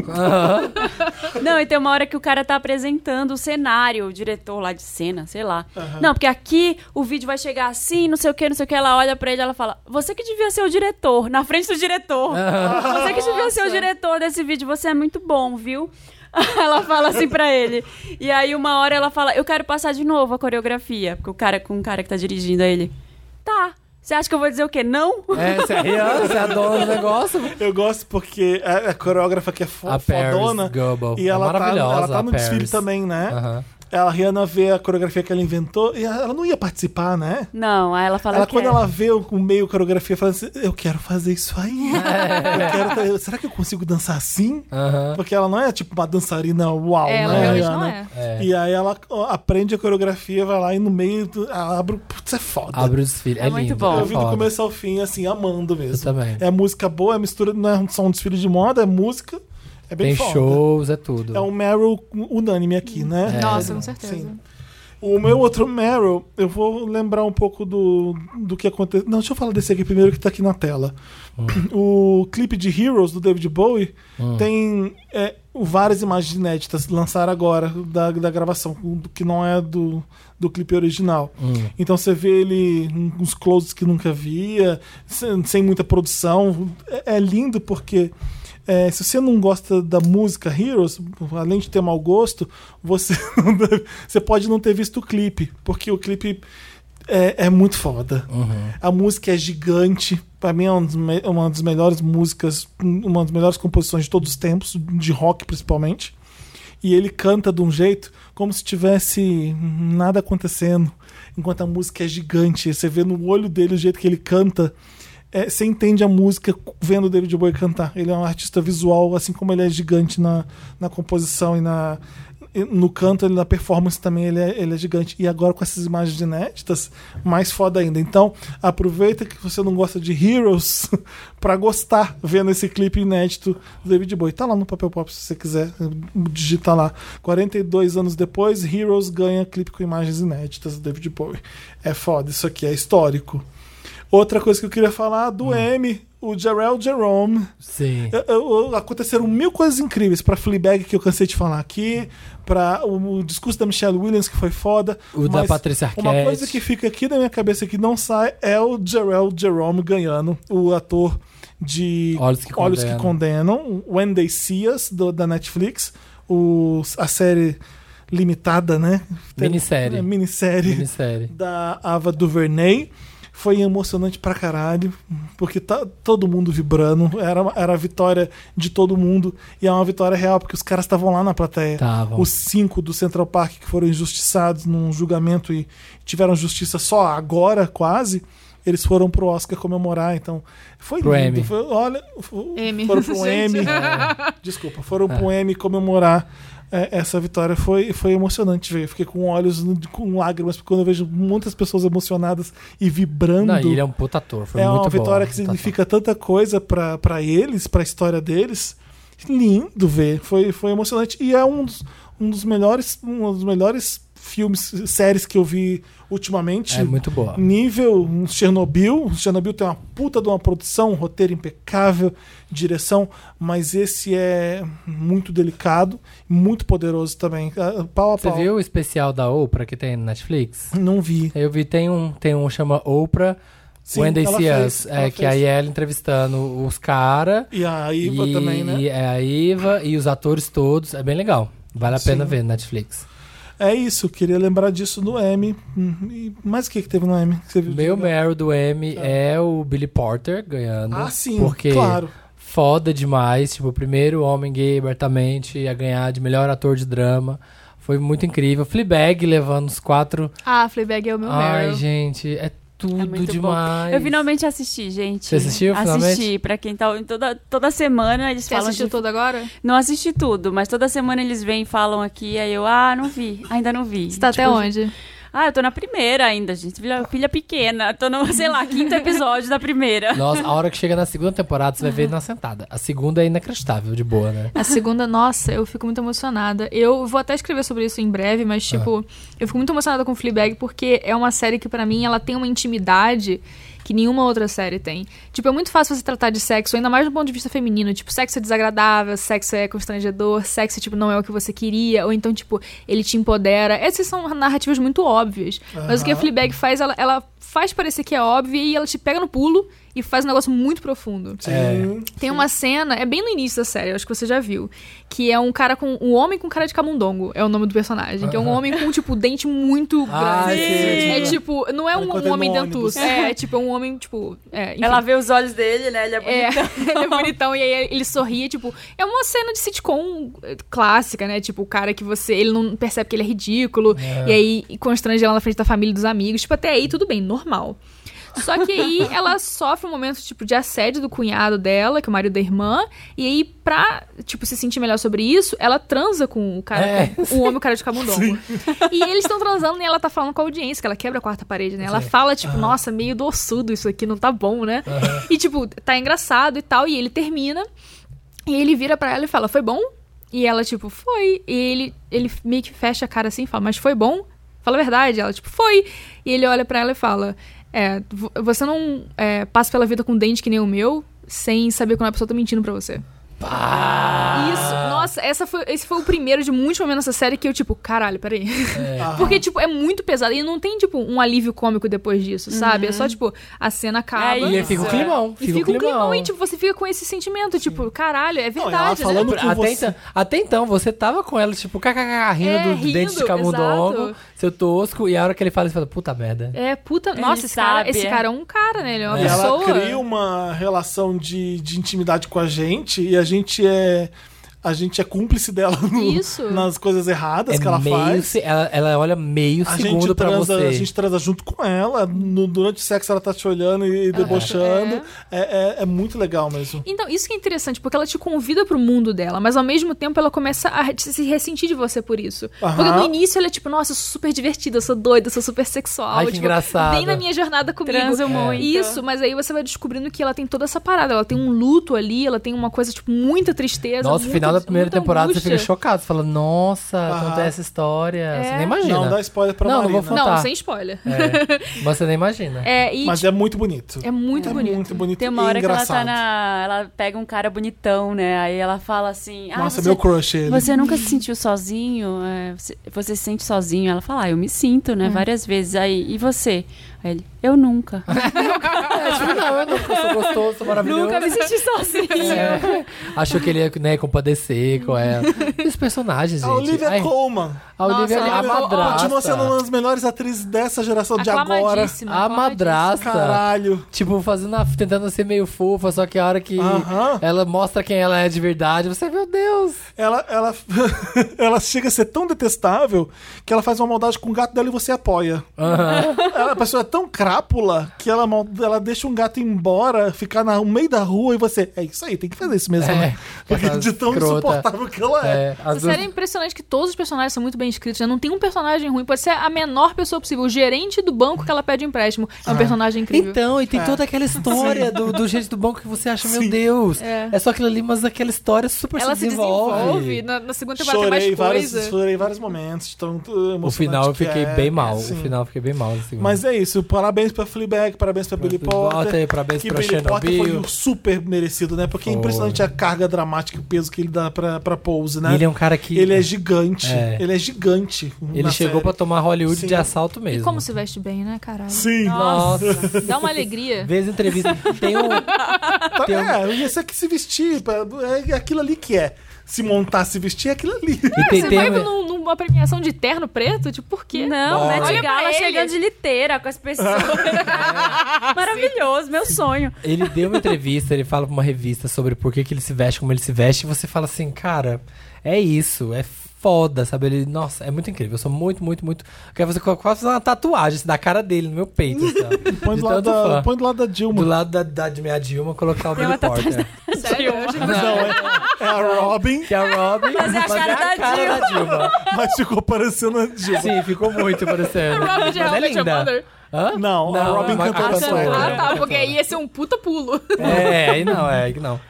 [SPEAKER 4] Não, e tem uma hora que o cara tá apresentando o cenário, o diretor lá de cena, sei lá. Não, porque aqui o vídeo vai chegar assim, não sei o que, não sei o que. Ela olha pra ele ela fala: Você que devia ser o diretor, na frente do diretor. Você que devia ser o diretor desse vídeo, você é muito bom, viu? Ela fala assim pra ele. E aí, uma hora ela fala: Eu quero passar de novo a coreografia. Porque o cara, com o cara que tá dirigindo a ele: Tá. Você acha que eu vou dizer o quê? Não?
[SPEAKER 2] É, você é Rihanna, você é a dona do negócio.
[SPEAKER 1] Eu gosto porque a, a coreógrafa que é fo
[SPEAKER 2] A Paris
[SPEAKER 1] fodona
[SPEAKER 2] Goebel.
[SPEAKER 1] e
[SPEAKER 2] É
[SPEAKER 1] ela tá,
[SPEAKER 2] maravilhosa,
[SPEAKER 1] ela tá
[SPEAKER 2] a
[SPEAKER 1] no
[SPEAKER 2] Paris.
[SPEAKER 1] desfile também, né?
[SPEAKER 2] Aham.
[SPEAKER 1] a Rihanna vê a coreografia que ela inventou e ela não ia participar, né?
[SPEAKER 4] Não, aí ela fala
[SPEAKER 1] ela,
[SPEAKER 4] que
[SPEAKER 1] quando
[SPEAKER 4] é.
[SPEAKER 1] ela vê o o meio coreografia, fala assim: Eu quero fazer isso aí.
[SPEAKER 2] É.
[SPEAKER 1] Eu quero tra- será que eu consigo dançar assim?
[SPEAKER 2] Aham.
[SPEAKER 1] Porque ela não é tipo uma dançarina uau,
[SPEAKER 3] É, ela
[SPEAKER 1] né?
[SPEAKER 3] realmente
[SPEAKER 1] Rihanna?
[SPEAKER 3] não é.
[SPEAKER 2] É.
[SPEAKER 1] E aí ela ó, aprende a coreografia, vai lá e no meio do- ela abre. o- Putz, é foda.
[SPEAKER 2] Abre o desfile. É,
[SPEAKER 4] É muito
[SPEAKER 2] lindo,
[SPEAKER 4] bom.
[SPEAKER 2] é
[SPEAKER 1] Eu vi do
[SPEAKER 2] foda.
[SPEAKER 1] começo ao fim, assim, amando mesmo.
[SPEAKER 2] Eu também.
[SPEAKER 1] É música boa, é mistura, não é só um desfile de moda, é música. É bem
[SPEAKER 2] Tem
[SPEAKER 1] foda.
[SPEAKER 2] shows, é tudo.
[SPEAKER 1] É um Meryl unânime aqui,
[SPEAKER 2] É.
[SPEAKER 1] né?
[SPEAKER 3] Nossa, com certeza.
[SPEAKER 1] Sim. O meu outro Meryl, eu vou lembrar um pouco do, do que aconteceu. Não, deixa eu falar desse aqui primeiro que tá aqui na tela. O clipe de Heroes do David Bowie tem é, várias imagens inéditas lançaram agora da, da gravação, do que não é do, do clipe original. Então você vê ele em uns closes que nunca via, sem, sem muita produção. É, é lindo porque. é, se você não gosta da música Heroes, além de ter mau gosto, você, não deve- você pode não ter visto o clipe, porque o clipe é, é muito foda. A música é gigante. Pra mim é um dos me- uma das melhores músicas, uma das melhores composições de todos os tempos, de rock principalmente. E ele canta de um jeito como se tivesse nada acontecendo, enquanto a música é gigante. Você vê no olho dele o jeito que ele canta. é, você entende a música vendo o David Bowie cantar. Ele é um artista visual, assim como ele é gigante na, na composição e na, e no canto, ele, na performance também ele é, ele é gigante. E agora com essas imagens inéditas, mais foda ainda. Então, aproveita que você não gosta de Heroes pra gostar vendo esse clipe inédito do David Bowie. Tá lá no Papel Pop se você quiser, digita lá. 42 anos depois, Heroes ganha clipe com imagens inéditas do David Bowie. É foda, isso aqui é histórico. Outra coisa que eu queria falar do M, o Jarrell Jerome.
[SPEAKER 2] Sim.
[SPEAKER 1] Eu- eu- eu- aconteceram mil coisas incríveis pra Fleabag que eu cansei de falar aqui, pra o, o discurso da Michelle Williams que foi foda.
[SPEAKER 2] O da
[SPEAKER 1] mas
[SPEAKER 2] Patrícia Arquette.
[SPEAKER 1] Uma coisa que fica aqui na minha cabeça que não sai é o Jarrell Jerome ganhando, o ator de
[SPEAKER 2] Olhos que
[SPEAKER 1] Condenam, When They See Us, do- da Netflix, o- a série limitada, né?
[SPEAKER 2] Minissérie.
[SPEAKER 1] É, minissérie
[SPEAKER 2] Minissérie.
[SPEAKER 1] da Ava DuVernay. Foi emocionante pra caralho, porque tá todo mundo vibrando. Era, era a vitória de todo mundo. E é uma vitória real, porque os caras estavam lá na plateia.
[SPEAKER 2] Tavam.
[SPEAKER 1] Os cinco do Central Park que foram injustiçados num julgamento e tiveram justiça só agora, quase. Eles foram pro Oscar comemorar, então. Foi
[SPEAKER 2] Pro
[SPEAKER 1] lindo.
[SPEAKER 2] M.
[SPEAKER 1] Foi- olha, fo-
[SPEAKER 3] M.
[SPEAKER 1] foram pro
[SPEAKER 3] Gente.
[SPEAKER 1] M. Desculpa, foram pro M comemorar é, essa vitória. Foi, foi emocionante ver. Fiquei com olhos, de- com lágrimas, porque quando eu vejo muitas pessoas emocionadas e vibrando.
[SPEAKER 2] Não, e ele é um puta ator. Foi
[SPEAKER 1] é
[SPEAKER 2] muito
[SPEAKER 1] uma
[SPEAKER 2] bom.
[SPEAKER 1] vitória que
[SPEAKER 2] Puta
[SPEAKER 1] significa tanta coisa pra pra eles, pra história deles. Lindo ver. Foi, foi emocionante. E é um dos, um dos melhores, um dos melhores filmes, séries que eu vi ultimamente
[SPEAKER 2] ator. É muito boa.
[SPEAKER 1] nível um Chernobyl. Chernobyl tem uma puta de uma produção, um roteiro impecável, direção, mas esse é muito delicado, muito poderoso também. Ah, Pau a
[SPEAKER 2] Você
[SPEAKER 1] pau.
[SPEAKER 2] viu o especial da Oprah que tem na Netflix?
[SPEAKER 1] Não vi.
[SPEAKER 2] Eu vi, tem um, tem um chama Oprah
[SPEAKER 1] Sim,
[SPEAKER 2] When They
[SPEAKER 1] ela
[SPEAKER 2] See
[SPEAKER 1] fez,
[SPEAKER 2] Us.
[SPEAKER 1] ela
[SPEAKER 2] É, que
[SPEAKER 1] fez.
[SPEAKER 2] aí é ela entrevistando os caras.
[SPEAKER 1] E a Iva
[SPEAKER 2] e,
[SPEAKER 1] também, né?
[SPEAKER 2] e é a Iva e os atores todos. É bem legal. Vale a pena ver na Netflix.
[SPEAKER 1] É isso, queria lembrar disso no M. Hum, e- Mas o que, que teve no M? que você viu de
[SPEAKER 2] Meu
[SPEAKER 1] legal?
[SPEAKER 2] Meryl do M é o Billy Porter ganhando.
[SPEAKER 1] Ah, sim,
[SPEAKER 2] porque
[SPEAKER 1] claro.
[SPEAKER 2] Foda demais. Tipo, o primeiro homem gay abertamente a ganhar de melhor ator de drama. Foi muito incrível. Fleabag levando os quatro.
[SPEAKER 3] Ah, Fleabag é o meu
[SPEAKER 2] Ai,
[SPEAKER 3] Meryl.
[SPEAKER 2] gente, é
[SPEAKER 4] É
[SPEAKER 2] tudo
[SPEAKER 4] muito bom.
[SPEAKER 2] demais.
[SPEAKER 4] Eu finalmente assisti, gente.
[SPEAKER 2] Você assistiu,
[SPEAKER 4] Assisti.
[SPEAKER 2] finalmente?
[SPEAKER 4] Pra quem tá. Toda, toda semana eles
[SPEAKER 3] Você
[SPEAKER 4] falam.
[SPEAKER 3] assistiu
[SPEAKER 4] de-
[SPEAKER 3] todo agora?
[SPEAKER 2] Tipo,
[SPEAKER 4] Não assisti tudo, mas toda semana eles vêm e falam aqui. Aí eu, ah, não vi. Ainda não vi.
[SPEAKER 3] Você tá até
[SPEAKER 4] Tipo,
[SPEAKER 3] onde?
[SPEAKER 4] Ah, eu tô na primeira ainda, gente. Filha, filha pequena. Tô no, sei lá, quinto episódio da primeira.
[SPEAKER 2] Nossa, a hora que chega na segunda temporada, você vai ver na sentada. A segunda é inacreditável, de boa, né?
[SPEAKER 3] A segunda, nossa, eu fico muito emocionada. Eu vou até escrever sobre isso em breve, mas, tipo, eu fico muito emocionada com Fleabag porque é uma série que, pra mim, ela tem uma intimidade que nenhuma outra série tem. Tipo, é muito fácil você tratar de sexo, ainda mais do ponto de vista feminino. Tipo, sexo é desagradável, sexo é constrangedor, sexo, tipo, não é o que você queria, ou então, tipo, ele te empodera. Essas são narrativas muito óbvias. Mas o que a Fleabag faz, ela, ela faz parecer que é óbvia e ela te pega no pulo e faz um negócio muito profundo.
[SPEAKER 2] É,
[SPEAKER 1] Sim.
[SPEAKER 3] Tem uma cena, é bem no início da série, eu acho que você já viu, que é um cara com um homem com cara de camundongo, é o nome do personagem, que é um homem com tipo dente muito
[SPEAKER 2] Ah,
[SPEAKER 3] grande.
[SPEAKER 2] sim.
[SPEAKER 3] É tipo, não é um,
[SPEAKER 1] Enquanto
[SPEAKER 3] um homem
[SPEAKER 1] ele no ônibus.
[SPEAKER 3] dentuço, é, é tipo é um homem tipo, é, enfim.
[SPEAKER 4] Ela vê os olhos dele, né? Ele é
[SPEAKER 3] É,
[SPEAKER 4] bonito.
[SPEAKER 3] ele é bonitão e aí ele sorria, tipo, é uma cena de sitcom eh, clássica, né? Tipo, o cara que você, ele não percebe que ele é ridículo e aí constrange ela na frente da família e dos amigos, tipo, até aí tudo bem, normal. Só que aí ela sofre um momento, tipo, de assédio do cunhado dela, que é o marido da irmã, e aí pra, tipo, se sentir melhor sobre isso, ela transa com o cara,
[SPEAKER 2] É,
[SPEAKER 3] com o homem, o cara de camundongo. E eles estão transando e ela tá falando com a audiência, que ela quebra a quarta parede, né? Ela fala, tipo, nossa, meio doçudo isso aqui, não tá bom, né? E, tipo, tá engraçado e tal. E ele termina. E ele vira pra ela e fala, foi bom? E ela, tipo, foi. E ele, ele meio que fecha a cara assim e fala, mas foi bom? Fala a verdade. Ela, tipo, foi. E ele olha pra ela e fala, é, vo- você não é, passa pela vida com um dente que nem o meu, sem saber quando a pessoa tá mentindo pra você. Isso, nossa, essa foi, esse foi o primeiro de muitos momentos nessa série que eu, tipo, caralho, peraí. Porque, tipo, é muito pesado e não tem, tipo, um alívio cômico depois disso, sabe? É só, tipo, a cena acaba.
[SPEAKER 4] É
[SPEAKER 2] E aí fica o
[SPEAKER 4] Isso,
[SPEAKER 2] climão.
[SPEAKER 3] E fica um climão, e tipo, você fica com esse sentimento, tipo, caralho, é
[SPEAKER 1] e ela
[SPEAKER 3] verdade, né?
[SPEAKER 1] falando com
[SPEAKER 2] até,
[SPEAKER 1] você.
[SPEAKER 2] então, até então, você tava com ela, tipo, kkk, rindo
[SPEAKER 3] É,
[SPEAKER 2] do
[SPEAKER 3] rindo,
[SPEAKER 2] dente de camundongo,
[SPEAKER 3] exato.
[SPEAKER 2] seu tosco, e a hora que ele fala, você fala, puta merda.
[SPEAKER 3] É, puta, nossa, esse cara,
[SPEAKER 4] sabe,
[SPEAKER 3] esse
[SPEAKER 4] é.
[SPEAKER 3] cara é um cara, né? Ele é uma
[SPEAKER 1] E ela
[SPEAKER 3] pessoa.
[SPEAKER 2] um-
[SPEAKER 1] cria uma relação de, de intimidade com a gente e a gente é. A gente é cúmplice dela no-
[SPEAKER 3] Isso.
[SPEAKER 1] nas coisas erradas
[SPEAKER 2] É
[SPEAKER 1] que ela
[SPEAKER 2] meio
[SPEAKER 1] faz.
[SPEAKER 2] se- ela, ela olha meio
[SPEAKER 1] A gente,
[SPEAKER 2] segundo pra
[SPEAKER 1] transa,
[SPEAKER 2] você.
[SPEAKER 1] a gente transa junto com ela. no- durante o sexo ela tá te olhando e debochando. É, é- é muito legal mesmo.
[SPEAKER 3] Então, isso que é interessante, porque ela te convida pro mundo dela, mas ao mesmo tempo ela começa a te- se ressentir de você por isso.
[SPEAKER 1] Aham.
[SPEAKER 3] Porque no início ela é tipo, nossa, eu sou super divertida, eu sou doida, eu sou super sexual.
[SPEAKER 2] Ai, que
[SPEAKER 3] tipo,
[SPEAKER 2] engraçado. É.
[SPEAKER 3] Vem na minha jornada comigo.
[SPEAKER 4] Transo muito.
[SPEAKER 3] Isso, mas aí você vai descobrindo que ela tem toda essa parada. Ela tem um luto ali, ela tem uma coisa, tipo, muita tristeza.
[SPEAKER 2] Nossa, no
[SPEAKER 3] muita-
[SPEAKER 2] final da primeira
[SPEAKER 3] muita
[SPEAKER 2] temporada você
[SPEAKER 3] angústia.
[SPEAKER 2] fica chocado. Você fala, nossa,
[SPEAKER 1] Aham.
[SPEAKER 2] tanto é essa história. Você nem imagina.
[SPEAKER 1] Não dá spoiler pra
[SPEAKER 2] Não, não
[SPEAKER 1] Marina.
[SPEAKER 2] vou falar.
[SPEAKER 3] Não,
[SPEAKER 2] Tá.
[SPEAKER 3] sem spoiler.
[SPEAKER 2] É, mas você nem imagina.
[SPEAKER 3] É, e
[SPEAKER 1] Mas é muito bonito.
[SPEAKER 3] é muito
[SPEAKER 1] É
[SPEAKER 3] bonito.
[SPEAKER 1] muito bonito
[SPEAKER 4] Tem uma
[SPEAKER 1] e
[SPEAKER 4] hora que ela
[SPEAKER 1] engraçado.
[SPEAKER 4] tá na. Ela pega um cara bonitão, né? Aí ela fala assim. ah,
[SPEAKER 1] Nossa,
[SPEAKER 4] você-
[SPEAKER 1] meu crush ele.
[SPEAKER 4] Você nunca se sentiu sozinho? É, você, você se sente sozinho? Ela fala, ah, eu me sinto, né? Várias vezes. Aí, e você? Aí ele, eu nunca.
[SPEAKER 2] É, tipo, não, eu nunca sou gostoso, sou maravilhoso.
[SPEAKER 4] nunca me senti sozinho.
[SPEAKER 2] É.
[SPEAKER 3] assim.
[SPEAKER 2] Achou que ele ia né, compadecer com ela. E é. os personagens, gente.
[SPEAKER 1] A Ah, Olivia
[SPEAKER 2] Ai,
[SPEAKER 1] Colman.
[SPEAKER 2] a Olivia é
[SPEAKER 3] Nossa, é
[SPEAKER 2] a
[SPEAKER 1] Olivia Colman
[SPEAKER 2] madrasta.
[SPEAKER 1] Continua sendo uma das melhores atrizes dessa geração de agora.
[SPEAKER 3] Aclamadíssima,
[SPEAKER 2] A madrasta.
[SPEAKER 1] Caralho.
[SPEAKER 2] Tipo, fazendo a- tentando ser meio fofa, só que a hora que
[SPEAKER 1] Aham.
[SPEAKER 2] ela mostra quem ela é de verdade, você, meu Deus!
[SPEAKER 1] Ela, ela, ela chega a ser tão detestável que ela faz uma maldade com o gato dela e você apoia. Ela- a pessoa é tão crápula que ela, mal- ela deixa um gato embora, ficar na- no meio da rua e você. É isso aí, tem que fazer isso mesmo, né? Porque
[SPEAKER 2] essa
[SPEAKER 1] de tão
[SPEAKER 2] É, escrota.
[SPEAKER 1] insuportável que ela é.
[SPEAKER 2] É, as
[SPEAKER 3] Essa série é impressionante que todos os personagens são muito bem escritos, né? Não tem um personagem ruim, pode ser a menor pessoa possível. O gerente do banco que ela pede empréstimo é um
[SPEAKER 1] Ah.
[SPEAKER 3] personagem incrível.
[SPEAKER 2] Então, e tem toda aquela história do, do jeito do banco que você acha, meu Deus, é. só aquilo ali, mas aquela história super
[SPEAKER 3] ela se desenvolve,
[SPEAKER 2] desenvolve.
[SPEAKER 3] na, na segunda temporada
[SPEAKER 1] Chorei,
[SPEAKER 3] tem mais
[SPEAKER 1] vários,
[SPEAKER 3] coisa.
[SPEAKER 1] chorei vários momentos. Tão, tão
[SPEAKER 2] O
[SPEAKER 1] emocionante
[SPEAKER 2] final eu
[SPEAKER 1] que
[SPEAKER 2] fiquei
[SPEAKER 1] é.
[SPEAKER 2] bem mal.
[SPEAKER 1] Sim.
[SPEAKER 2] O final eu fiquei bem mal. assim. no segundo.
[SPEAKER 1] Mas é isso, parabéns pra Fleabag, parabéns pra Billy
[SPEAKER 2] Billy Potter,
[SPEAKER 1] Potter.
[SPEAKER 2] parabéns
[SPEAKER 1] que
[SPEAKER 2] pra
[SPEAKER 1] Billy Potter
[SPEAKER 2] Chernobyl.
[SPEAKER 1] foi um super merecido, né? Porque é
[SPEAKER 2] Foi.
[SPEAKER 1] impressionante a carga dramática e o peso que ele dá pra, pra Pose, né?
[SPEAKER 2] E ele é um cara que.
[SPEAKER 1] Ele é gigante.
[SPEAKER 2] É.
[SPEAKER 1] Ele é gigante.
[SPEAKER 2] ele chegou pra tomar Hollywood
[SPEAKER 1] Sim.
[SPEAKER 2] de assalto mesmo.
[SPEAKER 3] E como se veste bem, né, caralho?
[SPEAKER 1] Sim.
[SPEAKER 2] Nossa.
[SPEAKER 3] Dá uma alegria.
[SPEAKER 2] Vez entrevista. Tem um.
[SPEAKER 1] Tá-
[SPEAKER 2] tem um-
[SPEAKER 1] É, isso aqui se vestir, pra- é aquilo ali que é. Se montar, se vestir, é aquilo ali.
[SPEAKER 2] e tem,
[SPEAKER 3] Você
[SPEAKER 2] tem
[SPEAKER 3] vai
[SPEAKER 2] um-
[SPEAKER 3] num- numa premiação de terno preto? Tipo, por quê?
[SPEAKER 4] Não,
[SPEAKER 2] Bora.
[SPEAKER 4] Bora.
[SPEAKER 3] Olha
[SPEAKER 4] Met
[SPEAKER 3] pra
[SPEAKER 4] Gala
[SPEAKER 3] ele.
[SPEAKER 4] chegando de liteira com as pessoas. Maravilhoso, meu sonho.
[SPEAKER 2] Ele deu uma entrevista, ele fala pra uma revista sobre por que, que ele se veste como ele se veste, e você fala assim, cara, é isso, é foda, sabe? Ele, nossa, é muito incrível, eu sou muito, muito, muito. Eu quero fazer co- quase uma tatuagem assim, da cara dele no meu peito, sabe?
[SPEAKER 1] Põe
[SPEAKER 2] De
[SPEAKER 1] do, lado
[SPEAKER 2] tanto
[SPEAKER 1] da,
[SPEAKER 2] fã.
[SPEAKER 1] põe do lado da Dilma.
[SPEAKER 2] Do lado da, da de minha Dilma, colocar o
[SPEAKER 4] Tem
[SPEAKER 2] Billy
[SPEAKER 4] uma tatuagem
[SPEAKER 2] Porter.
[SPEAKER 3] Sério, eu achei que você-
[SPEAKER 1] Não, é, é a Robin,
[SPEAKER 2] Que é a Robin,
[SPEAKER 4] Mas é a cara da
[SPEAKER 2] cara da Dilma.
[SPEAKER 1] mas ficou parecendo a Dilma.
[SPEAKER 2] Sim, ficou muito parecendo.
[SPEAKER 3] Robin um de How I
[SPEAKER 2] Mas é
[SPEAKER 3] Met Your
[SPEAKER 2] linda.
[SPEAKER 3] Mother.
[SPEAKER 2] Hã?
[SPEAKER 1] Não, a Robin
[SPEAKER 2] mas-
[SPEAKER 1] cantora
[SPEAKER 2] a
[SPEAKER 1] solo.
[SPEAKER 2] cantora.
[SPEAKER 3] Ah, tá, porque aí ia ser um puta pulo.
[SPEAKER 2] É, aí não, é, aí não.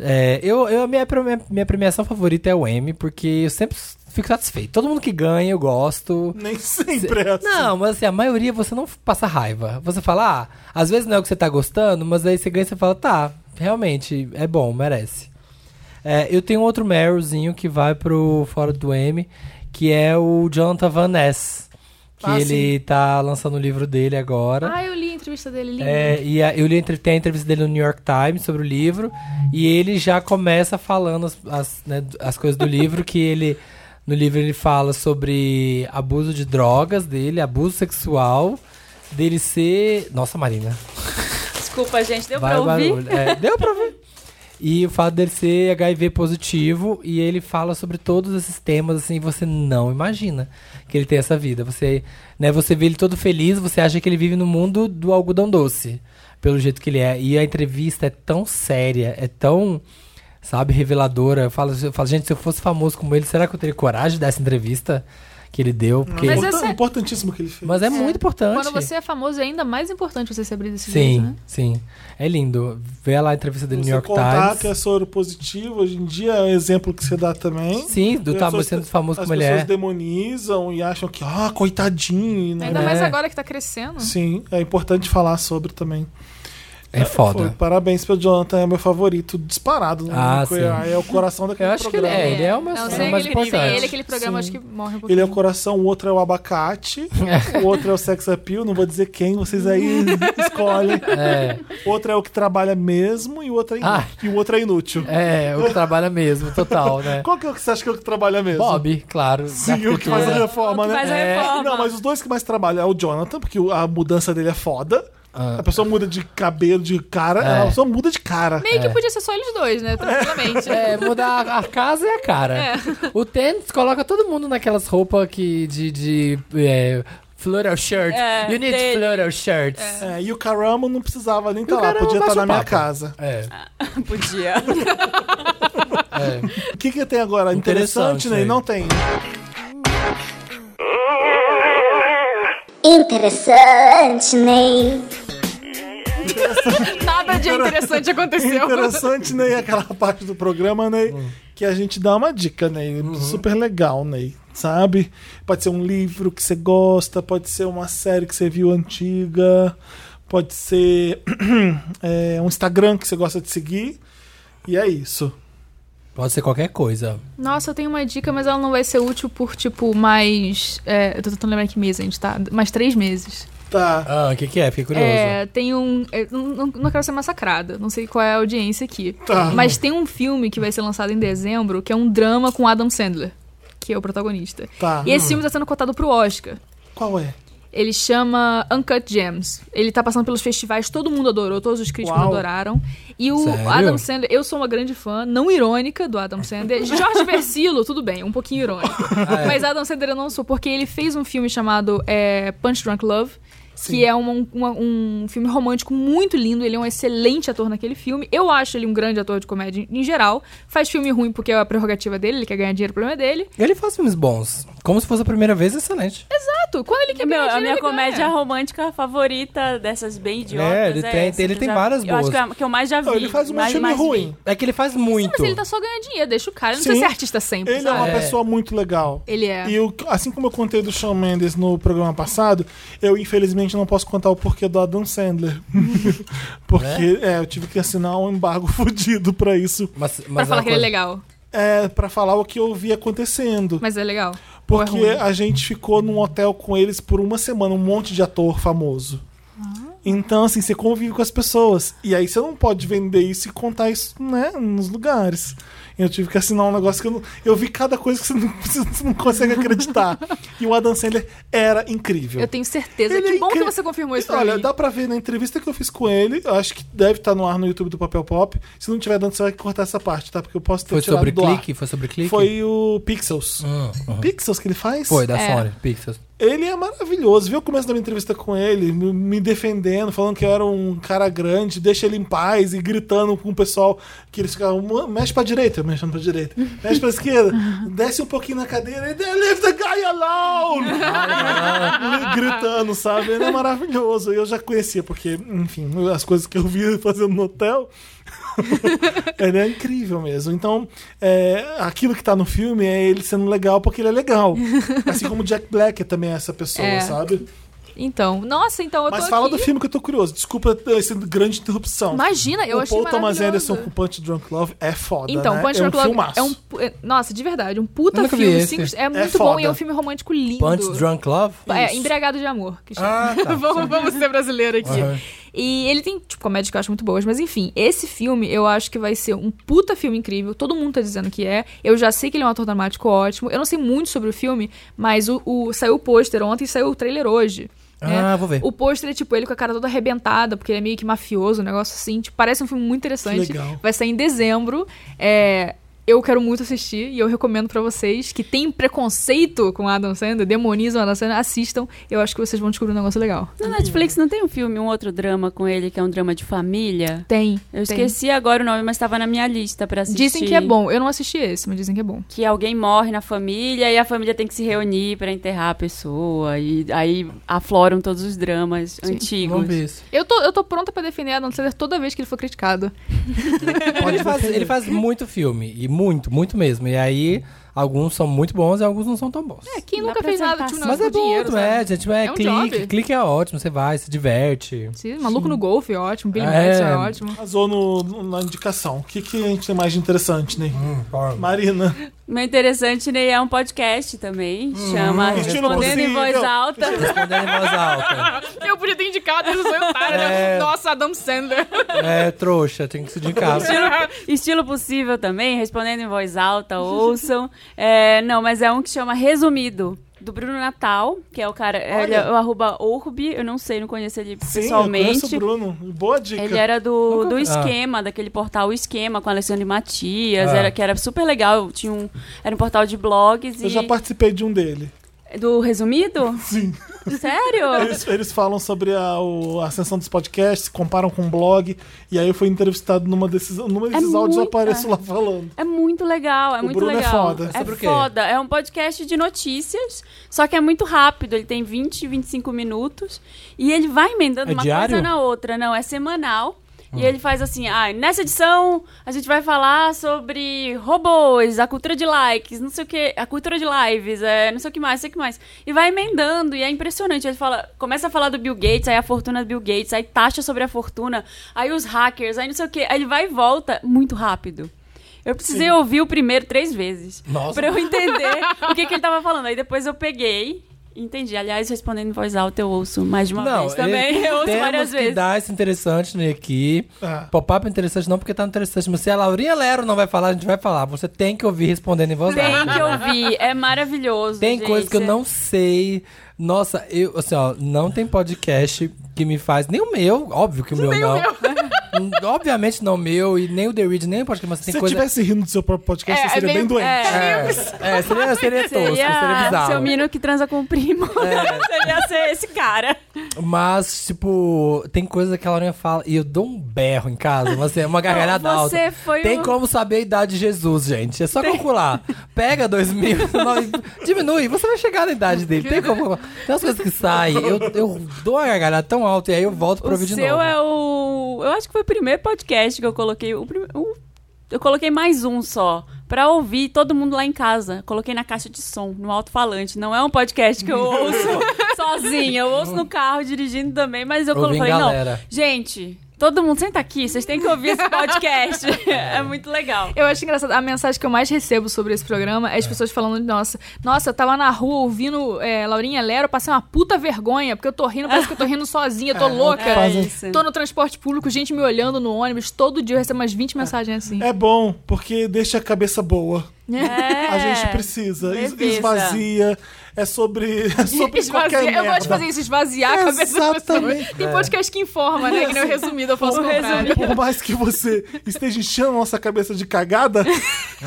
[SPEAKER 2] É, eu, eu, a minha, preme- minha premiação favorita é o M, porque eu sempre s- fico satisfeito. Todo mundo que ganha, eu gosto.
[SPEAKER 1] Nem sempre é assim.
[SPEAKER 2] Não, mas assim, a maioria você não passa raiva. Você fala, ah, às vezes não é o que você tá gostando, mas aí você ganha e você fala, tá, realmente, é bom, merece. É, eu tenho outro Merylzinho que vai pro Fora do M, que é o Jonathan Van Ness. que
[SPEAKER 1] Ah,
[SPEAKER 2] ele tá lançando o livro dele agora.
[SPEAKER 3] Ah, eu li a entrevista dele, linda.
[SPEAKER 2] É, e a- eu li a entre- tem a entrevista dele no New York Times sobre o livro, e ele já começa falando as, as, né, as coisas do livro, que ele. No livro ele fala sobre abuso de drogas dele, abuso sexual, dele ser. Nossa, Marina.
[SPEAKER 4] Desculpa, gente, deu
[SPEAKER 2] Vai
[SPEAKER 4] pra
[SPEAKER 2] o
[SPEAKER 4] ouvir?
[SPEAKER 2] barulho. É, deu pra ouvir. E o fato dele ser HIV positivo e ele fala sobre todos esses temas assim, você não imagina que ele tem essa vida. Você, né, você vê ele todo feliz, você acha que ele vive no mundo do algodão doce, pelo jeito que ele é. E a entrevista é tão séria, é tão, sabe, reveladora. Eu falo, eu falo gente, se eu fosse famoso como ele, será que eu teria coragem dessa entrevista que ele deu? Porque...
[SPEAKER 3] Mas
[SPEAKER 2] Mas,
[SPEAKER 3] é
[SPEAKER 2] é,
[SPEAKER 1] Importan-
[SPEAKER 3] sério.
[SPEAKER 1] importantíssimo que ele fez.
[SPEAKER 2] muito importante.
[SPEAKER 3] Quando você é famoso, é ainda mais importante você se abrir desse
[SPEAKER 2] Sim,
[SPEAKER 3] jeito, né?
[SPEAKER 2] sim. É lindo. Vê lá a entrevista do
[SPEAKER 1] Você
[SPEAKER 2] New York
[SPEAKER 1] contar
[SPEAKER 2] Times.
[SPEAKER 1] que é soro positivo, hoje em dia é um exemplo que você dá também.
[SPEAKER 2] Sim, do
[SPEAKER 1] As
[SPEAKER 2] tabu
[SPEAKER 1] pessoas-
[SPEAKER 2] sendo famoso
[SPEAKER 1] As
[SPEAKER 2] como ele é.
[SPEAKER 1] pessoas demonizam e acham que, ah, coitadinho. Né?
[SPEAKER 3] Ainda mais
[SPEAKER 2] É.
[SPEAKER 3] agora que tá crescendo.
[SPEAKER 1] Sim, é importante falar sobre também.
[SPEAKER 2] É
[SPEAKER 1] Foi,
[SPEAKER 2] foda.
[SPEAKER 1] parabéns pelo Jonathan, é meu favorito, disparado. né?
[SPEAKER 2] Ah,
[SPEAKER 1] Foi-
[SPEAKER 2] sim.
[SPEAKER 1] ah, É o coração daquele
[SPEAKER 2] Eu acho que ele
[SPEAKER 1] programa.
[SPEAKER 2] é. Ele é o meu
[SPEAKER 3] Não,
[SPEAKER 2] sonho
[SPEAKER 3] sem
[SPEAKER 2] mais
[SPEAKER 3] aquele, sem
[SPEAKER 2] importante.
[SPEAKER 3] ele, é aquele programa, acho
[SPEAKER 1] Sim.
[SPEAKER 3] que morre um pouquinho.
[SPEAKER 1] Ele é o coração, o outro é o abacate, o outro é o sex appeal, não vou dizer quem, vocês aí escolhem.
[SPEAKER 2] É,
[SPEAKER 1] O outro é o que trabalha mesmo e o outro é, inu-
[SPEAKER 2] Ah.
[SPEAKER 1] e o outro é inútil.
[SPEAKER 2] é, o que trabalha mesmo, total, né?
[SPEAKER 1] Qual que é o que você acha que é o que trabalha mesmo?
[SPEAKER 2] Bob, claro.
[SPEAKER 1] Sim, o que faz a reforma,
[SPEAKER 4] O que
[SPEAKER 1] né?
[SPEAKER 4] faz a
[SPEAKER 2] É.
[SPEAKER 4] reforma.
[SPEAKER 1] Não, mas os dois que mais trabalham é o Jonathan, porque o- a mudança dele é foda.
[SPEAKER 2] Ah.
[SPEAKER 1] A pessoa muda de cabelo, de cara,
[SPEAKER 2] É.
[SPEAKER 1] ela só muda de cara.
[SPEAKER 3] Meio que podia ser só eles dois, né? Tranquilamente.
[SPEAKER 2] É, muda a, a casa e a cara.
[SPEAKER 3] É.
[SPEAKER 2] O Tênis coloca todo mundo naquelas roupas que de. de é, floral shirt.
[SPEAKER 4] É,
[SPEAKER 2] you need
[SPEAKER 4] dele.
[SPEAKER 2] floral shirts.
[SPEAKER 1] É, e o Caramo não precisava nem
[SPEAKER 2] o
[SPEAKER 1] estar lá,
[SPEAKER 2] Caramo
[SPEAKER 1] podia estar
[SPEAKER 2] bate
[SPEAKER 1] na
[SPEAKER 2] um
[SPEAKER 1] minha
[SPEAKER 2] papo.
[SPEAKER 1] casa.
[SPEAKER 2] É.
[SPEAKER 3] Ah.
[SPEAKER 4] Podia.
[SPEAKER 2] é.
[SPEAKER 1] O que, que tem agora?
[SPEAKER 2] Interessante,
[SPEAKER 1] Interessante, né?
[SPEAKER 2] né?
[SPEAKER 1] Não tem.
[SPEAKER 6] Interessante, Ney.
[SPEAKER 3] Nada de interessante aconteceu.
[SPEAKER 1] Interessante, Ney, aquela parte do programa, Ney, que a gente dá uma dica, Ney. Super legal, Ney. Sabe? Pode ser um livro que você gosta, pode ser uma série que você viu antiga, pode ser é, um Instagram que você gosta de seguir. E é isso.
[SPEAKER 2] Pode ser qualquer coisa.
[SPEAKER 3] Nossa, eu tenho uma dica, mas ela não vai ser útil por, tipo, mais. é, eu tô tentando lembrar que mês a gente tá. Mais três meses.
[SPEAKER 1] Tá.
[SPEAKER 2] Ah, o que, que é? Fiquei curioso.
[SPEAKER 3] É, tem um. é, não, não- não quero ser massacrada, não sei qual é a audiência aqui.
[SPEAKER 1] Tá.
[SPEAKER 2] Ah.
[SPEAKER 3] Mas tem um filme que vai ser lançado em dezembro, que é um drama com Adam Sandler, que é o protagonista.
[SPEAKER 1] Tá.
[SPEAKER 3] E
[SPEAKER 2] Ah.
[SPEAKER 3] esse filme tá sendo cotado pro Oscar.
[SPEAKER 1] Qual é?
[SPEAKER 3] Ele chama Uncut Gems. Ele tá passando pelos festivais, todo mundo adorou, todos os críticos
[SPEAKER 1] Uau.
[SPEAKER 3] adoraram. E o
[SPEAKER 2] Sério?
[SPEAKER 3] Adam Sandler, eu sou uma grande fã, não irônica do Adam Sandler. Jorge Versilo, tudo bem, um pouquinho irônico.
[SPEAKER 2] Ah, é.
[SPEAKER 3] Mas Adam Sandler eu não sou, porque ele fez um filme chamado é, Punch Drunk Love. Que é uma- uma- um filme romântico muito lindo. Ele é um excelente ator naquele filme. Eu acho ele um grande ator de comédia em geral. Faz filme ruim porque é a prerrogativa dele, ele quer ganhar dinheiro, o problema é dele.
[SPEAKER 2] Ele faz filmes bons. Como se fosse a primeira vez, excelente.
[SPEAKER 3] Exato, Ah, quando ele quer
[SPEAKER 4] Meu,
[SPEAKER 3] ganhar dinheiro.
[SPEAKER 4] a minha
[SPEAKER 3] ele
[SPEAKER 4] comédia
[SPEAKER 3] ganha.
[SPEAKER 4] romântica favorita dessas bem idiotas.
[SPEAKER 2] É, ele tem-
[SPEAKER 4] essa
[SPEAKER 2] ele
[SPEAKER 4] que eu
[SPEAKER 2] tem
[SPEAKER 4] já-
[SPEAKER 2] várias
[SPEAKER 4] Eu acho que é
[SPEAKER 2] boas.
[SPEAKER 4] a que eu mais já vi.
[SPEAKER 1] Não, ele faz um
[SPEAKER 4] mais,
[SPEAKER 1] filme
[SPEAKER 4] mais vi.
[SPEAKER 1] ruim.
[SPEAKER 2] É que ele faz muito.
[SPEAKER 3] Mas ele tá só ganhando dinheiro, deixa o cara. Ele não
[SPEAKER 1] Sim.
[SPEAKER 3] precisa ser artista sempre,
[SPEAKER 1] Ele é
[SPEAKER 3] sabe?
[SPEAKER 1] uma
[SPEAKER 2] É.
[SPEAKER 1] pessoa muito legal.
[SPEAKER 3] Ele é.
[SPEAKER 1] E eu, assim como eu contei do Shawn Mendes no programa passado, eu infelizmente não posso contar o porquê do Adam Sandler. Porque é, eu tive que assinar um embargo fudido pra isso.
[SPEAKER 2] Mas, mas
[SPEAKER 3] Pra falar
[SPEAKER 2] uma
[SPEAKER 3] que ele é
[SPEAKER 2] coisa-
[SPEAKER 3] legal.
[SPEAKER 1] É, pra falar o que eu vi acontecendo.
[SPEAKER 3] Mas é legal. Ou é
[SPEAKER 1] porque
[SPEAKER 3] ruim.
[SPEAKER 1] a gente ficou num hotel com eles por uma semana, um monte de ator famoso.
[SPEAKER 3] Ah.
[SPEAKER 1] Então, assim, você convive com as pessoas. E aí você não pode vender isso e contar isso, né, nos lugares. Eu tive que assinar um negócio que eu não. Eu vi cada coisa que você não, você não consegue acreditar. e o Adam Sandler era incrível.
[SPEAKER 3] Eu tenho certeza.
[SPEAKER 1] Ele
[SPEAKER 3] que
[SPEAKER 1] é
[SPEAKER 3] bom que
[SPEAKER 1] incrível.
[SPEAKER 3] você confirmou isso pra
[SPEAKER 1] Olha,
[SPEAKER 3] mim.
[SPEAKER 1] dá pra ver na entrevista que eu fiz com ele. eu Acho que deve estar no ar no YouTube do Papel Pop. Se não tiver dando, você vai cortar essa parte, tá? Porque eu posso ter
[SPEAKER 2] Foi
[SPEAKER 1] tirado
[SPEAKER 2] sobre
[SPEAKER 1] do ar.
[SPEAKER 2] clique? Foi sobre clique?
[SPEAKER 1] Foi o Pixels.
[SPEAKER 2] Hum, uhum.
[SPEAKER 1] Pixels que ele faz?
[SPEAKER 2] Foi, da
[SPEAKER 3] É.
[SPEAKER 2] Sony, Pixels.
[SPEAKER 1] Ele é maravilhoso. Viu o começo da minha entrevista com ele, me me defendendo, falando que eu era um cara grande, deixa ele em paz e gritando com o pessoal que eles ficavam, "Mu- mexe pra direita, eu mexendo pra direita, mexe pra esquerda, desce um pouquinho na cadeira e "Then leave the guy alone! gritando, sabe? Ele é maravilhoso. Eu já conhecia, porque, enfim, as coisas que eu vi fazendo no hotel. ele é incrível mesmo. Então, é, aquilo que tá no filme é ele sendo legal porque ele é legal. Assim como o Jack Black é também essa pessoa,
[SPEAKER 3] É.
[SPEAKER 1] sabe?
[SPEAKER 3] Então, nossa, então eu
[SPEAKER 1] Mas
[SPEAKER 3] tô
[SPEAKER 1] fala
[SPEAKER 3] aqui.
[SPEAKER 1] do filme que eu tô curioso. Desculpa eh, essa grande interrupção.
[SPEAKER 3] Imagina, eu
[SPEAKER 1] o
[SPEAKER 3] achei
[SPEAKER 1] Paul Thomas
[SPEAKER 3] maravilhoso.
[SPEAKER 1] Anderson com Punch Drunk Love é foda.
[SPEAKER 3] Então,
[SPEAKER 1] né?
[SPEAKER 3] Punch
[SPEAKER 1] é um
[SPEAKER 3] Drunk Love
[SPEAKER 1] filmaço.
[SPEAKER 3] é um... pu- é- Nossa, de verdade, um puta
[SPEAKER 2] Eu nunca vi
[SPEAKER 3] filme.
[SPEAKER 2] esse.
[SPEAKER 3] simples- é muito bom
[SPEAKER 1] foda.
[SPEAKER 3] e é um filme romântico lindo.
[SPEAKER 2] Punch Drunk Love?
[SPEAKER 3] É, Embriagado de Amor. Que chama.
[SPEAKER 2] Ah, tá.
[SPEAKER 3] vamos, vamos ser brasileiro aqui.
[SPEAKER 2] Aham.
[SPEAKER 3] E ele tem, tipo, comédias que eu acho muito boas, mas enfim, esse filme eu acho que vai ser um puta filme incrível. Todo mundo tá dizendo que é. Eu já sei que ele é um ator dramático ótimo. Eu não sei muito sobre o filme, mas o, o- saiu o pôster ontem e saiu o trailer hoje. né?
[SPEAKER 2] Ah, vou ver.
[SPEAKER 3] O pôster é tipo ele com a cara toda arrebentada, porque ele é meio que mafioso, um negócio assim. Tipo, parece um filme muito interessante.
[SPEAKER 1] Que legal.
[SPEAKER 3] Vai sair em dezembro. É, eu quero muito assistir e eu recomendo pra vocês que têm preconceito com Adam Sandler, demonizam Adam Sandler, assistam. Eu acho que vocês vão descobrir um negócio legal.
[SPEAKER 4] Na Netflix não tem um filme, um outro drama com ele, que é um drama de família?
[SPEAKER 3] Tem.
[SPEAKER 4] Eu
[SPEAKER 3] tem.
[SPEAKER 4] esqueci agora o nome, mas tava na minha lista pra assistir.
[SPEAKER 3] Dizem que é bom. Eu não assisti esse, mas dizem que é bom.
[SPEAKER 4] Que alguém morre na família e a família tem que se reunir pra enterrar a pessoa. E aí afloram todos os dramas antigos.
[SPEAKER 2] Vamos ver isso.
[SPEAKER 3] Eu tô, eu tô pronta pra defender Adam Sandler toda vez que ele for criticado.
[SPEAKER 2] Ele faz, ele faz muito filme. E muito, muito mesmo. E aí, alguns são muito bons e alguns não são tão bons.
[SPEAKER 3] Quem
[SPEAKER 4] Dá
[SPEAKER 3] nunca
[SPEAKER 4] pra
[SPEAKER 3] fez nada
[SPEAKER 4] sentar assim.
[SPEAKER 3] tipo, não,
[SPEAKER 2] Mas
[SPEAKER 3] por
[SPEAKER 2] é bom,
[SPEAKER 3] dinheiro, sabe?
[SPEAKER 2] é, gente. É,
[SPEAKER 3] É um
[SPEAKER 2] clique.
[SPEAKER 3] job.
[SPEAKER 2] Clique é ótimo, você vai, se diverte.
[SPEAKER 3] Sim, Maluco no Golfe é ótimo, Billy
[SPEAKER 2] É.
[SPEAKER 3] Madison é ótimo.
[SPEAKER 1] Arrasou no- no- na indicação. O que, que a gente tem mais de interessante, né?
[SPEAKER 2] Hum,
[SPEAKER 1] Marina.
[SPEAKER 4] Meu interessante, né, é um podcast também. chama
[SPEAKER 1] Uhum. Estilo
[SPEAKER 4] Respondendo em Voz
[SPEAKER 1] Possível.
[SPEAKER 4] Alta.
[SPEAKER 2] Respondendo em voz alta.
[SPEAKER 3] Eu podia ter indicado, eu sou otária.
[SPEAKER 2] né? É.
[SPEAKER 3] Nossa, Adam Sandler.
[SPEAKER 2] É, trouxa, tem que se dedicar.
[SPEAKER 4] Estilo possível também, respondendo em voz alta, ouçam. É, não, mas é um que chama Resumido. Do Bruno Natal, que é o cara. Ele é o arroba Orbi, eu não sei, não conheço ele
[SPEAKER 1] Sim, eu conheço o
[SPEAKER 4] pessoalmente.
[SPEAKER 1] Bruno. Boa dica.
[SPEAKER 3] é
[SPEAKER 4] Ele era do, do
[SPEAKER 2] vi.
[SPEAKER 4] esquema,
[SPEAKER 1] Ah.
[SPEAKER 4] daquele portal O Esquema, com Alexandre Matias,
[SPEAKER 2] Ah.
[SPEAKER 4] era, que era super legal. Tinha um, era um portal de blogs
[SPEAKER 1] Eu já
[SPEAKER 4] e.
[SPEAKER 1] participei de um dele.
[SPEAKER 4] Do resumido?
[SPEAKER 1] Sim.
[SPEAKER 3] Ah.
[SPEAKER 4] Sério?
[SPEAKER 1] Eles, eles falam sobre a, o- a ascensão dos podcasts, comparam com o blog. E aí eu fui entrevistado numa desses,
[SPEAKER 3] É
[SPEAKER 1] numa desses áudios eu
[SPEAKER 4] muito-
[SPEAKER 1] apareço lá falando.
[SPEAKER 4] É muito legal, é
[SPEAKER 1] O
[SPEAKER 4] muito
[SPEAKER 1] Bruno é
[SPEAKER 4] legal.
[SPEAKER 1] foda.
[SPEAKER 2] Sobre o quê?
[SPEAKER 4] foda. É um podcast de notícias, só que é muito rápido. Ele tem 20, 25 minutos. E ele vai emendando
[SPEAKER 2] É
[SPEAKER 4] uma
[SPEAKER 2] diário?
[SPEAKER 4] coisa na outra. Não, é semanal. E ele faz assim, ah, nessa edição a gente vai falar sobre robôs, a cultura de likes, não sei o que, a cultura de lives, é, não sei o que mais, não sei o que mais. E vai emendando, e é impressionante. Ele fala, começa a falar do Bill Gates, aí a fortuna do Bill Gates, aí taxa sobre a fortuna, aí os hackers, aí não sei o que. Aí ele vai e volta muito rápido. Eu precisei ouvir o primeiro três vezes.
[SPEAKER 2] Nossa.
[SPEAKER 4] Pra eu entender o que, que ele tava falando. Aí depois eu peguei. e Entendi. Aliás, respondendo em voz alta, eu ouço mais de uma vez também.
[SPEAKER 2] é-
[SPEAKER 4] Eu ouço
[SPEAKER 2] temos
[SPEAKER 4] várias
[SPEAKER 2] que
[SPEAKER 4] vezes.
[SPEAKER 2] dar esse interessante né, aqui.
[SPEAKER 1] Ah.
[SPEAKER 2] Pop-up interessante não, porque tá no interessante. Mas se a Laurinha Lero não vai falar, a gente vai falar. Você tem que ouvir respondendo em voz alta.
[SPEAKER 4] Tem que ouvir. É maravilhoso.
[SPEAKER 2] Tem
[SPEAKER 4] gente. é
[SPEAKER 2] coisa que eu não sei. Nossa, eu, assim, ó, não tem podcast que me faz. Nem o meu, óbvio que o meu não. Hum, Obviamente não o meu, e nem o The Read, nem o podcast, mas
[SPEAKER 1] Se
[SPEAKER 2] tem
[SPEAKER 1] você
[SPEAKER 2] coisa.
[SPEAKER 1] estivesse rindo do seu próprio podcast,
[SPEAKER 3] É,
[SPEAKER 1] você seria
[SPEAKER 3] é
[SPEAKER 1] bem
[SPEAKER 3] meio-
[SPEAKER 1] doente.
[SPEAKER 4] É,
[SPEAKER 2] É, é, seria, seria tosco, seria
[SPEAKER 4] seria seu
[SPEAKER 2] bizarro. É.
[SPEAKER 4] menino que transa com o primo. seria ser esse cara.
[SPEAKER 2] Mas, tipo, tem coisa que a Laurinha fala e eu dou um berro em casa, mas é uma gargalhada
[SPEAKER 4] Não, você
[SPEAKER 2] alta.
[SPEAKER 4] foi
[SPEAKER 2] tem
[SPEAKER 4] o-
[SPEAKER 2] como saber a idade de Jesus, gente. É só calcular. Pega 2000, nós- diminui, você vai chegar na idade dele. Tem como. Tem umas coisas que saem. Eu, eu dou uma gargalhada tão alta e aí eu volto pra
[SPEAKER 4] O
[SPEAKER 2] ouvir de novo.
[SPEAKER 4] seu é o. Eu acho que foi o primeiro podcast que eu coloquei. O prime- o- Eu coloquei mais um só. Pra ouvir todo mundo lá em casa. Coloquei na caixa de som, no alto-falante. Não é um podcast que eu ouço sozinha. Eu ouço no carro, dirigindo também, mas eu
[SPEAKER 2] Ouvi em
[SPEAKER 4] coloquei. Não,
[SPEAKER 2] galera.
[SPEAKER 4] gente, todo mundo senta aqui, vocês têm que ouvir esse podcast. é muito legal.
[SPEAKER 3] Eu acho engraçado. A mensagem que eu mais recebo sobre esse programa é as pessoas falando de nossa. Nossa, eu tava na rua ouvindo é, Laurinha Lero, eu passei uma puta vergonha, porque eu tô rindo, parece que eu tô rindo sozinha, tô louca.
[SPEAKER 4] é isso.
[SPEAKER 3] Tô no transporte público, gente me olhando no ônibus. Todo dia eu recebo umas 20 mensagens assim.
[SPEAKER 1] É bom, porque deixa a cabeça boa.
[SPEAKER 4] É.
[SPEAKER 1] A gente precisa. Es-
[SPEAKER 4] Beleza.
[SPEAKER 1] Esvazia. É sobre, é sobre
[SPEAKER 3] Esvaziar.
[SPEAKER 1] qualquer
[SPEAKER 3] Eu
[SPEAKER 1] merda.
[SPEAKER 3] gosto de fazer isso, esvaziar a cabeça das pessoas.
[SPEAKER 1] Exatamente.
[SPEAKER 3] Tem podcast que informa, né? Que nem o resumido, eu faço o contrário.
[SPEAKER 1] Por mais que você esteja enchendo a nossa cabeça de cagada,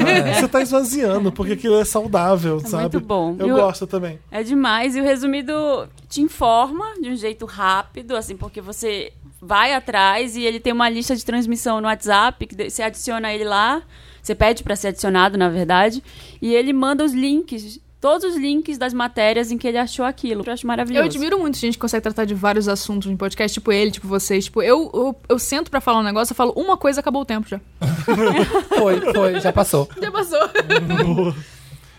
[SPEAKER 2] É.
[SPEAKER 1] você tá esvaziando, porque aquilo é saudável, sabe?
[SPEAKER 4] muito bom.
[SPEAKER 1] Eu
[SPEAKER 4] E o-
[SPEAKER 1] gosto também.
[SPEAKER 4] É demais. E o resumido te informa de um jeito rápido, assim, porque você vai atrás e ele tem uma lista de transmissão no WhatsApp, que de- você adiciona ele lá, você pede para ser adicionado, na verdade, e ele manda os links, todos os links das matérias em que ele achou aquilo. Eu acho maravilhoso.
[SPEAKER 3] Eu admiro muito gente que consegue tratar de vários assuntos em podcast, tipo ele, tipo vocês. Tipo, eu, eu, eu sento pra falar um negócio, eu falo uma coisa, acabou o tempo já.
[SPEAKER 2] Foi, foi, já passou.
[SPEAKER 3] Já passou.
[SPEAKER 1] Boa.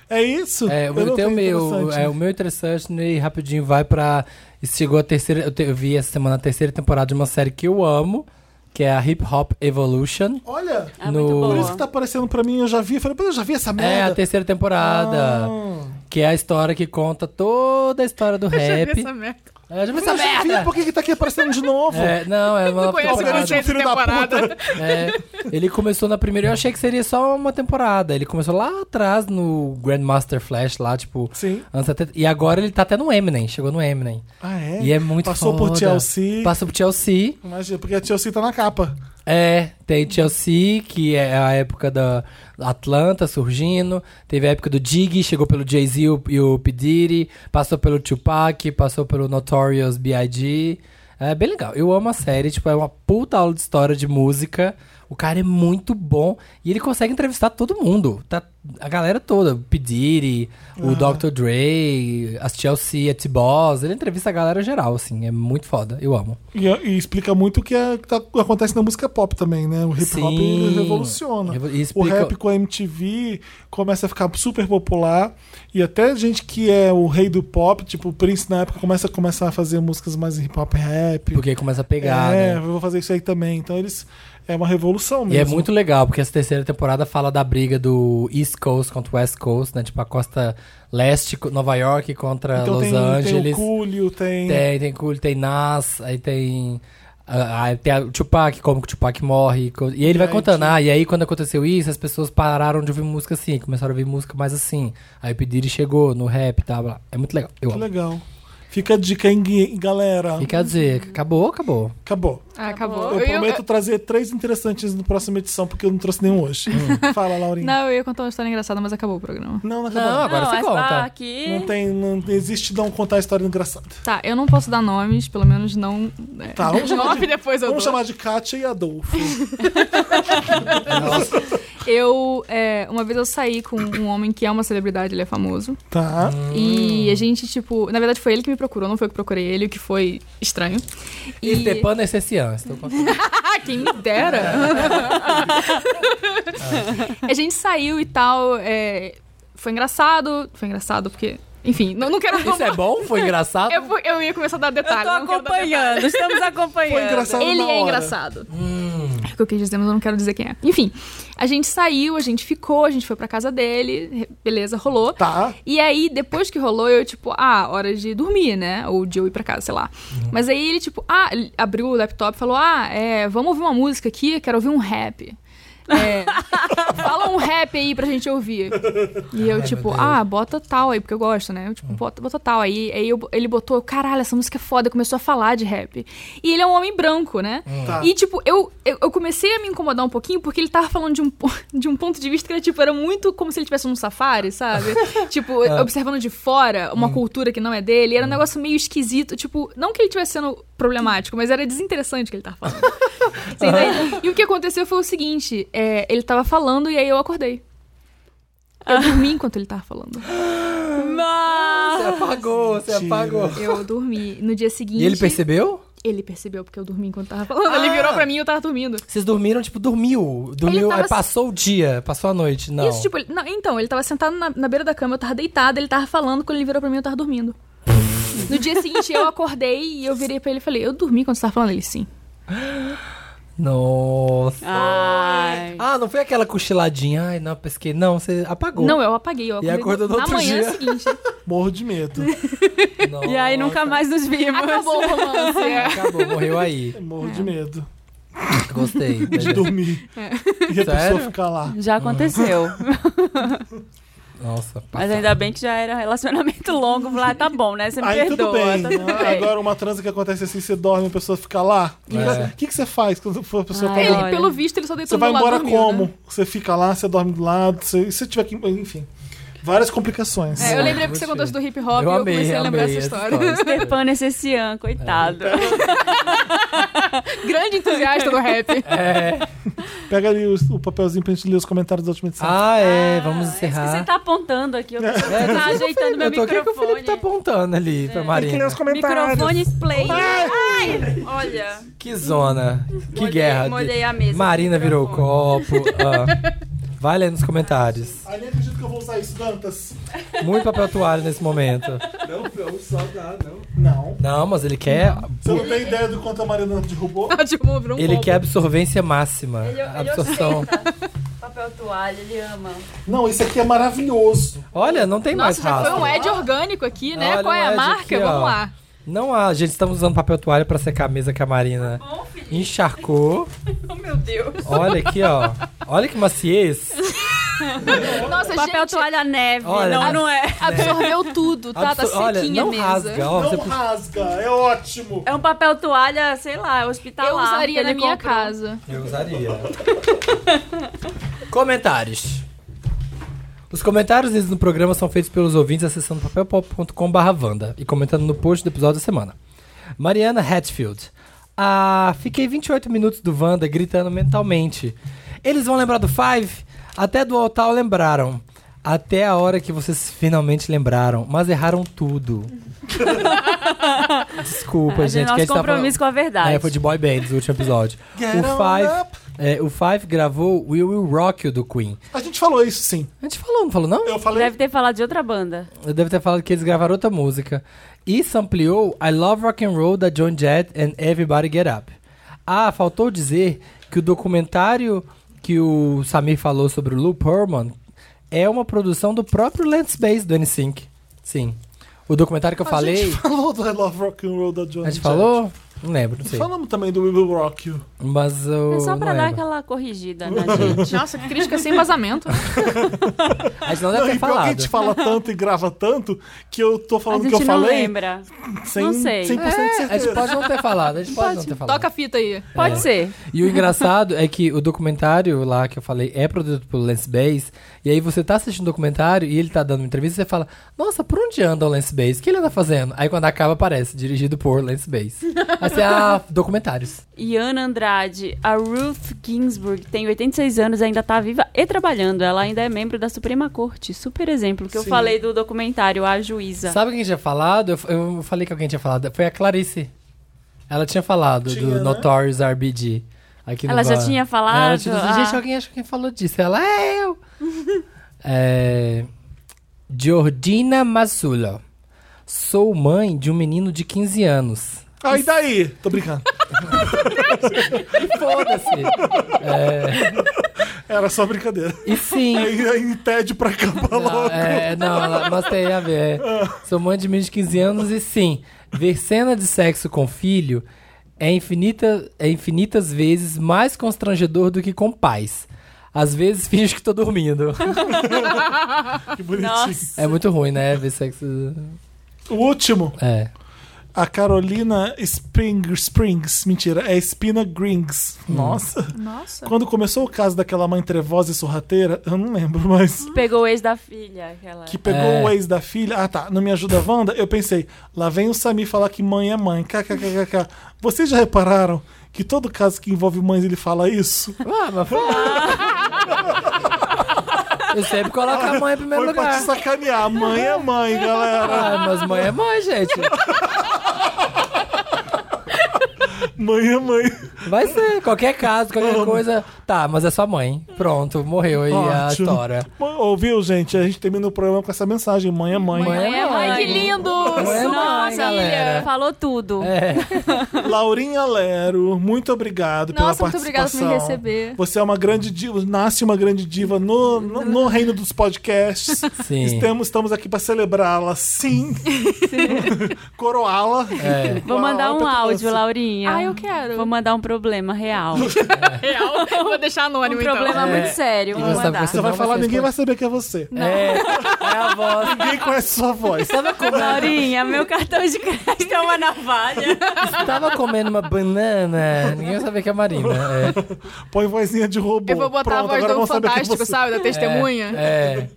[SPEAKER 1] É isso?
[SPEAKER 2] É,
[SPEAKER 1] não
[SPEAKER 2] eu tenho
[SPEAKER 1] tenho
[SPEAKER 2] o meu.
[SPEAKER 1] interessante.
[SPEAKER 2] É, o meu interessante e rapidinho vai pra. Chegou a terceira. Eu, te- eu vi essa semana a terceira temporada de uma série que eu amo, que é a Hip Hop Evolution.
[SPEAKER 1] Olha,
[SPEAKER 3] Ah,
[SPEAKER 4] É
[SPEAKER 2] No-
[SPEAKER 4] muito
[SPEAKER 1] por
[SPEAKER 4] boa.
[SPEAKER 1] isso que tá aparecendo pra mim, eu já vi. Eu falei, pô, eu já vi essa
[SPEAKER 2] É a
[SPEAKER 1] merda.
[SPEAKER 2] terceira temporada.
[SPEAKER 1] Ah.
[SPEAKER 2] Que é a história que conta toda a história do rap.
[SPEAKER 3] Essa merda.
[SPEAKER 2] É, já vi
[SPEAKER 1] Eu falei,
[SPEAKER 2] essa
[SPEAKER 1] eu já vi,
[SPEAKER 2] merda!
[SPEAKER 1] por que, que tá aqui aparecendo de novo?
[SPEAKER 2] É, não, é uma
[SPEAKER 3] Tu conhece
[SPEAKER 1] temporada.
[SPEAKER 3] a
[SPEAKER 1] Filho da
[SPEAKER 3] temporada.
[SPEAKER 2] É, ele começou na primeira, eu achei que seria só uma temporada. Ele começou lá atrás no Grandmaster Flash, lá, tipo,
[SPEAKER 1] Sim.
[SPEAKER 2] anos 70. E agora ele tá até no Eminem, chegou no Eminem.
[SPEAKER 1] Ah, é?
[SPEAKER 2] E é muito
[SPEAKER 1] Passou por
[SPEAKER 2] foda.
[SPEAKER 1] Chelsea.
[SPEAKER 2] Passou por Chelsea.
[SPEAKER 1] Imagina, porque a Chelsea tá na capa.
[SPEAKER 2] É, tem Chelsea, que é a época da Atlanta surgindo. Teve a época do Dig, chegou pelo Jay-Z e o- e o P. Diddy, passou pelo Tupac, passou pelo Notorious B.I.G. É bem legal. Eu amo a série, tipo, é uma puta aula de história de música. O cara é muito bom e ele consegue entrevistar todo mundo. Tá, a galera toda, o P. Diddy, o Dr. Dre, as Chelsea, a T-Boss. Ele entrevista a galera geral, assim, é muito foda. Eu amo.
[SPEAKER 1] E, e explica muito o que é- tá- acontece na música pop também, né? O hip hop
[SPEAKER 2] Sim.
[SPEAKER 1] revoluciona.
[SPEAKER 2] Revo- e
[SPEAKER 1] O
[SPEAKER 2] explica-
[SPEAKER 1] rap com a MTV começa a ficar super popular. E até gente que é o rei do pop, tipo o Prince na época, começa a começar a fazer músicas mais hip hop rap.
[SPEAKER 2] Porque começa a pegar,
[SPEAKER 1] é,
[SPEAKER 2] né?
[SPEAKER 1] eu vou fazer isso aí também. Então eles. É uma revolução mesmo.
[SPEAKER 2] E é muito legal, porque essa terceira temporada fala da briga do East Coast contra o West Coast, né? Tipo, a costa leste, co- Nova York contra
[SPEAKER 1] então
[SPEAKER 2] Los
[SPEAKER 1] tem, tem o
[SPEAKER 2] Angeles.
[SPEAKER 1] Coolio, tem.
[SPEAKER 2] Tem, tem Cool, tem Nas, aí tem. ah, ah, tem a- o Tupac, como que o Tupac morre. co- E ele vai
[SPEAKER 1] Aí
[SPEAKER 2] contando, ah, e aí quando aconteceu isso, as pessoas pararam de ouvir música assim, começaram a ouvir música mais assim. Aí o Pediri chegou no rap e tal, blá. É muito legal. Eu
[SPEAKER 1] Que
[SPEAKER 2] amo.
[SPEAKER 1] legal. Fica a dica, hein, gui- galera.
[SPEAKER 2] E quer dizer, acabou, acabou.
[SPEAKER 1] Acabou.
[SPEAKER 3] Ah, acabou.
[SPEAKER 1] Eu,
[SPEAKER 3] Eu ia-
[SPEAKER 1] prometo trazer três interessantes na próxima edição, porque eu não trouxe nenhum hoje.
[SPEAKER 2] Hum.
[SPEAKER 1] Fala, Laurinha.
[SPEAKER 3] Não, eu ia contar uma história engraçada, mas acabou o programa.
[SPEAKER 1] Não, não acabou.
[SPEAKER 2] Não, agora
[SPEAKER 4] não,
[SPEAKER 2] você
[SPEAKER 4] essa
[SPEAKER 2] conta.
[SPEAKER 4] Aqui...
[SPEAKER 1] Não tem. Não existe não contar a história engraçada.
[SPEAKER 3] Tá, eu não posso dar nomes, pelo menos não. é,
[SPEAKER 1] Tá, vamos chamar
[SPEAKER 3] nove
[SPEAKER 1] de-
[SPEAKER 3] depois eu
[SPEAKER 1] Vamos
[SPEAKER 3] dou.
[SPEAKER 1] chamar de Kátia e Adolfo.
[SPEAKER 3] Eu, é, uma vez eu saí com um homem que é uma celebridade, ele é famoso.
[SPEAKER 1] Tá.
[SPEAKER 3] Hum. E a gente, tipo. Na verdade, foi ele que me procurou, não foi eu que procurei ele, o que foi estranho. E.
[SPEAKER 2] Estepano Essencian, estou contando.
[SPEAKER 3] Ah, quem me dera! a gente saiu e tal. é, foi engraçado. Foi engraçado porque. Enfim, não, não quero.
[SPEAKER 2] Isso é bom? Foi engraçado?
[SPEAKER 3] Eu, vou- eu ia começar a dar
[SPEAKER 4] Eu
[SPEAKER 3] detalhes.
[SPEAKER 4] tô
[SPEAKER 3] não quero dar
[SPEAKER 4] acompanhando, estamos acompanhando.
[SPEAKER 1] Foi engraçado
[SPEAKER 3] Ele
[SPEAKER 1] na
[SPEAKER 3] é
[SPEAKER 1] hora.
[SPEAKER 3] engraçado. É o que eu quis dizer, mas eu não quero dizer quem é. Enfim, a gente saiu, a gente ficou, a gente foi pra casa dele, beleza, rolou.
[SPEAKER 1] Tá.
[SPEAKER 3] E aí, depois que rolou, eu, tipo, ah, hora de dormir, né? Ou de eu ir pra casa, sei lá. Mas aí ele, tipo, ah, ele abriu o laptop e falou: ah, é, vamos ouvir uma música aqui, quero ouvir um rap. É, fala um rap aí pra gente ouvir. E eu, tipo,
[SPEAKER 2] Deus.
[SPEAKER 3] ah, bota tal aí, porque eu gosto, né? Eu, tipo, bota, bota tal aí. Aí eu- ele botou, caralho, essa música é foda, começou a falar de rap. E ele é um homem branco, né?
[SPEAKER 1] Tá.
[SPEAKER 3] E, tipo, eu, eu, eu comecei a me incomodar um pouquinho porque ele tava falando de um, po- de um ponto de vista que era, tipo, era muito como se ele estivesse num safari, sabe? tipo, observando de fora uma cultura que não é dele. Era um negócio meio esquisito. Tipo, não que ele estivesse sendo problemático, mas era desinteressante o que ele tava falando. Você entende? né? E o que aconteceu foi o seguinte: é, ele tava falando e aí eu acordei. Eu dormi enquanto ele tava falando.
[SPEAKER 4] Nossa!
[SPEAKER 2] Você apagou, você
[SPEAKER 1] Mentira.
[SPEAKER 2] apagou.
[SPEAKER 3] Eu dormi. No dia seguinte.
[SPEAKER 2] E ele percebeu?
[SPEAKER 3] Ele percebeu porque eu dormi enquanto tava falando. Ele virou pra mim e eu tava dormindo.
[SPEAKER 2] Vocês dormiram, tipo, dormiu. Dormiu,
[SPEAKER 3] Ele tava
[SPEAKER 2] aí passou o dia, passou a noite. Não.
[SPEAKER 3] Isso, tipo, ele- não, então, ele tava sentado na, na beira da cama, eu tava deitada, ele tava falando, quando ele virou pra mim, eu tava dormindo. No dia seguinte, eu acordei e eu virei pra ele e falei, eu dormi quando você tava falando? Ele, sim.
[SPEAKER 2] Nossa.
[SPEAKER 4] Ai.
[SPEAKER 2] Ah, não foi aquela cochiladinha. Ai, não, pesquei. Não, você apagou.
[SPEAKER 3] Não, eu apaguei, eu
[SPEAKER 2] E
[SPEAKER 3] acordei
[SPEAKER 2] acordou no
[SPEAKER 3] na
[SPEAKER 2] outro
[SPEAKER 3] manhã
[SPEAKER 2] dia.
[SPEAKER 3] seguinte.
[SPEAKER 1] Morro de medo.
[SPEAKER 2] Nossa.
[SPEAKER 4] E aí nunca mais nos vimos.
[SPEAKER 3] Acabou o romance. é.
[SPEAKER 2] Acabou, morreu aí.
[SPEAKER 1] Morro de medo.
[SPEAKER 2] Gostei.
[SPEAKER 3] É.
[SPEAKER 1] De dormir. E a pessoa
[SPEAKER 2] Sério?
[SPEAKER 1] ficar lá.
[SPEAKER 4] Já aconteceu.
[SPEAKER 2] Nossa.
[SPEAKER 4] Mas ainda bem que já era um relacionamento longo. Lá tá bom, né? Você me
[SPEAKER 1] Aí tudo
[SPEAKER 4] perdoa.
[SPEAKER 1] bem.
[SPEAKER 4] tá tudo bem.
[SPEAKER 1] Agora uma transa que acontece assim, você dorme, a pessoa fica lá. O que,
[SPEAKER 2] É.
[SPEAKER 1] que, que você faz quando a pessoa tá
[SPEAKER 4] Ai,
[SPEAKER 3] Ah, Ele,
[SPEAKER 1] lá?
[SPEAKER 4] olha.
[SPEAKER 3] pelo visto, ele só
[SPEAKER 1] Você
[SPEAKER 3] deitou
[SPEAKER 1] vai
[SPEAKER 3] do lado
[SPEAKER 1] embora
[SPEAKER 3] dormiu,
[SPEAKER 1] como?
[SPEAKER 3] né?
[SPEAKER 1] Você fica lá, você dorme do lado, você, e se tiver que. Enfim. Várias complicações.
[SPEAKER 3] É, eu lembrei que você
[SPEAKER 2] Gostei.
[SPEAKER 3] contou isso do hip hop e
[SPEAKER 2] eu
[SPEAKER 3] eu
[SPEAKER 2] amei,
[SPEAKER 3] comecei a lembrar
[SPEAKER 2] amei
[SPEAKER 3] essa história.
[SPEAKER 4] Stefano Essecian, coitado.
[SPEAKER 2] É.
[SPEAKER 3] Grande entusiasta do rap.
[SPEAKER 2] É.
[SPEAKER 1] Pega ali o, o papelzinho pra gente ler os comentários da última edição.
[SPEAKER 2] Ah, é, vamos
[SPEAKER 4] Isso que
[SPEAKER 2] encerrar.
[SPEAKER 4] você tá apontando aqui. Eu tô,
[SPEAKER 2] É,
[SPEAKER 4] tá
[SPEAKER 2] eu tô
[SPEAKER 4] ajeitando meu
[SPEAKER 2] vendo, eu tô aqui que o
[SPEAKER 4] microfone.
[SPEAKER 2] Felipe tá apontando ali pra Marina.
[SPEAKER 4] Microfone play. Ai, olha.
[SPEAKER 2] Que zona. Que
[SPEAKER 4] Molhei-
[SPEAKER 2] guerra.
[SPEAKER 4] molhei a mesa com
[SPEAKER 2] Marina
[SPEAKER 4] o
[SPEAKER 2] virou o
[SPEAKER 4] microfone.
[SPEAKER 2] copo. ah. Vai ler nos comentários.
[SPEAKER 1] Aí nem acredito duvido que eu vou usar isso, Dantas.
[SPEAKER 2] Muito papel toalha nesse momento.
[SPEAKER 9] Não, não, só dá, não.
[SPEAKER 1] Não.
[SPEAKER 2] Não, mas ele quer.
[SPEAKER 1] Você não tem ideia do quanto a Mariana derrubou?
[SPEAKER 3] Tipo, virou um
[SPEAKER 2] Ele
[SPEAKER 3] combo.
[SPEAKER 2] quer absorvência máxima.
[SPEAKER 3] é
[SPEAKER 4] Ele- ele
[SPEAKER 2] absorção.
[SPEAKER 4] Papel toalha, ele ama.
[SPEAKER 1] Não, isso aqui é maravilhoso.
[SPEAKER 2] Olha, não tem mais
[SPEAKER 3] Nossa, já foi
[SPEAKER 2] rastro.
[SPEAKER 3] um ad orgânico aqui, né?
[SPEAKER 2] Olha,
[SPEAKER 3] Qual é
[SPEAKER 2] um
[SPEAKER 3] a
[SPEAKER 2] ad
[SPEAKER 3] marca?
[SPEAKER 2] aqui, ó.
[SPEAKER 3] Vamos lá.
[SPEAKER 2] Não há, gente, estamos usando papel toalha pra secar a mesa que a Marina encharcou.
[SPEAKER 4] Oh, meu Deus.
[SPEAKER 2] Olha aqui, ó. Olha que maciez.
[SPEAKER 3] Nossa,
[SPEAKER 4] Papel
[SPEAKER 3] gente,
[SPEAKER 4] toalha neve.
[SPEAKER 2] Olha,
[SPEAKER 4] não,
[SPEAKER 2] né?
[SPEAKER 4] não é.
[SPEAKER 3] absorveu tudo, tá? Tá
[SPEAKER 2] Absor- Olha,
[SPEAKER 3] sequinha
[SPEAKER 2] não
[SPEAKER 3] a mesa.
[SPEAKER 2] rasga. Ó,
[SPEAKER 1] não
[SPEAKER 2] você-
[SPEAKER 1] rasga, é ótimo.
[SPEAKER 4] É um papel toalha, sei Tá lá, hospitalar.
[SPEAKER 3] Eu usaria
[SPEAKER 4] que
[SPEAKER 3] na
[SPEAKER 4] ele
[SPEAKER 3] minha
[SPEAKER 4] comprou.
[SPEAKER 3] casa.
[SPEAKER 2] Eu usaria. comentários. Os comentários lidos no programa são feitos pelos ouvintes acessando papelpop.com/vanda e comentando no post do episódio da semana. Mariana Hatfield. Ah, fiquei 28 minutos do Wanda gritando mentalmente. Eles vão lembrar do Five? Até do Altal lembraram. Até a hora que vocês finalmente lembraram, mas erraram tudo. Desculpa,
[SPEAKER 4] Ah,
[SPEAKER 2] gente. que a gente
[SPEAKER 4] nosso
[SPEAKER 2] tava falando-
[SPEAKER 4] compromisso com a verdade.
[SPEAKER 2] é, foi de boy bands o último episódio.
[SPEAKER 1] Get
[SPEAKER 2] o,
[SPEAKER 1] on
[SPEAKER 2] Five, é, o Five gravou We Will Rock You do Queen.
[SPEAKER 1] A gente falou isso sim.
[SPEAKER 2] A gente falou, não falou não?
[SPEAKER 1] Eu falei.
[SPEAKER 4] Deve ter falado de outra banda.
[SPEAKER 2] Eu devo ter falado que eles gravaram outra música. E sampleou I Love Rock and Roll da John Jett and Everybody Get Up. Ah, faltou dizer que o documentário que o Samir falou sobre o Lou Pearlman é uma produção do próprio Lance Bass do NSYNC. Sim. O documentário que eu
[SPEAKER 1] A
[SPEAKER 2] falei...
[SPEAKER 1] gente falou do I Love Rock and Roll da Johnny
[SPEAKER 2] A gente falou? Não lembro, não sei.
[SPEAKER 1] Falamos também do We Will Rock You.
[SPEAKER 2] Mas eu
[SPEAKER 4] É só pra
[SPEAKER 2] não
[SPEAKER 4] dar
[SPEAKER 2] lembro.
[SPEAKER 4] aquela corrigida na gente.
[SPEAKER 3] Nossa, que crítica sem vazamento.
[SPEAKER 2] A gente não deve
[SPEAKER 1] Não,
[SPEAKER 2] ter
[SPEAKER 1] e pior que a gente fala
[SPEAKER 2] falado.
[SPEAKER 1] tanto e grava tanto que eu tô
[SPEAKER 4] A
[SPEAKER 1] falando
[SPEAKER 4] gente
[SPEAKER 1] que eu
[SPEAKER 4] não
[SPEAKER 1] falei
[SPEAKER 4] lembra.
[SPEAKER 1] sem
[SPEAKER 4] não sei.
[SPEAKER 1] 100% de
[SPEAKER 2] É, A
[SPEAKER 1] certeza.
[SPEAKER 2] gente pode não ter falado, a gente pode, não ter falado.
[SPEAKER 3] Toca a fita aí.
[SPEAKER 4] Pode
[SPEAKER 2] É.
[SPEAKER 4] ser.
[SPEAKER 2] E o engraçado é que o documentário lá que eu falei é produzido pelo Lance Bass, e aí você tá assistindo o documentário e ele tá dando uma entrevista e você fala, nossa, por onde anda o Lance Bass? O que ele anda fazendo? Aí quando acaba aparece, dirigido por Lance Bass. Aí você, ah, documentários.
[SPEAKER 4] Iana Andrade, a Ruth Ginsburg tem 86 anos, ainda tá viva e trabalhando. Ela ainda é membro da Suprema Corte. Super exemplo que eu
[SPEAKER 1] Sim.
[SPEAKER 4] falei do documentário A Juíza.
[SPEAKER 2] Sabe quem tinha falado? Eu, eu falei que alguém tinha falado. Foi a Clarice. Ela tinha falado
[SPEAKER 1] Tinha,
[SPEAKER 2] do
[SPEAKER 1] né?
[SPEAKER 2] Notorious RBG. Aqui no
[SPEAKER 4] Ela já
[SPEAKER 2] Bar.
[SPEAKER 4] tinha falado?
[SPEAKER 2] Ela tinha dito, Gente,
[SPEAKER 4] Ah.
[SPEAKER 2] alguém acha que falou disso. Ela, é eu. é... Jordina Masula. Sou mãe de um menino de 15 anos.
[SPEAKER 1] Ah, e daí? Tô brincando.
[SPEAKER 2] Foda-se.
[SPEAKER 1] Era só brincadeira.
[SPEAKER 2] E sim.
[SPEAKER 1] Aí, aí pede pra acabar
[SPEAKER 2] Não,
[SPEAKER 1] logo.
[SPEAKER 2] é, não, ela- mas tem a ver. é. Sou mãe de menino de 15 anos e sim, ver cena de sexo com filho é, infinita, é infinitas vezes mais constrangedor do que com pais. Às vezes finge que tô dormindo.
[SPEAKER 1] Que bonitinho.
[SPEAKER 4] Nossa.
[SPEAKER 2] É muito ruim, né? Ver sexo.
[SPEAKER 1] O último,
[SPEAKER 2] É.
[SPEAKER 1] a Carolina Spring, Springs. Mentira, é Spina Grings.
[SPEAKER 2] Hum.
[SPEAKER 1] Nossa.
[SPEAKER 3] Nossa.
[SPEAKER 1] Quando começou o caso daquela mãe trevosa e sorrateira, eu não lembro, mas.
[SPEAKER 4] Pegou o ex da filha, aquela.
[SPEAKER 1] Que pegou
[SPEAKER 2] É.
[SPEAKER 1] o ex da filha. Ah, tá. Não me ajuda, Wanda? Eu pensei, lá vem o Sami falar que mãe é mãe. KKKKK. Vocês já repararam que todo caso que envolve mães ele fala isso?
[SPEAKER 2] Ah, mas foi. Eu sempre coloco a mãe é em primeiro
[SPEAKER 1] Foi pra
[SPEAKER 2] lugar.
[SPEAKER 1] te sacanear. Mãe é mãe, galera.
[SPEAKER 2] Ah, mas mãe é mãe, gente.
[SPEAKER 1] Mãe é mãe.
[SPEAKER 2] Vai ser. Qualquer caso, qualquer coisa. Tá, mas é sua mãe. Pronto, morreu aí a
[SPEAKER 1] Ótimo.
[SPEAKER 2] história.
[SPEAKER 1] Mãe- Ouviu, gente? A gente termina o programa com essa mensagem. Mãe é mãe.
[SPEAKER 2] Mãe é
[SPEAKER 3] É, ai, que lindo!
[SPEAKER 2] é mãe,
[SPEAKER 4] Nossa,
[SPEAKER 2] galera.
[SPEAKER 4] falou tudo.
[SPEAKER 2] É.
[SPEAKER 1] Laurinha Lero, muito obrigado pela
[SPEAKER 3] Nossa, muito obrigada
[SPEAKER 1] participação.
[SPEAKER 3] por me receber.
[SPEAKER 1] Você é uma grande diva, nasce uma grande diva no, no, no reino dos podcasts.
[SPEAKER 2] Sim.
[SPEAKER 1] Estamos, estamos aqui para celebrá-la, sim. Coroá-la.
[SPEAKER 2] É.
[SPEAKER 4] Vou mandar um
[SPEAKER 1] Coroá-la
[SPEAKER 4] áudio,
[SPEAKER 1] pela-
[SPEAKER 4] Laurinha.
[SPEAKER 3] Ah, eu quero.
[SPEAKER 4] Vou mandar um problema real.
[SPEAKER 3] Real. Vou deixar
[SPEAKER 4] Um
[SPEAKER 3] anônimo então.
[SPEAKER 4] problema
[SPEAKER 2] É.
[SPEAKER 4] muito sério.
[SPEAKER 2] E
[SPEAKER 4] Vou
[SPEAKER 2] você sabe
[SPEAKER 4] mandar.
[SPEAKER 2] que
[SPEAKER 1] Você vai
[SPEAKER 2] Não,
[SPEAKER 1] falar,
[SPEAKER 2] mas
[SPEAKER 1] ninguém
[SPEAKER 2] responde.
[SPEAKER 1] vai saber que é você.
[SPEAKER 2] É, é a voz.
[SPEAKER 1] Ninguém conhece sua voz.
[SPEAKER 2] Tava comendo,
[SPEAKER 4] Laurinha, meu cartão de crédito é uma navalha.
[SPEAKER 2] tava comendo uma banana. Ninguém sabia que é a Marina. É.
[SPEAKER 1] Põe vozinha de robô.
[SPEAKER 3] então. Eu vou botar
[SPEAKER 1] Pronto,
[SPEAKER 3] a
[SPEAKER 1] agora
[SPEAKER 3] voz
[SPEAKER 1] vão
[SPEAKER 3] do
[SPEAKER 1] saber que é
[SPEAKER 3] Fantástico,
[SPEAKER 1] você.
[SPEAKER 3] sabe? Da testemunha.
[SPEAKER 2] É.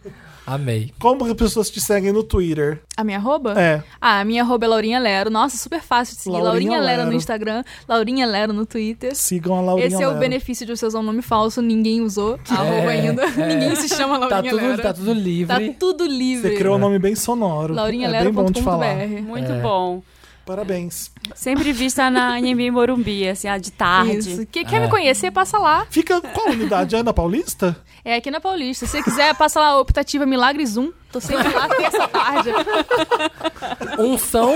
[SPEAKER 2] Amei.
[SPEAKER 1] Como que as pessoas te seguem no Twitter?
[SPEAKER 3] A minha arroba?
[SPEAKER 1] É.
[SPEAKER 3] Ah, a minha arroba é Laurinha Lero. Nossa, super fácil de seguir.
[SPEAKER 1] Laurinha
[SPEAKER 3] Laurinha, Lero.
[SPEAKER 1] Lero.
[SPEAKER 3] no Instagram, Laurinha Lero no Twitter.
[SPEAKER 1] Sigam a Laurinha
[SPEAKER 3] Esse é o
[SPEAKER 1] Lero. É,
[SPEAKER 3] benefício de você usar um nome falso, ninguém usou. a Arroba ainda. ninguém se chama
[SPEAKER 2] Tá
[SPEAKER 3] Laurinha
[SPEAKER 2] tudo,
[SPEAKER 3] Lero.
[SPEAKER 2] tá tudo livre.
[SPEAKER 3] Tá tudo livre.
[SPEAKER 1] Você criou um nome bem sonoro.
[SPEAKER 3] Laurinha
[SPEAKER 1] é bem bom de falar.
[SPEAKER 3] Lero.com.br.
[SPEAKER 4] Muito bom.
[SPEAKER 1] Parabéns.
[SPEAKER 4] Sempre vista na NB Morumbi, assim, ah, de tarde.
[SPEAKER 3] Isso. Quem quer
[SPEAKER 1] É.
[SPEAKER 3] me conhecer, passa lá.
[SPEAKER 1] Fica qual unidade? É na Paulista?
[SPEAKER 3] É aqui na Paulista. Se você quiser, passa lá, optativa Milagres 1. Tô sempre lá, terça tarde.
[SPEAKER 2] Unção.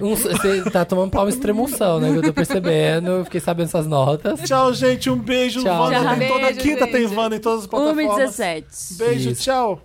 [SPEAKER 2] um- Você tá tomando palma extrema unção, né? Que eu tô percebendo. Eu fiquei sabendo essas notas.
[SPEAKER 1] Tchau, gente. Um beijo.
[SPEAKER 2] Tchau.
[SPEAKER 1] Wanda
[SPEAKER 2] Tchau.
[SPEAKER 1] tem toda
[SPEAKER 3] Beijo, Um
[SPEAKER 1] quinta tem
[SPEAKER 3] gente.
[SPEAKER 1] Wanda em todas as plataformas.
[SPEAKER 4] 1h17.
[SPEAKER 1] Beijo,
[SPEAKER 2] Isso.
[SPEAKER 1] tchau.